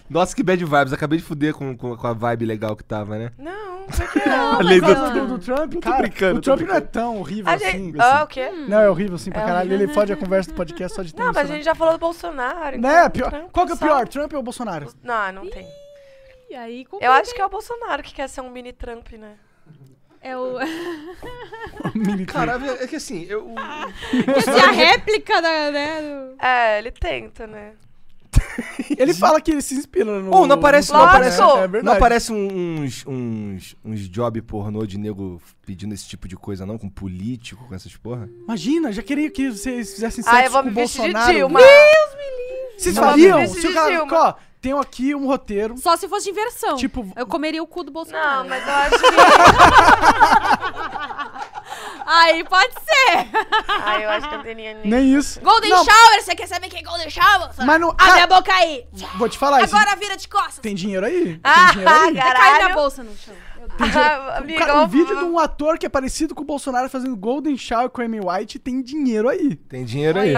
[SPEAKER 2] Nossa, que bad vibes. Acabei de fuder com, com, com a vibe legal que tava, né?
[SPEAKER 4] Não, por que
[SPEAKER 3] Não,
[SPEAKER 1] Ah,
[SPEAKER 2] lei
[SPEAKER 3] mas
[SPEAKER 2] do-
[SPEAKER 3] ela-
[SPEAKER 1] do, do Trump, cara,
[SPEAKER 2] brincando,
[SPEAKER 1] o
[SPEAKER 2] tô
[SPEAKER 1] Trump não é
[SPEAKER 2] brincando.
[SPEAKER 1] tão horrível
[SPEAKER 4] A
[SPEAKER 1] assim.
[SPEAKER 4] gente... Ah, o quê?
[SPEAKER 1] Não, é horrível assim pra
[SPEAKER 4] É
[SPEAKER 1] caralho.
[SPEAKER 4] horrível.
[SPEAKER 1] Ele fode a conversa do podcast só de ter
[SPEAKER 4] Não, mas a
[SPEAKER 1] isso,
[SPEAKER 4] gente já falou do Bolsonaro.
[SPEAKER 1] Né?
[SPEAKER 4] então,
[SPEAKER 1] Pior...
[SPEAKER 4] Trump
[SPEAKER 1] Qual que é o
[SPEAKER 4] só-
[SPEAKER 1] pior, Trump ou Bolsonaro?
[SPEAKER 4] Não, não tem.
[SPEAKER 3] E aí, como
[SPEAKER 4] Eu acho que é o Bolsonaro que quer ser um mini Trump, né?
[SPEAKER 3] é o...
[SPEAKER 1] Mini Trump.
[SPEAKER 2] Cara, é que assim, eu.
[SPEAKER 3] Essa é a réplica da... Né, do-
[SPEAKER 4] É, ele tenta, né?
[SPEAKER 1] Ele fala que ele se inspira no...
[SPEAKER 2] Ou não aparece, não
[SPEAKER 1] Trump,
[SPEAKER 2] aparece,
[SPEAKER 1] né? É
[SPEAKER 2] não
[SPEAKER 1] verdade.
[SPEAKER 2] aparece um, uns, uns, uns job pornô de nego pedindo esse tipo de coisa, não? Com político, com essas porra?
[SPEAKER 1] Imagina, já queria que vocês fizessem sexo
[SPEAKER 4] Ah, eu vou
[SPEAKER 1] com é tipo o
[SPEAKER 4] me vestir
[SPEAKER 1] Bolsonaro.
[SPEAKER 4] de Dilma.
[SPEAKER 1] Vocês
[SPEAKER 4] Eu vou me
[SPEAKER 1] fariam?
[SPEAKER 4] vestir
[SPEAKER 1] Se o
[SPEAKER 4] de
[SPEAKER 1] cara...
[SPEAKER 4] Dilma.
[SPEAKER 1] Ó, tenho aqui um roteiro.
[SPEAKER 3] Só se fosse de inversão.
[SPEAKER 1] Tipo-
[SPEAKER 3] Eu comeria o cu do Bolsonaro.
[SPEAKER 4] Não, mas eu acho que.
[SPEAKER 3] Aí pode ser.
[SPEAKER 4] ah, eu acho que eu teria nem.
[SPEAKER 1] Nem isso.
[SPEAKER 3] Golden
[SPEAKER 1] Não,
[SPEAKER 3] Shower, você quer saber quem é Golden Shower?
[SPEAKER 1] Mas não-
[SPEAKER 3] Abre
[SPEAKER 1] cara-
[SPEAKER 3] a boca aí.
[SPEAKER 1] Vou te falar, isso.
[SPEAKER 3] Ah, Agora vira de costas.
[SPEAKER 1] tem dinheiro aí? Tem
[SPEAKER 4] Ah,
[SPEAKER 1] dinheiro aí?
[SPEAKER 3] Cai minha
[SPEAKER 4] caralho.
[SPEAKER 3] bolsa no chão. Meu Deus.
[SPEAKER 4] Ah,
[SPEAKER 1] O
[SPEAKER 4] amiga,
[SPEAKER 1] cara,
[SPEAKER 4] ó,
[SPEAKER 1] um vídeo de
[SPEAKER 4] vamos-
[SPEAKER 1] um ator que é parecido com o Bolsonaro fazendo Golden Shower com a Amy White tem dinheiro aí.
[SPEAKER 2] Tem dinheiro aí.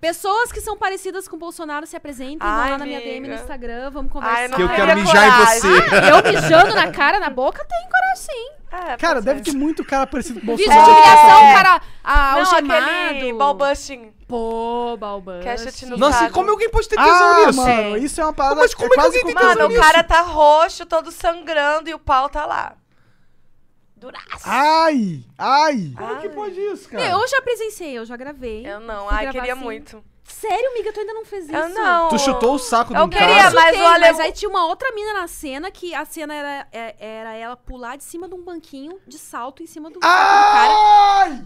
[SPEAKER 3] Pessoas que são parecidas com o Bolsonaro se apresentem, vão
[SPEAKER 4] Ai,
[SPEAKER 3] lá na minha
[SPEAKER 4] amiga.
[SPEAKER 3] DM no Instagram, vamos
[SPEAKER 4] Ai,
[SPEAKER 3] conversar. Ah,
[SPEAKER 4] não é.
[SPEAKER 2] Que eu
[SPEAKER 4] teria
[SPEAKER 2] quero mijar em
[SPEAKER 4] coragem.
[SPEAKER 2] você.
[SPEAKER 3] Eu mijando na cara, na boca, tem coragem sim.
[SPEAKER 4] É,
[SPEAKER 1] Cara,
[SPEAKER 4] pode
[SPEAKER 1] deve
[SPEAKER 4] ser.
[SPEAKER 1] ter muito cara parecido com o
[SPEAKER 3] Vídeo de
[SPEAKER 1] Bolsonaro. É.
[SPEAKER 3] humilhação, cara, ah,
[SPEAKER 4] É. Não, aquele
[SPEAKER 3] algemado.
[SPEAKER 4] ball busting.
[SPEAKER 3] Pô, balbando.
[SPEAKER 4] Que a gente não-
[SPEAKER 2] Nossa, e
[SPEAKER 4] Sabe?
[SPEAKER 2] como alguém pode ter tesão
[SPEAKER 1] Ah,
[SPEAKER 2] nisso?
[SPEAKER 1] mano, isso é uma parada...
[SPEAKER 2] Mas como é que
[SPEAKER 1] quase
[SPEAKER 2] alguém tem
[SPEAKER 1] como-
[SPEAKER 2] tesão
[SPEAKER 4] Mano, o
[SPEAKER 2] nisso?
[SPEAKER 4] cara tá roxo, todo sangrando e o pau tá lá. Duraço.
[SPEAKER 1] Ai, ai.
[SPEAKER 2] Como que pode isso, cara?
[SPEAKER 3] Eu já presenciei, eu já gravei.
[SPEAKER 4] Eu não,
[SPEAKER 3] Fui
[SPEAKER 4] ai,
[SPEAKER 3] gravar
[SPEAKER 4] queria
[SPEAKER 3] assim.
[SPEAKER 4] muito.
[SPEAKER 3] Sério, amiga, tu ainda não fez isso?
[SPEAKER 4] Eu não.
[SPEAKER 2] Tu chutou o saco de
[SPEAKER 4] Eu
[SPEAKER 2] um
[SPEAKER 4] queria,
[SPEAKER 2] cara.
[SPEAKER 4] mas-
[SPEAKER 3] Chutei,
[SPEAKER 4] o
[SPEAKER 3] mas,
[SPEAKER 4] alemão-
[SPEAKER 3] aí tinha uma outra mina na cena que a cena era, é- era ela pular de cima de um banquinho de salto em cima
[SPEAKER 2] Ah!
[SPEAKER 3] do saco do cara.
[SPEAKER 1] Ai!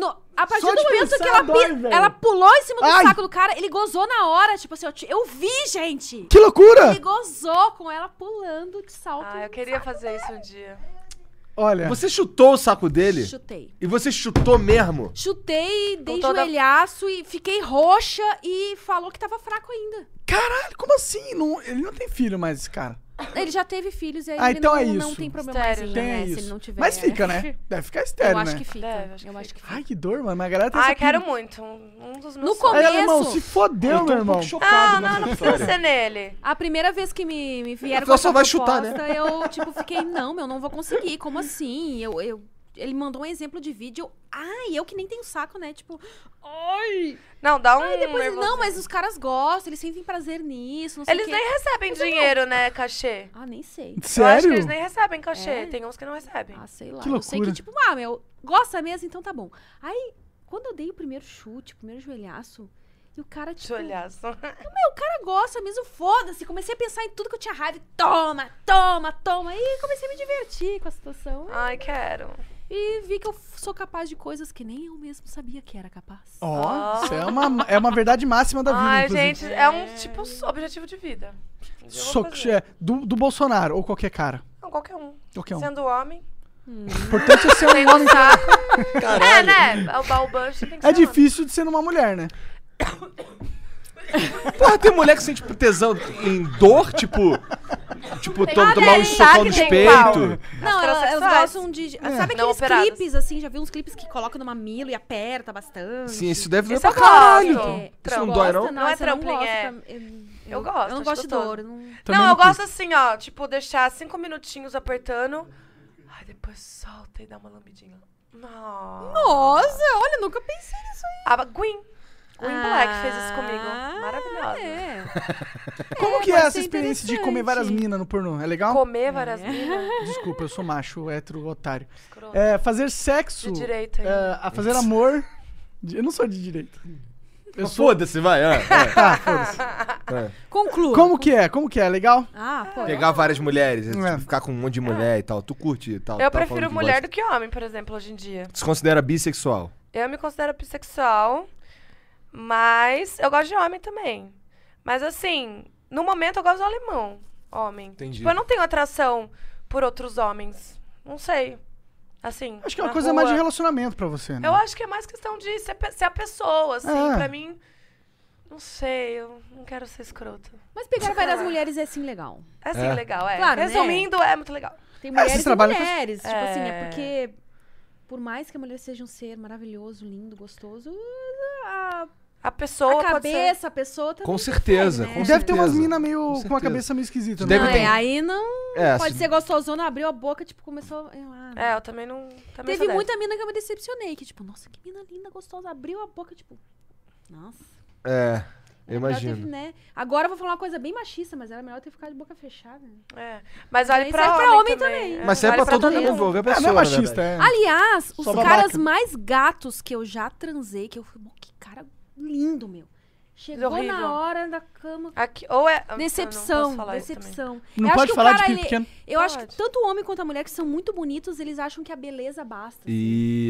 [SPEAKER 3] No- a partir
[SPEAKER 1] Só
[SPEAKER 3] do
[SPEAKER 1] de
[SPEAKER 3] momento que
[SPEAKER 1] pensar
[SPEAKER 3] ela,
[SPEAKER 1] dói,
[SPEAKER 3] pi-
[SPEAKER 1] velho.
[SPEAKER 3] ela pulou em cima do
[SPEAKER 1] Ai.
[SPEAKER 3] saco do cara, ele gozou na hora. Tipo assim, eu, te- eu vi, gente!
[SPEAKER 1] Que
[SPEAKER 3] Ele
[SPEAKER 1] loucura!
[SPEAKER 3] gozou com ela pulando de salto.
[SPEAKER 4] Ah, eu queria fazer isso um dia.
[SPEAKER 1] Olha,
[SPEAKER 2] Você chutou o saco dele?
[SPEAKER 3] Chutei.
[SPEAKER 2] E você chutou mesmo?
[SPEAKER 3] Chutei, dei
[SPEAKER 4] toda-
[SPEAKER 3] joelhaço e fiquei roxa e falou que tava fraco ainda.
[SPEAKER 1] caralho, como assim? Não- ele não tem filho mais, esse cara.
[SPEAKER 3] Ele já teve filhos e aí
[SPEAKER 1] Ah,
[SPEAKER 3] ele
[SPEAKER 1] então
[SPEAKER 3] não,
[SPEAKER 1] é
[SPEAKER 3] não
[SPEAKER 1] isso.
[SPEAKER 3] tem problema
[SPEAKER 4] Estéreo,
[SPEAKER 3] mais, ainda,
[SPEAKER 1] Tem
[SPEAKER 3] né?
[SPEAKER 1] isso.
[SPEAKER 3] Se ele não tiver.
[SPEAKER 1] Mas fica, né? Deve ficar estéreo,
[SPEAKER 3] eu acho
[SPEAKER 1] né?
[SPEAKER 3] que fica.
[SPEAKER 4] Deve, É, acho
[SPEAKER 3] eu
[SPEAKER 4] que
[SPEAKER 3] acho que fica.
[SPEAKER 1] Ai, que dor, mano. Mas a galera tem
[SPEAKER 4] Ai,
[SPEAKER 1] essa
[SPEAKER 4] quero muito. Um um dos meus
[SPEAKER 3] No
[SPEAKER 4] sonhos.
[SPEAKER 1] Aí, alemão,
[SPEAKER 3] começo-
[SPEAKER 1] se fodeu,
[SPEAKER 2] um
[SPEAKER 1] meu irmão.
[SPEAKER 4] Ah, Não,
[SPEAKER 1] né?
[SPEAKER 4] não, não precisa ser nele.
[SPEAKER 3] A primeira vez que me, me vieram
[SPEAKER 2] Ela só vai chutar, né?
[SPEAKER 3] proposta, eu, tipo, fiquei, não, meu, não vou conseguir, como assim? Eu, eu... Ele mandou um exemplo de vídeo, ai, eu que nem tenho saco, né? Tipo, ai!
[SPEAKER 4] Não, dá um.
[SPEAKER 3] Depois, ele,
[SPEAKER 4] nervosinho.
[SPEAKER 3] não, mas os caras gostam, eles sentem prazer nisso, não sei
[SPEAKER 4] Eles
[SPEAKER 3] o quê.
[SPEAKER 4] nem recebem dinheiro, né, cachê?
[SPEAKER 3] Ah, nem sei.
[SPEAKER 4] Eu acho que eles
[SPEAKER 1] Sério?
[SPEAKER 4] nem recebem cachê.
[SPEAKER 3] É?
[SPEAKER 4] Tem uns que não recebem.
[SPEAKER 3] Ah, sei lá.
[SPEAKER 1] Que
[SPEAKER 3] eu sei que,
[SPEAKER 1] loucura.
[SPEAKER 3] tipo, ah, meu, gosta mesmo, então tá bom. Aí, quando eu dei o primeiro chute, o primeiro joelhaço, e o cara, tipo,
[SPEAKER 4] Joelhaço.
[SPEAKER 3] cara gosta mesmo, foda-se. Comecei a pensar em tudo que eu tinha raiva. e Toma, toma, toma. E comecei a me divertir com a situação.
[SPEAKER 4] Ai, quero.
[SPEAKER 3] E vi que eu f- sou capaz de coisas que nem eu mesmo sabia que era capaz.
[SPEAKER 1] Ó, isso é uma, é uma verdade máxima da vida,
[SPEAKER 4] Ai,
[SPEAKER 1] inclusive.
[SPEAKER 4] gente, é um tipo objetivo de vida. Um dia eu vou
[SPEAKER 1] So-
[SPEAKER 4] fazer.
[SPEAKER 1] é, do, do Bolsonaro, ou qualquer cara.
[SPEAKER 4] Não, qualquer um.
[SPEAKER 1] Qualquer um.
[SPEAKER 4] Sendo homem.
[SPEAKER 1] O importante é ser um homem.
[SPEAKER 4] É, né? O baú bush tem que
[SPEAKER 1] É
[SPEAKER 4] ser homem.
[SPEAKER 1] difícil de ser uma mulher, né?
[SPEAKER 2] Porra, tem mulher que sente tesão em dor, tipo. Tipo, to-
[SPEAKER 4] nada
[SPEAKER 2] tomar um
[SPEAKER 4] aí,
[SPEAKER 2] socão
[SPEAKER 4] que
[SPEAKER 2] no
[SPEAKER 4] tem
[SPEAKER 2] peito.
[SPEAKER 3] Não, ela- elas
[SPEAKER 4] transexuais.
[SPEAKER 3] gostam
[SPEAKER 2] É.
[SPEAKER 3] de. Sabe
[SPEAKER 4] Não
[SPEAKER 3] aqueles
[SPEAKER 4] operadas.
[SPEAKER 3] clipes, assim? Já vi uns clipes que colocam no mamilo e aperta bastante.
[SPEAKER 2] Sim, isso deve doer
[SPEAKER 4] Esse
[SPEAKER 2] pra
[SPEAKER 4] eu
[SPEAKER 2] caralho.
[SPEAKER 4] gosto.
[SPEAKER 3] É,
[SPEAKER 2] Isso não
[SPEAKER 4] Trampo.
[SPEAKER 2] dói,
[SPEAKER 3] Nossa,
[SPEAKER 2] não?
[SPEAKER 4] Não é
[SPEAKER 3] eu
[SPEAKER 4] trampling,
[SPEAKER 3] gosto
[SPEAKER 4] é.
[SPEAKER 3] pra- Eu,
[SPEAKER 4] Eu gosto,
[SPEAKER 3] Eu não
[SPEAKER 4] acho
[SPEAKER 3] gosto de
[SPEAKER 4] gostoso.
[SPEAKER 3] dor. eu Não...
[SPEAKER 1] Também
[SPEAKER 4] não, eu
[SPEAKER 1] curto.
[SPEAKER 4] gosto assim, ó. Tipo, deixar cinco minutinhos apertando. Ai, depois solta e dá uma lambidinha. Não.
[SPEAKER 3] Nossa, olha, nunca pensei nisso aí.
[SPEAKER 4] A Gwen. Gwen Black fez isso comigo.
[SPEAKER 3] Ah,
[SPEAKER 4] Maravilhosa.
[SPEAKER 3] É.
[SPEAKER 1] Como que é
[SPEAKER 3] pode
[SPEAKER 1] essa
[SPEAKER 3] ser
[SPEAKER 1] experiência de
[SPEAKER 3] interessante.
[SPEAKER 1] comer várias minas no pornô? É legal?
[SPEAKER 4] Comer várias minas.
[SPEAKER 1] Desculpa, eu sou macho, hétero, otário.
[SPEAKER 4] Escroto.
[SPEAKER 1] É, fazer sexo.
[SPEAKER 4] De direita.
[SPEAKER 1] é, a fazer amor. Eu não sou de direita. Eu sou.
[SPEAKER 2] Tá Foda-se, vai. é, é.
[SPEAKER 1] Ah, foda-se.
[SPEAKER 3] Conclua.
[SPEAKER 1] Como que é? Como que é? Legal?
[SPEAKER 3] Ah, pô.
[SPEAKER 2] Pegar várias mulheres,
[SPEAKER 1] É.
[SPEAKER 2] ficar com um monte de mulher e tal. Tu curte e tal.
[SPEAKER 4] Eu
[SPEAKER 2] tá falando
[SPEAKER 4] prefiro
[SPEAKER 2] que
[SPEAKER 4] mulher
[SPEAKER 2] gosta.
[SPEAKER 4] do que homem, por exemplo, hoje em dia.
[SPEAKER 2] Tu se considera bissexual?
[SPEAKER 4] Eu me considero bissexual, mas eu gosto de homem também. Mas assim, no momento eu gosto do alemão, homem.
[SPEAKER 2] Entendi.
[SPEAKER 4] Tipo, eu não tenho atração por outros homens. Não sei. Assim.
[SPEAKER 1] Acho que é uma
[SPEAKER 4] na
[SPEAKER 1] coisa mais de
[SPEAKER 4] rua.
[SPEAKER 1] relacionamento pra você, né?
[SPEAKER 4] Eu acho que é mais questão de ser, pe- ser a pessoa, assim.
[SPEAKER 1] É.
[SPEAKER 4] Pra mim, não sei, eu não quero ser escrota.
[SPEAKER 3] Mas pegar várias mulheres é assim legal.
[SPEAKER 4] É assim,
[SPEAKER 2] É.
[SPEAKER 4] legal, é.
[SPEAKER 3] Claro, né?
[SPEAKER 4] Resumindo, é muito legal.
[SPEAKER 3] Tem
[SPEAKER 2] Ah,
[SPEAKER 1] vocês
[SPEAKER 3] mulheres e
[SPEAKER 1] trabalham com-
[SPEAKER 3] mulheres. Tipo assim,
[SPEAKER 4] É.
[SPEAKER 3] é porque por mais que a mulher seja um ser maravilhoso, lindo, gostoso, a,
[SPEAKER 4] A
[SPEAKER 3] a
[SPEAKER 4] pessoa pode ser...
[SPEAKER 3] cabeça, a pessoa também.
[SPEAKER 2] Com certeza,
[SPEAKER 3] né?
[SPEAKER 2] com certeza.
[SPEAKER 1] Deve ter umas minas meio.
[SPEAKER 2] Com
[SPEAKER 1] com a
[SPEAKER 2] certeza.
[SPEAKER 1] cabeça meio esquisita, né?
[SPEAKER 2] Deve
[SPEAKER 3] não,
[SPEAKER 2] ter.
[SPEAKER 3] é, aí não
[SPEAKER 2] É,
[SPEAKER 3] pode
[SPEAKER 2] se-
[SPEAKER 3] ser gostosona, abriu a boca, tipo, começou. ah, não.
[SPEAKER 4] É, eu também não... Também
[SPEAKER 3] Teve
[SPEAKER 4] sou
[SPEAKER 3] muita mina que eu me decepcionei, que, tipo, nossa, que mina linda, gostosa, abriu a boca, tipo. Nossa.
[SPEAKER 2] É, eu
[SPEAKER 3] Era melhor ter,
[SPEAKER 2] imagino.
[SPEAKER 3] né? Agora eu vou falar uma coisa bem machista, mas era melhor ter ficado de boca fechada. né?
[SPEAKER 4] dessa. É. Mas vale
[SPEAKER 3] Mas
[SPEAKER 4] pra
[SPEAKER 3] serve
[SPEAKER 4] homem,
[SPEAKER 3] pra homem também.
[SPEAKER 4] É,
[SPEAKER 2] Mas serve
[SPEAKER 4] vale
[SPEAKER 2] pra todo mundo, envolver a
[SPEAKER 1] É,
[SPEAKER 2] pessoa. né,
[SPEAKER 1] não é
[SPEAKER 2] na
[SPEAKER 1] machista,
[SPEAKER 2] verdade.
[SPEAKER 1] é.
[SPEAKER 3] Aliás, os
[SPEAKER 1] Só babaca.
[SPEAKER 3] caras mais gatos que eu já transei, que eu fui, "Bom, que cara lindo, meu. Chegou
[SPEAKER 4] é horrível.
[SPEAKER 3] na hora da cama.
[SPEAKER 4] Aqui, ou é... eu não
[SPEAKER 3] Decepção,
[SPEAKER 4] posso falar isso também.
[SPEAKER 3] decepção.
[SPEAKER 1] Não
[SPEAKER 3] eu acho
[SPEAKER 1] pode
[SPEAKER 3] que o
[SPEAKER 1] falar de
[SPEAKER 3] cara,
[SPEAKER 1] pico
[SPEAKER 3] ele-
[SPEAKER 1] pequeno.
[SPEAKER 3] Eu acho
[SPEAKER 4] Pode.
[SPEAKER 3] que tanto o homem quanto a mulher, que são muito bonitos, eles acham que a beleza basta. assim.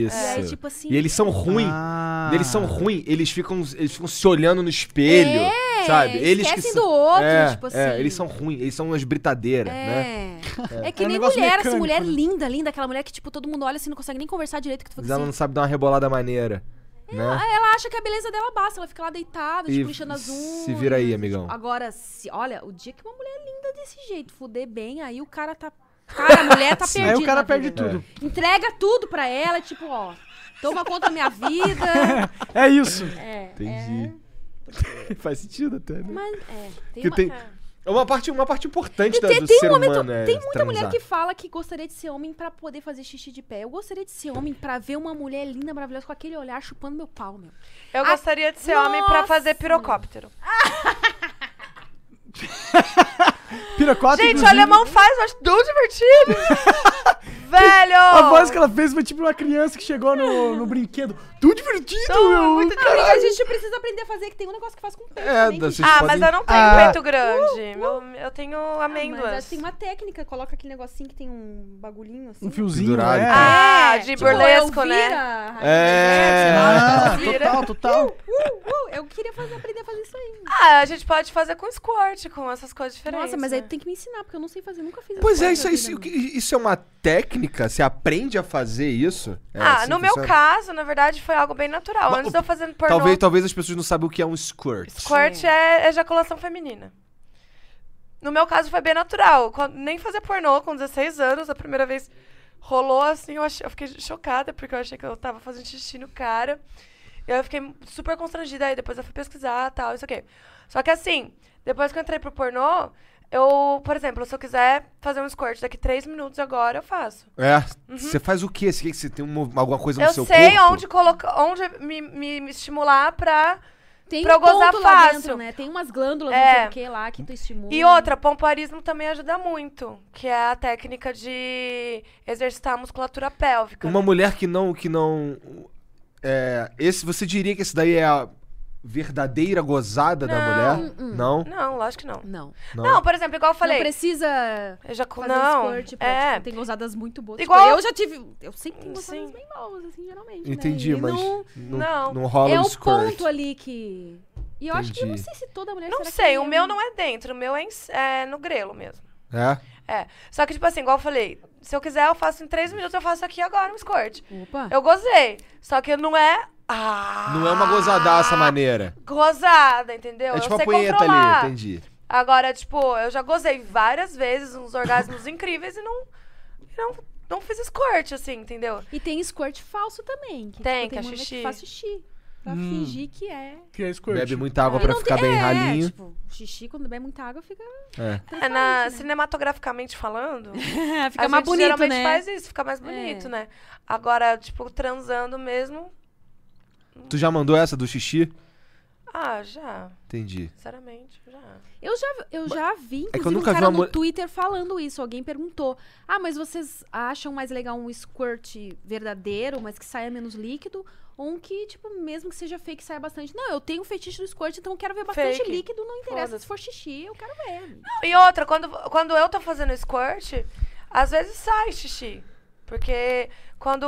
[SPEAKER 2] Isso.
[SPEAKER 3] E aí, tipo assim.
[SPEAKER 2] E eles são ruins.
[SPEAKER 1] é. Ah.
[SPEAKER 2] Eles são ruins, eles ficam, eles ficam se olhando no espelho,
[SPEAKER 3] é,
[SPEAKER 2] sabe? Eles que
[SPEAKER 3] esquecem
[SPEAKER 2] são-
[SPEAKER 3] do outro,
[SPEAKER 2] é,
[SPEAKER 3] tipo assim.
[SPEAKER 2] é, eles são ruins, eles são umas britadeiras, né?
[SPEAKER 3] É. É que
[SPEAKER 1] É um
[SPEAKER 3] nem
[SPEAKER 1] negócio
[SPEAKER 3] mulher, assim,
[SPEAKER 1] mecânico,
[SPEAKER 3] mulher
[SPEAKER 1] né?
[SPEAKER 3] linda, linda, aquela mulher que, tipo, todo mundo olha assim, não consegue nem conversar direito, que tu
[SPEAKER 2] Mas
[SPEAKER 3] fica
[SPEAKER 2] ela
[SPEAKER 3] assim. É,
[SPEAKER 2] não sabe dar uma rebolada maneira, né?
[SPEAKER 3] Ela acha que a beleza dela basta, ela fica lá deitada,
[SPEAKER 2] E
[SPEAKER 3] tipo, enchendo as unhas.
[SPEAKER 2] se vira aí, amigão.
[SPEAKER 3] Agora, se, olha, o dia que uma mulher linda desse jeito fuder bem, aí o cara tá Cara, a mulher tá perdida.
[SPEAKER 1] Aí o cara
[SPEAKER 3] na
[SPEAKER 2] É.
[SPEAKER 1] perde
[SPEAKER 3] vida.
[SPEAKER 1] tudo.
[SPEAKER 3] Entrega tudo pra ela, tipo, ó, toma conta da minha vida.
[SPEAKER 1] É isso.
[SPEAKER 3] É,
[SPEAKER 2] Entendi.
[SPEAKER 4] É.
[SPEAKER 2] Faz sentido até, né?
[SPEAKER 3] mas é, tem
[SPEAKER 2] Que
[SPEAKER 3] uma...
[SPEAKER 2] tem- É uma parte, uma parte importante
[SPEAKER 3] E
[SPEAKER 2] da,
[SPEAKER 3] tem,
[SPEAKER 2] do
[SPEAKER 3] tem um
[SPEAKER 2] ser
[SPEAKER 3] momento-
[SPEAKER 2] humano. é
[SPEAKER 3] tem muita mulher
[SPEAKER 2] transar.
[SPEAKER 3] que fala que gostaria de ser homem pra poder fazer xixi de pé. Eu gostaria de ser homem pra ver uma mulher linda, maravilhosa, com aquele olhar chupando meu pau, meu.
[SPEAKER 4] Eu
[SPEAKER 3] Ah,
[SPEAKER 4] gostaria de ser homem pra fazer
[SPEAKER 3] nossa.
[SPEAKER 4] pirocóptero.
[SPEAKER 2] Ah,
[SPEAKER 1] Pirocota,
[SPEAKER 4] Gente, o
[SPEAKER 1] inclusive,
[SPEAKER 4] alemão faz, eu acho tão divertido. Velho!
[SPEAKER 1] A voz que ela fez foi tipo uma criança que chegou no, no brinquedo. Tudo divertido, meu.
[SPEAKER 3] Amiga, a gente precisa aprender a fazer, que tem um negócio que faz com o peito
[SPEAKER 2] É,
[SPEAKER 3] também, que-
[SPEAKER 2] da- vocês
[SPEAKER 4] Ah,
[SPEAKER 2] podem-
[SPEAKER 4] mas eu não tenho
[SPEAKER 1] Ah.
[SPEAKER 4] peito grande. Meu- eu tenho
[SPEAKER 3] Uh, Ah, Mas acho
[SPEAKER 4] amêndoas.
[SPEAKER 3] que tem uma técnica, coloca aquele negocinho que tem um bagulhinho assim. É, tipo,
[SPEAKER 1] Um fiozinho,
[SPEAKER 2] Pendurado,
[SPEAKER 1] né?
[SPEAKER 2] cara.
[SPEAKER 4] Ah, de burlesco,
[SPEAKER 3] eu
[SPEAKER 4] né?
[SPEAKER 3] vira,
[SPEAKER 2] É.
[SPEAKER 1] Ah,
[SPEAKER 4] Gira.
[SPEAKER 1] total, total.
[SPEAKER 3] Uh, uh, eu queria fazer, aprender a fazer isso aí.
[SPEAKER 4] Ah, a gente pode fazer com squirt, com essas coisas diferentes.
[SPEAKER 3] Nossa, mas é aí
[SPEAKER 4] né?
[SPEAKER 3] tu tem que me ensinar, porque eu não sei fazer, nunca fiz
[SPEAKER 2] Pois é, isso, é-
[SPEAKER 3] coisa na
[SPEAKER 2] isso,
[SPEAKER 3] vida, né?
[SPEAKER 2] o que- isso é uma técnica? Você aprende a fazer isso? É
[SPEAKER 4] ah,
[SPEAKER 2] assim
[SPEAKER 4] no
[SPEAKER 2] que
[SPEAKER 4] meu
[SPEAKER 2] funciona?
[SPEAKER 4] caso, na verdade, foi algo bem natural.
[SPEAKER 2] Mas
[SPEAKER 4] Antes
[SPEAKER 2] o-
[SPEAKER 4] de eu fazer pornô,
[SPEAKER 2] Talvez, talvez as pessoas não saibam o que é um squirt.
[SPEAKER 4] squirt é ejaculação feminina. No meu caso, foi bem natural. Quando- Nem fazer pornô com 16 anos, a primeira vez rolou assim, eu, achei- eu fiquei chocada, porque eu achei que eu tava fazendo xixi no cara. E aí eu fiquei super constrangida, aí depois eu fui pesquisar e tal, isso aqui. Só que assim, depois que eu entrei pro pornô, eu, por exemplo, se eu quiser fazer um squirt daqui 3 minutos agora, eu faço.
[SPEAKER 2] É. Você faz o quê? Você, você tem uma- alguma coisa no
[SPEAKER 4] Uhum. Eu
[SPEAKER 2] um seu
[SPEAKER 4] sei
[SPEAKER 2] corpo?
[SPEAKER 4] onde, coloca, onde me, me- me estimular pra.
[SPEAKER 3] Tem
[SPEAKER 4] pra eu
[SPEAKER 3] um ponto
[SPEAKER 4] gozar
[SPEAKER 3] lá
[SPEAKER 4] fácil.
[SPEAKER 3] dentro, né? Tem umas glândulas,
[SPEAKER 4] É.
[SPEAKER 3] não sei o que lá, que tu estimula.
[SPEAKER 4] E outra, pomparismo também ajuda muito, que é a técnica de exercitar a musculatura pélvica.
[SPEAKER 2] Uma
[SPEAKER 4] né?
[SPEAKER 2] mulher que não. Que não é, esse, você diria que esse daí é a verdadeira gozada da
[SPEAKER 4] Não.
[SPEAKER 2] mulher? Não?
[SPEAKER 4] Não, lógico que não.
[SPEAKER 3] Não.
[SPEAKER 2] Não.
[SPEAKER 4] Não, por exemplo, igual eu falei.
[SPEAKER 3] Não precisa
[SPEAKER 4] Eu já
[SPEAKER 3] fazer
[SPEAKER 4] não,
[SPEAKER 3] squirt, pra,
[SPEAKER 4] é.
[SPEAKER 3] tipo, tem gozadas muito boas.
[SPEAKER 4] Igual-
[SPEAKER 3] Tipo, eu já tive... Eu sempre tenho gozadas
[SPEAKER 4] Sim.
[SPEAKER 3] bem boas, assim, geralmente, né?
[SPEAKER 2] Entendi,
[SPEAKER 3] E
[SPEAKER 2] mas.
[SPEAKER 3] não-
[SPEAKER 2] Não, não,
[SPEAKER 4] não.
[SPEAKER 2] rola
[SPEAKER 3] é
[SPEAKER 2] um
[SPEAKER 3] o
[SPEAKER 2] squirt.
[SPEAKER 3] ponto ali que... E eu acho que eu não
[SPEAKER 2] Entendi.
[SPEAKER 3] sei se toda mulher...
[SPEAKER 4] Não
[SPEAKER 3] será que
[SPEAKER 4] sei, o
[SPEAKER 3] é?
[SPEAKER 4] meu não é dentro, o meu é, em- é no grelo mesmo.
[SPEAKER 2] É?
[SPEAKER 4] É. Só que, tipo assim, igual eu falei, se eu quiser, eu faço em três minutos, eu faço aqui agora um squirt.
[SPEAKER 3] Opa.
[SPEAKER 4] Eu gozei. Só que não é. Ah,
[SPEAKER 2] Não é uma
[SPEAKER 3] Ah,
[SPEAKER 2] gozadaça maneira.
[SPEAKER 4] Gozada, entendeu?
[SPEAKER 2] É tipo
[SPEAKER 4] eu
[SPEAKER 2] a
[SPEAKER 4] sei
[SPEAKER 2] punheta
[SPEAKER 4] controlar.
[SPEAKER 2] ali, entendi.
[SPEAKER 4] Agora, tipo, eu já gozei várias vezes, uns orgasmos incríveis e não, e não, não fiz squirt, assim, entendeu?
[SPEAKER 3] E tem squirt falso também. Que,
[SPEAKER 4] Tem,
[SPEAKER 3] tipo,
[SPEAKER 4] que é
[SPEAKER 3] tem mulher
[SPEAKER 4] xixi.
[SPEAKER 3] que faz xixi. Pra
[SPEAKER 1] Hum.
[SPEAKER 3] fingir que é.
[SPEAKER 1] Que é squirt.
[SPEAKER 2] Bebe muita água
[SPEAKER 4] E
[SPEAKER 2] pra
[SPEAKER 3] não
[SPEAKER 2] ficar
[SPEAKER 3] tem-
[SPEAKER 2] bem
[SPEAKER 3] é,
[SPEAKER 2] ralinho.
[SPEAKER 3] tipo, xixi quando bebe muita água fica...
[SPEAKER 2] É.
[SPEAKER 4] É, na,
[SPEAKER 3] transparente, né?
[SPEAKER 4] Cinematograficamente falando,
[SPEAKER 3] Fica
[SPEAKER 4] a
[SPEAKER 3] mais
[SPEAKER 4] gente
[SPEAKER 3] bonito,
[SPEAKER 4] geralmente
[SPEAKER 3] né?
[SPEAKER 4] faz isso, fica mais bonito,
[SPEAKER 3] É.
[SPEAKER 4] né? Agora, tipo, transando mesmo.
[SPEAKER 2] Tu já mandou essa do xixi?
[SPEAKER 4] Ah, já.
[SPEAKER 2] Entendi.
[SPEAKER 4] Sinceramente, já.
[SPEAKER 3] Eu já, eu já vi,
[SPEAKER 4] é
[SPEAKER 3] inclusive,
[SPEAKER 2] que eu nunca vi
[SPEAKER 3] um cara
[SPEAKER 2] uma
[SPEAKER 3] no
[SPEAKER 2] mulher-
[SPEAKER 3] Twitter falando isso. Alguém perguntou. Ah, mas vocês acham mais legal um squirt verdadeiro, mas que saia menos líquido? Ou um que, tipo, mesmo que seja fake, saia bastante? Não, eu tenho um fetiche do squirt, então eu quero ver bastante
[SPEAKER 4] Fake.
[SPEAKER 3] líquido. Não interessa
[SPEAKER 4] Foda-se.
[SPEAKER 3] se for xixi, eu quero ver.
[SPEAKER 4] E outra, quando, quando eu tô fazendo squirt, às vezes sai xixi. Porque quando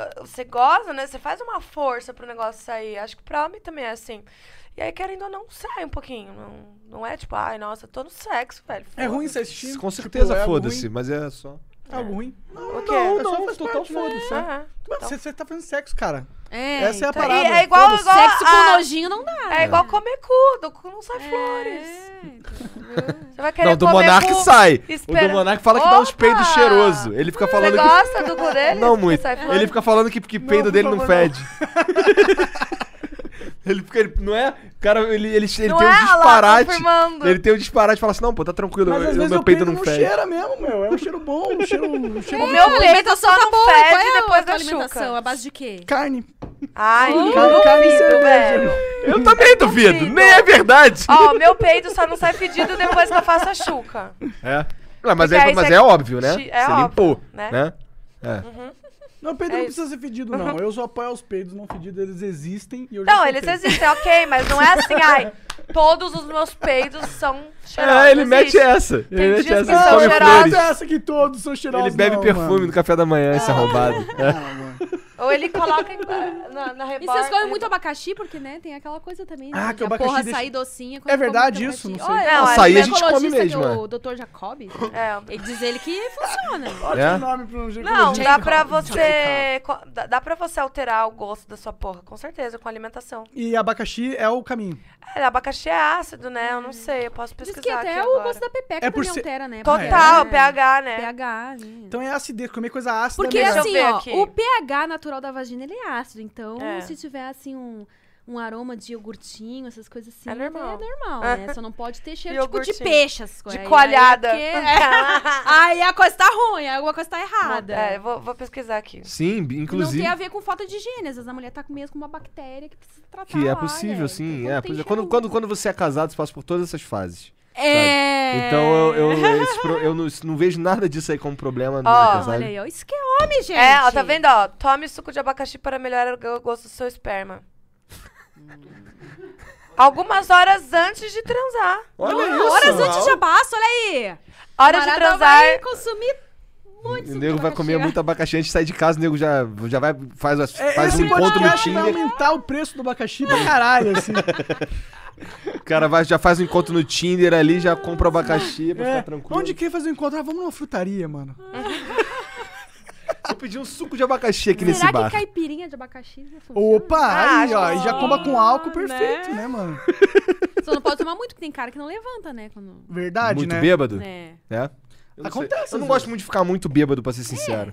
[SPEAKER 4] eh, você goza, né? Você faz uma força pro negócio sair. Acho que pra homem também é assim. E aí, querendo ou não, sai um pouquinho. Não, não é tipo, ai, nossa, tô no sexo, velho.
[SPEAKER 1] É ruim
[SPEAKER 4] foda-se."
[SPEAKER 1] você assistir.
[SPEAKER 2] Com certeza,
[SPEAKER 1] Tipo, é algo
[SPEAKER 2] foda-se,
[SPEAKER 1] ruim.
[SPEAKER 2] mas é só.
[SPEAKER 1] É algo ruim.
[SPEAKER 4] O quê?
[SPEAKER 1] Não,
[SPEAKER 2] É
[SPEAKER 1] não,
[SPEAKER 2] só
[SPEAKER 1] faz
[SPEAKER 2] total
[SPEAKER 1] parte, né?
[SPEAKER 2] foda-se.
[SPEAKER 4] Ah, total.
[SPEAKER 1] Você, você tá fazendo sexo, cara.
[SPEAKER 3] É.
[SPEAKER 1] Essa é a
[SPEAKER 4] então-
[SPEAKER 1] parada.
[SPEAKER 4] E é igual-
[SPEAKER 1] foda-se.
[SPEAKER 4] igual-
[SPEAKER 3] Sexo com
[SPEAKER 4] Ah.
[SPEAKER 3] nojinho não dá.
[SPEAKER 4] É igual comer cu, do cu não sai
[SPEAKER 3] É.
[SPEAKER 4] flores. Você vai querer
[SPEAKER 2] Não, do
[SPEAKER 4] comer
[SPEAKER 2] Monark
[SPEAKER 4] cu-
[SPEAKER 2] sai. O
[SPEAKER 4] espera-
[SPEAKER 2] do Monark fala que dá uns
[SPEAKER 4] Opa!
[SPEAKER 2] peidos cheiroso. Ele fica
[SPEAKER 4] Você
[SPEAKER 2] falando que.
[SPEAKER 4] gosta do cu dele?
[SPEAKER 2] Não
[SPEAKER 4] Que
[SPEAKER 2] muito.
[SPEAKER 4] é sai flores?
[SPEAKER 2] Ele fica falando que, que
[SPEAKER 1] Não,
[SPEAKER 2] peido
[SPEAKER 1] por
[SPEAKER 2] dele não
[SPEAKER 1] favor,
[SPEAKER 2] fede. ele fica. Ele, não é? Cara, ele, ele, ele
[SPEAKER 4] Não
[SPEAKER 2] tem um
[SPEAKER 4] é? Olha lá,
[SPEAKER 2] disparate.
[SPEAKER 4] confirmando.
[SPEAKER 2] ele tem um disparate e fala assim: não, pô, tá tranquilo,
[SPEAKER 1] Mas
[SPEAKER 2] eu-
[SPEAKER 1] às
[SPEAKER 2] eu-
[SPEAKER 1] vezes
[SPEAKER 2] meu
[SPEAKER 1] o
[SPEAKER 2] peito
[SPEAKER 1] peito
[SPEAKER 2] não
[SPEAKER 1] não
[SPEAKER 2] fede.
[SPEAKER 1] cheira mesmo, meu. É um cheiro bom, um cheiro, um cheiro
[SPEAKER 4] O Tipo, meu
[SPEAKER 3] a
[SPEAKER 4] peito
[SPEAKER 3] É, alimentação
[SPEAKER 4] só
[SPEAKER 3] tá
[SPEAKER 4] não
[SPEAKER 3] boa.
[SPEAKER 4] fede
[SPEAKER 3] Qual é
[SPEAKER 4] depois
[SPEAKER 3] a
[SPEAKER 4] da
[SPEAKER 3] alimentação?
[SPEAKER 4] chuca.
[SPEAKER 3] A base de quê?
[SPEAKER 1] carne.
[SPEAKER 4] Ai,
[SPEAKER 1] Carne, carne e
[SPEAKER 4] duvido,
[SPEAKER 1] cerveja.
[SPEAKER 4] velho.
[SPEAKER 2] Eu também duvido,
[SPEAKER 4] Duvido.
[SPEAKER 2] nem é verdade.
[SPEAKER 4] Ó, meu peito só não sai fedido depois que eu faço a chuca.
[SPEAKER 2] É. Não, mas,
[SPEAKER 4] Porque
[SPEAKER 2] é,
[SPEAKER 4] aí
[SPEAKER 2] mas
[SPEAKER 4] você-
[SPEAKER 2] é óbvio, né?
[SPEAKER 4] Chi- é
[SPEAKER 2] Você
[SPEAKER 4] óbvio,
[SPEAKER 2] limpou,
[SPEAKER 4] né?
[SPEAKER 2] né? É.
[SPEAKER 1] Não, o peido
[SPEAKER 4] É
[SPEAKER 1] não
[SPEAKER 4] isso.
[SPEAKER 1] precisa ser fedido, não. Eu só apoio os peidos não fedidos, eles existem e eu já
[SPEAKER 4] Não,
[SPEAKER 1] sou
[SPEAKER 4] eles
[SPEAKER 1] feito.
[SPEAKER 4] existem, ok, mas não é assim, ai, todos os meus peidos são cheirosos.
[SPEAKER 2] É, ele
[SPEAKER 4] não
[SPEAKER 2] mete
[SPEAKER 4] existe.
[SPEAKER 2] essa.
[SPEAKER 4] Tem
[SPEAKER 2] Ele mete
[SPEAKER 4] dias
[SPEAKER 2] essa,
[SPEAKER 4] que
[SPEAKER 2] ele
[SPEAKER 4] são
[SPEAKER 2] come
[SPEAKER 1] Não,
[SPEAKER 4] cheirosos.
[SPEAKER 1] não
[SPEAKER 2] flores.
[SPEAKER 1] é essa que todos são cheirosos,
[SPEAKER 2] Ele bebe
[SPEAKER 1] não,
[SPEAKER 2] perfume
[SPEAKER 1] mano.
[SPEAKER 2] no café da manhã, esse arrombado. É.
[SPEAKER 1] Ah, mano.
[SPEAKER 4] Ou ele coloca em- eh, na, na
[SPEAKER 3] E
[SPEAKER 4] reborda.
[SPEAKER 3] vocês comem é muito abacaxi, porque, né, tem aquela coisa também.
[SPEAKER 1] Ah,
[SPEAKER 3] né,
[SPEAKER 1] que
[SPEAKER 3] de a
[SPEAKER 1] abacaxi
[SPEAKER 3] porra
[SPEAKER 1] deixa-
[SPEAKER 3] sair docinha.
[SPEAKER 1] É verdade isso? Não sei.
[SPEAKER 4] Não,
[SPEAKER 3] Açaí
[SPEAKER 2] açaí a gente come mesmo,
[SPEAKER 3] Que
[SPEAKER 2] é.
[SPEAKER 3] é o Dr. Jacob,
[SPEAKER 4] É.
[SPEAKER 3] ele diz ele que funciona.
[SPEAKER 1] Ótimo
[SPEAKER 2] É?
[SPEAKER 1] nome pra um
[SPEAKER 4] Não,
[SPEAKER 1] ginecologista.
[SPEAKER 4] dá pra você. co- Dá, dá pra você alterar o gosto da sua porra, com certeza, com alimentação.
[SPEAKER 1] E abacaxi é o caminho.
[SPEAKER 4] É, abacaxi é ácido, né? Eu não sei, eu posso
[SPEAKER 3] Diz
[SPEAKER 4] pesquisar.
[SPEAKER 3] que até
[SPEAKER 4] aqui
[SPEAKER 3] o
[SPEAKER 4] agora.
[SPEAKER 3] gosto da pepeca
[SPEAKER 1] É por
[SPEAKER 3] também
[SPEAKER 1] ser-
[SPEAKER 3] altera, né?
[SPEAKER 1] Total,
[SPEAKER 4] Total,
[SPEAKER 2] É.
[SPEAKER 3] Porque-
[SPEAKER 4] pH, né?
[SPEAKER 3] pH, né?
[SPEAKER 1] Então é acidez, comer coisa ácida
[SPEAKER 3] Porque
[SPEAKER 1] é melhor.
[SPEAKER 4] Deixa eu
[SPEAKER 3] assim,
[SPEAKER 4] ver
[SPEAKER 3] ó,
[SPEAKER 4] aqui.
[SPEAKER 3] o pH natural da vagina ele é ácido, então
[SPEAKER 4] É.
[SPEAKER 3] se tiver assim um, um aroma de iogurtinho, essas coisas assim,
[SPEAKER 4] É
[SPEAKER 3] até
[SPEAKER 4] normal.
[SPEAKER 3] é normal, né? Só não pode ter cheiro tipo de
[SPEAKER 4] Iogurtinho.
[SPEAKER 3] peixe, essas coisas.
[SPEAKER 4] De
[SPEAKER 3] Aí-
[SPEAKER 4] coalhada.
[SPEAKER 3] Aí, é porque- aí a coisa tá ruim, aí alguma coisa tá errada.
[SPEAKER 4] É, vou, vou pesquisar aqui.
[SPEAKER 2] Sim,
[SPEAKER 3] Não
[SPEAKER 2] inclusive.
[SPEAKER 3] tem a ver com falta de higiene, às vezes a mulher tá com mesmo com uma bactéria que precisa tratar
[SPEAKER 2] Que é
[SPEAKER 3] lá,
[SPEAKER 2] possível,
[SPEAKER 3] né?
[SPEAKER 2] sim.
[SPEAKER 3] Então,
[SPEAKER 2] É,
[SPEAKER 3] tem
[SPEAKER 2] pois é,
[SPEAKER 3] cheiro
[SPEAKER 2] quando,
[SPEAKER 3] ruim.
[SPEAKER 2] quando você é casado, você passa por todas essas fases.
[SPEAKER 3] É...
[SPEAKER 2] Então eu, eu, esse pro- eu não, não vejo nada disso aí como problema no
[SPEAKER 4] Ó,
[SPEAKER 2] casal.
[SPEAKER 3] Olha aí, ó, isso que é homem, gente.
[SPEAKER 4] É, ó, tá vendo, ó? Tome suco de abacaxi para melhorar o gosto do seu esperma. Algumas horas antes de transar.
[SPEAKER 2] Olha
[SPEAKER 3] Ah,
[SPEAKER 2] isso.
[SPEAKER 3] Horas
[SPEAKER 2] mano.
[SPEAKER 3] antes já passa, olha aí.
[SPEAKER 4] Hora de
[SPEAKER 3] Camarada
[SPEAKER 4] transar.
[SPEAKER 3] vai consumir muito
[SPEAKER 2] O
[SPEAKER 3] suco
[SPEAKER 2] nego
[SPEAKER 3] de
[SPEAKER 2] vai comer
[SPEAKER 3] abacaxi.
[SPEAKER 2] muito abacaxi antes de sair de casa, o nego já, já vai, faz, as-
[SPEAKER 1] É,
[SPEAKER 2] faz
[SPEAKER 1] esse
[SPEAKER 2] um encontro no
[SPEAKER 1] podcast vai
[SPEAKER 2] Tinder.
[SPEAKER 1] aumentar o preço do abacaxi pra caralho, assim.
[SPEAKER 2] O cara vai, já faz um encontro no Tinder ali, já compra o abacaxi pra
[SPEAKER 1] É,
[SPEAKER 2] ficar tranquilo.
[SPEAKER 1] onde quer fazer um encontro? Ah, vamos numa frutaria, mano.
[SPEAKER 4] Ah,
[SPEAKER 2] Eu pedi um suco de abacaxi aqui nesse
[SPEAKER 3] Será
[SPEAKER 2] bar.
[SPEAKER 3] que caipirinha de abacaxi já funciona?
[SPEAKER 1] Opa,
[SPEAKER 4] Ah,
[SPEAKER 1] aí, ó.
[SPEAKER 4] acho
[SPEAKER 1] E
[SPEAKER 4] que
[SPEAKER 1] já
[SPEAKER 4] sim.
[SPEAKER 1] comba com álcool
[SPEAKER 3] Ah,
[SPEAKER 1] perfeito,
[SPEAKER 3] né?
[SPEAKER 1] né, mano?
[SPEAKER 3] Só não pode tomar muito, porque tem cara que não levanta, né? Quando...
[SPEAKER 1] Verdade,
[SPEAKER 2] Muito
[SPEAKER 1] né?
[SPEAKER 2] bêbado?
[SPEAKER 3] É.
[SPEAKER 2] É. Eu não
[SPEAKER 1] Acontece,
[SPEAKER 2] sei. Eu
[SPEAKER 1] às
[SPEAKER 2] não
[SPEAKER 1] vezes.
[SPEAKER 2] gosto muito de ficar muito bêbado, pra ser sincero.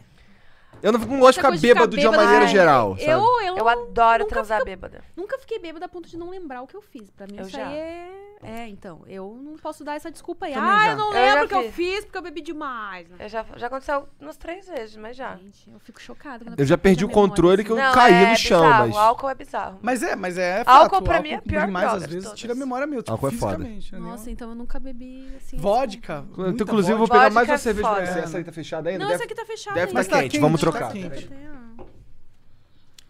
[SPEAKER 2] Eu não, não gosto de
[SPEAKER 3] É. Essa
[SPEAKER 2] ficar
[SPEAKER 3] coisa
[SPEAKER 2] bêbado de, uma
[SPEAKER 3] bêbada,
[SPEAKER 2] maneira
[SPEAKER 3] ai,
[SPEAKER 2] geral. sabe?
[SPEAKER 3] Eu, eu,
[SPEAKER 4] Eu adoro
[SPEAKER 3] nunca
[SPEAKER 4] transar
[SPEAKER 3] fico-
[SPEAKER 4] bêbada.
[SPEAKER 3] nunca fiquei bêbada a ponto de não lembrar o que eu fiz. Pra mim,
[SPEAKER 4] Eu
[SPEAKER 3] isso
[SPEAKER 4] já.
[SPEAKER 3] aí é... É, então, eu não posso dar essa desculpa aí.
[SPEAKER 1] Também
[SPEAKER 3] ah,
[SPEAKER 1] já.
[SPEAKER 3] eu não
[SPEAKER 4] Eu já
[SPEAKER 3] lembro o que eu
[SPEAKER 4] fiz.
[SPEAKER 3] fiz porque eu bebi demais. né?
[SPEAKER 4] Eu já, já aconteceu umas três vezes, mas já.
[SPEAKER 3] Gente, eu fico chocada. Quando a
[SPEAKER 2] Eu já
[SPEAKER 3] pessoa
[SPEAKER 2] perdi
[SPEAKER 3] tem
[SPEAKER 2] o
[SPEAKER 3] memória,
[SPEAKER 2] controle
[SPEAKER 3] assim.
[SPEAKER 2] que eu- caí um no
[SPEAKER 4] é
[SPEAKER 2] chão,
[SPEAKER 4] bizarro.
[SPEAKER 2] mas-
[SPEAKER 4] O álcool é bizarro.
[SPEAKER 1] Mas é, mas é fato.
[SPEAKER 4] Álcool pra mim é a
[SPEAKER 1] álcool
[SPEAKER 4] pior
[SPEAKER 1] demais,
[SPEAKER 4] droga
[SPEAKER 1] às
[SPEAKER 4] de
[SPEAKER 1] vezes,
[SPEAKER 4] todas.
[SPEAKER 1] tira a memória mesmo. Tipo,
[SPEAKER 2] Álcool é foda. Então,
[SPEAKER 1] fisicamente, né?
[SPEAKER 3] Nossa, então eu nunca bebi, assim... esse
[SPEAKER 1] Vodka.
[SPEAKER 3] ponto.
[SPEAKER 1] muita
[SPEAKER 2] Inclusive, eu vou
[SPEAKER 1] vodka.
[SPEAKER 2] pegar
[SPEAKER 4] Vodka
[SPEAKER 2] mais uma
[SPEAKER 4] é
[SPEAKER 2] cerveja pra
[SPEAKER 4] foda.
[SPEAKER 2] você. Essa aí tá fechada ainda?
[SPEAKER 3] Não,
[SPEAKER 2] Deve-
[SPEAKER 3] essa aqui tá fechada.
[SPEAKER 2] deve
[SPEAKER 3] ainda.
[SPEAKER 2] tá quente, vamos trocar.
[SPEAKER 1] Tá quente.
[SPEAKER 3] Tem, ó.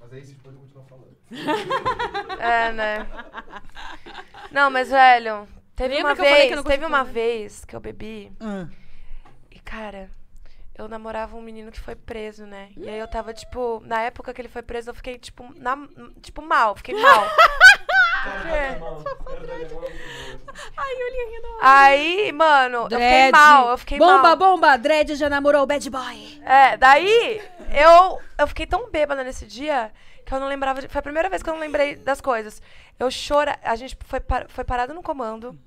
[SPEAKER 2] Mas é aí vocês podem continuar falando.
[SPEAKER 4] É, né? Não, mas, velho, teve
[SPEAKER 3] Lembra
[SPEAKER 4] uma
[SPEAKER 3] que eu falei que eu
[SPEAKER 4] vez,
[SPEAKER 3] não
[SPEAKER 4] teve
[SPEAKER 3] consigo
[SPEAKER 4] uma
[SPEAKER 3] comer?
[SPEAKER 4] vez que eu bebi
[SPEAKER 1] Ah,
[SPEAKER 4] e, cara, eu namorava um menino que foi preso, né? E aí eu tava, tipo, na época que ele foi preso, eu fiquei, tipo, na, tipo mal, fiquei mal.
[SPEAKER 3] Ai, olhinha rindo.
[SPEAKER 4] Aí, mano, Ah, eu fiquei
[SPEAKER 3] Dread.
[SPEAKER 4] mal, eu fiquei
[SPEAKER 3] bomba,
[SPEAKER 4] mal.
[SPEAKER 3] bomba, Dredd já namorou o bad boy.
[SPEAKER 4] É, daí eu, eu fiquei tão bêbada nesse dia que eu não lembrava. de- foi a primeira vez que eu não lembrei das coisas. Eu chora. A gente foi, par- foi parado no comando.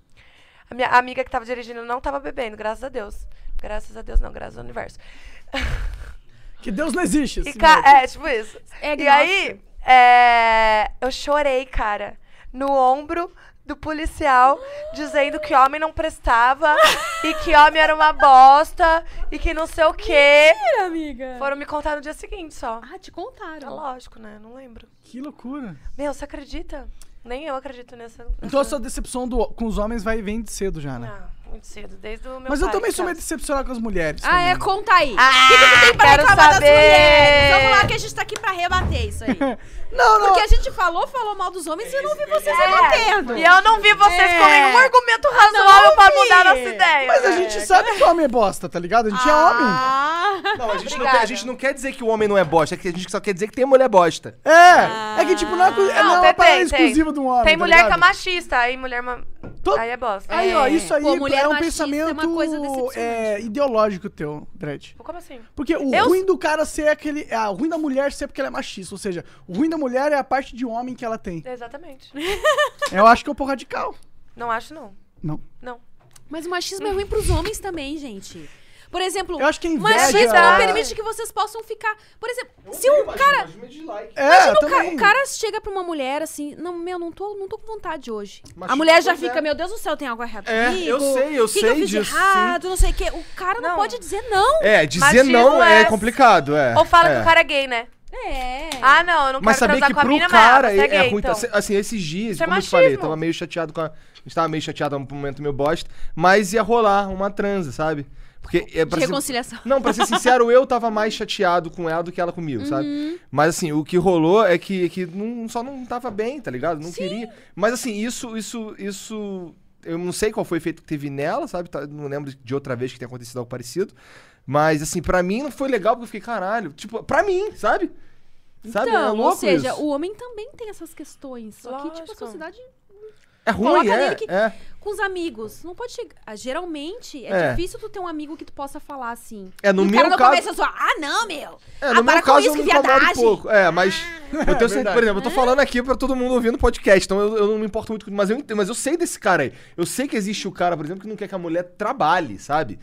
[SPEAKER 4] A minha amiga que tava dirigindo não tava bebendo, graças a Deus. Graças a Deus, não, graças ao universo.
[SPEAKER 1] Que Deus não existe.
[SPEAKER 4] E
[SPEAKER 1] assim,
[SPEAKER 4] ca-
[SPEAKER 1] né?
[SPEAKER 4] é, tipo isso.
[SPEAKER 3] É
[SPEAKER 4] e aí, é, eu chorei, cara, no ombro do policial, dizendo que homem não prestava e que homem era uma bosta e que não sei o quê.
[SPEAKER 3] amiga.
[SPEAKER 4] Foram me contar no dia seguinte só.
[SPEAKER 3] Ah, te
[SPEAKER 4] É
[SPEAKER 3] contaram.
[SPEAKER 4] lógico, né? Não lembro.
[SPEAKER 1] Que loucura.
[SPEAKER 4] Meu, você acredita? Nem eu acredito nessa.
[SPEAKER 1] Então a
[SPEAKER 4] nessa-
[SPEAKER 1] sua decepção do- com os homens vai vem de cedo já, né?
[SPEAKER 4] Ah, muito cedo, desde o meu
[SPEAKER 1] Mas eu
[SPEAKER 4] pai, então.
[SPEAKER 1] também sou meio
[SPEAKER 4] cara.
[SPEAKER 1] decepcionado com as mulheres.
[SPEAKER 3] Ah, é?
[SPEAKER 1] também.
[SPEAKER 3] Conta aí.
[SPEAKER 4] Ah,
[SPEAKER 3] Tem pra
[SPEAKER 4] quero
[SPEAKER 3] reclamar das mulheres.
[SPEAKER 4] saber!
[SPEAKER 3] Vamos lá que a gente tá aqui pra rebater isso aí.
[SPEAKER 1] Não, não.
[SPEAKER 3] Porque a gente falou, falou mal dos homens e eu não vi vocês
[SPEAKER 4] É,
[SPEAKER 3] rebatendo.
[SPEAKER 4] E eu não vi vocês
[SPEAKER 3] É.
[SPEAKER 4] com nenhum argumento razoável
[SPEAKER 3] Não
[SPEAKER 4] pra
[SPEAKER 3] vi.
[SPEAKER 4] mudar nossa ideia.
[SPEAKER 1] Mas a gente sabe que homem é bosta, tá ligado? A gente
[SPEAKER 3] Ah.
[SPEAKER 2] Não, a gente não,
[SPEAKER 4] Obrigada.
[SPEAKER 2] quer, a gente não quer dizer que o homem não é bosta, é que a gente só quer dizer que tem mulher bosta.
[SPEAKER 1] é homem. É. É que, tipo,
[SPEAKER 3] Ah.
[SPEAKER 1] não é, coisa- não, é uma parada exclusiva de um homem.
[SPEAKER 4] Tem
[SPEAKER 1] tá
[SPEAKER 4] mulher que é
[SPEAKER 1] ligado?
[SPEAKER 4] machista, aí mulher. ma-
[SPEAKER 1] Todo-
[SPEAKER 4] Aí é bosta.
[SPEAKER 1] Aí, ó,
[SPEAKER 3] É.
[SPEAKER 1] isso aí
[SPEAKER 3] Pô, mulher
[SPEAKER 1] é um
[SPEAKER 3] machista é
[SPEAKER 1] pensamento
[SPEAKER 3] uma coisa decepcionante.
[SPEAKER 1] é, ideológico teu, Dredd.
[SPEAKER 4] Como assim?
[SPEAKER 1] Porque o
[SPEAKER 4] Eu-
[SPEAKER 1] ruim do cara ser aquele. Ah, o ruim da mulher ser porque ela é machista. Ou seja, o ruim da mulher é a parte de homem que ela tem.
[SPEAKER 4] Exatamente.
[SPEAKER 1] Eu acho que é um pouco radical.
[SPEAKER 4] Não acho, não.
[SPEAKER 1] Não.
[SPEAKER 4] Não.
[SPEAKER 3] Mas o machismo é ruim pros homens também, gente. Por exemplo,
[SPEAKER 1] Eu acho que a
[SPEAKER 3] o
[SPEAKER 1] inveja-
[SPEAKER 3] machismo
[SPEAKER 2] é
[SPEAKER 3] não
[SPEAKER 4] Verdade.
[SPEAKER 3] permite que vocês possam ficar... Por exemplo, se um cara...
[SPEAKER 1] É,
[SPEAKER 3] O ca-
[SPEAKER 1] também.
[SPEAKER 3] o cara chega pra uma mulher assim, não, meu, não tô, não tô com vontade hoje. a
[SPEAKER 2] Machismo,
[SPEAKER 3] mulher já
[SPEAKER 2] pois é.
[SPEAKER 3] fica, meu Deus do céu, tem algo errado
[SPEAKER 2] É,
[SPEAKER 3] comigo.
[SPEAKER 2] eu sei, eu
[SPEAKER 3] que que
[SPEAKER 2] sei
[SPEAKER 3] eu fiz de
[SPEAKER 2] disso,
[SPEAKER 3] errado, não sei o quê. O cara não,
[SPEAKER 4] Não.
[SPEAKER 3] pode dizer não.
[SPEAKER 2] É, dizer
[SPEAKER 4] Machismo
[SPEAKER 2] não é,
[SPEAKER 4] é-
[SPEAKER 2] complicado, é.
[SPEAKER 4] Ou fala
[SPEAKER 2] é.
[SPEAKER 4] que o cara é gay, né?
[SPEAKER 3] É.
[SPEAKER 4] Ah, não, eu não
[SPEAKER 2] Mas
[SPEAKER 4] quero
[SPEAKER 2] saber
[SPEAKER 4] transar
[SPEAKER 2] que
[SPEAKER 4] com a
[SPEAKER 2] pro
[SPEAKER 4] mina,
[SPEAKER 2] cara
[SPEAKER 4] mas você é,
[SPEAKER 2] é,
[SPEAKER 4] gay,
[SPEAKER 2] ruim.
[SPEAKER 4] então.
[SPEAKER 2] tá- Assim, esses dias,
[SPEAKER 4] Isso é
[SPEAKER 2] como eu te falei, eu
[SPEAKER 4] machismo.
[SPEAKER 2] tava meio chateado com a. A gente tava meio chateado num momento meio bosta, mas ia rolar uma transa, sabe? Porque é
[SPEAKER 3] De
[SPEAKER 2] pra ser-
[SPEAKER 3] reconciliação.
[SPEAKER 2] Não, pra ser sincero, eu tava mais chateado com ela do que ela comigo,
[SPEAKER 3] Uhum.
[SPEAKER 2] sabe? Mas assim, o que rolou é que, que não, só não tava bem, tá ligado? Não queria. Mas assim, isso, isso, isso. Eu não sei qual foi o efeito que teve nela, sabe? Tá- Não lembro de outra vez que tenha acontecido algo parecido. Mas assim, pra mim não foi legal, porque eu fiquei, caralho, tipo, pra mim, sabe? Sabe? é
[SPEAKER 3] Então,
[SPEAKER 2] louco
[SPEAKER 3] ou seja,
[SPEAKER 2] isso.
[SPEAKER 3] o homem também tem essas questões. Só que, tipo, a
[SPEAKER 4] Lógico.
[SPEAKER 3] sociedade
[SPEAKER 2] É ruim,
[SPEAKER 3] coloca
[SPEAKER 2] é,
[SPEAKER 3] nele que-
[SPEAKER 2] é.
[SPEAKER 3] com os amigos. Não pode chegar. ah, Geralmente, é,
[SPEAKER 2] É.
[SPEAKER 3] difícil tu ter um amigo que tu possa falar assim.
[SPEAKER 2] É, no
[SPEAKER 3] e o
[SPEAKER 2] meu
[SPEAKER 3] cara no
[SPEAKER 2] caso-
[SPEAKER 3] começo eu sou, ah, não, meu!
[SPEAKER 2] É,
[SPEAKER 3] ah,
[SPEAKER 2] no
[SPEAKER 3] para
[SPEAKER 2] meu
[SPEAKER 3] com
[SPEAKER 2] caso
[SPEAKER 3] isso,
[SPEAKER 2] eu
[SPEAKER 3] que
[SPEAKER 2] me incomodo um
[SPEAKER 3] viadagem!
[SPEAKER 2] pouco. É, mas.
[SPEAKER 4] Ah.
[SPEAKER 2] eu tenho certeza,
[SPEAKER 1] verdade.
[SPEAKER 2] por exemplo, eu tô falando aqui pra todo mundo ouvindo podcast, então eu, eu não me importo muito com mas eu entendo, mas eu sei desse cara aí. Eu sei que existe o cara, por exemplo, que não quer que a mulher trabalhe, sabe?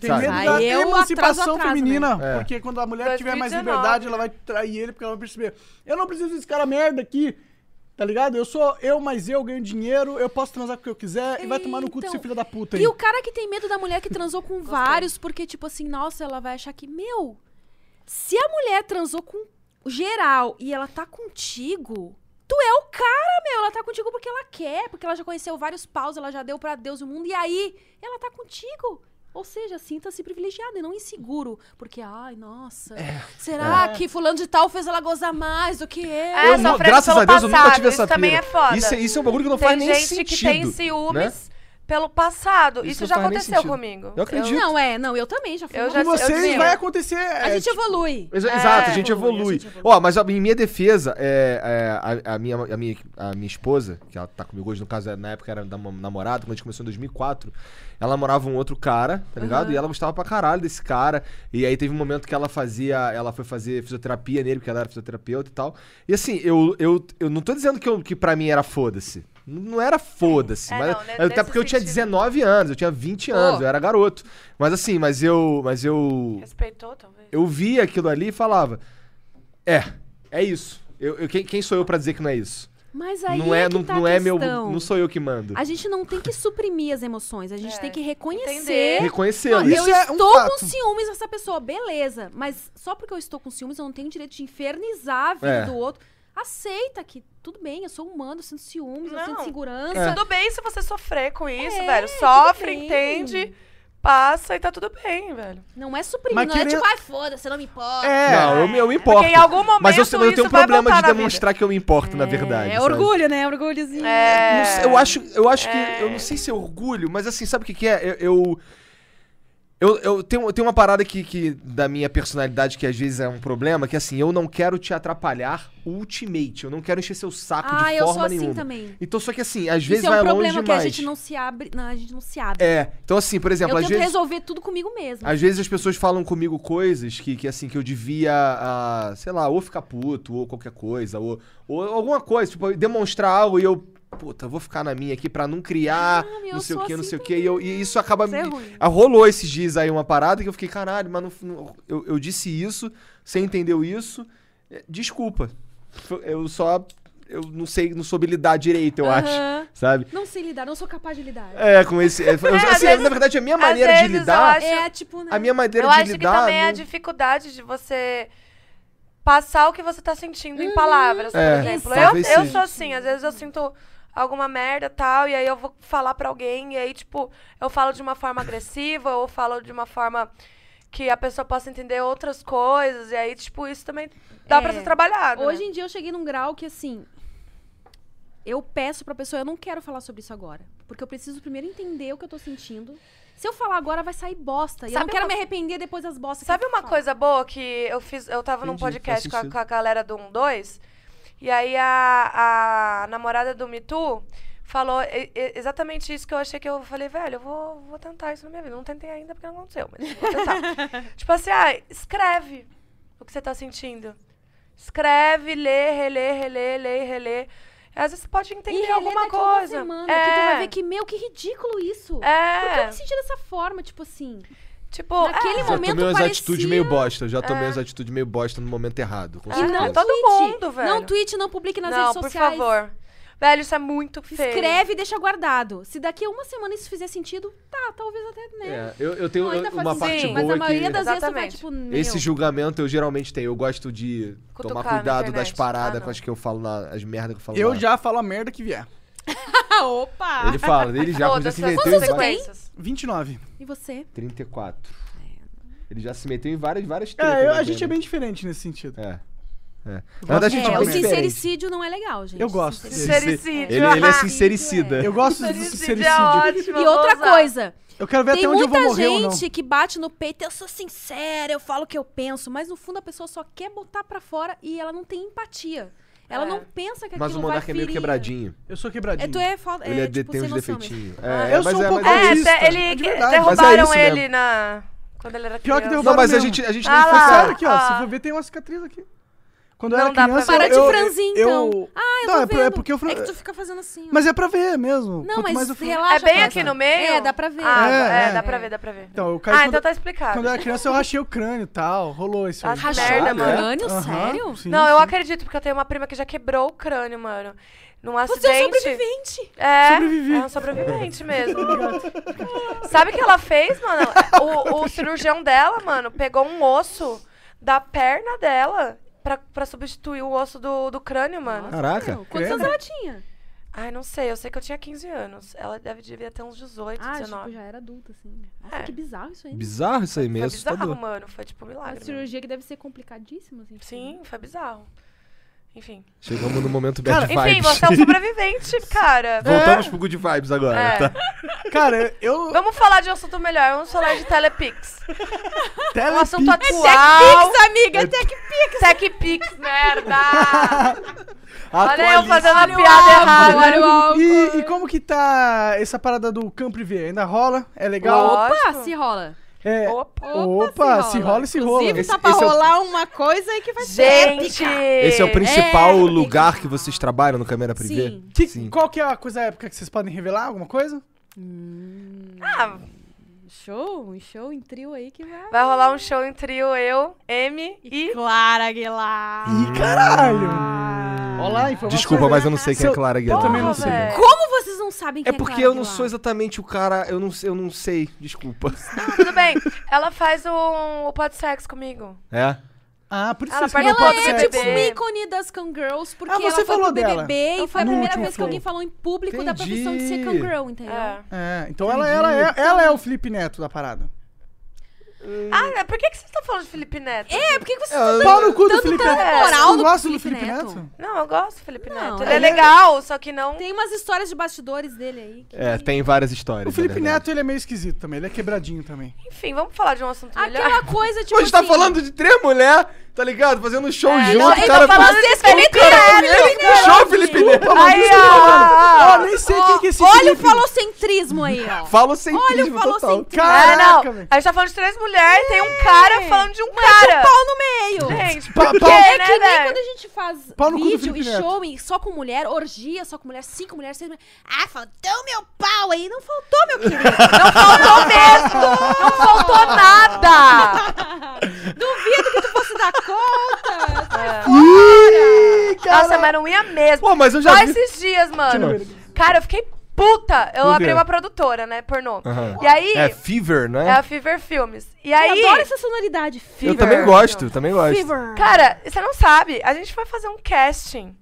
[SPEAKER 1] Tem
[SPEAKER 2] Sabe?
[SPEAKER 1] medo
[SPEAKER 3] Aí
[SPEAKER 1] da
[SPEAKER 3] eu atraso,
[SPEAKER 1] emancipação
[SPEAKER 3] atraso,
[SPEAKER 1] feminina,
[SPEAKER 2] né? É.
[SPEAKER 1] porque quando a mulher tiver mais
[SPEAKER 4] 2019,
[SPEAKER 1] liberdade,
[SPEAKER 4] né?
[SPEAKER 1] ela vai trair ele, porque ela vai perceber. Eu não preciso desse cara merda aqui, tá ligado? Eu sou eu, mas eu ganho dinheiro, eu posso transar com o que eu quiser e vai tomar no cu do
[SPEAKER 3] Então,
[SPEAKER 1] seu filho da puta aí.
[SPEAKER 3] E o cara que tem medo da mulher que transou com vários, porque, tipo assim, nossa, ela vai achar que, meu, se a mulher transou com geral e ela tá contigo, tu é o cara, meu. Ela tá contigo porque ela quer, porque ela já conheceu vários paus, ela já deu pra Deus e o mundo, e aí ela tá contigo. Ou seja, sinta-se privilegiada e não inseguro. Porque, ai, nossa,
[SPEAKER 2] É.
[SPEAKER 3] será que fulano de tal fez ela gozar mais do que eu?
[SPEAKER 4] É,
[SPEAKER 2] eu, não-
[SPEAKER 4] sofrendo
[SPEAKER 2] graças
[SPEAKER 4] pelo
[SPEAKER 2] a Deus, eu nunca
[SPEAKER 4] passado,
[SPEAKER 2] tive essa
[SPEAKER 4] isso também
[SPEAKER 2] pira.
[SPEAKER 4] é foda.
[SPEAKER 2] Isso, é- isso é um bagulho que não
[SPEAKER 4] tem
[SPEAKER 2] faz nem
[SPEAKER 4] gente
[SPEAKER 2] sentido.
[SPEAKER 4] que tem
[SPEAKER 2] né?
[SPEAKER 4] ciúmes pelo passado.
[SPEAKER 2] Isso
[SPEAKER 4] Isso,
[SPEAKER 2] não
[SPEAKER 4] já
[SPEAKER 2] faz nem
[SPEAKER 4] aconteceu
[SPEAKER 2] sentido.
[SPEAKER 4] comigo.
[SPEAKER 2] Eu acredito.
[SPEAKER 3] Não, é, não, eu também já fui.
[SPEAKER 4] Eu
[SPEAKER 3] uma
[SPEAKER 4] já-
[SPEAKER 1] Com
[SPEAKER 4] eu
[SPEAKER 3] pessoa-
[SPEAKER 1] vocês
[SPEAKER 4] digo.
[SPEAKER 1] vai acontecer.
[SPEAKER 3] A
[SPEAKER 1] é,
[SPEAKER 3] gente
[SPEAKER 2] tipo,
[SPEAKER 3] evolui.
[SPEAKER 2] Exa-
[SPEAKER 4] É,
[SPEAKER 2] Exato, a gente
[SPEAKER 3] evolui,
[SPEAKER 2] evolui.
[SPEAKER 3] a gente evolui.
[SPEAKER 2] Ó, mas a, em minha defesa, é, é, a, a minha, a, minha, a minha esposa, que ela tá comigo hoje, no caso, na época era da mo- namorada, quando a gente começou em 2004, ela namorava um outro cara, tá ligado? E ela gostava pra caralho desse cara. E aí teve um momento que ela fazia, ela foi fazer fisioterapia nele, porque ela era fisioterapeuta e tal. E assim, eu, eu, eu não tô dizendo que, eu, que pra mim era foda-se. Não era foda-se,
[SPEAKER 4] É,
[SPEAKER 2] mas
[SPEAKER 4] não, né,
[SPEAKER 2] até
[SPEAKER 4] nesse
[SPEAKER 2] porque eu tinha
[SPEAKER 4] sentido.
[SPEAKER 2] 19 anos, eu tinha 20 anos, eu era garoto. Mas assim, mas eu, mas eu
[SPEAKER 4] Respeitou, talvez.
[SPEAKER 2] eu via aquilo ali e falava: É, é isso. Eu, eu- quem, quem sou eu pra dizer que não é isso?
[SPEAKER 3] Mas aí
[SPEAKER 2] não é,
[SPEAKER 3] que
[SPEAKER 2] não,
[SPEAKER 3] tá a
[SPEAKER 2] não é meu.
[SPEAKER 3] questão.
[SPEAKER 2] Não sou eu que mando.
[SPEAKER 3] A gente não tem que suprimir as emoções, a gente
[SPEAKER 4] É,
[SPEAKER 3] tem que reconhecer.
[SPEAKER 4] entender.
[SPEAKER 2] Reconhecê-lo.
[SPEAKER 3] Não, eu
[SPEAKER 1] Isso é um
[SPEAKER 3] estou
[SPEAKER 1] fato.
[SPEAKER 3] com ciúmes dessa pessoa, beleza. Mas só porque eu estou com ciúmes, eu não tenho o direito de infernizar a vida
[SPEAKER 2] É.
[SPEAKER 3] do outro. Aceita que tudo bem, eu sou humano, eu sinto ciúmes, eu
[SPEAKER 4] Não.
[SPEAKER 3] sinto
[SPEAKER 2] É.
[SPEAKER 3] segurança.
[SPEAKER 4] Tudo bem se você sofrer com isso,
[SPEAKER 3] É,
[SPEAKER 4] velho. Sofre,
[SPEAKER 3] tudo bem.
[SPEAKER 4] entende, passa e tá tudo bem, velho.
[SPEAKER 3] Não é suprimir,
[SPEAKER 1] Mas
[SPEAKER 3] não é
[SPEAKER 1] querendo-
[SPEAKER 3] tipo, ai, foda, você não me importa.
[SPEAKER 2] É, não, eu, me- eu me importo.
[SPEAKER 4] Porque em algum momento
[SPEAKER 2] mas eu, eu tenho um
[SPEAKER 4] isso vai
[SPEAKER 2] problema de
[SPEAKER 4] voltar na
[SPEAKER 2] demonstrar que eu me importo, na verdade.
[SPEAKER 3] É
[SPEAKER 2] sabe?
[SPEAKER 3] orgulho, né? Orgulhozinho.
[SPEAKER 4] vida. É,
[SPEAKER 2] Não sei, eu acho, eu acho que. Eu não sei se é orgulho, mas assim, sabe o que, que é? Eu. eu eu, eu tenho, eu tenho uma parada que, que da minha personalidade que às vezes é um problema, que assim, eu não quero te atrapalhar ultimate, eu não quero encher seu saco
[SPEAKER 3] ah,
[SPEAKER 2] de
[SPEAKER 3] eu sou
[SPEAKER 2] forma
[SPEAKER 3] assim
[SPEAKER 2] nenhuma.
[SPEAKER 3] também.
[SPEAKER 2] Então, só que assim, às vezes
[SPEAKER 3] Isso é
[SPEAKER 2] vai
[SPEAKER 3] um
[SPEAKER 2] longe
[SPEAKER 3] problema que a
[SPEAKER 2] demais.
[SPEAKER 3] gente não se abre. Não, a gente não se abre.
[SPEAKER 2] É, então assim, por
[SPEAKER 3] eu
[SPEAKER 2] exemplo, às
[SPEAKER 3] tento
[SPEAKER 2] vezes,
[SPEAKER 3] resolver tudo comigo mesmo.
[SPEAKER 2] às vezes as pessoas falam comigo coisas que, que assim, que eu devia, ah, sei lá, ou ficar puto, ou qualquer coisa, ou, ou alguma coisa, tipo, demonstrar algo e eu, puta, vou ficar na minha aqui pra não criar,
[SPEAKER 3] eu
[SPEAKER 2] não sei o
[SPEAKER 3] sou
[SPEAKER 2] que, não
[SPEAKER 3] assim
[SPEAKER 2] sei o que, e, eu- e isso acaba
[SPEAKER 3] Isso é
[SPEAKER 2] me-
[SPEAKER 3] ruim.
[SPEAKER 2] ah, Rolou esses dias aí uma parada que eu fiquei, caralho, mas não- não- eu, eu disse isso, você entendeu isso, é, desculpa, F- eu só, eu não sei, não soube lidar direito, eu
[SPEAKER 3] Aham.
[SPEAKER 2] acho, sabe?
[SPEAKER 3] Não sei lidar, não sou capaz de lidar.
[SPEAKER 2] É, com esse. é, eu-
[SPEAKER 4] às
[SPEAKER 2] assim,
[SPEAKER 4] vezes-
[SPEAKER 2] na verdade, a minha
[SPEAKER 4] às
[SPEAKER 2] maneira de
[SPEAKER 4] vezes eu
[SPEAKER 2] lidar.
[SPEAKER 4] acho-
[SPEAKER 3] É, tipo, né?
[SPEAKER 2] A minha maneira
[SPEAKER 4] Eu
[SPEAKER 2] de
[SPEAKER 4] acho que
[SPEAKER 2] lidar.
[SPEAKER 4] também é a
[SPEAKER 2] não-
[SPEAKER 4] dificuldade de você passar o que você tá sentindo em palavras, por
[SPEAKER 2] É,
[SPEAKER 4] exemplo.
[SPEAKER 2] talvez
[SPEAKER 4] Eu, eu
[SPEAKER 2] seja.
[SPEAKER 4] sou assim, às vezes eu sinto alguma merda e tal, e aí eu vou falar pra alguém, e aí, tipo, eu falo de uma forma agressiva, ou falo de uma forma que a pessoa possa entender outras coisas, e aí, tipo, isso também dá
[SPEAKER 3] É.
[SPEAKER 4] pra ser trabalhado.
[SPEAKER 3] Hoje
[SPEAKER 4] né?
[SPEAKER 3] em dia eu cheguei num grau que, assim, eu peço pra pessoa, eu não quero falar sobre isso agora. Porque eu preciso primeiro entender o que eu tô sentindo. Se eu falar agora, vai sair bosta. E eu
[SPEAKER 4] Sabe
[SPEAKER 3] não quero me
[SPEAKER 4] uma-
[SPEAKER 3] arrepender depois das bostas. que
[SPEAKER 4] Sabe
[SPEAKER 3] eu
[SPEAKER 4] uma
[SPEAKER 3] falo.
[SPEAKER 4] coisa boa que eu fiz? Eu tava num
[SPEAKER 2] Entendi, faz
[SPEAKER 4] podcast com a,
[SPEAKER 2] sentido.
[SPEAKER 4] com a galera do 1, 2, e aí a, a namorada do Me Too falou e- e- exatamente isso que eu achei que eu falei, velho, eu vou, vou tentar isso na minha vida. Não tentei ainda porque não aconteceu, mas vou tentar. tipo assim, ah, escreve o que você tá sentindo. Escreve, lê, relê, relê, lê, relê. Às vezes você pode
[SPEAKER 3] E
[SPEAKER 4] entender
[SPEAKER 3] relê
[SPEAKER 4] alguma
[SPEAKER 3] daqui a uma
[SPEAKER 4] coisa.
[SPEAKER 3] Semana, Que tu vai ver que, meu, que ridículo isso. Por que eu
[SPEAKER 4] É,
[SPEAKER 3] me senti dessa forma? Tipo assim.
[SPEAKER 4] tipo,
[SPEAKER 3] Naquele
[SPEAKER 4] é.
[SPEAKER 2] Já
[SPEAKER 3] momento
[SPEAKER 2] tomei umas
[SPEAKER 3] parecia-
[SPEAKER 2] atitudes meio bosta. Eu já tomei umas atitudes meio bosta no momento errado. Com
[SPEAKER 4] Ah,
[SPEAKER 3] E
[SPEAKER 2] certeza.
[SPEAKER 3] não
[SPEAKER 4] todo
[SPEAKER 3] tweet.
[SPEAKER 4] mundo, velho.
[SPEAKER 3] Não tweet, não publique nas
[SPEAKER 4] não,
[SPEAKER 3] redes
[SPEAKER 4] por
[SPEAKER 3] sociais.
[SPEAKER 4] favor. Velho, isso é muito feio.
[SPEAKER 3] Escreve e deixa guardado. Se daqui a uma semana isso fizer sentido, tá, talvez até, né?
[SPEAKER 2] É, eu, eu tenho
[SPEAKER 3] Não, ainda
[SPEAKER 2] eu-
[SPEAKER 3] faz
[SPEAKER 2] uma
[SPEAKER 3] sentido,
[SPEAKER 2] parte
[SPEAKER 4] sim,
[SPEAKER 2] boa
[SPEAKER 1] é
[SPEAKER 3] Mas a maioria
[SPEAKER 2] que
[SPEAKER 3] das vezes tu vai,
[SPEAKER 4] Exatamente.
[SPEAKER 3] tipo, meu.
[SPEAKER 2] esse julgamento eu geralmente tenho. Eu gosto de tomar
[SPEAKER 4] Cutucar na
[SPEAKER 2] cuidado das
[SPEAKER 4] internet.
[SPEAKER 2] paradas
[SPEAKER 4] Ah,
[SPEAKER 2] com as que eu falo na, as merdas que eu falo.
[SPEAKER 1] Eu
[SPEAKER 2] lá.
[SPEAKER 1] já falo a merda que vier.
[SPEAKER 3] Ah, opa!
[SPEAKER 2] Ele fala, ele já quando já se
[SPEAKER 4] Foda-se as
[SPEAKER 2] meteu em
[SPEAKER 3] você
[SPEAKER 2] várias-
[SPEAKER 3] tem?
[SPEAKER 4] consequências.
[SPEAKER 1] 29.
[SPEAKER 3] E você?
[SPEAKER 2] 34. Ele já se meteu em várias, várias tretas,
[SPEAKER 1] É, eu-
[SPEAKER 2] né,
[SPEAKER 1] a gente é
[SPEAKER 2] Breno?
[SPEAKER 1] bem diferente nesse sentido.
[SPEAKER 2] É. É. Na verdade, a gente
[SPEAKER 3] É, o
[SPEAKER 2] pensa diferente.
[SPEAKER 3] sincericídio não é legal, gente.
[SPEAKER 1] Eu gosto
[SPEAKER 3] Sincericídio.
[SPEAKER 1] dele.
[SPEAKER 4] Sincericídio.
[SPEAKER 2] Ele, ele é sincericida.
[SPEAKER 1] Eu gosto do
[SPEAKER 4] Sincericídio
[SPEAKER 1] sincericídio.
[SPEAKER 4] é ótimo.
[SPEAKER 3] E
[SPEAKER 4] vou
[SPEAKER 3] outra
[SPEAKER 4] usar.
[SPEAKER 3] coisa,
[SPEAKER 1] Eu quero ver
[SPEAKER 3] tem
[SPEAKER 1] até onde eu vou
[SPEAKER 3] muita
[SPEAKER 1] morrer ou não.
[SPEAKER 3] gente que bate no peito, eu sou sincera, eu falo o que eu penso, mas no fundo a pessoa só quer botar pra fora e ela não tem empatia. Ela
[SPEAKER 4] É.
[SPEAKER 3] não pensa que aquilo
[SPEAKER 2] Mas o Monarca é
[SPEAKER 3] vai
[SPEAKER 2] meio
[SPEAKER 3] ferir.
[SPEAKER 2] quebradinho.
[SPEAKER 1] Eu sou
[SPEAKER 3] É,
[SPEAKER 1] quebradinho.
[SPEAKER 3] tu é, falta- é,
[SPEAKER 2] ele é de-
[SPEAKER 3] tipo,
[SPEAKER 2] tem
[SPEAKER 3] sem
[SPEAKER 2] uns
[SPEAKER 3] noção mesmo.
[SPEAKER 2] defeitinhos.
[SPEAKER 1] Ah, eu
[SPEAKER 2] mas
[SPEAKER 1] sou um pouco
[SPEAKER 2] mas
[SPEAKER 4] É,
[SPEAKER 1] autista,
[SPEAKER 4] até ele
[SPEAKER 1] é de verdade.
[SPEAKER 4] derrubaram
[SPEAKER 2] Mas é isso
[SPEAKER 4] ele
[SPEAKER 2] mesmo.
[SPEAKER 4] na quando ele era
[SPEAKER 1] Pior que
[SPEAKER 4] criança.
[SPEAKER 1] derrubaram
[SPEAKER 2] Não, mas a
[SPEAKER 1] mesmo.
[SPEAKER 2] gente, a gente
[SPEAKER 4] Ah
[SPEAKER 2] nem
[SPEAKER 4] lá.
[SPEAKER 1] Foi
[SPEAKER 2] forçou.
[SPEAKER 1] sério aqui, ó.
[SPEAKER 4] Ah.
[SPEAKER 1] Se for ver, tem uma cicatriz aqui. Quando eu
[SPEAKER 4] Não
[SPEAKER 1] era
[SPEAKER 4] dá pra
[SPEAKER 1] criança...
[SPEAKER 4] ver.
[SPEAKER 3] Para de
[SPEAKER 1] eu- eu-
[SPEAKER 3] franzir, então.
[SPEAKER 1] eu-
[SPEAKER 3] Ah, eu
[SPEAKER 1] Não,
[SPEAKER 3] tô
[SPEAKER 1] é pra- é
[SPEAKER 3] vendo.
[SPEAKER 1] porque eu fran-
[SPEAKER 3] É que tu fica fazendo assim, ó.
[SPEAKER 1] Mas é pra ver mesmo.
[SPEAKER 3] Não,
[SPEAKER 1] Quanto
[SPEAKER 3] mas
[SPEAKER 1] mais eu fran-
[SPEAKER 3] relaxa.
[SPEAKER 4] É bem
[SPEAKER 3] Cláudia.
[SPEAKER 4] aqui no meio?
[SPEAKER 3] É, dá pra ver.
[SPEAKER 4] Ah,
[SPEAKER 1] É,
[SPEAKER 4] é,
[SPEAKER 1] é.
[SPEAKER 4] dá pra ver, dá pra ver.
[SPEAKER 1] Então, eu caí
[SPEAKER 4] ah,
[SPEAKER 1] quando-
[SPEAKER 4] então tá explicado.
[SPEAKER 1] Quando eu era criança, eu rachei o crânio e tal. Rolou isso
[SPEAKER 4] Ah,
[SPEAKER 1] aí.
[SPEAKER 4] rachou
[SPEAKER 3] Rachou
[SPEAKER 4] Merda,
[SPEAKER 3] o
[SPEAKER 4] mano.
[SPEAKER 3] crânio?
[SPEAKER 1] Aham,
[SPEAKER 3] Sério?
[SPEAKER 1] sim,
[SPEAKER 4] não, eu
[SPEAKER 1] sim.
[SPEAKER 4] acredito, porque eu tenho uma prima que já quebrou o crânio, mano. Num acidente.
[SPEAKER 3] Você é um sobrevivente.
[SPEAKER 4] É,
[SPEAKER 1] Sobrevivi.
[SPEAKER 4] é um sobrevivente mesmo. Sabe o que ela fez, mano? O, o cirurgião dela, mano, pegou um osso da perna dela pra, pra substituir o osso do, do crânio, mano.
[SPEAKER 2] Caraca.
[SPEAKER 3] Não, Quantos anos
[SPEAKER 1] Crânio?
[SPEAKER 3] ela tinha?
[SPEAKER 4] Ai, não sei, eu sei que eu tinha 15 anos. Ela deve devia ter uns 18,
[SPEAKER 3] Ah, tipo,
[SPEAKER 4] 19.
[SPEAKER 3] já era adulta, assim. Nossa,
[SPEAKER 4] É.
[SPEAKER 3] que bizarro isso aí. né?
[SPEAKER 2] Bizarro isso aí
[SPEAKER 4] Foi
[SPEAKER 2] mesmo.
[SPEAKER 4] bizarro,
[SPEAKER 2] assustador.
[SPEAKER 4] mano. Foi tipo um
[SPEAKER 3] Uma
[SPEAKER 4] milagre. mesmo.
[SPEAKER 3] cirurgia que deve ser complicadíssima, assim.
[SPEAKER 4] Sim, foi bizarro. Enfim.
[SPEAKER 2] Chegamos no momento bad vibes.
[SPEAKER 4] Enfim, você é um sobrevivente,
[SPEAKER 3] um-
[SPEAKER 4] cara.
[SPEAKER 2] Voltamos pro good vibes agora,
[SPEAKER 4] É.
[SPEAKER 2] tá?
[SPEAKER 1] Cara, eu...
[SPEAKER 4] Vamos falar de um assunto melhor, vamos falar de Telepix.
[SPEAKER 1] Tele-
[SPEAKER 4] Um assunto atual.
[SPEAKER 3] TechPix, amiga, é TechPix.
[SPEAKER 4] TechPix, merda! Olha eu
[SPEAKER 2] Atualiza.
[SPEAKER 4] fazendo uma piada errada.
[SPEAKER 3] Olha o álcool.
[SPEAKER 1] E, e como que tá essa parada do Campo Riviera? Ainda rola? É legal?
[SPEAKER 3] Opa,
[SPEAKER 4] Lógico.
[SPEAKER 3] se rola.
[SPEAKER 1] É,
[SPEAKER 4] Opa.
[SPEAKER 1] Opa, se rola e se rola.
[SPEAKER 3] Inclusive,
[SPEAKER 2] Esse-
[SPEAKER 3] tá pra
[SPEAKER 2] esse é o-
[SPEAKER 3] rolar uma coisa aí que vai ser
[SPEAKER 4] Gente!
[SPEAKER 3] épica.
[SPEAKER 2] Esse é o principal
[SPEAKER 3] É.
[SPEAKER 2] lugar que vocês trabalham no Câmera Privê?
[SPEAKER 3] Sim.
[SPEAKER 1] que-
[SPEAKER 2] Sim.
[SPEAKER 1] qual que é a coisa épica que vocês podem revelar? Alguma coisa?
[SPEAKER 4] Ah,
[SPEAKER 3] Show, um show em trio aí que vai.
[SPEAKER 4] vai rolar um show em trio, eu, M e.
[SPEAKER 3] Clara Aguilar.
[SPEAKER 1] Ih, caralho! Olá, informação.
[SPEAKER 2] Desculpa, mas eu não sei quem é
[SPEAKER 1] Seu-
[SPEAKER 2] Clara
[SPEAKER 1] Eu
[SPEAKER 2] Guedes.
[SPEAKER 1] também não
[SPEAKER 4] Porra,
[SPEAKER 1] sei.
[SPEAKER 4] velho.
[SPEAKER 3] Como vocês não sabem
[SPEAKER 2] É
[SPEAKER 3] quem é,
[SPEAKER 2] porque
[SPEAKER 3] Clara
[SPEAKER 2] eu não
[SPEAKER 3] Aguilar?
[SPEAKER 2] sou exatamente o cara, eu não, eu não sei, desculpa.
[SPEAKER 4] Não, tudo bem. Ela faz um, o podsex comigo.
[SPEAKER 2] É?
[SPEAKER 1] Ah, por isso
[SPEAKER 4] Ela
[SPEAKER 1] vocês não
[SPEAKER 4] participou
[SPEAKER 1] podem
[SPEAKER 4] do
[SPEAKER 1] ser.
[SPEAKER 4] BBB.
[SPEAKER 3] Tipo um ícone das Cangirls, porque
[SPEAKER 1] É. Ah, você
[SPEAKER 3] ela foi
[SPEAKER 1] falou
[SPEAKER 3] pro BBB
[SPEAKER 1] dela.
[SPEAKER 3] e foi a
[SPEAKER 1] No
[SPEAKER 3] primeira
[SPEAKER 1] último
[SPEAKER 3] vez que
[SPEAKER 1] flow.
[SPEAKER 3] alguém falou em público da
[SPEAKER 2] Entendi.
[SPEAKER 3] profissão de ser Cangirl, entendeu?
[SPEAKER 4] É.
[SPEAKER 1] É, então ela, ela, é, ela é o Felipe Neto da parada.
[SPEAKER 4] Ah, né, por que, que vocês estão falando de Felipe Neto?
[SPEAKER 3] É, por que que vocês
[SPEAKER 2] Eu-
[SPEAKER 3] estão
[SPEAKER 1] Pau no
[SPEAKER 3] dando
[SPEAKER 1] cu do
[SPEAKER 3] tanto
[SPEAKER 1] Felipe
[SPEAKER 3] tanto
[SPEAKER 1] Neto.
[SPEAKER 3] moral
[SPEAKER 1] Vocês não
[SPEAKER 3] no
[SPEAKER 1] gostam do
[SPEAKER 3] Felipe
[SPEAKER 1] Felipe Neto?
[SPEAKER 3] Neto?
[SPEAKER 4] Não, eu gosto do Felipe
[SPEAKER 3] Não,
[SPEAKER 4] Neto. Ele é
[SPEAKER 1] ele é-
[SPEAKER 4] legal, só que não.
[SPEAKER 3] Tem umas histórias de bastidores dele aí. que-
[SPEAKER 2] É, tem várias histórias.
[SPEAKER 1] O Felipe Neto, ele é meio esquisito também. Ele é quebradinho também.
[SPEAKER 4] Enfim, vamos falar de um assunto melhor.
[SPEAKER 3] Aquela coisa, tipo
[SPEAKER 2] Hoje tá
[SPEAKER 3] assim,
[SPEAKER 2] falando de três mulheres, tá ligado? Fazendo show
[SPEAKER 4] É,
[SPEAKER 2] junto,
[SPEAKER 4] não, ele tá
[SPEAKER 2] cara.
[SPEAKER 4] falando
[SPEAKER 2] pô,
[SPEAKER 4] desse Felipe
[SPEAKER 2] cara,
[SPEAKER 4] Neto,
[SPEAKER 2] Felipe Neto. Show, Felipe Neto.
[SPEAKER 4] Aí, ó.
[SPEAKER 1] Eu nem sei quem
[SPEAKER 3] ó,
[SPEAKER 1] que é esse
[SPEAKER 3] olha o
[SPEAKER 1] Felipe.
[SPEAKER 3] falocentrismo aí, ó.
[SPEAKER 2] Fala
[SPEAKER 3] Olha o
[SPEAKER 2] centrismo total.
[SPEAKER 3] falocentrismo.
[SPEAKER 4] Ah, não.
[SPEAKER 1] Caraca, velho.
[SPEAKER 4] A gente tá falando de três mulheres, tem um cara falando de um cara.
[SPEAKER 3] é Pau no meio.
[SPEAKER 4] Gente,
[SPEAKER 1] Pa-
[SPEAKER 4] por
[SPEAKER 1] pau-
[SPEAKER 4] quê,
[SPEAKER 1] É
[SPEAKER 3] É que
[SPEAKER 4] né,
[SPEAKER 3] nem
[SPEAKER 4] velho?
[SPEAKER 3] quando a gente faz
[SPEAKER 1] Pau no cu do
[SPEAKER 3] vídeo
[SPEAKER 1] Felipe
[SPEAKER 3] e
[SPEAKER 1] Neto.
[SPEAKER 3] show e só com mulher, orgia só com mulher, cinco mulheres, seis mulheres. Ah, faltou meu pau aí. Não faltou, meu querido. Não
[SPEAKER 4] Faltou mesmo! Não faltou nada!
[SPEAKER 3] duvido que tu fosse dar conta.
[SPEAKER 2] É.
[SPEAKER 1] Ih,
[SPEAKER 4] Nossa,
[SPEAKER 1] cara.
[SPEAKER 4] mas não ia mesmo.
[SPEAKER 2] Pô, mas eu já
[SPEAKER 4] Só
[SPEAKER 2] vi.
[SPEAKER 4] esses dias, mano.
[SPEAKER 2] Deixa
[SPEAKER 4] Cara, eu fiquei puta. Eu
[SPEAKER 2] Por quê?
[SPEAKER 4] abri uma produtora, né, pornô.
[SPEAKER 2] Aham.
[SPEAKER 4] E aí,
[SPEAKER 2] É Fever,
[SPEAKER 4] é a
[SPEAKER 2] né?
[SPEAKER 4] Fever Filmes. E
[SPEAKER 3] Eu
[SPEAKER 4] aí,
[SPEAKER 3] adoro essa sonoridade. Fever.
[SPEAKER 2] Eu também gosto, também gosto.
[SPEAKER 3] Fever.
[SPEAKER 4] cara, você não sabe, a gente foi fazer um casting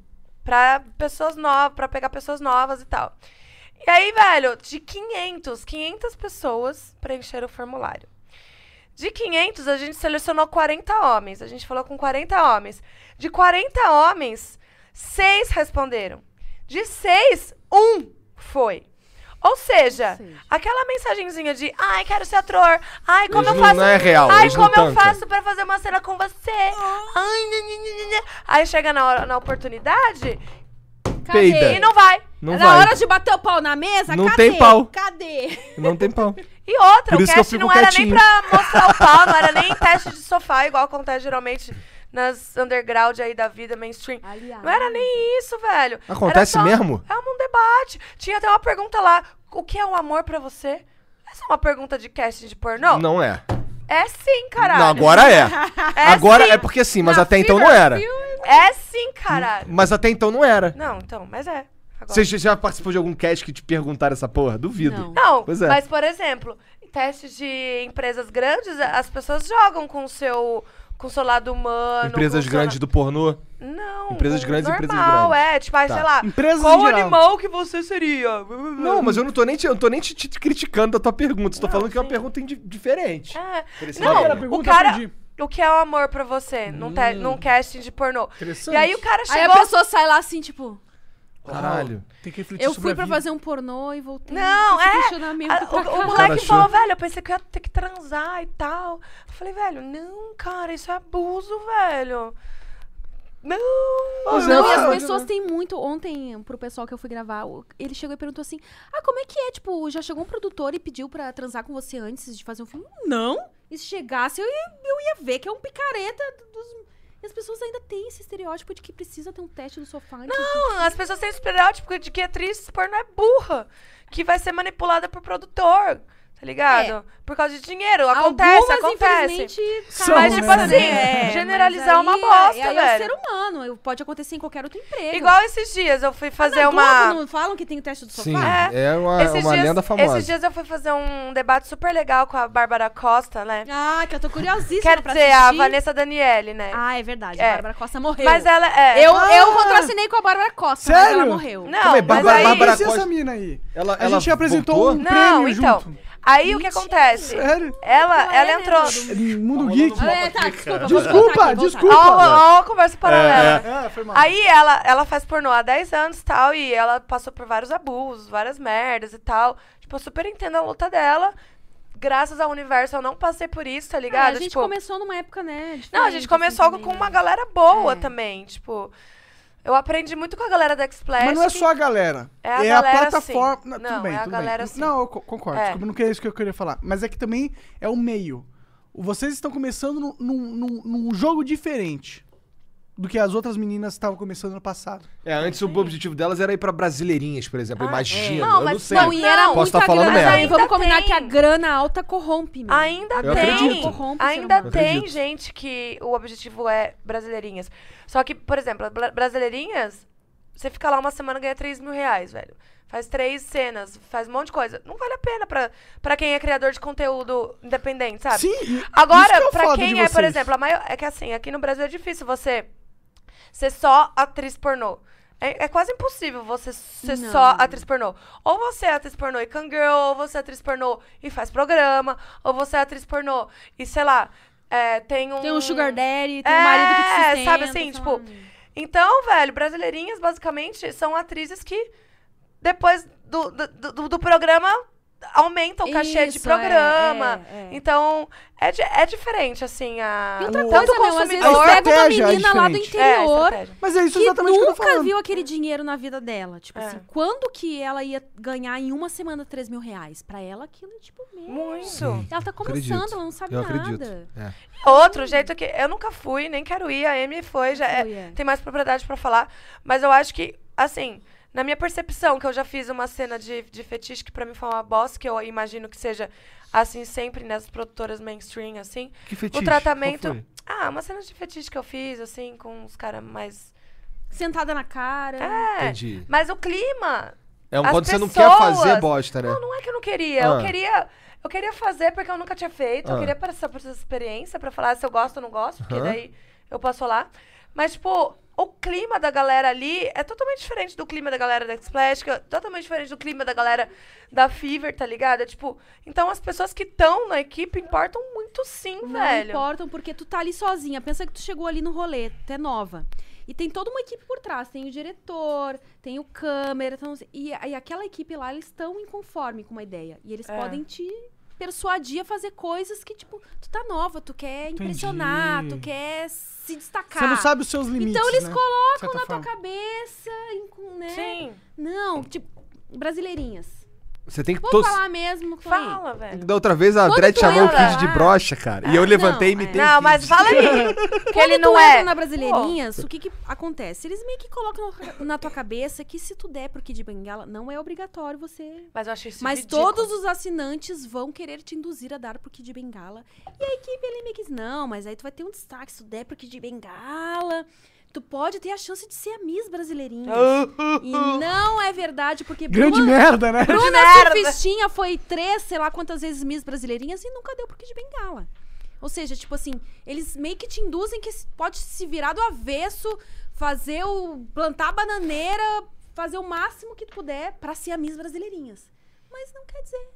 [SPEAKER 4] pra pessoas novas, pra pegar pessoas novas e tal. E aí, velho, de 500, 500 pessoas preencheram o formulário. De 500, a gente selecionou 40 homens. A gente falou com 40 homens. De 40 homens, 6 responderam. De 6, um foi. Ou seja,
[SPEAKER 3] Ou seja.
[SPEAKER 4] aquela mensagenzinha de ai, quero ser ator, ai, como
[SPEAKER 2] Eles
[SPEAKER 4] eu
[SPEAKER 2] não-
[SPEAKER 4] faço.
[SPEAKER 2] não é real,
[SPEAKER 4] Ai,
[SPEAKER 2] eles não
[SPEAKER 4] como eu
[SPEAKER 2] tancam."
[SPEAKER 4] faço pra fazer uma cena com você. Ai, nã, nã, nã, nã, nã. Aí chega na, hora, na oportunidade
[SPEAKER 3] Cadê?
[SPEAKER 2] peida.
[SPEAKER 4] e não vai.
[SPEAKER 2] Não
[SPEAKER 3] na
[SPEAKER 2] vai.
[SPEAKER 3] É hora de bater o pau na mesa,
[SPEAKER 2] Não
[SPEAKER 3] cadê?
[SPEAKER 2] tem pau.
[SPEAKER 3] Cadê?
[SPEAKER 2] Não tem pau.
[SPEAKER 4] E outra,
[SPEAKER 2] Por
[SPEAKER 4] o
[SPEAKER 2] isso que eu
[SPEAKER 4] cast
[SPEAKER 2] fico
[SPEAKER 4] não era
[SPEAKER 2] quietinho.
[SPEAKER 4] nem pra mostrar o pau, não era nem teste de sofá, igual acontece geralmente nas underground aí da vida, mainstream.
[SPEAKER 3] Aliás.
[SPEAKER 4] Não era nem isso, velho. Era
[SPEAKER 2] Acontece
[SPEAKER 4] só-
[SPEAKER 2] mesmo?
[SPEAKER 4] É um debate. Tinha até uma pergunta lá, o que é um amor pra você? Essa é uma pergunta de casting de pornô?
[SPEAKER 2] Não é.
[SPEAKER 4] É sim, caralho.
[SPEAKER 2] Não, agora é.
[SPEAKER 4] É
[SPEAKER 2] agora
[SPEAKER 4] sim.
[SPEAKER 2] é porque sim, mas
[SPEAKER 3] Na
[SPEAKER 2] até então não
[SPEAKER 3] Fever
[SPEAKER 2] era.
[SPEAKER 3] Film-
[SPEAKER 4] É sim, caralho.
[SPEAKER 2] Mas até então não era.
[SPEAKER 4] Não, então, mas é. Agora.
[SPEAKER 2] Você já- já participou de algum cast que te perguntaram essa porra? Duvido.
[SPEAKER 3] Não.
[SPEAKER 4] Não,
[SPEAKER 2] Pois é.
[SPEAKER 4] mas por exemplo, em testes de empresas grandes, a- as pessoas jogam com o seu, com o seu lado humano.
[SPEAKER 2] Empresas
[SPEAKER 4] com o seu
[SPEAKER 2] grandes
[SPEAKER 4] la-
[SPEAKER 2] do pornô?
[SPEAKER 4] Não.
[SPEAKER 2] Empresas
[SPEAKER 4] com-
[SPEAKER 2] grandes,
[SPEAKER 4] normal,
[SPEAKER 2] empresas grandes.
[SPEAKER 4] é. Tipo, aí,
[SPEAKER 2] Tá.
[SPEAKER 4] sei lá.
[SPEAKER 1] Empresas
[SPEAKER 4] qual
[SPEAKER 1] em geral.
[SPEAKER 4] animal que você seria?
[SPEAKER 2] Não, mas eu não tô nem te, eu não tô nem te, te criticando da tua pergunta. Tô falando que é uma
[SPEAKER 4] sim.
[SPEAKER 2] pergunta indi- diferente.
[SPEAKER 4] É.
[SPEAKER 2] Por esse
[SPEAKER 4] Não,
[SPEAKER 2] lado.
[SPEAKER 1] Pergunta,
[SPEAKER 4] o cara,
[SPEAKER 1] perdi.
[SPEAKER 4] o que é o amor pra você num, te-
[SPEAKER 2] Hum.
[SPEAKER 4] num casting de pornô.
[SPEAKER 1] Interessante.
[SPEAKER 4] E aí o cara
[SPEAKER 3] Aí
[SPEAKER 4] chegou.
[SPEAKER 3] a pessoa sai lá assim, tipo,
[SPEAKER 2] Caralho.
[SPEAKER 1] Tem que refletir
[SPEAKER 3] eu
[SPEAKER 1] sobre
[SPEAKER 3] fui
[SPEAKER 1] a
[SPEAKER 3] pra
[SPEAKER 1] vida.
[SPEAKER 3] fazer um pornô e voltei.
[SPEAKER 4] Não,
[SPEAKER 3] Esse
[SPEAKER 4] é.
[SPEAKER 3] questionamento
[SPEAKER 4] A-
[SPEAKER 3] pra
[SPEAKER 4] o, o
[SPEAKER 3] caralho.
[SPEAKER 2] cara
[SPEAKER 4] moleque
[SPEAKER 2] achou.
[SPEAKER 4] falou, velho, eu pensei que eu ia ter que transar e tal. Eu falei, velho, não, cara, isso é abuso, velho. Não!
[SPEAKER 2] Pois é,
[SPEAKER 3] Não, e
[SPEAKER 2] ah,
[SPEAKER 3] as pessoas têm muito. Ontem, pro pessoal que eu fui gravar, o- ele chegou e perguntou assim: Ah, como é que é? Tipo, já chegou um produtor e pediu pra transar com você antes de fazer um filme? Não! E se chegasse, eu ia, eu ia ver que é um picareta dos. E as pessoas ainda têm esse estereótipo de que precisa ter um teste no sofá antes. de-
[SPEAKER 4] Não, as pessoas têm esse estereótipo de que atriz pornô é burra, que vai ser manipulada por produtor, tá ligado? Por causa de dinheiro, acontece,
[SPEAKER 3] É. Algumas,
[SPEAKER 4] acontece.
[SPEAKER 3] infelizmente,
[SPEAKER 1] São,
[SPEAKER 3] cara,
[SPEAKER 1] Mas, tipo
[SPEAKER 3] né?
[SPEAKER 1] assim,
[SPEAKER 3] É,
[SPEAKER 4] generalizar
[SPEAKER 3] mas
[SPEAKER 4] é uma
[SPEAKER 3] aí-
[SPEAKER 4] bosta,
[SPEAKER 3] aí
[SPEAKER 4] velho.
[SPEAKER 3] É um ser humano, eu- pode acontecer em qualquer outro emprego.
[SPEAKER 4] Igual esses dias, eu fui fazer
[SPEAKER 3] Na
[SPEAKER 4] uma...
[SPEAKER 3] Globo Ah, não falam que tem o teste do sofá?
[SPEAKER 2] Sim,
[SPEAKER 4] É.
[SPEAKER 2] é uma,
[SPEAKER 4] Esses
[SPEAKER 2] uma
[SPEAKER 4] dias-
[SPEAKER 2] lenda famosa.
[SPEAKER 4] Esses dias eu fui fazer um debate super legal com a Bárbara Costa, né?
[SPEAKER 3] Ah, que eu tô curiosíssima
[SPEAKER 4] Quer
[SPEAKER 3] pra
[SPEAKER 4] dizer, a
[SPEAKER 3] assistir.
[SPEAKER 4] Vanessa Daniele, né?
[SPEAKER 3] Ah, é verdade.
[SPEAKER 4] É.
[SPEAKER 3] A Bárbara Costa morreu.
[SPEAKER 4] Mas ela é.
[SPEAKER 3] Eu,
[SPEAKER 1] Ah!
[SPEAKER 3] eu contracinei com a Bárbara Costa, mas
[SPEAKER 1] Sério?
[SPEAKER 3] ela morreu.
[SPEAKER 4] Não,
[SPEAKER 2] Calma aí, é
[SPEAKER 4] mas
[SPEAKER 2] Bárbara-
[SPEAKER 1] Bárbara
[SPEAKER 4] aí...
[SPEAKER 2] Bárbara
[SPEAKER 1] Conhecia
[SPEAKER 2] Costa-
[SPEAKER 1] essa mina aí.
[SPEAKER 2] Ela,
[SPEAKER 1] A gente apresentou um
[SPEAKER 4] Não,
[SPEAKER 1] prêmio
[SPEAKER 4] então.
[SPEAKER 1] junto.
[SPEAKER 4] Aí o que acontece?
[SPEAKER 1] Sério?
[SPEAKER 4] Ela,
[SPEAKER 3] Ué,
[SPEAKER 4] ela
[SPEAKER 3] né,
[SPEAKER 4] entrou.
[SPEAKER 3] Dudu?
[SPEAKER 1] Mundo Geek.
[SPEAKER 2] Tá rolando
[SPEAKER 3] É, tá, desculpa. eu vou
[SPEAKER 1] Desculpa,
[SPEAKER 3] voltar aqui, vou voltar.
[SPEAKER 4] Ó,
[SPEAKER 1] desculpa.
[SPEAKER 2] né?
[SPEAKER 4] ó, ó a conversa paralela.
[SPEAKER 1] É, foi mal.
[SPEAKER 4] Aí ela, ela faz pornô há 10 anos e tal, e ela passou por vários abusos, várias merdas e tal. Tipo, eu super entendo a luta dela. Graças ao universo, eu não passei por isso, tá
[SPEAKER 3] Ah, a
[SPEAKER 4] ligado?
[SPEAKER 3] gente
[SPEAKER 4] tipo,
[SPEAKER 3] começou numa época, né?
[SPEAKER 4] Não, a gente começou algo com uma galera boa
[SPEAKER 3] É.
[SPEAKER 4] também. Tipo, eu aprendi muito com a galera da X-Splash.
[SPEAKER 1] Mas não é só a galera.
[SPEAKER 4] É a
[SPEAKER 1] é
[SPEAKER 4] galera,
[SPEAKER 1] a plataforma.
[SPEAKER 4] sim.
[SPEAKER 1] Não,
[SPEAKER 4] Não,
[SPEAKER 1] tudo bem,
[SPEAKER 4] é a
[SPEAKER 1] tudo
[SPEAKER 4] galera,
[SPEAKER 1] bem.
[SPEAKER 4] sim.
[SPEAKER 1] Não, eu co- concordo.
[SPEAKER 4] É.
[SPEAKER 1] Desculpa, não que é isso que eu queria falar. Mas é que também é o meio. Vocês estão começando num, num- num- num jogo diferente do que as outras meninas estavam começando no passado.
[SPEAKER 2] É, antes o objetivo delas era ir pra brasileirinhas, por exemplo. Imagina. eu
[SPEAKER 4] Não,
[SPEAKER 2] Ah, é. não
[SPEAKER 4] mas
[SPEAKER 2] sei.
[SPEAKER 3] Não, e era
[SPEAKER 4] Não,
[SPEAKER 2] Posso
[SPEAKER 3] muita
[SPEAKER 2] tá falando
[SPEAKER 3] grana.
[SPEAKER 2] merda.
[SPEAKER 3] Aí vamos
[SPEAKER 4] Ainda
[SPEAKER 3] combinar
[SPEAKER 4] tem.
[SPEAKER 3] que a grana alta corrompe, meu.
[SPEAKER 4] Ainda
[SPEAKER 2] Eu
[SPEAKER 4] tem.
[SPEAKER 2] acredito.
[SPEAKER 3] Corrompe o ser
[SPEAKER 4] Ainda
[SPEAKER 3] humano.
[SPEAKER 4] tem
[SPEAKER 2] Acredito.
[SPEAKER 4] gente que o objetivo é brasileirinhas. Só que, por exemplo, bra- brasileirinhas, você fica lá uma semana e ganha 3 mil reais, velho. Faz três cenas, faz um monte de coisa. Não vale a pena pra, pra quem é criador de conteúdo independente, sabe?
[SPEAKER 1] Sim, e isso que
[SPEAKER 4] Agora,
[SPEAKER 1] eu
[SPEAKER 4] pra
[SPEAKER 1] falo de
[SPEAKER 4] quem é, por
[SPEAKER 1] vocês.
[SPEAKER 4] exemplo, a maior. É que assim, aqui no Brasil é difícil você ser só atriz pornô. É, é quase impossível você ser
[SPEAKER 3] Não.
[SPEAKER 4] só atriz pornô. Ou você é atriz pornô e cangirl, ou você é atriz pornô e faz programa, ou você é atriz pornô e, sei lá, é, tem um.
[SPEAKER 3] Tem um sugar daddy, tem
[SPEAKER 4] É,
[SPEAKER 3] um marido que te sustenta.
[SPEAKER 4] sabe assim,
[SPEAKER 3] sei
[SPEAKER 4] tipo,
[SPEAKER 3] lá.
[SPEAKER 4] Então, velho, brasileirinhas basicamente são atrizes que depois do, do, do- do programa aumenta o cachê de
[SPEAKER 3] Isso, é,
[SPEAKER 4] programa.
[SPEAKER 3] é, é.
[SPEAKER 4] Então, é, di- é diferente, assim, a...
[SPEAKER 3] E outra
[SPEAKER 1] o-
[SPEAKER 3] coisa,
[SPEAKER 4] tanto
[SPEAKER 3] meu, às vezes
[SPEAKER 1] a
[SPEAKER 4] consumidor-
[SPEAKER 3] pega uma
[SPEAKER 1] estratégia é
[SPEAKER 3] menina lá do
[SPEAKER 1] diferente.
[SPEAKER 4] É, a
[SPEAKER 3] interior
[SPEAKER 4] estratégia.
[SPEAKER 1] Mas é isso
[SPEAKER 3] que
[SPEAKER 1] exatamente o que eu tô
[SPEAKER 3] nunca
[SPEAKER 1] falando.
[SPEAKER 3] viu aquele dinheiro na vida dela. Tipo
[SPEAKER 4] É.
[SPEAKER 3] assim, quando que ela ia ganhar em uma semana 3 mil reais? Pra ela, aquilo é tipo mesmo.
[SPEAKER 4] Muito.
[SPEAKER 3] Ela tá começando,
[SPEAKER 2] Acredito.
[SPEAKER 3] ela não sabe
[SPEAKER 2] Eu
[SPEAKER 3] nada.
[SPEAKER 2] acredito. É.
[SPEAKER 4] Outro jeito que eu nunca fui, nem quero ir, a Amy foi, já é-
[SPEAKER 3] Fui, é.
[SPEAKER 4] tem mais propriedade pra falar, mas eu acho que, assim, na minha percepção, que eu já fiz uma cena de, de fetiche que pra mim foi uma bosta, que eu imagino que seja assim sempre nas produtoras mainstream, assim.
[SPEAKER 2] Que fetiche?
[SPEAKER 4] O
[SPEAKER 2] Qual
[SPEAKER 4] tratamento.
[SPEAKER 2] foi?
[SPEAKER 4] Ah, uma cena de fetiche que eu fiz, assim, com os caras mais.
[SPEAKER 3] Sentada na cara.
[SPEAKER 4] É.
[SPEAKER 2] Entendi.
[SPEAKER 4] Mas o clima.
[SPEAKER 2] É um
[SPEAKER 4] As
[SPEAKER 2] quando você não quer fazer
[SPEAKER 4] pessoas-
[SPEAKER 2] bosta, né?
[SPEAKER 4] Não, não é que eu não queria.
[SPEAKER 2] Ah.
[SPEAKER 4] Eu queria. Eu queria fazer porque eu nunca tinha feito.
[SPEAKER 2] Ah.
[SPEAKER 4] Eu queria passar por essa experiência pra falar se eu gosto ou não gosto, porque
[SPEAKER 2] Aham.
[SPEAKER 4] daí eu posso lá. Mas, tipo, o clima da galera ali é totalmente diferente do clima da galera da Splash, que é totalmente diferente do clima da galera da Fever, tá ligado? É tipo, então as pessoas que estão na equipe importam muito sim,
[SPEAKER 3] Não
[SPEAKER 4] velho.
[SPEAKER 3] importam, porque tu tá ali sozinha. Pensa que tu chegou ali no rolê, tu é nova. E tem toda uma equipe por trás. Tem o diretor, tem o câmera. então, e, e aquela equipe lá, eles estão inconforme com uma ideia. E eles
[SPEAKER 4] É.
[SPEAKER 3] podem te persuadir a fazer coisas que, tipo, tu tá nova, tu quer impressionar,
[SPEAKER 1] Entendi.
[SPEAKER 3] tu quer se destacar.
[SPEAKER 1] Você não sabe os seus limites.
[SPEAKER 3] Então eles
[SPEAKER 1] né? De
[SPEAKER 3] colocam
[SPEAKER 1] certa
[SPEAKER 3] na
[SPEAKER 1] forma.
[SPEAKER 3] tua cabeça, em- né?
[SPEAKER 4] Sim,
[SPEAKER 3] Não, tipo, brasileirinhas.
[SPEAKER 2] Você tem que.
[SPEAKER 3] Vou
[SPEAKER 2] to-
[SPEAKER 3] falar mesmo. Tô aí.
[SPEAKER 4] fala, velho.
[SPEAKER 2] Da outra vez a
[SPEAKER 3] Quando
[SPEAKER 2] Dredd
[SPEAKER 3] tu
[SPEAKER 2] chamou o
[SPEAKER 3] entra
[SPEAKER 2] Kid de
[SPEAKER 3] lá-
[SPEAKER 2] brocha, cara. E eu
[SPEAKER 3] Ah,
[SPEAKER 2] levantei e
[SPEAKER 3] não,
[SPEAKER 2] me
[SPEAKER 3] é.
[SPEAKER 2] dei. um
[SPEAKER 4] Não, mas fala aí. que ele
[SPEAKER 3] Quando
[SPEAKER 4] não
[SPEAKER 3] tu
[SPEAKER 4] é.
[SPEAKER 3] entra na Brasileirinhas, o que que acontece? Eles meio que colocam na- na tua cabeça que se tu der pro Kid Bengala, não é obrigatório você...
[SPEAKER 4] Mas eu achei isso é
[SPEAKER 3] Mas
[SPEAKER 4] ridículo.
[SPEAKER 3] todos os assinantes vão querer te induzir a dar pro Kid Bengala. E a equipe ele meio que diz, não, mas aí tu vai ter um destaque se tu der pro Kid Bengala. Tu pode ter a chance de ser a Miss Brasileirinha. e
[SPEAKER 4] Ah.
[SPEAKER 3] não é verdade, porque
[SPEAKER 1] Grande
[SPEAKER 3] Bruna,
[SPEAKER 1] merda, né?
[SPEAKER 3] Bruna
[SPEAKER 4] merda.
[SPEAKER 3] Surfistinha foi três, sei lá quantas vezes Miss Brasileirinhas e nunca deu pro Kid Bengala. Ou seja, tipo assim, eles meio que te induzem que se- pode se virar do avesso, fazer o. plantar a bananeira, fazer o máximo que tu puder pra ser a Miss Brasileirinhas. Mas não quer dizer.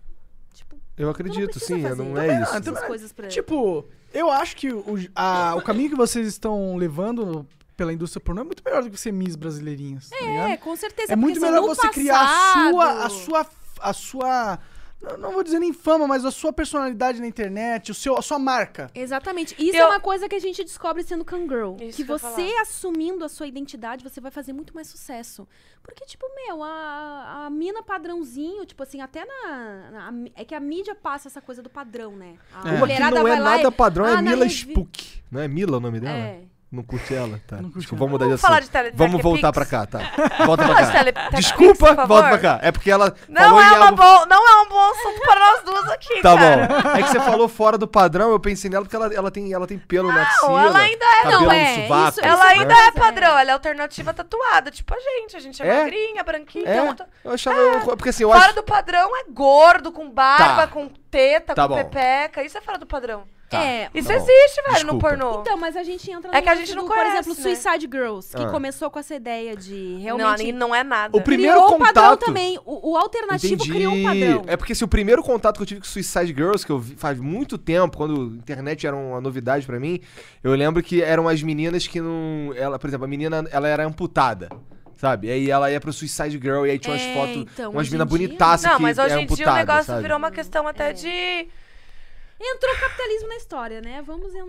[SPEAKER 3] Tipo,
[SPEAKER 2] Eu acredito,
[SPEAKER 3] precisa
[SPEAKER 2] sim, é,
[SPEAKER 3] fazer
[SPEAKER 2] não
[SPEAKER 3] Também
[SPEAKER 2] é
[SPEAKER 1] não,
[SPEAKER 2] isso.
[SPEAKER 1] também
[SPEAKER 3] essas coisas pra ele.
[SPEAKER 1] Tipo, eu acho que o, a- o caminho que vocês estão levando no- pela indústria pornô é muito melhor do que ser Miss Brasileirinhas. tá ligado?
[SPEAKER 3] É, com certeza.
[SPEAKER 1] É muito
[SPEAKER 4] assim,
[SPEAKER 3] porque se
[SPEAKER 1] melhor
[SPEAKER 3] no
[SPEAKER 1] você criar a
[SPEAKER 3] passado-
[SPEAKER 1] sua. A sua. A sua não, não vou dizer nem fama, mas a sua personalidade na internet, o seu, a sua marca.
[SPEAKER 3] Exatamente. Isso é
[SPEAKER 4] Eu-
[SPEAKER 3] uma coisa que a gente descobre sendo cangirl.
[SPEAKER 4] Isso
[SPEAKER 3] que
[SPEAKER 4] que eu ia
[SPEAKER 3] você assumindo a sua identidade, você vai fazer muito mais sucesso. Porque, tipo, meu, a, a mina padrãozinho, tipo assim, até na, na- É que a mídia passa essa coisa do padrão, né? A
[SPEAKER 2] Uma que não é
[SPEAKER 3] lá e-
[SPEAKER 2] nada padrão,
[SPEAKER 3] Ah,
[SPEAKER 2] é
[SPEAKER 3] na
[SPEAKER 2] Mila
[SPEAKER 3] revi-
[SPEAKER 2] Spook. Não é Mila o nome dela?
[SPEAKER 3] É.
[SPEAKER 2] Não curte ela? Tá.
[SPEAKER 1] Não curti
[SPEAKER 2] Desculpa,
[SPEAKER 1] ela.
[SPEAKER 2] vamos mudar de
[SPEAKER 4] Vamos
[SPEAKER 2] assunto.
[SPEAKER 4] falar de tele-
[SPEAKER 2] Vamos voltar pra
[SPEAKER 4] telepix?
[SPEAKER 2] cá, tá? Volta pra
[SPEAKER 4] Fala de
[SPEAKER 2] cá.
[SPEAKER 4] tele- telepix,
[SPEAKER 2] Desculpa,
[SPEAKER 4] por favor.
[SPEAKER 2] volta pra cá. É porque ela
[SPEAKER 4] Não
[SPEAKER 2] falou
[SPEAKER 4] é,
[SPEAKER 2] e
[SPEAKER 4] uma
[SPEAKER 2] ela...
[SPEAKER 4] bom, não é um bom assunto para nós duas aqui,
[SPEAKER 2] Tá
[SPEAKER 4] cara.
[SPEAKER 2] bom. É que você falou fora do padrão, eu pensei nela porque ela, ela, tem, ela tem pelo na axila.
[SPEAKER 4] ela ainda é-
[SPEAKER 2] cabelo
[SPEAKER 3] Não,
[SPEAKER 2] no
[SPEAKER 3] é,
[SPEAKER 2] sovaco,
[SPEAKER 3] isso-
[SPEAKER 4] Ela
[SPEAKER 2] né?
[SPEAKER 4] ainda é padrão, ela é alternativa tatuada, tipo a gente. A gente é,
[SPEAKER 2] É?
[SPEAKER 4] magrinha, branquinha.
[SPEAKER 2] É?
[SPEAKER 4] então,
[SPEAKER 2] Eu achava... eu- Porque assim, eu
[SPEAKER 4] fora
[SPEAKER 2] acho...
[SPEAKER 4] do padrão é gordo, com
[SPEAKER 2] Tá.
[SPEAKER 4] barba, com teta,
[SPEAKER 2] Tá
[SPEAKER 4] com
[SPEAKER 2] bom.
[SPEAKER 4] pepeca. Isso é fora do padrão.
[SPEAKER 2] Tá.
[SPEAKER 3] É.
[SPEAKER 4] Isso
[SPEAKER 2] Tá bom.
[SPEAKER 4] existe, velho, no
[SPEAKER 2] Desculpa.
[SPEAKER 4] pornô.
[SPEAKER 3] Então, mas a gente entra
[SPEAKER 4] É que a
[SPEAKER 3] lance
[SPEAKER 4] gente não
[SPEAKER 3] do, Por
[SPEAKER 4] conhece,
[SPEAKER 3] exemplo,
[SPEAKER 4] né?
[SPEAKER 3] Suicide Girls, que
[SPEAKER 2] Ah.
[SPEAKER 3] começou com essa ideia de
[SPEAKER 4] não,
[SPEAKER 3] Então, realmente.
[SPEAKER 4] nem- não é nada.
[SPEAKER 2] O primeiro
[SPEAKER 3] criou o padrão
[SPEAKER 2] contato-
[SPEAKER 3] também. O, o alternativo criou um padrão.
[SPEAKER 2] É porque se o primeiro contato que eu tive com Suicide Girls, que eu vi faz muito tempo, quando a internet era uma novidade pra mim, eu lembro que eram as meninas que não. Ela, por exemplo, a menina ela era amputada. Sabe? E aí ela ia pro Suicide Girl e aí tinha umas
[SPEAKER 3] É,
[SPEAKER 2] fotos,
[SPEAKER 3] então,
[SPEAKER 2] umas
[SPEAKER 3] hoje em
[SPEAKER 2] minas
[SPEAKER 3] dia-
[SPEAKER 2] bonitaças
[SPEAKER 4] Não,
[SPEAKER 2] que
[SPEAKER 4] mas hoje
[SPEAKER 2] eram
[SPEAKER 4] em dia o
[SPEAKER 2] amputadas,
[SPEAKER 4] negócio
[SPEAKER 2] sabe?
[SPEAKER 4] virou uma questão até de.
[SPEAKER 3] Entrou capitalismo na história, né? Vamos em.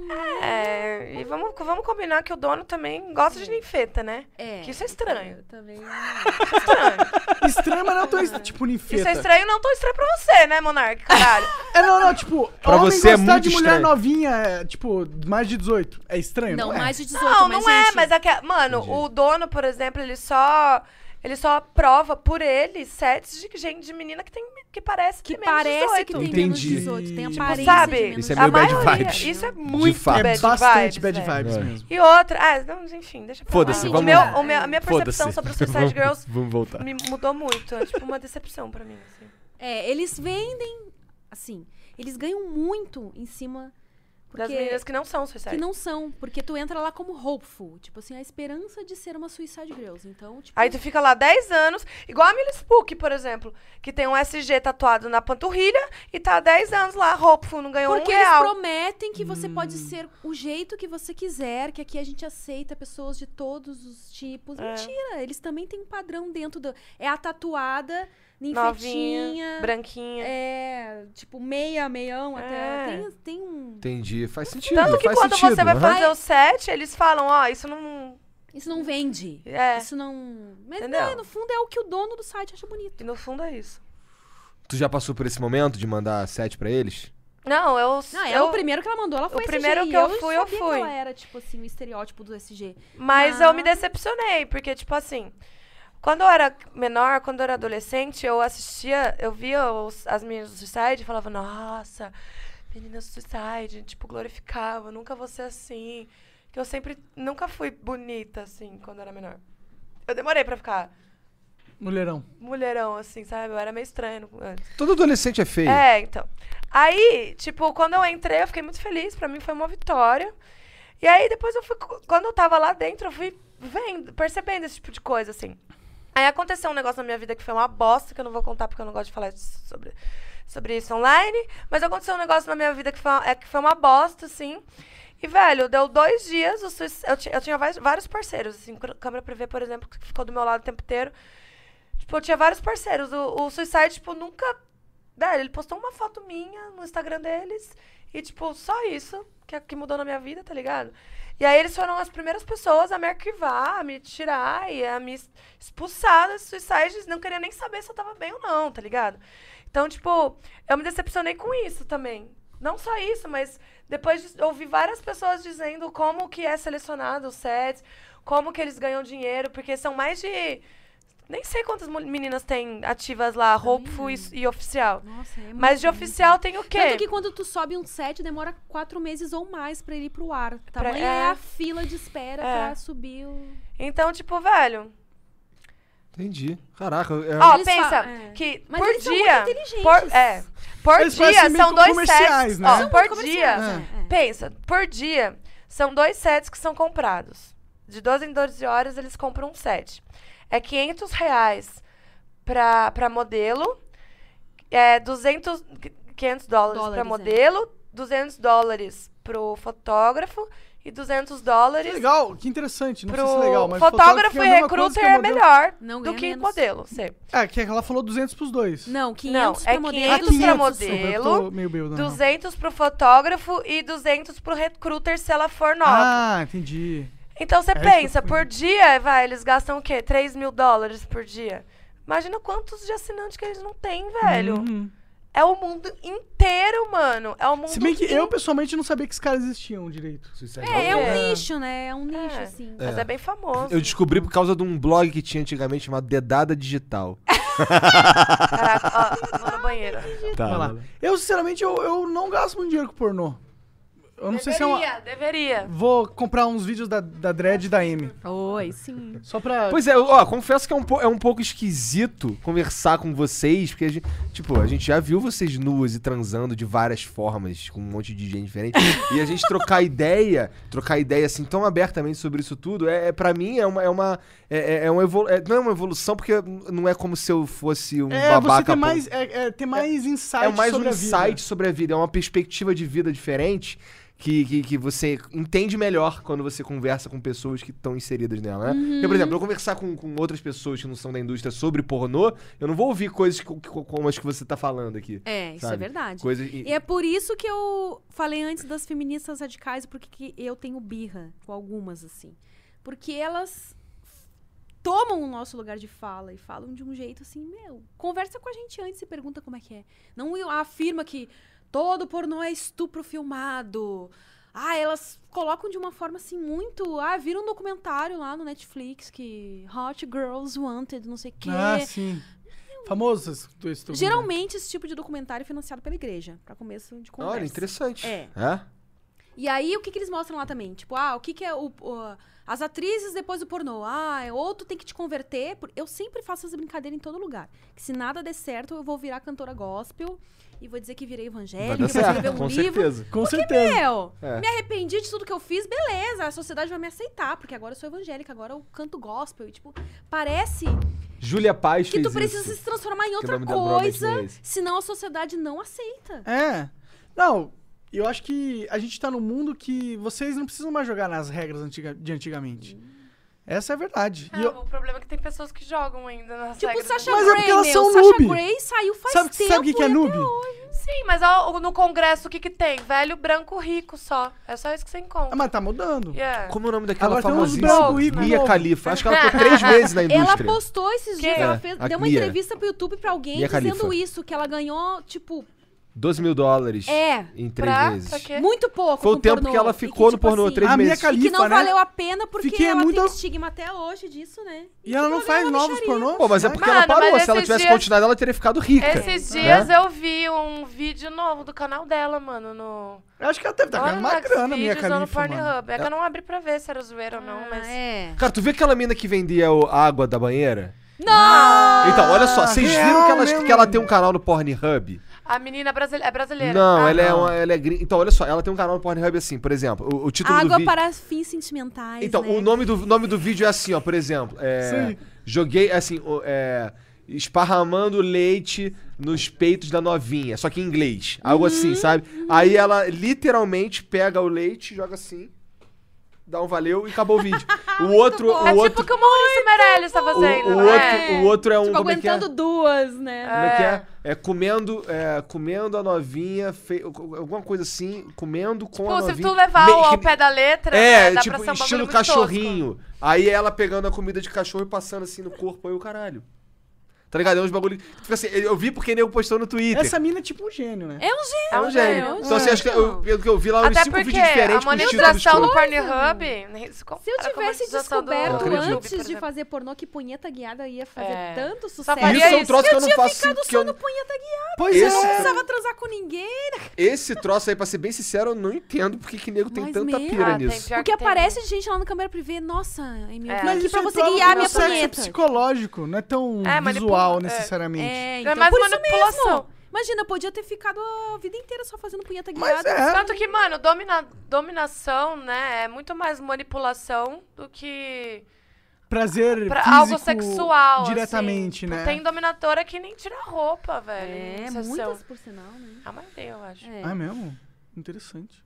[SPEAKER 4] É, e vamos, vamos combinar que o dono também gosta de ninfeta, né?
[SPEAKER 3] É.
[SPEAKER 4] Que isso é estranho.
[SPEAKER 3] Eu também.
[SPEAKER 4] Isso é estranho.
[SPEAKER 1] Estranho, mas não tão est- tipo ninfeta.
[SPEAKER 4] Isso é estranho, não tô estranho pra você, né, Monark? Caralho.
[SPEAKER 1] É, não, não, tipo,
[SPEAKER 2] Pra
[SPEAKER 1] homem
[SPEAKER 2] você é
[SPEAKER 1] gostar
[SPEAKER 2] muito
[SPEAKER 1] de mulher
[SPEAKER 2] estranho.
[SPEAKER 1] novinha, é, tipo, mais de 18. É estranho,
[SPEAKER 3] Não,
[SPEAKER 1] é?
[SPEAKER 3] mais de 18,
[SPEAKER 4] Não,
[SPEAKER 3] mas
[SPEAKER 4] não é,
[SPEAKER 3] gente,
[SPEAKER 4] mas é que. Mano, o dono, por exemplo, ele só. Ele só aprova por ele sets de gente de menina que tem que parece
[SPEAKER 3] que
[SPEAKER 4] tem menos
[SPEAKER 3] parece
[SPEAKER 4] 18.
[SPEAKER 3] que tem menos
[SPEAKER 2] Entendi.
[SPEAKER 3] 18, tem
[SPEAKER 1] Tipo,
[SPEAKER 3] aparência
[SPEAKER 4] sabe?
[SPEAKER 3] de menos
[SPEAKER 2] Isso é
[SPEAKER 4] a
[SPEAKER 2] meio bad
[SPEAKER 3] 18.
[SPEAKER 4] maioria,
[SPEAKER 2] vibes.
[SPEAKER 4] Isso é muito
[SPEAKER 2] fato.
[SPEAKER 4] bad
[SPEAKER 1] Bastante
[SPEAKER 4] vibes.
[SPEAKER 1] bad
[SPEAKER 4] velho.
[SPEAKER 1] vibes
[SPEAKER 2] É.
[SPEAKER 1] mesmo.
[SPEAKER 4] E outra, ah, não, mas enfim, deixa pra
[SPEAKER 2] Foda-se,
[SPEAKER 4] lá.
[SPEAKER 3] vamos
[SPEAKER 4] O meu-
[SPEAKER 3] lá.
[SPEAKER 4] o meu- a minha percepção
[SPEAKER 2] Foda-se.
[SPEAKER 4] sobre o Suicide Girls
[SPEAKER 2] Vamos voltar.
[SPEAKER 4] me mudou muito. É tipo uma decepção pra mim. assim.
[SPEAKER 3] É, eles vendem, assim, eles ganham muito em cima
[SPEAKER 4] Das
[SPEAKER 3] porque,
[SPEAKER 4] meninas que não são Suicide.
[SPEAKER 3] que não são, porque tu entra lá como hopeful, tipo assim, a esperança de ser uma Suicide Girls, então, tipo...
[SPEAKER 4] Aí tu fica lá 10 anos, igual a Millie Spook, por exemplo, que tem um SG tatuado na panturrilha e tá há 10 anos lá, hopeful, não ganhou
[SPEAKER 3] Porque
[SPEAKER 4] um
[SPEAKER 3] eles
[SPEAKER 4] real.
[SPEAKER 3] prometem que você pode ser o jeito que você quiser, que aqui a gente aceita pessoas de todos os tipos. Mentira, eles também têm um padrão dentro do. É a tatuada,
[SPEAKER 4] Novinha,
[SPEAKER 3] ninfetinha,
[SPEAKER 4] branquinha.
[SPEAKER 3] é, tipo, meia, meião até.
[SPEAKER 4] É.
[SPEAKER 3] Tem, tem um.
[SPEAKER 2] Entendi. Faz sentido.
[SPEAKER 4] Tanto que
[SPEAKER 2] faz
[SPEAKER 4] quando
[SPEAKER 2] sentido,
[SPEAKER 4] você vai
[SPEAKER 2] aham.
[SPEAKER 4] fazer um o set, eles falam, ó, isso não...
[SPEAKER 3] Isso não vende.
[SPEAKER 4] É,
[SPEAKER 3] Isso não. Mas
[SPEAKER 4] Entendeu?
[SPEAKER 3] não, no fundo é o que o dono do site acha bonito.
[SPEAKER 4] e no fundo é isso.
[SPEAKER 2] Tu já passou por esse momento de mandar sete pra eles?
[SPEAKER 4] Não, eu...
[SPEAKER 3] Não,
[SPEAKER 4] eu
[SPEAKER 3] é o primeiro que ela mandou, ela foi
[SPEAKER 4] primeiro
[SPEAKER 3] SG, e
[SPEAKER 4] que eu fui, eu
[SPEAKER 3] sabia
[SPEAKER 4] fui.
[SPEAKER 3] Que ela era, tipo assim, o estereótipo do SG.
[SPEAKER 4] Mas eu me
[SPEAKER 3] Mas-
[SPEAKER 4] decepcionei, porque, tipo assim, quando eu era menor, quando eu era adolescente, eu assistia, eu via os- as meninas do Suicide e falava, nossa, meninas do Suicide, tipo, glorificava, nunca vou ser assim. Que eu sempre, nunca fui bonita, assim, quando eu era menor. Eu demorei pra ficar
[SPEAKER 1] Mulherão.
[SPEAKER 4] mulherão, assim, sabe? Eu era meio eh, estranho antes.
[SPEAKER 2] Todo adolescente é feio.
[SPEAKER 4] É, então. Aí, tipo, quando eu entrei, eu fiquei muito feliz. Pra mim foi uma vitória. E aí depois eu fui. Quando eu tava lá dentro, eu fui vendo, percebendo esse tipo de coisa, assim. Aí aconteceu um negócio na minha vida que foi uma bosta, que eu não vou contar porque eu não gosto de falar isso sobre, sobre isso online. Mas aconteceu um negócio na minha vida que foi, uma- é, que foi uma bosta, assim. E, velho, deu dois dias, o suic- eu, ti- eu tinha vai- vários parceiros, assim, cr- câmera prevê, por exemplo, que ficou do meu lado o tempo inteiro. Tipo, eu tinha vários parceiros. O, o Suicide, tipo, nunca. Velho, ele postou uma foto minha no Instagram deles. E, tipo, só isso que, que mudou na minha vida, tá ligado? E aí eles foram as primeiras pessoas a me arquivar, a me tirar e a me es- expulsar dos suicides. Não queria nem saber se eu tava bem ou não, tá ligado? Então, tipo, eu me decepcionei com isso também. Não só isso, mas depois de ouvir várias pessoas dizendo como que é selecionado os sets, como que eles ganham dinheiro, porque são mais de... Nem sei quantas mu- meninas tem ativas lá, Hopeful e, e oficial.
[SPEAKER 3] Nossa, é
[SPEAKER 4] Mas de
[SPEAKER 3] muito,
[SPEAKER 4] oficial tem o
[SPEAKER 3] Tanto
[SPEAKER 4] quê?
[SPEAKER 3] que quando tu sobe um set, demora quatro meses ou mais pra ele ir pro ar. Tamanha é
[SPEAKER 4] é.
[SPEAKER 3] a fila de espera
[SPEAKER 4] É.
[SPEAKER 3] pra subir o...
[SPEAKER 4] Então, tipo, velho...
[SPEAKER 2] Entendi. Caraca, é...
[SPEAKER 4] Ó,
[SPEAKER 3] Eles
[SPEAKER 4] pensa
[SPEAKER 3] fa- é.
[SPEAKER 4] que
[SPEAKER 3] Mas
[SPEAKER 4] por
[SPEAKER 3] eles são muito
[SPEAKER 4] dia...
[SPEAKER 3] inteligentes.
[SPEAKER 4] por, é, por
[SPEAKER 1] Eles
[SPEAKER 4] dia
[SPEAKER 1] parecem meio
[SPEAKER 4] são dois
[SPEAKER 1] comerciais,
[SPEAKER 4] sets.
[SPEAKER 1] né?
[SPEAKER 4] ó,
[SPEAKER 1] São
[SPEAKER 4] por
[SPEAKER 3] muito
[SPEAKER 4] dia...
[SPEAKER 3] comerciais, é, é.
[SPEAKER 4] Pensa, por dia, são dois sets que são comprados. De 12 em 12 horas, eles compram um set. É 500 reais pra, pra modelo é, 200, 500 dólares,
[SPEAKER 3] Dólares,
[SPEAKER 4] pra
[SPEAKER 3] é.
[SPEAKER 4] modelo, 200 dólares pro fotógrafo e 200
[SPEAKER 1] Que
[SPEAKER 4] dólares
[SPEAKER 1] legal, que interessante. Não
[SPEAKER 4] pro
[SPEAKER 1] sei se é legal, mas é
[SPEAKER 4] fotógrafo, e
[SPEAKER 1] a mesma coisa
[SPEAKER 4] recruiter
[SPEAKER 1] que
[SPEAKER 4] é
[SPEAKER 1] modelo.
[SPEAKER 4] melhor
[SPEAKER 3] Não
[SPEAKER 4] do
[SPEAKER 3] ganha
[SPEAKER 4] que
[SPEAKER 3] menos.
[SPEAKER 4] modelo. Sim.
[SPEAKER 1] É, que ela falou 200 pros dois.
[SPEAKER 3] Não, 500
[SPEAKER 4] Não,
[SPEAKER 3] pra
[SPEAKER 4] é
[SPEAKER 3] modelo.
[SPEAKER 1] Ah,
[SPEAKER 4] 500 pra
[SPEAKER 1] 500, desculpa, eu tô
[SPEAKER 4] modelo,
[SPEAKER 1] meio bêbado, na real.
[SPEAKER 4] 200 pro fotógrafo e 200 pro recruiter se ela for nova.
[SPEAKER 1] Ah, entendi.
[SPEAKER 4] então você
[SPEAKER 1] isso
[SPEAKER 4] pensa,
[SPEAKER 1] foi-
[SPEAKER 4] por dia, vai, eles gastam o quê? 3 mil dólares por dia. Imagina quantos de assinante que eles não têm, velho.
[SPEAKER 1] Uhum.
[SPEAKER 4] É o mundo inteiro, mano. É o mundo
[SPEAKER 1] Se bem que
[SPEAKER 4] inteiro.
[SPEAKER 1] eu, pessoalmente, não sabia que esses caras existiam direito.
[SPEAKER 3] É, é um
[SPEAKER 4] É.
[SPEAKER 3] nicho, né? É um nicho,
[SPEAKER 4] É.
[SPEAKER 3] assim.
[SPEAKER 4] Mas é bem famoso.
[SPEAKER 2] Eu descobri por causa de um blog que tinha antigamente chamado Dedada Digital.
[SPEAKER 4] Caraca, ó, vou no banheiro.
[SPEAKER 1] Vai lá. Eu, sinceramente, eu, eu não gasto muito dinheiro com pornô. Eu não sei se é uma...
[SPEAKER 4] Deveria, deveria.
[SPEAKER 1] Vou comprar uns vídeos da, da Dread e da M.
[SPEAKER 3] Oi, sim.
[SPEAKER 1] Só pra...
[SPEAKER 2] Pois é, ó, confesso que é um, po- é um pouco esquisito conversar com vocês, porque a gente, tipo, a gente já viu vocês nuas e transando de várias formas, com um monte de gente diferente, e a gente trocar ideia, trocar ideia assim tão abertamente sobre isso tudo, é, é para mim é uma é uma é, é- é um evolu- é- não é uma evolução porque não é como se eu fosse um
[SPEAKER 1] é,
[SPEAKER 2] babaca.
[SPEAKER 1] você ter
[SPEAKER 2] pô.
[SPEAKER 1] mais, é, é, ter mais insight
[SPEAKER 2] é mais um
[SPEAKER 1] sobre a vida.
[SPEAKER 2] insight sobre a vida, é uma perspectiva de vida diferente. Que, que, que você entende melhor quando você conversa com pessoas que estão inseridas nela,
[SPEAKER 3] Uhum.
[SPEAKER 2] né? Porque, por exemplo, eu conversar com, com outras pessoas que não são da indústria sobre pornô, eu não vou ouvir coisas co- co- como as que você tá falando aqui.
[SPEAKER 3] É, isso é
[SPEAKER 2] Sabe?
[SPEAKER 3] verdade.
[SPEAKER 2] Coisas. e-
[SPEAKER 3] E é por isso que eu falei antes das feministas radicais, porque que eu tenho birra com algumas, assim. Porque elas f- tomam o nosso lugar de fala e falam de um jeito assim, meu, conversa com a gente antes e pergunta como é que é. Não eu- afirma que todo pornô é estupro filmado. Ah, elas colocam de uma forma assim muito. Ah, viram um documentário lá no Netflix que Hot Girls Wanted, não sei o quê.
[SPEAKER 1] Ah, sim. Famoso esse esse documentário.
[SPEAKER 3] Geralmente esse tipo de documentário é financiado pela igreja, pra começo de conversa.
[SPEAKER 2] Olha, interessante.
[SPEAKER 3] É.
[SPEAKER 2] Hã?
[SPEAKER 3] E aí, o que, que eles mostram lá também? Tipo, ah, o que, que é o, o- as atrizes depois do pornô? Ah, ou tu tem que te converter. por- Eu sempre faço essa brincadeira em todo lugar. Que se nada der certo, eu vou virar cantora gospel e vou dizer que virei
[SPEAKER 2] Vai
[SPEAKER 3] evangélica,
[SPEAKER 2] dar
[SPEAKER 3] vou escrever
[SPEAKER 2] certo,
[SPEAKER 3] um
[SPEAKER 2] com
[SPEAKER 3] livro.
[SPEAKER 2] certeza.
[SPEAKER 1] Com certeza.
[SPEAKER 3] Meu,
[SPEAKER 2] É.
[SPEAKER 3] me arrependi de tudo que eu fiz, beleza, a sociedade vai me aceitar, porque agora eu sou evangélica, agora eu canto gospel. E, tipo, parece
[SPEAKER 2] Júlia Paz
[SPEAKER 3] que
[SPEAKER 2] fez
[SPEAKER 3] tu precisa
[SPEAKER 2] isso.
[SPEAKER 3] se transformar em
[SPEAKER 2] Que o
[SPEAKER 3] outra
[SPEAKER 2] nome
[SPEAKER 1] um
[SPEAKER 2] dela provavelmente
[SPEAKER 3] coisa,
[SPEAKER 2] não é esse.
[SPEAKER 3] senão a sociedade não aceita.
[SPEAKER 1] É. Não, eu acho que a gente tá num mundo que vocês não precisam mais jogar nas regras antiga- de antigamente. Essa é a verdade.
[SPEAKER 4] Ah,
[SPEAKER 1] E eu-
[SPEAKER 4] O problema é que tem pessoas que jogam ainda nas
[SPEAKER 3] Tipo,
[SPEAKER 4] regras
[SPEAKER 3] Sasha
[SPEAKER 4] do-
[SPEAKER 1] Mas é
[SPEAKER 3] Grey,
[SPEAKER 1] porque elas
[SPEAKER 3] meu,
[SPEAKER 1] são
[SPEAKER 3] Sasha
[SPEAKER 1] noob.
[SPEAKER 3] Grey saiu faz
[SPEAKER 1] sabe
[SPEAKER 3] tempo
[SPEAKER 1] sabe o que, que é
[SPEAKER 3] e até
[SPEAKER 1] noob?
[SPEAKER 4] Sim, mas ó, no congresso o que que tem? Velho, branco, rico só. É só isso que você
[SPEAKER 1] Ah,
[SPEAKER 4] encontra.
[SPEAKER 1] mas tá mudando.
[SPEAKER 4] Yeah.
[SPEAKER 2] Como é o nome daquela
[SPEAKER 1] Agora tem uns
[SPEAKER 2] famosíssima?
[SPEAKER 1] brancos, né?
[SPEAKER 2] Mia Khalifa. Acho que ela ficou três meses na indústria.
[SPEAKER 3] Ela postou esses dias,
[SPEAKER 4] Quem?
[SPEAKER 3] ela
[SPEAKER 2] É,
[SPEAKER 3] fez,
[SPEAKER 2] a
[SPEAKER 3] deu uma
[SPEAKER 2] Mia.
[SPEAKER 3] entrevista pro YouTube pra alguém
[SPEAKER 2] Mia
[SPEAKER 3] dizendo
[SPEAKER 2] Khalifa.
[SPEAKER 3] isso, que ela ganhou, tipo,
[SPEAKER 2] 12 mil dólares
[SPEAKER 3] É.
[SPEAKER 2] em três
[SPEAKER 4] Pra,
[SPEAKER 2] meses.
[SPEAKER 4] pra quê?
[SPEAKER 3] muito pouco.
[SPEAKER 2] Foi o
[SPEAKER 3] com
[SPEAKER 2] tempo
[SPEAKER 3] pornô.
[SPEAKER 2] que ela
[SPEAKER 3] E
[SPEAKER 2] ficou no
[SPEAKER 3] tipo
[SPEAKER 2] pornô,
[SPEAKER 3] assim,
[SPEAKER 2] três
[SPEAKER 1] A Mia
[SPEAKER 2] meses.
[SPEAKER 1] Khalifa,
[SPEAKER 3] E que não
[SPEAKER 1] né?
[SPEAKER 3] valeu a pena porque
[SPEAKER 1] Fiquei
[SPEAKER 3] ela
[SPEAKER 1] muito-
[SPEAKER 3] tem estigma até hoje disso, né?
[SPEAKER 1] E ela não
[SPEAKER 3] Ela
[SPEAKER 1] faz
[SPEAKER 3] ganhou
[SPEAKER 1] novos
[SPEAKER 3] mixaria.
[SPEAKER 1] pornôs?
[SPEAKER 2] Pô, mas é porque
[SPEAKER 4] Mano,
[SPEAKER 2] ela parou.
[SPEAKER 4] mas
[SPEAKER 2] Se ela
[SPEAKER 4] esses
[SPEAKER 2] tivesse
[SPEAKER 4] dias-
[SPEAKER 2] continuado, ela teria ficado rica.
[SPEAKER 4] Esses
[SPEAKER 2] né?
[SPEAKER 4] dias eu vi um vídeo novo do canal dela, mano, no...
[SPEAKER 1] Eu acho que ela deve
[SPEAKER 2] Tá
[SPEAKER 1] estar ganhando uma
[SPEAKER 4] Max
[SPEAKER 1] grana, minha
[SPEAKER 4] Videos ou no
[SPEAKER 1] Khalifa, mano.
[SPEAKER 4] Pornhub. É que eu não abri pra ver se era zoeira ou não, mas...
[SPEAKER 3] É.
[SPEAKER 2] Cara, tu viu aquela mina que vendia o- a água da banheira?
[SPEAKER 3] Não!
[SPEAKER 2] então, olha só, vocês
[SPEAKER 1] real
[SPEAKER 2] viram que
[SPEAKER 1] mesmo.
[SPEAKER 2] ela, que ela tem um canal no Pornhub?
[SPEAKER 4] A menina brasile... é brasileira.
[SPEAKER 2] Não,
[SPEAKER 4] Ah,
[SPEAKER 2] ela é
[SPEAKER 4] não.
[SPEAKER 2] uma. Ela é gringa. Então, olha só, ela tem um canal no Pornhub assim, por exemplo. O, o título do
[SPEAKER 3] Água
[SPEAKER 2] vídeo.
[SPEAKER 3] para fins sentimentais.
[SPEAKER 2] Então,
[SPEAKER 3] né?
[SPEAKER 2] o nome do, nome do vídeo é assim, ó, por exemplo. é,
[SPEAKER 1] Sim.
[SPEAKER 2] joguei, assim, o- é, esparramando leite nos peitos da novinha, só que em inglês. Algo
[SPEAKER 4] Uhum,
[SPEAKER 2] assim, sabe? Aí ela literalmente pega o leite, joga assim, dá um valeu e acabou o vídeo. O outro.
[SPEAKER 3] bom.
[SPEAKER 2] O
[SPEAKER 4] É
[SPEAKER 2] outro
[SPEAKER 4] tipo o que o Maurício Meirelles tá
[SPEAKER 2] o,
[SPEAKER 4] fazendo.
[SPEAKER 2] o
[SPEAKER 4] né?
[SPEAKER 2] outro, o outro é um.
[SPEAKER 3] Tipo,
[SPEAKER 2] como é que é?
[SPEAKER 3] aguentando duas, né?
[SPEAKER 2] Como é que é? É comendo, é, comendo a novinha, fe- alguma coisa assim, comendo com a
[SPEAKER 4] Tipo,
[SPEAKER 2] novinha.
[SPEAKER 4] se tu levar
[SPEAKER 2] Me-
[SPEAKER 4] o ao
[SPEAKER 2] que-
[SPEAKER 4] pé da letra,
[SPEAKER 2] é,
[SPEAKER 4] né, dá pra
[SPEAKER 2] tipo,
[SPEAKER 4] ser um bagulho
[SPEAKER 2] estilo
[SPEAKER 4] muito
[SPEAKER 2] cachorrinho. Aí ela pegando a comida de cachorro e passando assim no corpo, aí o caralho. Tá ligado? É uns bagulho. Tipo assim, eu vi porque nego postou no Twitter.
[SPEAKER 1] Essa mina é tipo um gênio, né?
[SPEAKER 3] É um gênio.
[SPEAKER 4] tosco. É um gênio.
[SPEAKER 2] Então, assim, acho que eu, pelo que eu vi lá, um uns
[SPEAKER 4] Até
[SPEAKER 2] cinco
[SPEAKER 4] porque
[SPEAKER 2] vídeos
[SPEAKER 4] a
[SPEAKER 2] diferentes com
[SPEAKER 4] monetização do
[SPEAKER 2] títulos
[SPEAKER 4] Pornhub... nem se compara
[SPEAKER 3] Se eu
[SPEAKER 4] com é a
[SPEAKER 3] tivesse
[SPEAKER 4] monetização do
[SPEAKER 3] descoberto
[SPEAKER 2] Eu acredito.
[SPEAKER 4] YouTube, por
[SPEAKER 3] antes de
[SPEAKER 4] exemplo.
[SPEAKER 3] fazer pornô que punheta guiada ia fazer
[SPEAKER 4] É.
[SPEAKER 3] tanto sucesso.
[SPEAKER 4] faria
[SPEAKER 2] Isso é um
[SPEAKER 4] isso.
[SPEAKER 2] troço que eu não faço.
[SPEAKER 3] ficado
[SPEAKER 2] que eu
[SPEAKER 3] só no
[SPEAKER 2] não-
[SPEAKER 3] punheta guiada.
[SPEAKER 1] Pois
[SPEAKER 2] Esse-
[SPEAKER 3] Não
[SPEAKER 1] é.
[SPEAKER 3] precisava transar com ninguém.
[SPEAKER 2] Esse troço aí, pra ser bem sincero, eu não entendo porque que nego tem
[SPEAKER 3] Mas
[SPEAKER 2] tanta
[SPEAKER 3] mesmo?
[SPEAKER 2] pira
[SPEAKER 4] Ah, tem
[SPEAKER 2] nisso.
[SPEAKER 4] pior
[SPEAKER 3] Porque
[SPEAKER 4] que tem,
[SPEAKER 3] aparece gente lá no câmera privê. Nossa, Emil,
[SPEAKER 4] É.
[SPEAKER 3] é.
[SPEAKER 4] Mas
[SPEAKER 3] aqui pra
[SPEAKER 1] aí
[SPEAKER 3] você
[SPEAKER 1] prova
[SPEAKER 3] guiar a
[SPEAKER 1] que o
[SPEAKER 3] minha
[SPEAKER 1] sexo é
[SPEAKER 3] punheta.
[SPEAKER 1] psicológico, não é tão visual
[SPEAKER 4] É, manipula- é.
[SPEAKER 1] necessariamente.
[SPEAKER 3] É,
[SPEAKER 4] É
[SPEAKER 3] então,
[SPEAKER 4] mais
[SPEAKER 3] por isso
[SPEAKER 4] manipulação.
[SPEAKER 3] mesmo. Imagina, eu podia ter ficado a vida inteira só fazendo punheta
[SPEAKER 1] Mas
[SPEAKER 3] guiada.
[SPEAKER 1] é.
[SPEAKER 4] Tanto que, mano, domina- dominação, né, é muito mais manipulação do que
[SPEAKER 1] prazer
[SPEAKER 4] Pra
[SPEAKER 1] físico
[SPEAKER 4] algo sexual,
[SPEAKER 1] diretamente,
[SPEAKER 4] assim.
[SPEAKER 1] né?
[SPEAKER 4] Tem dominadora que nem tira roupa, velho.
[SPEAKER 3] É,
[SPEAKER 4] Sensação.
[SPEAKER 3] muitas, por sinal, né?
[SPEAKER 4] A maioria, eu acho.
[SPEAKER 3] É.
[SPEAKER 1] Ah, é mesmo? Interessante.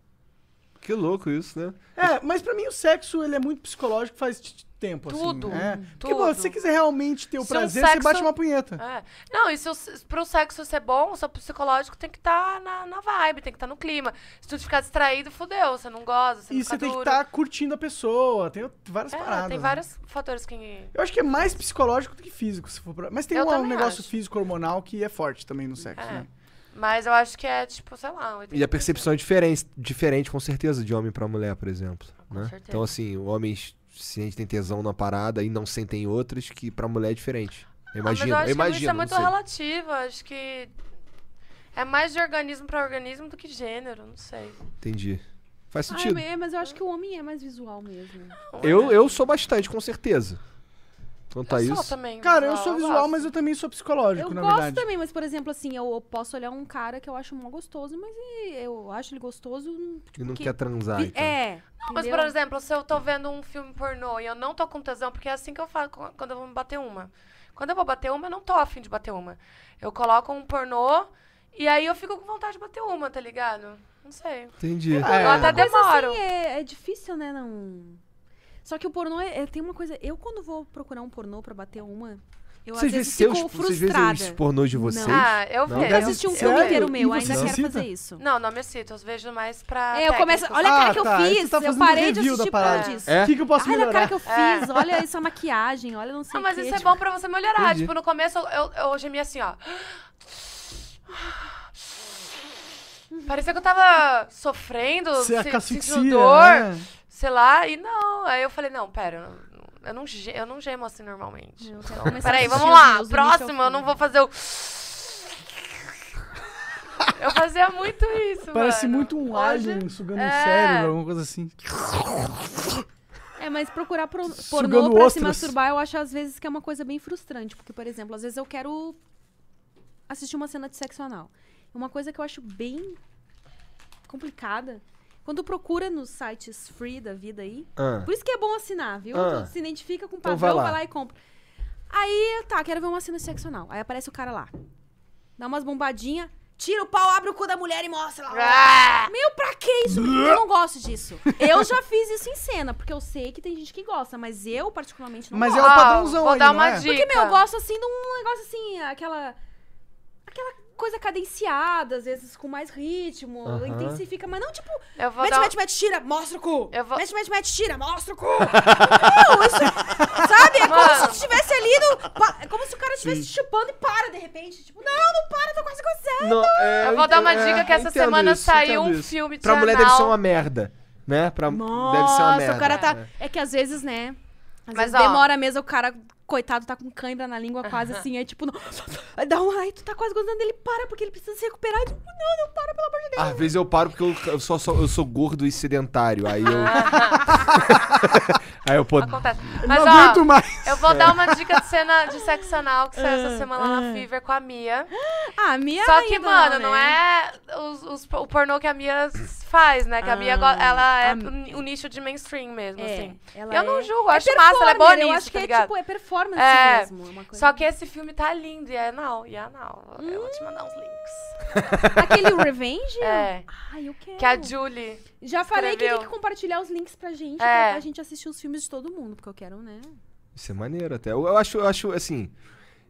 [SPEAKER 2] Que louco isso, né?
[SPEAKER 1] É, mas pra mim o sexo, ele é muito psicológico faz t- t- tempo,
[SPEAKER 4] Tudo,
[SPEAKER 1] assim. É. Porque,
[SPEAKER 4] tudo.
[SPEAKER 1] pô, se você quiser realmente ter o
[SPEAKER 4] Se um
[SPEAKER 1] prazer, você
[SPEAKER 4] sexo-
[SPEAKER 1] bate uma punheta.
[SPEAKER 4] É. Não, e se o, se- pro sexo ser bom, o seu psicológico tem que estar na, na vibe, tem que estar no clima. Se tu ficar distraído, fudeu, você não goza, você
[SPEAKER 1] e
[SPEAKER 4] não
[SPEAKER 1] você
[SPEAKER 4] fica
[SPEAKER 1] tem que
[SPEAKER 4] duro.
[SPEAKER 1] estar curtindo a pessoa, tem várias
[SPEAKER 4] É,
[SPEAKER 1] paradas.
[SPEAKER 4] tem
[SPEAKER 1] né?
[SPEAKER 4] vários fatores que...
[SPEAKER 1] Eu acho que é mais psicológico do que físico, se for pra... Mas tem
[SPEAKER 4] Eu
[SPEAKER 1] um,
[SPEAKER 4] também
[SPEAKER 1] negócio
[SPEAKER 4] acho.
[SPEAKER 1] físico hormonal que é forte também no sexo,
[SPEAKER 4] É.
[SPEAKER 1] né?
[SPEAKER 4] Mas eu acho que é, tipo, sei lá...
[SPEAKER 2] E a percepção é diferente, diferente com certeza, de homem pra mulher, por exemplo.
[SPEAKER 4] Com
[SPEAKER 2] né?
[SPEAKER 4] certeza.
[SPEAKER 2] Então, assim, homens se a gente tem tesão na parada e não sentem outras, que pra mulher é diferente. Eu imagino,
[SPEAKER 4] ah, mas eu acho
[SPEAKER 2] eu imagino.
[SPEAKER 4] que isso é
[SPEAKER 2] não
[SPEAKER 4] muito
[SPEAKER 2] sei.
[SPEAKER 4] relativo, acho que... É mais de organismo pra organismo do que gênero, não sei.
[SPEAKER 2] Entendi. Faz
[SPEAKER 3] Ah,
[SPEAKER 2] sentido.
[SPEAKER 3] é, mas eu acho que o homem é mais visual mesmo.
[SPEAKER 2] eu, eu sou bastante, com certeza. Então tá
[SPEAKER 4] né? eu
[SPEAKER 2] isso.
[SPEAKER 4] sou também
[SPEAKER 1] Cara, eu sou visual,
[SPEAKER 4] gosto.
[SPEAKER 1] mas eu também sou psicológico,
[SPEAKER 3] eu
[SPEAKER 1] na
[SPEAKER 3] gosto
[SPEAKER 1] verdade.
[SPEAKER 3] também, mas, por exemplo, assim, eu posso olhar um cara que eu acho mó gostoso, mas e- eu acho ele gostoso.
[SPEAKER 2] E não
[SPEAKER 3] que-
[SPEAKER 2] quer
[SPEAKER 1] Tá,
[SPEAKER 2] transar.
[SPEAKER 3] vi-
[SPEAKER 2] então.
[SPEAKER 3] É.
[SPEAKER 4] Não, Mas, por
[SPEAKER 3] entendeu?
[SPEAKER 4] exemplo, se eu tô vendo um filme pornô e eu não tô com tesão, porque é assim que eu falo co- quando eu vou me bater uma. Quando eu vou bater uma, eu não tô afim de bater uma. Eu coloco um pornô e aí eu fico com vontade de bater uma, tá ligado? Não sei.
[SPEAKER 2] Entendi.
[SPEAKER 1] É.
[SPEAKER 4] Eu até
[SPEAKER 3] Mas,
[SPEAKER 4] demoro.
[SPEAKER 3] assim, é, é difícil, né? Não. Só que o pornô é, é- tem uma coisa. Eu, quando vou procurar um pornô pra bater uma, eu
[SPEAKER 2] Vocês
[SPEAKER 3] às
[SPEAKER 2] veem
[SPEAKER 3] vezes
[SPEAKER 2] seus
[SPEAKER 3] fico
[SPEAKER 2] vocês
[SPEAKER 3] frustrada.
[SPEAKER 2] veem os pornôs de vocês?
[SPEAKER 4] ah, eu
[SPEAKER 2] Não,
[SPEAKER 4] vejo.
[SPEAKER 3] Nunca assisti um filme
[SPEAKER 1] Sério?
[SPEAKER 3] inteiro
[SPEAKER 1] E
[SPEAKER 3] meu,
[SPEAKER 1] você
[SPEAKER 3] ainda
[SPEAKER 1] se
[SPEAKER 3] quero
[SPEAKER 1] excita?
[SPEAKER 3] fazer isso.
[SPEAKER 4] Não, não me excito. Eu vejo mais pra.
[SPEAKER 3] É, eu começo. Olha a cara que eu
[SPEAKER 1] tá, aí
[SPEAKER 3] fiz,
[SPEAKER 1] você tá
[SPEAKER 3] eu
[SPEAKER 1] fazendo
[SPEAKER 3] parei de
[SPEAKER 1] review da
[SPEAKER 3] assistir por
[SPEAKER 1] parada.
[SPEAKER 3] causa disso.
[SPEAKER 2] É?
[SPEAKER 1] O que, que eu posso
[SPEAKER 3] Olha a
[SPEAKER 1] melhorar? É.
[SPEAKER 3] cara que eu fiz, olha essa maquiagem, olha não sei
[SPEAKER 4] Ah,
[SPEAKER 3] o
[SPEAKER 4] mas
[SPEAKER 3] quê,
[SPEAKER 4] isso é
[SPEAKER 3] tipo,
[SPEAKER 4] bom pra você melhorar.
[SPEAKER 2] Entendi.
[SPEAKER 4] Tipo, no começo eu, eu, eu gemia assim, ó. Parecia que eu tava sofrendo,
[SPEAKER 1] Você é
[SPEAKER 4] se-
[SPEAKER 1] cacetia,
[SPEAKER 4] sentindo dor.
[SPEAKER 1] né?
[SPEAKER 4] sei lá, e não. Aí eu falei, não, pera, eu não- eu não, ge- eu não gemo assim
[SPEAKER 1] Hum.
[SPEAKER 4] normalmente.
[SPEAKER 3] Meu, eu quero
[SPEAKER 4] Então,
[SPEAKER 3] começar a
[SPEAKER 4] peraí,
[SPEAKER 3] assistir
[SPEAKER 4] vamos
[SPEAKER 3] os
[SPEAKER 4] lá,
[SPEAKER 3] meus do início
[SPEAKER 4] próximo,
[SPEAKER 3] ao
[SPEAKER 4] eu não
[SPEAKER 3] fim.
[SPEAKER 4] vou fazer o... Eu fazia muito isso,
[SPEAKER 1] Parece
[SPEAKER 4] mano.
[SPEAKER 1] muito um
[SPEAKER 4] Hoje-
[SPEAKER 1] alien sugando um
[SPEAKER 4] é.
[SPEAKER 1] cérebro, alguma coisa assim.
[SPEAKER 3] É, mas procurar pro,
[SPEAKER 1] Sugando
[SPEAKER 3] pornô pra se
[SPEAKER 1] ostras.
[SPEAKER 3] masturbar, eu acho às vezes que é uma coisa bem frustrante. Porque, por exemplo, às vezes eu quero assistir uma cena de sexo anal. Uma coisa que eu acho bem complicada. Quando procura nos sites free da vida aí,
[SPEAKER 2] Ah,
[SPEAKER 3] Por isso que é bom assinar, viu?
[SPEAKER 2] Ah.
[SPEAKER 3] Tu se identifica com o
[SPEAKER 2] Então
[SPEAKER 3] padrão,
[SPEAKER 2] vai lá.
[SPEAKER 3] vai lá e compra. Aí, tá, quero ver uma cena sexual. Aí aparece o cara lá. Dá umas bombadinhas, tira o pau, abre o cu da mulher e mostra lá.
[SPEAKER 4] Ah!
[SPEAKER 3] Meu, pra que isso? Eu não gosto disso. Eu já fiz isso em cena, porque eu sei que tem gente que gosta, mas eu particularmente não
[SPEAKER 1] Mas é
[SPEAKER 3] gosto.
[SPEAKER 1] o
[SPEAKER 4] Ó,
[SPEAKER 1] padrãozão
[SPEAKER 4] Vou
[SPEAKER 1] aí, não
[SPEAKER 4] dar uma
[SPEAKER 1] é?
[SPEAKER 4] dica.
[SPEAKER 3] Porque, meu, eu gosto assim de um negócio assim, aquela. Aquela coisa cadenciada, às vezes com mais ritmo,
[SPEAKER 2] Aham.
[SPEAKER 3] intensifica, mas não tipo.
[SPEAKER 4] Eu vou
[SPEAKER 3] Mete,
[SPEAKER 4] dar... um
[SPEAKER 3] mete, mete, tira, mostra o cu.
[SPEAKER 4] Eu vou-
[SPEAKER 3] Mete, mete, mete, tira, mostra o cu. Não, isso... Sabe? É como se
[SPEAKER 4] Mano.
[SPEAKER 3] tu tivesse ali no... pa- É como se o cara estivesse chupando e para, de repente. Tipo, não, não para, tô quase gozando.
[SPEAKER 2] não, é,
[SPEAKER 4] Eu vou dar uma
[SPEAKER 2] é,
[SPEAKER 4] dica que essa
[SPEAKER 2] entendo
[SPEAKER 4] semana
[SPEAKER 2] isso,
[SPEAKER 4] saiu
[SPEAKER 2] entendo
[SPEAKER 4] um
[SPEAKER 2] isso.
[SPEAKER 4] filme de
[SPEAKER 2] Pra mulher deve
[SPEAKER 4] anal.
[SPEAKER 2] ser um uma merda, né? Pra, deve ser uma
[SPEAKER 3] Nossa,
[SPEAKER 2] merda.
[SPEAKER 3] o cara tá... É que às vezes, né... Às
[SPEAKER 4] Mas,
[SPEAKER 3] vezes
[SPEAKER 4] ó.
[SPEAKER 3] demora mesmo, o cara, coitado, tá com cãibra na língua quase assim. Aí, tipo, não... Aí dá um... Aí tu tá quase gozando, ele para, porque ele precisa se recuperar. Tipo, não, não para, pelo amor de Deus.
[SPEAKER 2] Às vezes eu paro porque eu, eu só, só- eu sou gordo e sedentário. Aí eu. aí eu pô.
[SPEAKER 4] Acontece.
[SPEAKER 1] Não
[SPEAKER 4] Mas,
[SPEAKER 1] aguento
[SPEAKER 4] ó,
[SPEAKER 1] mais.
[SPEAKER 4] eu vou dar uma dica de cena de sexo anal que saiu
[SPEAKER 3] É,
[SPEAKER 4] essa semana lá na Fever com a Mia.
[SPEAKER 3] Ah, a minha
[SPEAKER 4] Só que,
[SPEAKER 3] ainda
[SPEAKER 4] mano, não,
[SPEAKER 3] né?
[SPEAKER 4] é os- os- o pornô que a Mia s- faz, né? Que a Mia, go-
[SPEAKER 3] Ah,
[SPEAKER 4] ela é
[SPEAKER 3] a-
[SPEAKER 4] o ni- o nicho de mainstream mesmo, assim.
[SPEAKER 3] ela
[SPEAKER 4] eu não
[SPEAKER 3] é-
[SPEAKER 4] julgo,
[SPEAKER 3] é
[SPEAKER 4] acho massa, ela é boa
[SPEAKER 3] performer, Eu
[SPEAKER 4] nisso,
[SPEAKER 3] acho que
[SPEAKER 4] tá
[SPEAKER 3] é,
[SPEAKER 4] ligado?
[SPEAKER 3] tipo, é performance
[SPEAKER 4] É,
[SPEAKER 3] mesmo. é uma coisa-
[SPEAKER 4] Só que esse filme tá lindo, e é anal, e é anal. Eu vou te
[SPEAKER 3] Hum.
[SPEAKER 4] mandar uns links.
[SPEAKER 3] Aquele Revenge?
[SPEAKER 4] É.
[SPEAKER 3] Ai, eu quero.
[SPEAKER 4] Que a Julie...
[SPEAKER 3] Já falei que tem
[SPEAKER 4] escreveu.
[SPEAKER 3] que compartilhar os links pra gente,
[SPEAKER 4] É.
[SPEAKER 3] pra a gente assistir os filmes de todo mundo, porque eu quero, né?
[SPEAKER 2] Isso é maneiro até. Eu, eu acho, eu acho assim.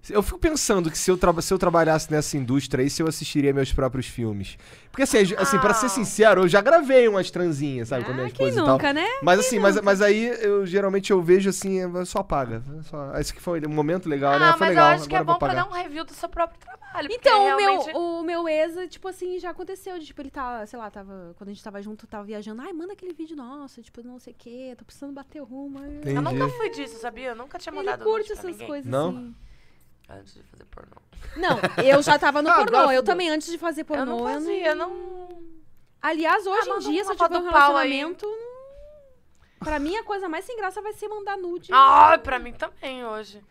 [SPEAKER 2] Eu fico pensando que se eu, traba- se eu trabalhasse nessa indústria aí, se eu assistiria meus próprios filmes. Porque assim, assim para ser
[SPEAKER 4] Ah.
[SPEAKER 2] sincero, eu já gravei umas transinhas, sabe, com a minha
[SPEAKER 3] ah, quem
[SPEAKER 2] esposa e
[SPEAKER 3] nunca,
[SPEAKER 2] tal.
[SPEAKER 3] né?
[SPEAKER 2] Mas assim, mas, mas aí eu geralmente eu vejo assim, eu só apaga. Só, esse que foi um momento legal, né?
[SPEAKER 4] ah,
[SPEAKER 2] Foi
[SPEAKER 4] mas
[SPEAKER 2] legal,
[SPEAKER 4] eu acho que é
[SPEAKER 2] agora eu vou
[SPEAKER 4] bom pra
[SPEAKER 2] apagar.
[SPEAKER 4] dar um review do seu próprio trabalho. porque
[SPEAKER 3] Então, o
[SPEAKER 4] realmente...
[SPEAKER 3] meu, o meu ex, tipo assim, já aconteceu. de, Tipo, ele tava, sei lá, tava. Quando a gente tava junto, tava viajando. Ai, manda aquele vídeo nosso, tipo, não sei o quê, tô precisando bater rumo. ai,
[SPEAKER 2] Entendi.
[SPEAKER 4] Eu nunca fui disso, sabia? Eu nunca tinha
[SPEAKER 3] Ele
[SPEAKER 4] mandado
[SPEAKER 3] curte
[SPEAKER 4] nude pra
[SPEAKER 3] essas
[SPEAKER 4] ninguém
[SPEAKER 3] coisas
[SPEAKER 2] Não?
[SPEAKER 3] assim.
[SPEAKER 4] Antes de fazer pornô.
[SPEAKER 3] Não, eu já tava no
[SPEAKER 1] Ah,
[SPEAKER 3] pornô.
[SPEAKER 1] agora
[SPEAKER 3] Eu
[SPEAKER 1] fudeu.
[SPEAKER 3] também, antes de fazer pornô, né?
[SPEAKER 4] eu não fazia, eu não...
[SPEAKER 3] Aliás, hoje
[SPEAKER 4] Ah,
[SPEAKER 3] em
[SPEAKER 4] manda
[SPEAKER 3] dia,
[SPEAKER 4] uma
[SPEAKER 3] se eu
[SPEAKER 4] foto
[SPEAKER 3] tiver um
[SPEAKER 4] do pau aí.
[SPEAKER 3] relacionamento, pra mim a coisa mais sem graça vai ser mandar nude.
[SPEAKER 4] Ah, pra mim também hoje.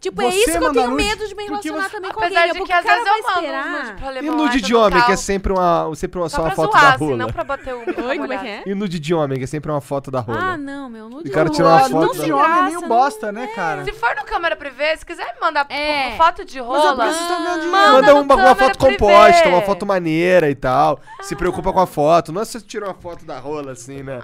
[SPEAKER 3] Tipo, é
[SPEAKER 1] Você
[SPEAKER 3] isso que eu
[SPEAKER 1] manda
[SPEAKER 3] tenho
[SPEAKER 1] nude?
[SPEAKER 3] medo de me
[SPEAKER 1] Por que
[SPEAKER 3] relacionar
[SPEAKER 1] você-
[SPEAKER 3] também com
[SPEAKER 4] Apesar
[SPEAKER 3] alguém. é
[SPEAKER 4] de
[SPEAKER 3] porque
[SPEAKER 4] que às
[SPEAKER 3] o cara
[SPEAKER 4] vezes
[SPEAKER 3] vai
[SPEAKER 4] eu mando
[SPEAKER 3] esperar.
[SPEAKER 4] uns nude pra
[SPEAKER 2] E
[SPEAKER 4] alemão.
[SPEAKER 2] nude de homem, que é sempre uma, sempre uma, só, uma
[SPEAKER 4] pra
[SPEAKER 2] foto
[SPEAKER 4] zoar,
[SPEAKER 2] da
[SPEAKER 4] assim,
[SPEAKER 2] rola.
[SPEAKER 4] não pra bater uma
[SPEAKER 3] Oi, como é que é?
[SPEAKER 2] E nude de homem, que é sempre uma foto da rola.
[SPEAKER 3] Ah, não, meu. Nude
[SPEAKER 2] O cara
[SPEAKER 3] de
[SPEAKER 2] tira uma
[SPEAKER 3] rola,
[SPEAKER 2] foto
[SPEAKER 3] não
[SPEAKER 1] Não
[SPEAKER 2] da-
[SPEAKER 3] tem
[SPEAKER 1] de homem é meio
[SPEAKER 3] graça,
[SPEAKER 1] bosta, né, cara?
[SPEAKER 4] Se for no câmera privê, se quiser me mandar
[SPEAKER 3] É.
[SPEAKER 4] uma foto de
[SPEAKER 1] Mas é
[SPEAKER 4] rola,
[SPEAKER 1] porque vocês estão ganhando dinheiro.
[SPEAKER 4] Manda
[SPEAKER 2] Manda
[SPEAKER 4] no
[SPEAKER 2] uma, uma foto
[SPEAKER 4] câmera privê.
[SPEAKER 2] composta, uma foto maneira e tal. Se preocupa com a foto. Não é só tirar uma foto da rola assim, né?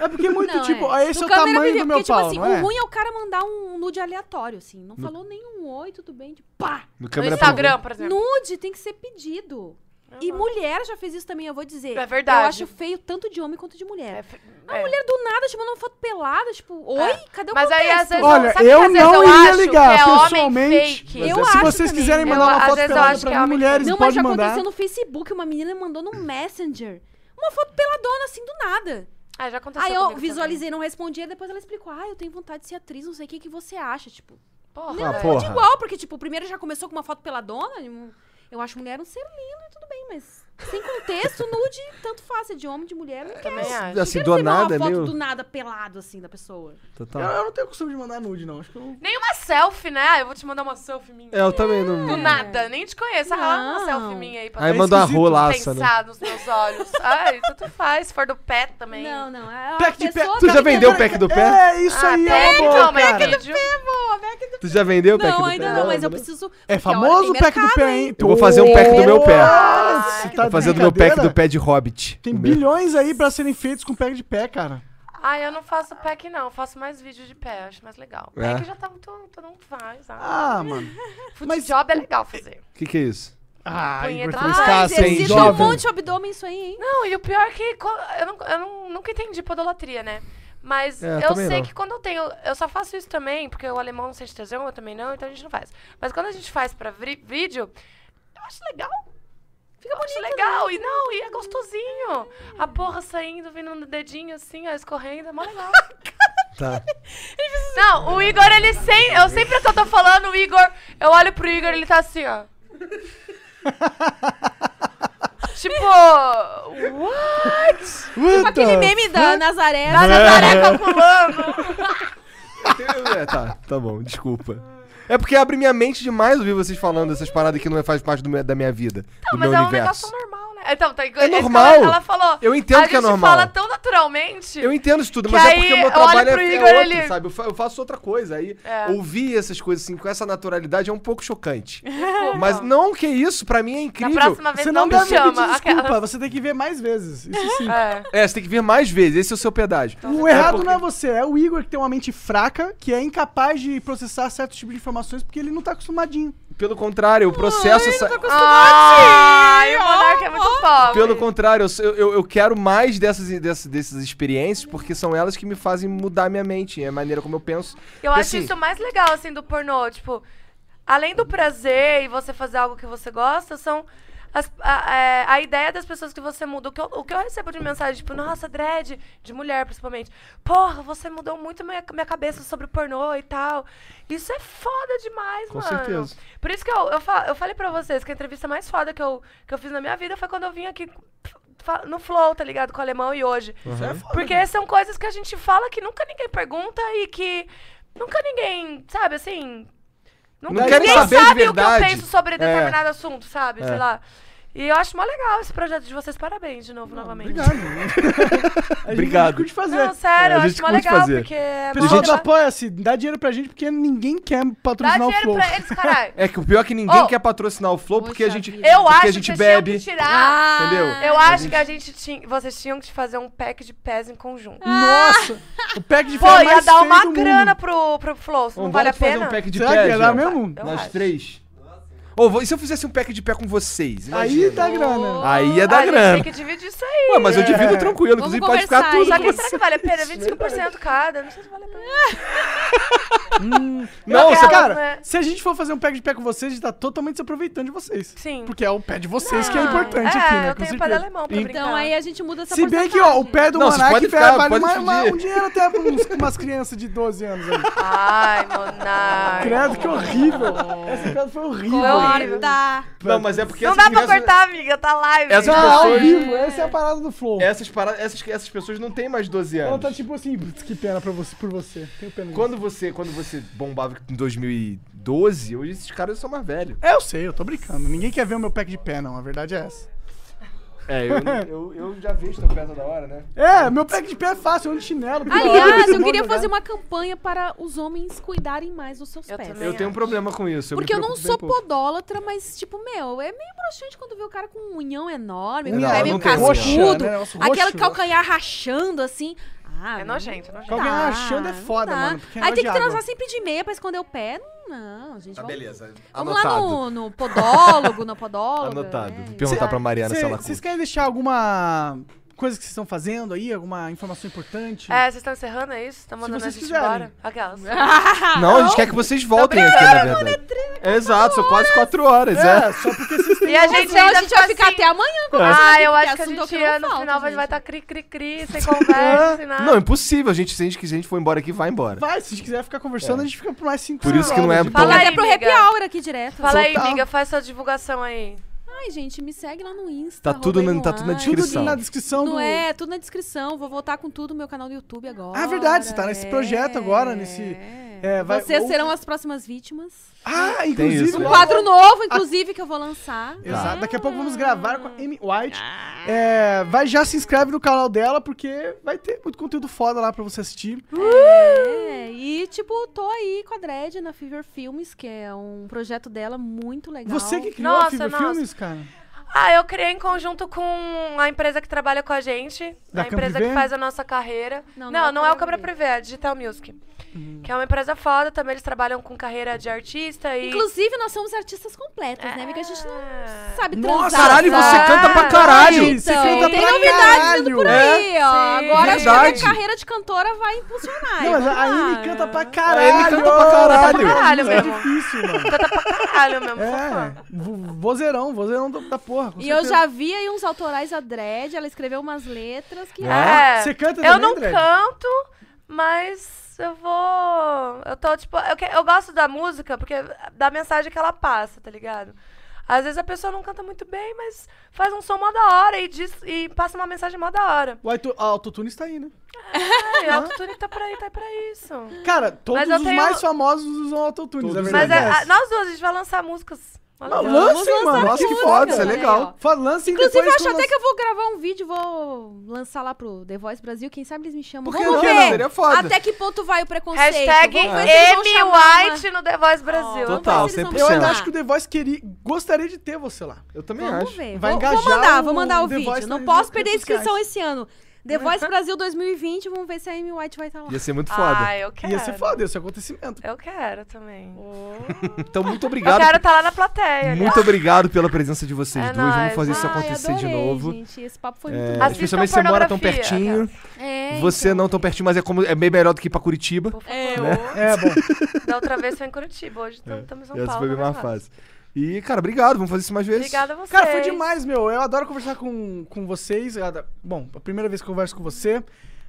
[SPEAKER 1] É porque é muito,
[SPEAKER 3] Não,
[SPEAKER 1] tipo,
[SPEAKER 3] é.
[SPEAKER 1] esse
[SPEAKER 3] No
[SPEAKER 1] é o
[SPEAKER 3] câmera
[SPEAKER 1] tamanho
[SPEAKER 3] vive,
[SPEAKER 1] do meu
[SPEAKER 3] porque,
[SPEAKER 1] pau,
[SPEAKER 3] tipo
[SPEAKER 1] não
[SPEAKER 3] assim,
[SPEAKER 1] é?
[SPEAKER 3] O ruim é o cara mandar um nude aleatório, assim. Não falou nenhum oi, tudo bem. Tipo, pá!
[SPEAKER 2] No,
[SPEAKER 4] No
[SPEAKER 2] câmera
[SPEAKER 4] Instagram, por exemplo.
[SPEAKER 3] Nude tem que ser pedido.
[SPEAKER 1] É
[SPEAKER 3] E mulher já fez isso também, eu vou dizer.
[SPEAKER 4] É verdade.
[SPEAKER 3] Eu acho feio tanto de homem quanto de mulher.
[SPEAKER 4] É, f-
[SPEAKER 3] A
[SPEAKER 4] é.
[SPEAKER 3] mulher do nada te mandou uma foto pelada, tipo, oi? Cadê o
[SPEAKER 4] Mas aí, às
[SPEAKER 3] contexto?
[SPEAKER 4] vezes,
[SPEAKER 1] Olha,
[SPEAKER 4] sabe que
[SPEAKER 1] eu
[SPEAKER 4] às vezes
[SPEAKER 1] não
[SPEAKER 4] eu
[SPEAKER 1] ia
[SPEAKER 4] acho
[SPEAKER 1] ligar,
[SPEAKER 4] que é
[SPEAKER 1] pessoalmente,
[SPEAKER 4] Homem fake.
[SPEAKER 2] mas
[SPEAKER 3] Eu
[SPEAKER 2] é
[SPEAKER 1] Se
[SPEAKER 3] acho
[SPEAKER 1] vocês
[SPEAKER 3] também.
[SPEAKER 1] quiserem
[SPEAKER 4] Eu-
[SPEAKER 1] mandar uma
[SPEAKER 4] às
[SPEAKER 1] foto
[SPEAKER 4] vezes eu
[SPEAKER 1] pelada
[SPEAKER 4] acho que
[SPEAKER 1] pra
[SPEAKER 4] é
[SPEAKER 1] mim,
[SPEAKER 4] homem
[SPEAKER 1] mulheres,
[SPEAKER 3] Não, mas
[SPEAKER 1] pode
[SPEAKER 3] já
[SPEAKER 1] mandar.
[SPEAKER 3] aconteceu no Facebook, uma menina mandou no Messenger. Uma foto peladona, assim, do nada.
[SPEAKER 4] Ah, já
[SPEAKER 1] Tá
[SPEAKER 4] aconteceu
[SPEAKER 3] Aí eu
[SPEAKER 4] comigo
[SPEAKER 1] né?
[SPEAKER 3] visualizei, não respondi, aí depois ela explicou. Ah, eu tenho vontade de ser atriz, não sei o que, que você acha, tipo.
[SPEAKER 4] também.
[SPEAKER 2] Ah,
[SPEAKER 4] Porra,
[SPEAKER 2] porra.
[SPEAKER 4] velho.
[SPEAKER 3] De igual, porque, tipo, primeiro já começou com uma foto peladona. e um- Eu acho mulher um ser lindo e tudo bem, mas sem contexto, nude, tanto faz, é de homem, de mulher, não quero.
[SPEAKER 4] Também acho.
[SPEAKER 3] Não
[SPEAKER 2] Assim,
[SPEAKER 3] quero
[SPEAKER 2] do
[SPEAKER 3] ver
[SPEAKER 2] nada,
[SPEAKER 1] é
[SPEAKER 3] uma foto
[SPEAKER 2] meio-
[SPEAKER 3] do nada pelado, assim, da pessoa.
[SPEAKER 1] Eu,
[SPEAKER 2] Total.
[SPEAKER 1] eu não tenho costume de mandar nude, não. Acho que eu...
[SPEAKER 4] Nem uma selfie, né? Ah, eu vou te mandar uma selfie minha.
[SPEAKER 2] É, eu também não.
[SPEAKER 4] Do nada, nem te conheço. Ah, uma
[SPEAKER 3] Não.
[SPEAKER 4] selfie minha aí pra
[SPEAKER 2] Aí
[SPEAKER 1] É
[SPEAKER 2] manda uma
[SPEAKER 1] esquisito
[SPEAKER 2] rolaça, né?
[SPEAKER 4] pensar nos meus olhos. Ai, tanto faz. Se for do pé também.
[SPEAKER 3] Não, não. É
[SPEAKER 1] Pack de pé.
[SPEAKER 3] pessoa
[SPEAKER 2] Tu
[SPEAKER 3] tá
[SPEAKER 2] já
[SPEAKER 3] me
[SPEAKER 2] vendeu o
[SPEAKER 3] dando-
[SPEAKER 2] pack do pé?
[SPEAKER 1] É, isso
[SPEAKER 4] Ah,
[SPEAKER 1] aí
[SPEAKER 4] até
[SPEAKER 1] é uma boa,
[SPEAKER 4] então, mas
[SPEAKER 1] cara.
[SPEAKER 4] aquele vídeo-
[SPEAKER 2] Tu já vendeu o pack
[SPEAKER 3] É. Não,
[SPEAKER 2] do
[SPEAKER 3] ainda
[SPEAKER 2] pé?
[SPEAKER 3] não, mas eu preciso.
[SPEAKER 1] É
[SPEAKER 3] porque, olha,
[SPEAKER 1] famoso
[SPEAKER 3] tem
[SPEAKER 1] o pack do
[SPEAKER 3] mercado,
[SPEAKER 1] pé, hein?
[SPEAKER 2] Eu vou fazer um pack do meu pé.
[SPEAKER 1] Olha, você tá
[SPEAKER 2] Tô
[SPEAKER 1] de
[SPEAKER 2] fazendo meu pack do
[SPEAKER 1] brincadeira?
[SPEAKER 2] pé de hobbit.
[SPEAKER 1] Tem
[SPEAKER 2] O meu.
[SPEAKER 1] bilhões aí pra serem feitos com pack de pé, cara.
[SPEAKER 4] Ai, eu não faço pack, não. Eu faço mais vídeo de pé. Acho mais legal.
[SPEAKER 2] É?
[SPEAKER 4] Pack já tá muito... Todo mundo faz. Ah,
[SPEAKER 1] Ah, mano.
[SPEAKER 4] Food
[SPEAKER 1] mas-
[SPEAKER 4] job é legal fazer.
[SPEAKER 2] Que que é isso?
[SPEAKER 1] Ah,
[SPEAKER 4] Punheta-
[SPEAKER 1] Igor,
[SPEAKER 4] Ah,
[SPEAKER 1] tá
[SPEAKER 3] Ah,
[SPEAKER 1] escasso, hein,
[SPEAKER 3] exercita um
[SPEAKER 1] jovem.
[SPEAKER 3] monte de abdômen isso aí, hein?
[SPEAKER 4] Não, e o pior é que co- eu, não- eu não- nunca entendi podolatria, né? Mas
[SPEAKER 2] É, eu
[SPEAKER 4] eu
[SPEAKER 2] também
[SPEAKER 4] sei
[SPEAKER 2] não.
[SPEAKER 4] que quando eu tenho. Eu só faço isso também, porque o alemão não sente tesão, eu também não, então a gente não faz. Mas quando a gente faz pra vri- vídeo, eu acho legal. Fica bonito. Acho legal. E não, e é gostosinho. A porra saindo, vindo no dedinho assim, ó, escorrendo, é mó legal.
[SPEAKER 2] Tá.
[SPEAKER 4] não, o Igor, ele sempre. Eu sempre que eu tô falando, o Igor. Eu olho pro Igor, ele tá assim, ó. tipo. What?
[SPEAKER 3] Com Tipo aquele meme da Nazaré.
[SPEAKER 4] Nazaré calculando.
[SPEAKER 2] É, tá, tá bom, desculpa. É porque abre minha mente demais ouvir vocês falando essas paradas que não é, faz parte do meu- da minha vida, do
[SPEAKER 4] Não,
[SPEAKER 2] meu
[SPEAKER 4] mas é um
[SPEAKER 2] universo.
[SPEAKER 4] negócio normal, né? Então, tá,
[SPEAKER 2] É normal.
[SPEAKER 4] Ela falou.
[SPEAKER 2] Eu entendo
[SPEAKER 4] a
[SPEAKER 2] que é
[SPEAKER 4] gente
[SPEAKER 2] normal.
[SPEAKER 4] fala tão naturalmente.
[SPEAKER 2] Eu entendo isso tudo,
[SPEAKER 4] Que
[SPEAKER 2] mas é
[SPEAKER 4] aí
[SPEAKER 2] porque o meu
[SPEAKER 4] olha
[SPEAKER 2] trabalho
[SPEAKER 4] pro
[SPEAKER 2] é, é
[SPEAKER 4] Igor,
[SPEAKER 2] outro,
[SPEAKER 4] ele-
[SPEAKER 2] sabe? Eu, fa- eu faço outra coisa. Aí
[SPEAKER 4] É.
[SPEAKER 2] ouvir essas coisas assim com essa naturalidade é um pouco chocante.
[SPEAKER 4] Desculpa.
[SPEAKER 2] Mas não que isso, pra mim é
[SPEAKER 4] Na
[SPEAKER 2] incrível.
[SPEAKER 4] próxima vez
[SPEAKER 1] Você
[SPEAKER 4] não,
[SPEAKER 1] não
[SPEAKER 4] me
[SPEAKER 1] deve pedir
[SPEAKER 4] chama.
[SPEAKER 1] desculpa,
[SPEAKER 4] Aquela-
[SPEAKER 1] você tem que ver mais vezes. Isso sim.
[SPEAKER 4] É.
[SPEAKER 2] É, você tem que vir mais vezes, esse é o seu pedágio.
[SPEAKER 4] Então.
[SPEAKER 1] O errado não é você, é o Igor que tem uma mente fraca, que é incapaz de processar certo tipo de informações porque ele não tá acostumadinho.
[SPEAKER 2] Pelo contrário, eu processo essa.
[SPEAKER 4] Ai, o Monark é muito pobre.
[SPEAKER 2] Ah, Pelo contrário, eu sou- eu, eu, eu quero mais dessas, dessas, dessas experiências, porque são elas que me fazem mudar minha mente, é a maneira como eu penso.
[SPEAKER 4] Eu
[SPEAKER 2] E,
[SPEAKER 4] acho
[SPEAKER 2] assim,
[SPEAKER 4] isso mais legal, assim, do pornô. Tipo, além do prazer e você fazer algo que você gosta, são as- a, é, a ideia das pessoas que você muda. O que, eu, o que eu recebo de mensagem, tipo, nossa, dread, de mulher principalmente. Porra, você mudou muito minha, minha cabeça sobre o pornô e tal. Isso é foda demais,
[SPEAKER 2] Com
[SPEAKER 4] mano.
[SPEAKER 2] certeza.
[SPEAKER 4] Por isso que eu, eu, fa- eu falei pra vocês que a entrevista mais foda que eu, que eu fiz na minha vida foi quando eu vim aqui fa- no Flow, tá ligado? Com o alemão e hoje.
[SPEAKER 1] Isso
[SPEAKER 2] Uhum.
[SPEAKER 1] é foda.
[SPEAKER 4] Porque são coisas que a gente fala que nunca ninguém pergunta e que nunca ninguém, sabe, assim. Nunca
[SPEAKER 2] Não querem
[SPEAKER 4] ninguém
[SPEAKER 2] saber de
[SPEAKER 4] sabe o que
[SPEAKER 2] verdade.
[SPEAKER 4] eu penso sobre
[SPEAKER 2] É.
[SPEAKER 4] determinado assunto, sabe?
[SPEAKER 2] É.
[SPEAKER 4] Sei lá. E eu acho mó legal esse projeto de vocês. Parabéns de novo, novamente.
[SPEAKER 1] Obrigado. A gente
[SPEAKER 2] Obrigado.
[SPEAKER 1] curte fazer.
[SPEAKER 4] Não, sério,
[SPEAKER 2] É, a
[SPEAKER 4] eu
[SPEAKER 2] gente
[SPEAKER 4] acho mó
[SPEAKER 2] curte
[SPEAKER 4] legal,
[SPEAKER 2] fazer.
[SPEAKER 4] porque é mó
[SPEAKER 1] Pessoal do
[SPEAKER 4] legal.
[SPEAKER 1] Apoia-se, dá dinheiro pra gente porque ninguém quer
[SPEAKER 4] Dá
[SPEAKER 1] patrocinar o
[SPEAKER 4] dinheiro
[SPEAKER 1] Flow.
[SPEAKER 4] pra eles, caralho.
[SPEAKER 2] É que o pior é que ninguém
[SPEAKER 4] Oh.
[SPEAKER 2] quer patrocinar o Flow porque a
[SPEAKER 3] Poxa
[SPEAKER 2] gente.
[SPEAKER 3] vida.
[SPEAKER 4] Eu
[SPEAKER 2] porque
[SPEAKER 4] acho
[SPEAKER 2] a gente
[SPEAKER 4] que
[SPEAKER 2] bebe.
[SPEAKER 4] vocês tinham que tirar.
[SPEAKER 3] Ah,
[SPEAKER 2] Entendeu?
[SPEAKER 4] Eu
[SPEAKER 2] A
[SPEAKER 4] acho
[SPEAKER 2] gente-
[SPEAKER 4] que a gente tinha, vocês tinham que fazer um pack de pés em conjunto.
[SPEAKER 1] Nossa! O pack
[SPEAKER 2] Ah,
[SPEAKER 1] de
[SPEAKER 4] Ah! Pô,
[SPEAKER 2] é
[SPEAKER 1] fé
[SPEAKER 4] ia
[SPEAKER 1] mais
[SPEAKER 4] dar
[SPEAKER 1] feio
[SPEAKER 4] uma
[SPEAKER 1] do mundo.
[SPEAKER 4] grana pro, pro Flow, se não
[SPEAKER 2] Vamos
[SPEAKER 4] vale a
[SPEAKER 2] fazer
[SPEAKER 4] pena.
[SPEAKER 2] um pack de
[SPEAKER 1] Será
[SPEAKER 2] pé,
[SPEAKER 1] que ia dar
[SPEAKER 2] Jean?
[SPEAKER 1] mesmo?
[SPEAKER 4] Eu
[SPEAKER 2] Nós
[SPEAKER 4] acho.
[SPEAKER 2] três. Ou vo- e se eu fizesse um pack de pé com vocês?
[SPEAKER 1] Aí
[SPEAKER 2] Imagina.
[SPEAKER 1] dá grana.
[SPEAKER 2] Aí ia
[SPEAKER 4] Ah,
[SPEAKER 2] dar
[SPEAKER 4] a gente
[SPEAKER 2] grana.
[SPEAKER 4] Tem que dividir isso aí.
[SPEAKER 2] Ué, mas eu divido
[SPEAKER 1] É.
[SPEAKER 2] tranquilo,
[SPEAKER 3] Vamos
[SPEAKER 2] inclusive pode ficar
[SPEAKER 3] conversar
[SPEAKER 2] tudo.
[SPEAKER 4] Só
[SPEAKER 3] aí.
[SPEAKER 4] que será que vale a pena? 25% cada. Não sei se vale a pena.
[SPEAKER 2] Não,
[SPEAKER 4] Eu
[SPEAKER 2] você
[SPEAKER 4] quero-
[SPEAKER 1] Cara, se a gente for fazer um pack de pé com vocês, a gente tá totalmente se aproveitando de vocês.
[SPEAKER 4] Sim.
[SPEAKER 1] Porque é o pé de vocês que é
[SPEAKER 4] Ah,
[SPEAKER 1] importante aqui, né?
[SPEAKER 4] Eu
[SPEAKER 1] Com
[SPEAKER 4] tenho
[SPEAKER 1] certeza.
[SPEAKER 4] pé de alemão pra brincar.
[SPEAKER 3] Então aí a gente muda essa
[SPEAKER 1] Se bem que, ó, o pé é do
[SPEAKER 2] Não, vocês
[SPEAKER 1] Monark
[SPEAKER 2] podem
[SPEAKER 1] velho,
[SPEAKER 2] ficar,
[SPEAKER 1] vale
[SPEAKER 2] podem
[SPEAKER 1] uma-
[SPEAKER 2] pedir.
[SPEAKER 1] uma- um dinheiro até pra uns, umas crianças de 12 anos ali.
[SPEAKER 4] Ai, monarca.
[SPEAKER 1] Credo, que horrível.
[SPEAKER 3] É.
[SPEAKER 1] Essa piada foi horrível.
[SPEAKER 4] Foi horrível.
[SPEAKER 3] Corta.
[SPEAKER 2] Não, mas é porque
[SPEAKER 4] Não
[SPEAKER 2] essas
[SPEAKER 4] dá pra
[SPEAKER 2] crianças-
[SPEAKER 4] cortar, amiga. Tá live.
[SPEAKER 2] Essas
[SPEAKER 1] Tá ao
[SPEAKER 2] pessoas-
[SPEAKER 1] vivo, essa é a parada do Flow.
[SPEAKER 2] Essas, paradas, essas, essas pessoas não têm mais 12
[SPEAKER 1] Ela
[SPEAKER 2] anos.
[SPEAKER 1] tá tipo assim, "Putz, que pena pra você, por você. Tenho pena de
[SPEAKER 2] Quando você, quando você bombava em 2012, hoje esses caras são mais velhos.
[SPEAKER 1] É, eu sei, eu tô brincando. Ninguém quer ver o meu pack de pé, não. A verdade é essa.
[SPEAKER 2] É, eu, eu, eu já vejo tão perto da hora, né?
[SPEAKER 1] É, meu pack de pé é fácil, eu ando de chinelo. porque hora
[SPEAKER 3] Aliás,
[SPEAKER 1] todo
[SPEAKER 3] eu
[SPEAKER 1] mundo né?
[SPEAKER 3] queria
[SPEAKER 1] olhava.
[SPEAKER 3] fazer uma campanha para os homens cuidarem mais dos seus
[SPEAKER 4] Eu
[SPEAKER 3] pés.
[SPEAKER 4] também.
[SPEAKER 2] Eu tenho um problema com isso.
[SPEAKER 3] Porque eu não sou
[SPEAKER 2] podre.
[SPEAKER 3] podólatra, mas, tipo, meu, é meio broxante quando vê o cara com um unhão enorme, com
[SPEAKER 2] Não,
[SPEAKER 3] um pé
[SPEAKER 2] eu
[SPEAKER 3] meio
[SPEAKER 2] não tenho.
[SPEAKER 1] Roxa,
[SPEAKER 3] cascudo,
[SPEAKER 1] né? Nossa,
[SPEAKER 3] aquele
[SPEAKER 1] roxo.
[SPEAKER 3] calcanhar rachando, assim. Ah,
[SPEAKER 4] É
[SPEAKER 3] não
[SPEAKER 4] nojento, é nojento.
[SPEAKER 1] Calcanhar
[SPEAKER 3] dá,
[SPEAKER 1] rachando é
[SPEAKER 3] não
[SPEAKER 1] foda,
[SPEAKER 3] dá.
[SPEAKER 1] mano, porque é
[SPEAKER 3] Aí tem que
[SPEAKER 1] nojento.
[SPEAKER 3] transar sempre de meia pra esconder o pé. Não, gente.
[SPEAKER 2] Tá,
[SPEAKER 3] vamos-
[SPEAKER 2] beleza.
[SPEAKER 3] Vamos
[SPEAKER 2] Anotado.
[SPEAKER 3] lá no, no podólogo, na podóloga.
[SPEAKER 2] Anotado.
[SPEAKER 3] né?
[SPEAKER 2] Vou perguntar pra Mariana se
[SPEAKER 1] Cê-
[SPEAKER 2] ela
[SPEAKER 1] Vocês
[SPEAKER 2] curte.
[SPEAKER 1] querem deixar alguma coisa que vocês estão fazendo aí? Alguma informação importante?
[SPEAKER 4] É, vocês estão encerrando, é isso? Estão
[SPEAKER 1] Se
[SPEAKER 4] mandando a
[SPEAKER 1] vocês
[SPEAKER 4] gente
[SPEAKER 1] quiserem.
[SPEAKER 4] embora? Aquelas.
[SPEAKER 3] Ah,
[SPEAKER 2] Não, a gente quer que vocês voltem aqui, na verdade. Exato, são quase quatro horas, é.
[SPEAKER 1] só porque vocês têm...
[SPEAKER 4] E a gente
[SPEAKER 3] Senão a
[SPEAKER 4] ainda
[SPEAKER 3] gente vai
[SPEAKER 4] fica
[SPEAKER 3] ficar
[SPEAKER 4] assim,
[SPEAKER 3] até amanhã com esse
[SPEAKER 4] Ah,
[SPEAKER 3] daqui,
[SPEAKER 4] eu
[SPEAKER 3] porque
[SPEAKER 4] acho que a
[SPEAKER 3] assunto é o
[SPEAKER 4] gente
[SPEAKER 3] não
[SPEAKER 4] no
[SPEAKER 3] falta,
[SPEAKER 4] final vai tá
[SPEAKER 3] gente.
[SPEAKER 4] estar cri-cri-cri, sem conversa, sem nada.
[SPEAKER 2] É. Ah, Não, impossível. A gente, se a gente, se a gente for embora aqui, vai embora.
[SPEAKER 1] Vai, se a gente quiser ficar conversando, a gente fica por mais cinco
[SPEAKER 2] É. Por isso que não é
[SPEAKER 1] horas.
[SPEAKER 2] bom. Fala
[SPEAKER 3] Fica
[SPEAKER 4] aí,
[SPEAKER 3] até pro happy
[SPEAKER 4] amiga.
[SPEAKER 3] hour aqui direto.
[SPEAKER 4] Fala aí,
[SPEAKER 1] Total.
[SPEAKER 4] amiga, faz sua divulgação aí.
[SPEAKER 3] Ai, gente, me segue lá no Insta.
[SPEAKER 2] Tá tudo
[SPEAKER 3] arroba
[SPEAKER 2] na- tá tudo na
[SPEAKER 3] Eloá.
[SPEAKER 1] Tudo
[SPEAKER 2] descrição.
[SPEAKER 1] na descrição
[SPEAKER 3] Não
[SPEAKER 1] do...
[SPEAKER 3] é, tudo na descrição. Vou voltar com tudo no meu canal do YouTube agora. É.
[SPEAKER 1] Ah, verdade, você tá nesse projeto agora, nesse- é, vai-
[SPEAKER 3] Vocês
[SPEAKER 1] ou-
[SPEAKER 3] serão as próximas vítimas.
[SPEAKER 1] Ah, inclusive...
[SPEAKER 2] isso,
[SPEAKER 3] Um
[SPEAKER 2] Uau.
[SPEAKER 3] quadro novo, inclusive, que eu vou lançar.
[SPEAKER 1] Ah. Exato. Daqui a pouco vamos gravar com a Amy White. É, vai já se inscreve no canal dela, porque vai ter muito conteúdo foda lá pra você assistir.
[SPEAKER 3] É, e tipo, tô aí com a Dredd na Fever Films, que é um projeto dela muito legal.
[SPEAKER 1] Você que criou a
[SPEAKER 4] Nossa,
[SPEAKER 1] Fever
[SPEAKER 4] nossa.
[SPEAKER 1] Filmes, cara.
[SPEAKER 4] Ah, eu criei em conjunto com a empresa que trabalha com a gente,
[SPEAKER 1] Da
[SPEAKER 4] a empresa
[SPEAKER 1] Camprivé?
[SPEAKER 4] que faz a nossa carreira.
[SPEAKER 3] Não,
[SPEAKER 4] Não,
[SPEAKER 3] não é
[SPEAKER 4] não,
[SPEAKER 3] a
[SPEAKER 4] é o
[SPEAKER 3] Camprivé.
[SPEAKER 4] Câmara Privé, é a Digital Music.
[SPEAKER 1] Hum.
[SPEAKER 4] Que é uma empresa foda, também eles trabalham com carreira de artista e. É.
[SPEAKER 3] Inclusive, nós somos artistas completos, né? Porque a gente não sabe
[SPEAKER 1] Nossa,
[SPEAKER 3] transar.
[SPEAKER 2] Caralho, você
[SPEAKER 3] sabe?
[SPEAKER 2] canta pra caralho!
[SPEAKER 1] Gente, você canta
[SPEAKER 3] Então, tem
[SPEAKER 1] pra
[SPEAKER 3] novidades
[SPEAKER 1] caralho. É?
[SPEAKER 3] vindo por aí, ó.
[SPEAKER 4] Sim.
[SPEAKER 3] Agora acho que a minha
[SPEAKER 2] Verdade.
[SPEAKER 3] carreira de cantora vai impulsionar.
[SPEAKER 1] Não, mas a
[SPEAKER 3] Vai.
[SPEAKER 1] Amy canta pra
[SPEAKER 2] A
[SPEAKER 1] caralho.
[SPEAKER 2] Ele canta pra caralho.
[SPEAKER 4] Caralho
[SPEAKER 1] Isso é
[SPEAKER 4] mesmo.
[SPEAKER 1] difícil, mano.
[SPEAKER 4] Canta pra caralho mesmo, sou fã.
[SPEAKER 1] É, vo- vozeirão, vozeirão da- da porra. com
[SPEAKER 3] E eu
[SPEAKER 1] certeza.
[SPEAKER 3] já vi aí uns autorais da Dredd, ela escreveu umas letras que.
[SPEAKER 1] Ah, você canta
[SPEAKER 4] É. Eu
[SPEAKER 1] também,
[SPEAKER 4] não
[SPEAKER 1] Dredd?
[SPEAKER 4] canto, mas eu vou. Eu tô, tipo. Eu, que- eu gosto da música porque da mensagem que ela passa, tá ligado? Às vezes a pessoa não canta muito bem, mas faz um som mó da hora e, diz, e passa uma mensagem mó da hora.
[SPEAKER 1] O auto- a autotune está aí, né?
[SPEAKER 4] É, o autotune tá pra aí, tá pra isso.
[SPEAKER 1] Cara, todos
[SPEAKER 4] Mas eu
[SPEAKER 1] os
[SPEAKER 4] tenho-
[SPEAKER 1] mais famosos usam autotune,
[SPEAKER 2] Todos
[SPEAKER 1] é verdade.
[SPEAKER 4] Mas
[SPEAKER 2] é
[SPEAKER 4] a- a-
[SPEAKER 1] essa.
[SPEAKER 4] nós duas, a gente vai lançar músicas. Olha
[SPEAKER 1] Não,
[SPEAKER 4] só.
[SPEAKER 1] lança,
[SPEAKER 3] Vamos
[SPEAKER 1] hein, mano.
[SPEAKER 3] lançar
[SPEAKER 1] Nossa, que
[SPEAKER 3] música,
[SPEAKER 1] foda, isso é
[SPEAKER 3] né?
[SPEAKER 2] legal.
[SPEAKER 3] Ó.
[SPEAKER 1] Fa- Lancem
[SPEAKER 3] Inclusive,
[SPEAKER 1] depois
[SPEAKER 3] eu acho
[SPEAKER 1] tu
[SPEAKER 3] até
[SPEAKER 1] lança-
[SPEAKER 3] que eu vou gravar um vídeo, vou lançar lá pro The Voice Brasil, quem sabe eles me chamam.
[SPEAKER 2] Por que não?
[SPEAKER 3] Vamos ver
[SPEAKER 2] Seria foda.
[SPEAKER 3] até que ponto vai o preconceito.
[SPEAKER 4] Hashtag
[SPEAKER 3] Vamos ver se eles vão chamar uma-
[SPEAKER 4] MWhite no The Voice Brasil.
[SPEAKER 3] Vamos ver
[SPEAKER 2] Total,
[SPEAKER 3] se eles vão
[SPEAKER 2] 100%.
[SPEAKER 1] Eu ainda
[SPEAKER 3] chamar.
[SPEAKER 1] acho que o The Voice queria... gostaria de ter você lá.
[SPEAKER 2] Eu também
[SPEAKER 3] Vamos
[SPEAKER 2] acho.
[SPEAKER 3] ver.
[SPEAKER 1] Vai
[SPEAKER 3] vou, vou
[SPEAKER 1] engajar
[SPEAKER 3] mandar,
[SPEAKER 1] o
[SPEAKER 3] vou mandar o
[SPEAKER 1] The
[SPEAKER 3] vídeo.
[SPEAKER 1] Voice
[SPEAKER 3] não
[SPEAKER 1] nas
[SPEAKER 3] posso
[SPEAKER 1] redes
[SPEAKER 3] perder a inscrição
[SPEAKER 1] sociais.
[SPEAKER 3] esse ano. The Voice Brasil 2020, vamos ver se a Amy White vai estar lá.
[SPEAKER 2] Ia ser muito foda.
[SPEAKER 4] Ah, eu quero.
[SPEAKER 1] Ia ser foda esse acontecimento.
[SPEAKER 4] Eu quero também.
[SPEAKER 2] Então, muito
[SPEAKER 4] Eu
[SPEAKER 2] obrigado.
[SPEAKER 4] quero estar lá na plateia. aliás.
[SPEAKER 2] Muito obrigado pela presença de vocês
[SPEAKER 4] É
[SPEAKER 2] duas. Vamos
[SPEAKER 4] nóis.
[SPEAKER 2] fazer isso
[SPEAKER 3] Ai,
[SPEAKER 2] acontecer de
[SPEAKER 3] adorei,
[SPEAKER 2] novo.
[SPEAKER 3] Gente, esse papo foi muito
[SPEAKER 2] É,
[SPEAKER 4] Assistam
[SPEAKER 2] especialmente você mora tão
[SPEAKER 4] pornografia,
[SPEAKER 2] pertinho.
[SPEAKER 3] bom. É,
[SPEAKER 2] Você
[SPEAKER 3] então.
[SPEAKER 2] não tão pertinho, mas é como é bem melhor do que ir pra Curitiba.
[SPEAKER 4] Por favor.
[SPEAKER 1] É, bom.
[SPEAKER 4] Da outra vez foi em Curitiba, hoje estamos em São
[SPEAKER 2] Né? É, Essa
[SPEAKER 4] Paulo.
[SPEAKER 2] foi bem
[SPEAKER 4] né,
[SPEAKER 2] mais
[SPEAKER 4] cara?
[SPEAKER 2] fácil. E, cara, obrigado. Vamos fazer isso mais vezes.
[SPEAKER 4] Obrigada a vocês.
[SPEAKER 1] Cara, foi demais, meu. Eu adoro conversar com, com vocês. Eu adoro- Bom, a primeira vez que eu converso com você.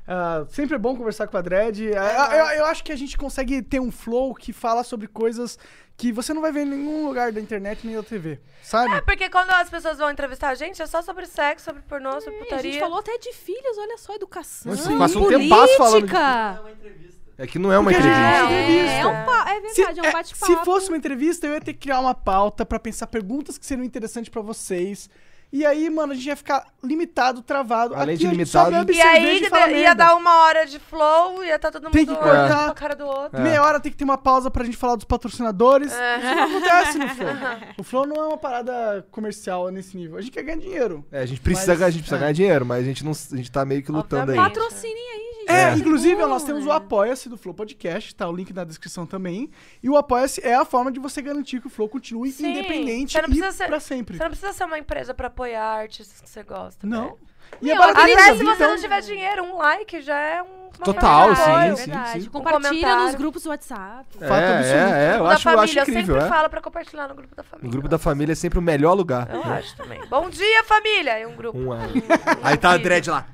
[SPEAKER 1] Ah, sempre é bom conversar com a Dredd. Ah, eu, eu acho que a gente consegue ter um flow que fala sobre coisas que você não vai ver em nenhum lugar da internet nem da TV, sabe?
[SPEAKER 4] É porque quando as pessoas vão entrevistar a gente, é só sobre sexo, sobre pornô, sobre
[SPEAKER 3] É, A gente
[SPEAKER 4] putaria.
[SPEAKER 3] falou até de filhos, olha só, educação,
[SPEAKER 2] Mas sim, passa um tempasso
[SPEAKER 3] política.
[SPEAKER 2] falando de- É que não é uma
[SPEAKER 1] Porque a gente
[SPEAKER 2] entrevista.
[SPEAKER 1] não entrevista.
[SPEAKER 3] É, é, um pa- é
[SPEAKER 1] Se,
[SPEAKER 3] verdade, é um
[SPEAKER 1] é,
[SPEAKER 3] bate-papo.
[SPEAKER 1] se fosse uma entrevista, eu ia ter que criar uma pauta pra pensar perguntas que seriam interessantes pra vocês. E aí, mano, a gente ia ficar limitado, travado.
[SPEAKER 2] Além
[SPEAKER 1] Aqui
[SPEAKER 2] de
[SPEAKER 1] a gente só
[SPEAKER 2] limitado-
[SPEAKER 1] bebe
[SPEAKER 4] E
[SPEAKER 1] cerveja
[SPEAKER 4] aí
[SPEAKER 1] e fala
[SPEAKER 4] ia
[SPEAKER 1] merda.
[SPEAKER 4] dar um uma hora de flow, ia estar todo mundo
[SPEAKER 1] Tem que
[SPEAKER 4] olhando
[SPEAKER 1] cortar.
[SPEAKER 4] pra cara do outro.
[SPEAKER 1] Meia hora tem que ter uma pausa pra gente falar dos patrocinadores.
[SPEAKER 4] É.
[SPEAKER 1] Isso não acontece no Flow. O Flow não é uma parada comercial nesse nível. A gente quer ganhar dinheiro.
[SPEAKER 2] É, a gente precisa,
[SPEAKER 1] Mas-
[SPEAKER 2] a gente precisa
[SPEAKER 1] é.
[SPEAKER 2] ganhar dinheiro, mas a gente, não, a gente tá meio que lutando aí.
[SPEAKER 4] Obviamente.
[SPEAKER 3] Patrocinem aí, gente.
[SPEAKER 1] É,
[SPEAKER 2] É.
[SPEAKER 1] inclusive
[SPEAKER 3] Hum,
[SPEAKER 1] nós temos o
[SPEAKER 3] é.
[SPEAKER 1] Apoia-se do Flow Podcast, tá o link na descrição também. E o Apoia-se é a forma de você garantir que o Flow continue
[SPEAKER 4] Sim,
[SPEAKER 1] independente
[SPEAKER 4] você não
[SPEAKER 1] e
[SPEAKER 4] precisa ser-
[SPEAKER 1] pra sempre.
[SPEAKER 4] Você não precisa ser uma empresa pra apoiar artistas que você gosta.
[SPEAKER 1] Não.
[SPEAKER 4] velho.
[SPEAKER 1] E é
[SPEAKER 3] Meu,
[SPEAKER 1] barato,
[SPEAKER 4] Até se
[SPEAKER 1] então-
[SPEAKER 4] você não tiver dinheiro, um like já é um. uma né?
[SPEAKER 2] Total,
[SPEAKER 4] forma de
[SPEAKER 2] sim,
[SPEAKER 4] apoio.
[SPEAKER 2] sim,
[SPEAKER 3] verdade. Um
[SPEAKER 2] sim.
[SPEAKER 3] Compartilha
[SPEAKER 4] Comentário.
[SPEAKER 3] nos grupos do WhatsApp.
[SPEAKER 2] É,
[SPEAKER 1] Fato absoluto.
[SPEAKER 2] é, é, eu acho, eu
[SPEAKER 4] da
[SPEAKER 2] acho
[SPEAKER 4] família,
[SPEAKER 2] incrível.
[SPEAKER 4] Eu
[SPEAKER 2] É.
[SPEAKER 4] sempre falo pra compartilhar no grupo da família.
[SPEAKER 2] O grupo da família é sempre o melhor lugar.
[SPEAKER 4] Eu acho também. Bom dia, família! É um grupo.
[SPEAKER 2] Um ano.
[SPEAKER 4] Um
[SPEAKER 2] Aí tá a
[SPEAKER 4] vídeo.
[SPEAKER 2] dread lá.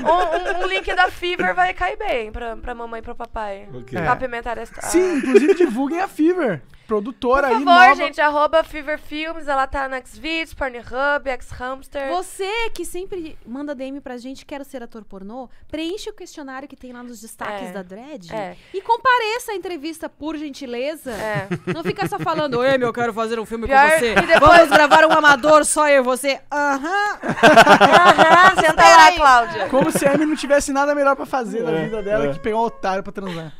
[SPEAKER 4] Um, um- um link da Fever vai cair bem pra, pra mamãe e pro papai.
[SPEAKER 2] Ok.
[SPEAKER 4] Pra pimentar esta.
[SPEAKER 1] Sim, inclusive divulguem a Fever. produtora
[SPEAKER 4] Ah. Por
[SPEAKER 1] aí
[SPEAKER 4] favor,
[SPEAKER 1] nova.
[SPEAKER 4] gente, arroba Fever Films, ela tá na Xvideos, Pornhub, Xhamster.
[SPEAKER 3] Você que sempre manda DM pra gente, quero ser ator pornô, preenche o questionário que tem lá nos destaques
[SPEAKER 4] É.
[SPEAKER 3] da Dread
[SPEAKER 4] É.
[SPEAKER 3] e compareça à entrevista, por gentileza.
[SPEAKER 4] É.
[SPEAKER 3] Não fica só falando, ei, meu, eu quero fazer um filme
[SPEAKER 4] Pior
[SPEAKER 3] com você.
[SPEAKER 4] que depois-
[SPEAKER 3] Vamos gravar um amador, só eu e você. Aham.
[SPEAKER 4] Aham, senta lá, Cláudia.
[SPEAKER 1] Como se a Amy não tivesse nada melhor pra fazer na
[SPEAKER 2] É,
[SPEAKER 1] vida dela
[SPEAKER 2] é.
[SPEAKER 1] que pegar um otário pra transar.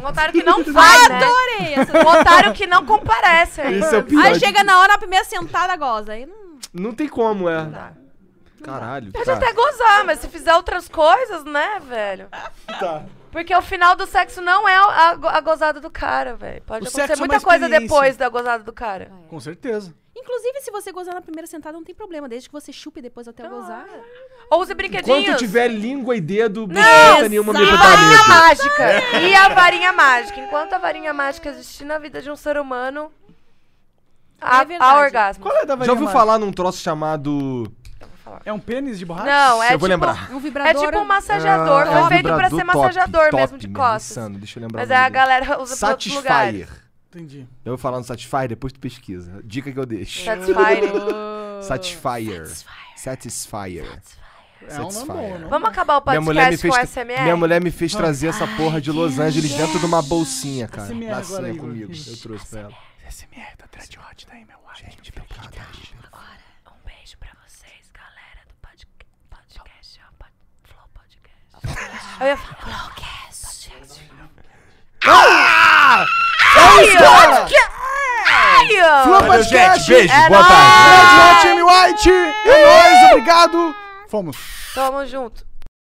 [SPEAKER 4] Um otário que não vai, né?
[SPEAKER 3] Adorei essa.
[SPEAKER 4] Um otário que não comparece. né?
[SPEAKER 2] Esse é o pior.
[SPEAKER 3] Aí chega na hora, a primeira sentada goza. Aí, hum,
[SPEAKER 2] Não tem como, é. Caralho.
[SPEAKER 4] Pode
[SPEAKER 2] tá.
[SPEAKER 4] até gozar, mas se fizer outras coisas, né, velho?
[SPEAKER 2] Tá.
[SPEAKER 4] Porque o final do sexo não é a, go- a gozada do cara, velho. Pode
[SPEAKER 1] O sexo é
[SPEAKER 4] acontecer
[SPEAKER 1] uma
[SPEAKER 4] muita coisa
[SPEAKER 1] experiência.
[SPEAKER 4] depois da gozada do cara.
[SPEAKER 1] Com certeza.
[SPEAKER 3] Inclusive, se você gozar na primeira sentada, não tem problema, desde que você chupe depois até eu gozar.
[SPEAKER 4] Ou use brinquedinhos.
[SPEAKER 2] Enquanto tiver língua e dedo, buceta nenhuma me
[SPEAKER 4] E a
[SPEAKER 2] protagonista.
[SPEAKER 4] varinha mágica.
[SPEAKER 2] É.
[SPEAKER 4] E a varinha mágica. Enquanto a varinha mágica existir na vida de um ser humano, há
[SPEAKER 3] É verdade.
[SPEAKER 4] há orgasmo.
[SPEAKER 1] Qual é da
[SPEAKER 2] Já
[SPEAKER 1] varinha
[SPEAKER 2] ouviu
[SPEAKER 1] mágica?
[SPEAKER 2] falar num troço chamado.
[SPEAKER 1] É um pênis de borracha?
[SPEAKER 4] Não, é
[SPEAKER 2] eu vou
[SPEAKER 4] tipo,
[SPEAKER 2] lembrar.
[SPEAKER 3] Um
[SPEAKER 4] É
[SPEAKER 3] vibrador.
[SPEAKER 4] tipo um massageador.
[SPEAKER 2] Ah,
[SPEAKER 4] foi feito pra
[SPEAKER 2] vibrador
[SPEAKER 4] ser
[SPEAKER 2] top,
[SPEAKER 4] massageador
[SPEAKER 2] top,
[SPEAKER 4] mesmo de
[SPEAKER 2] né?
[SPEAKER 4] costas.
[SPEAKER 2] Insano, Deixa eu lembrar
[SPEAKER 4] Mas
[SPEAKER 2] o
[SPEAKER 4] aí
[SPEAKER 2] nome
[SPEAKER 4] a
[SPEAKER 2] dele.
[SPEAKER 4] galera usa pra outros lugares.
[SPEAKER 2] Satisfyer.
[SPEAKER 1] Entendi.
[SPEAKER 2] Eu vou falar no Satisfyer depois tu pesquisa. Dica que eu deixo.
[SPEAKER 4] Tá
[SPEAKER 2] Satisfyer.
[SPEAKER 4] Satisfyer.
[SPEAKER 2] Satisfyer.
[SPEAKER 1] É um nome bom,
[SPEAKER 2] Satisfyer.
[SPEAKER 1] né?
[SPEAKER 4] Vamos acabar o
[SPEAKER 2] Minha mulher, me
[SPEAKER 4] podcast
[SPEAKER 2] fez,
[SPEAKER 4] com SMR?
[SPEAKER 2] minha mulher me fez trazer essa porra de Los Angeles dentro de uma bolsinha, cara.
[SPEAKER 1] SMR
[SPEAKER 2] na
[SPEAKER 1] agora,
[SPEAKER 2] senha
[SPEAKER 1] Igor.
[SPEAKER 2] comigo.
[SPEAKER 1] Isso.
[SPEAKER 2] Eu trouxe pra ela.
[SPEAKER 1] SMR da Dread Hot da Amy Gente,
[SPEAKER 4] Um beijo pra vocês, galera do podca- podcast. ó, pod- Flow Podcast. Eu ia falar Flowcast.
[SPEAKER 2] É isso, cara!
[SPEAKER 4] Ai, ó.
[SPEAKER 2] Valeu, gente. Beijo.
[SPEAKER 4] É
[SPEAKER 2] Boa tarde.
[SPEAKER 4] nóis.
[SPEAKER 1] Dread Hot Amy White! É nóis, obrigado! Fomos!
[SPEAKER 4] Tamo junto.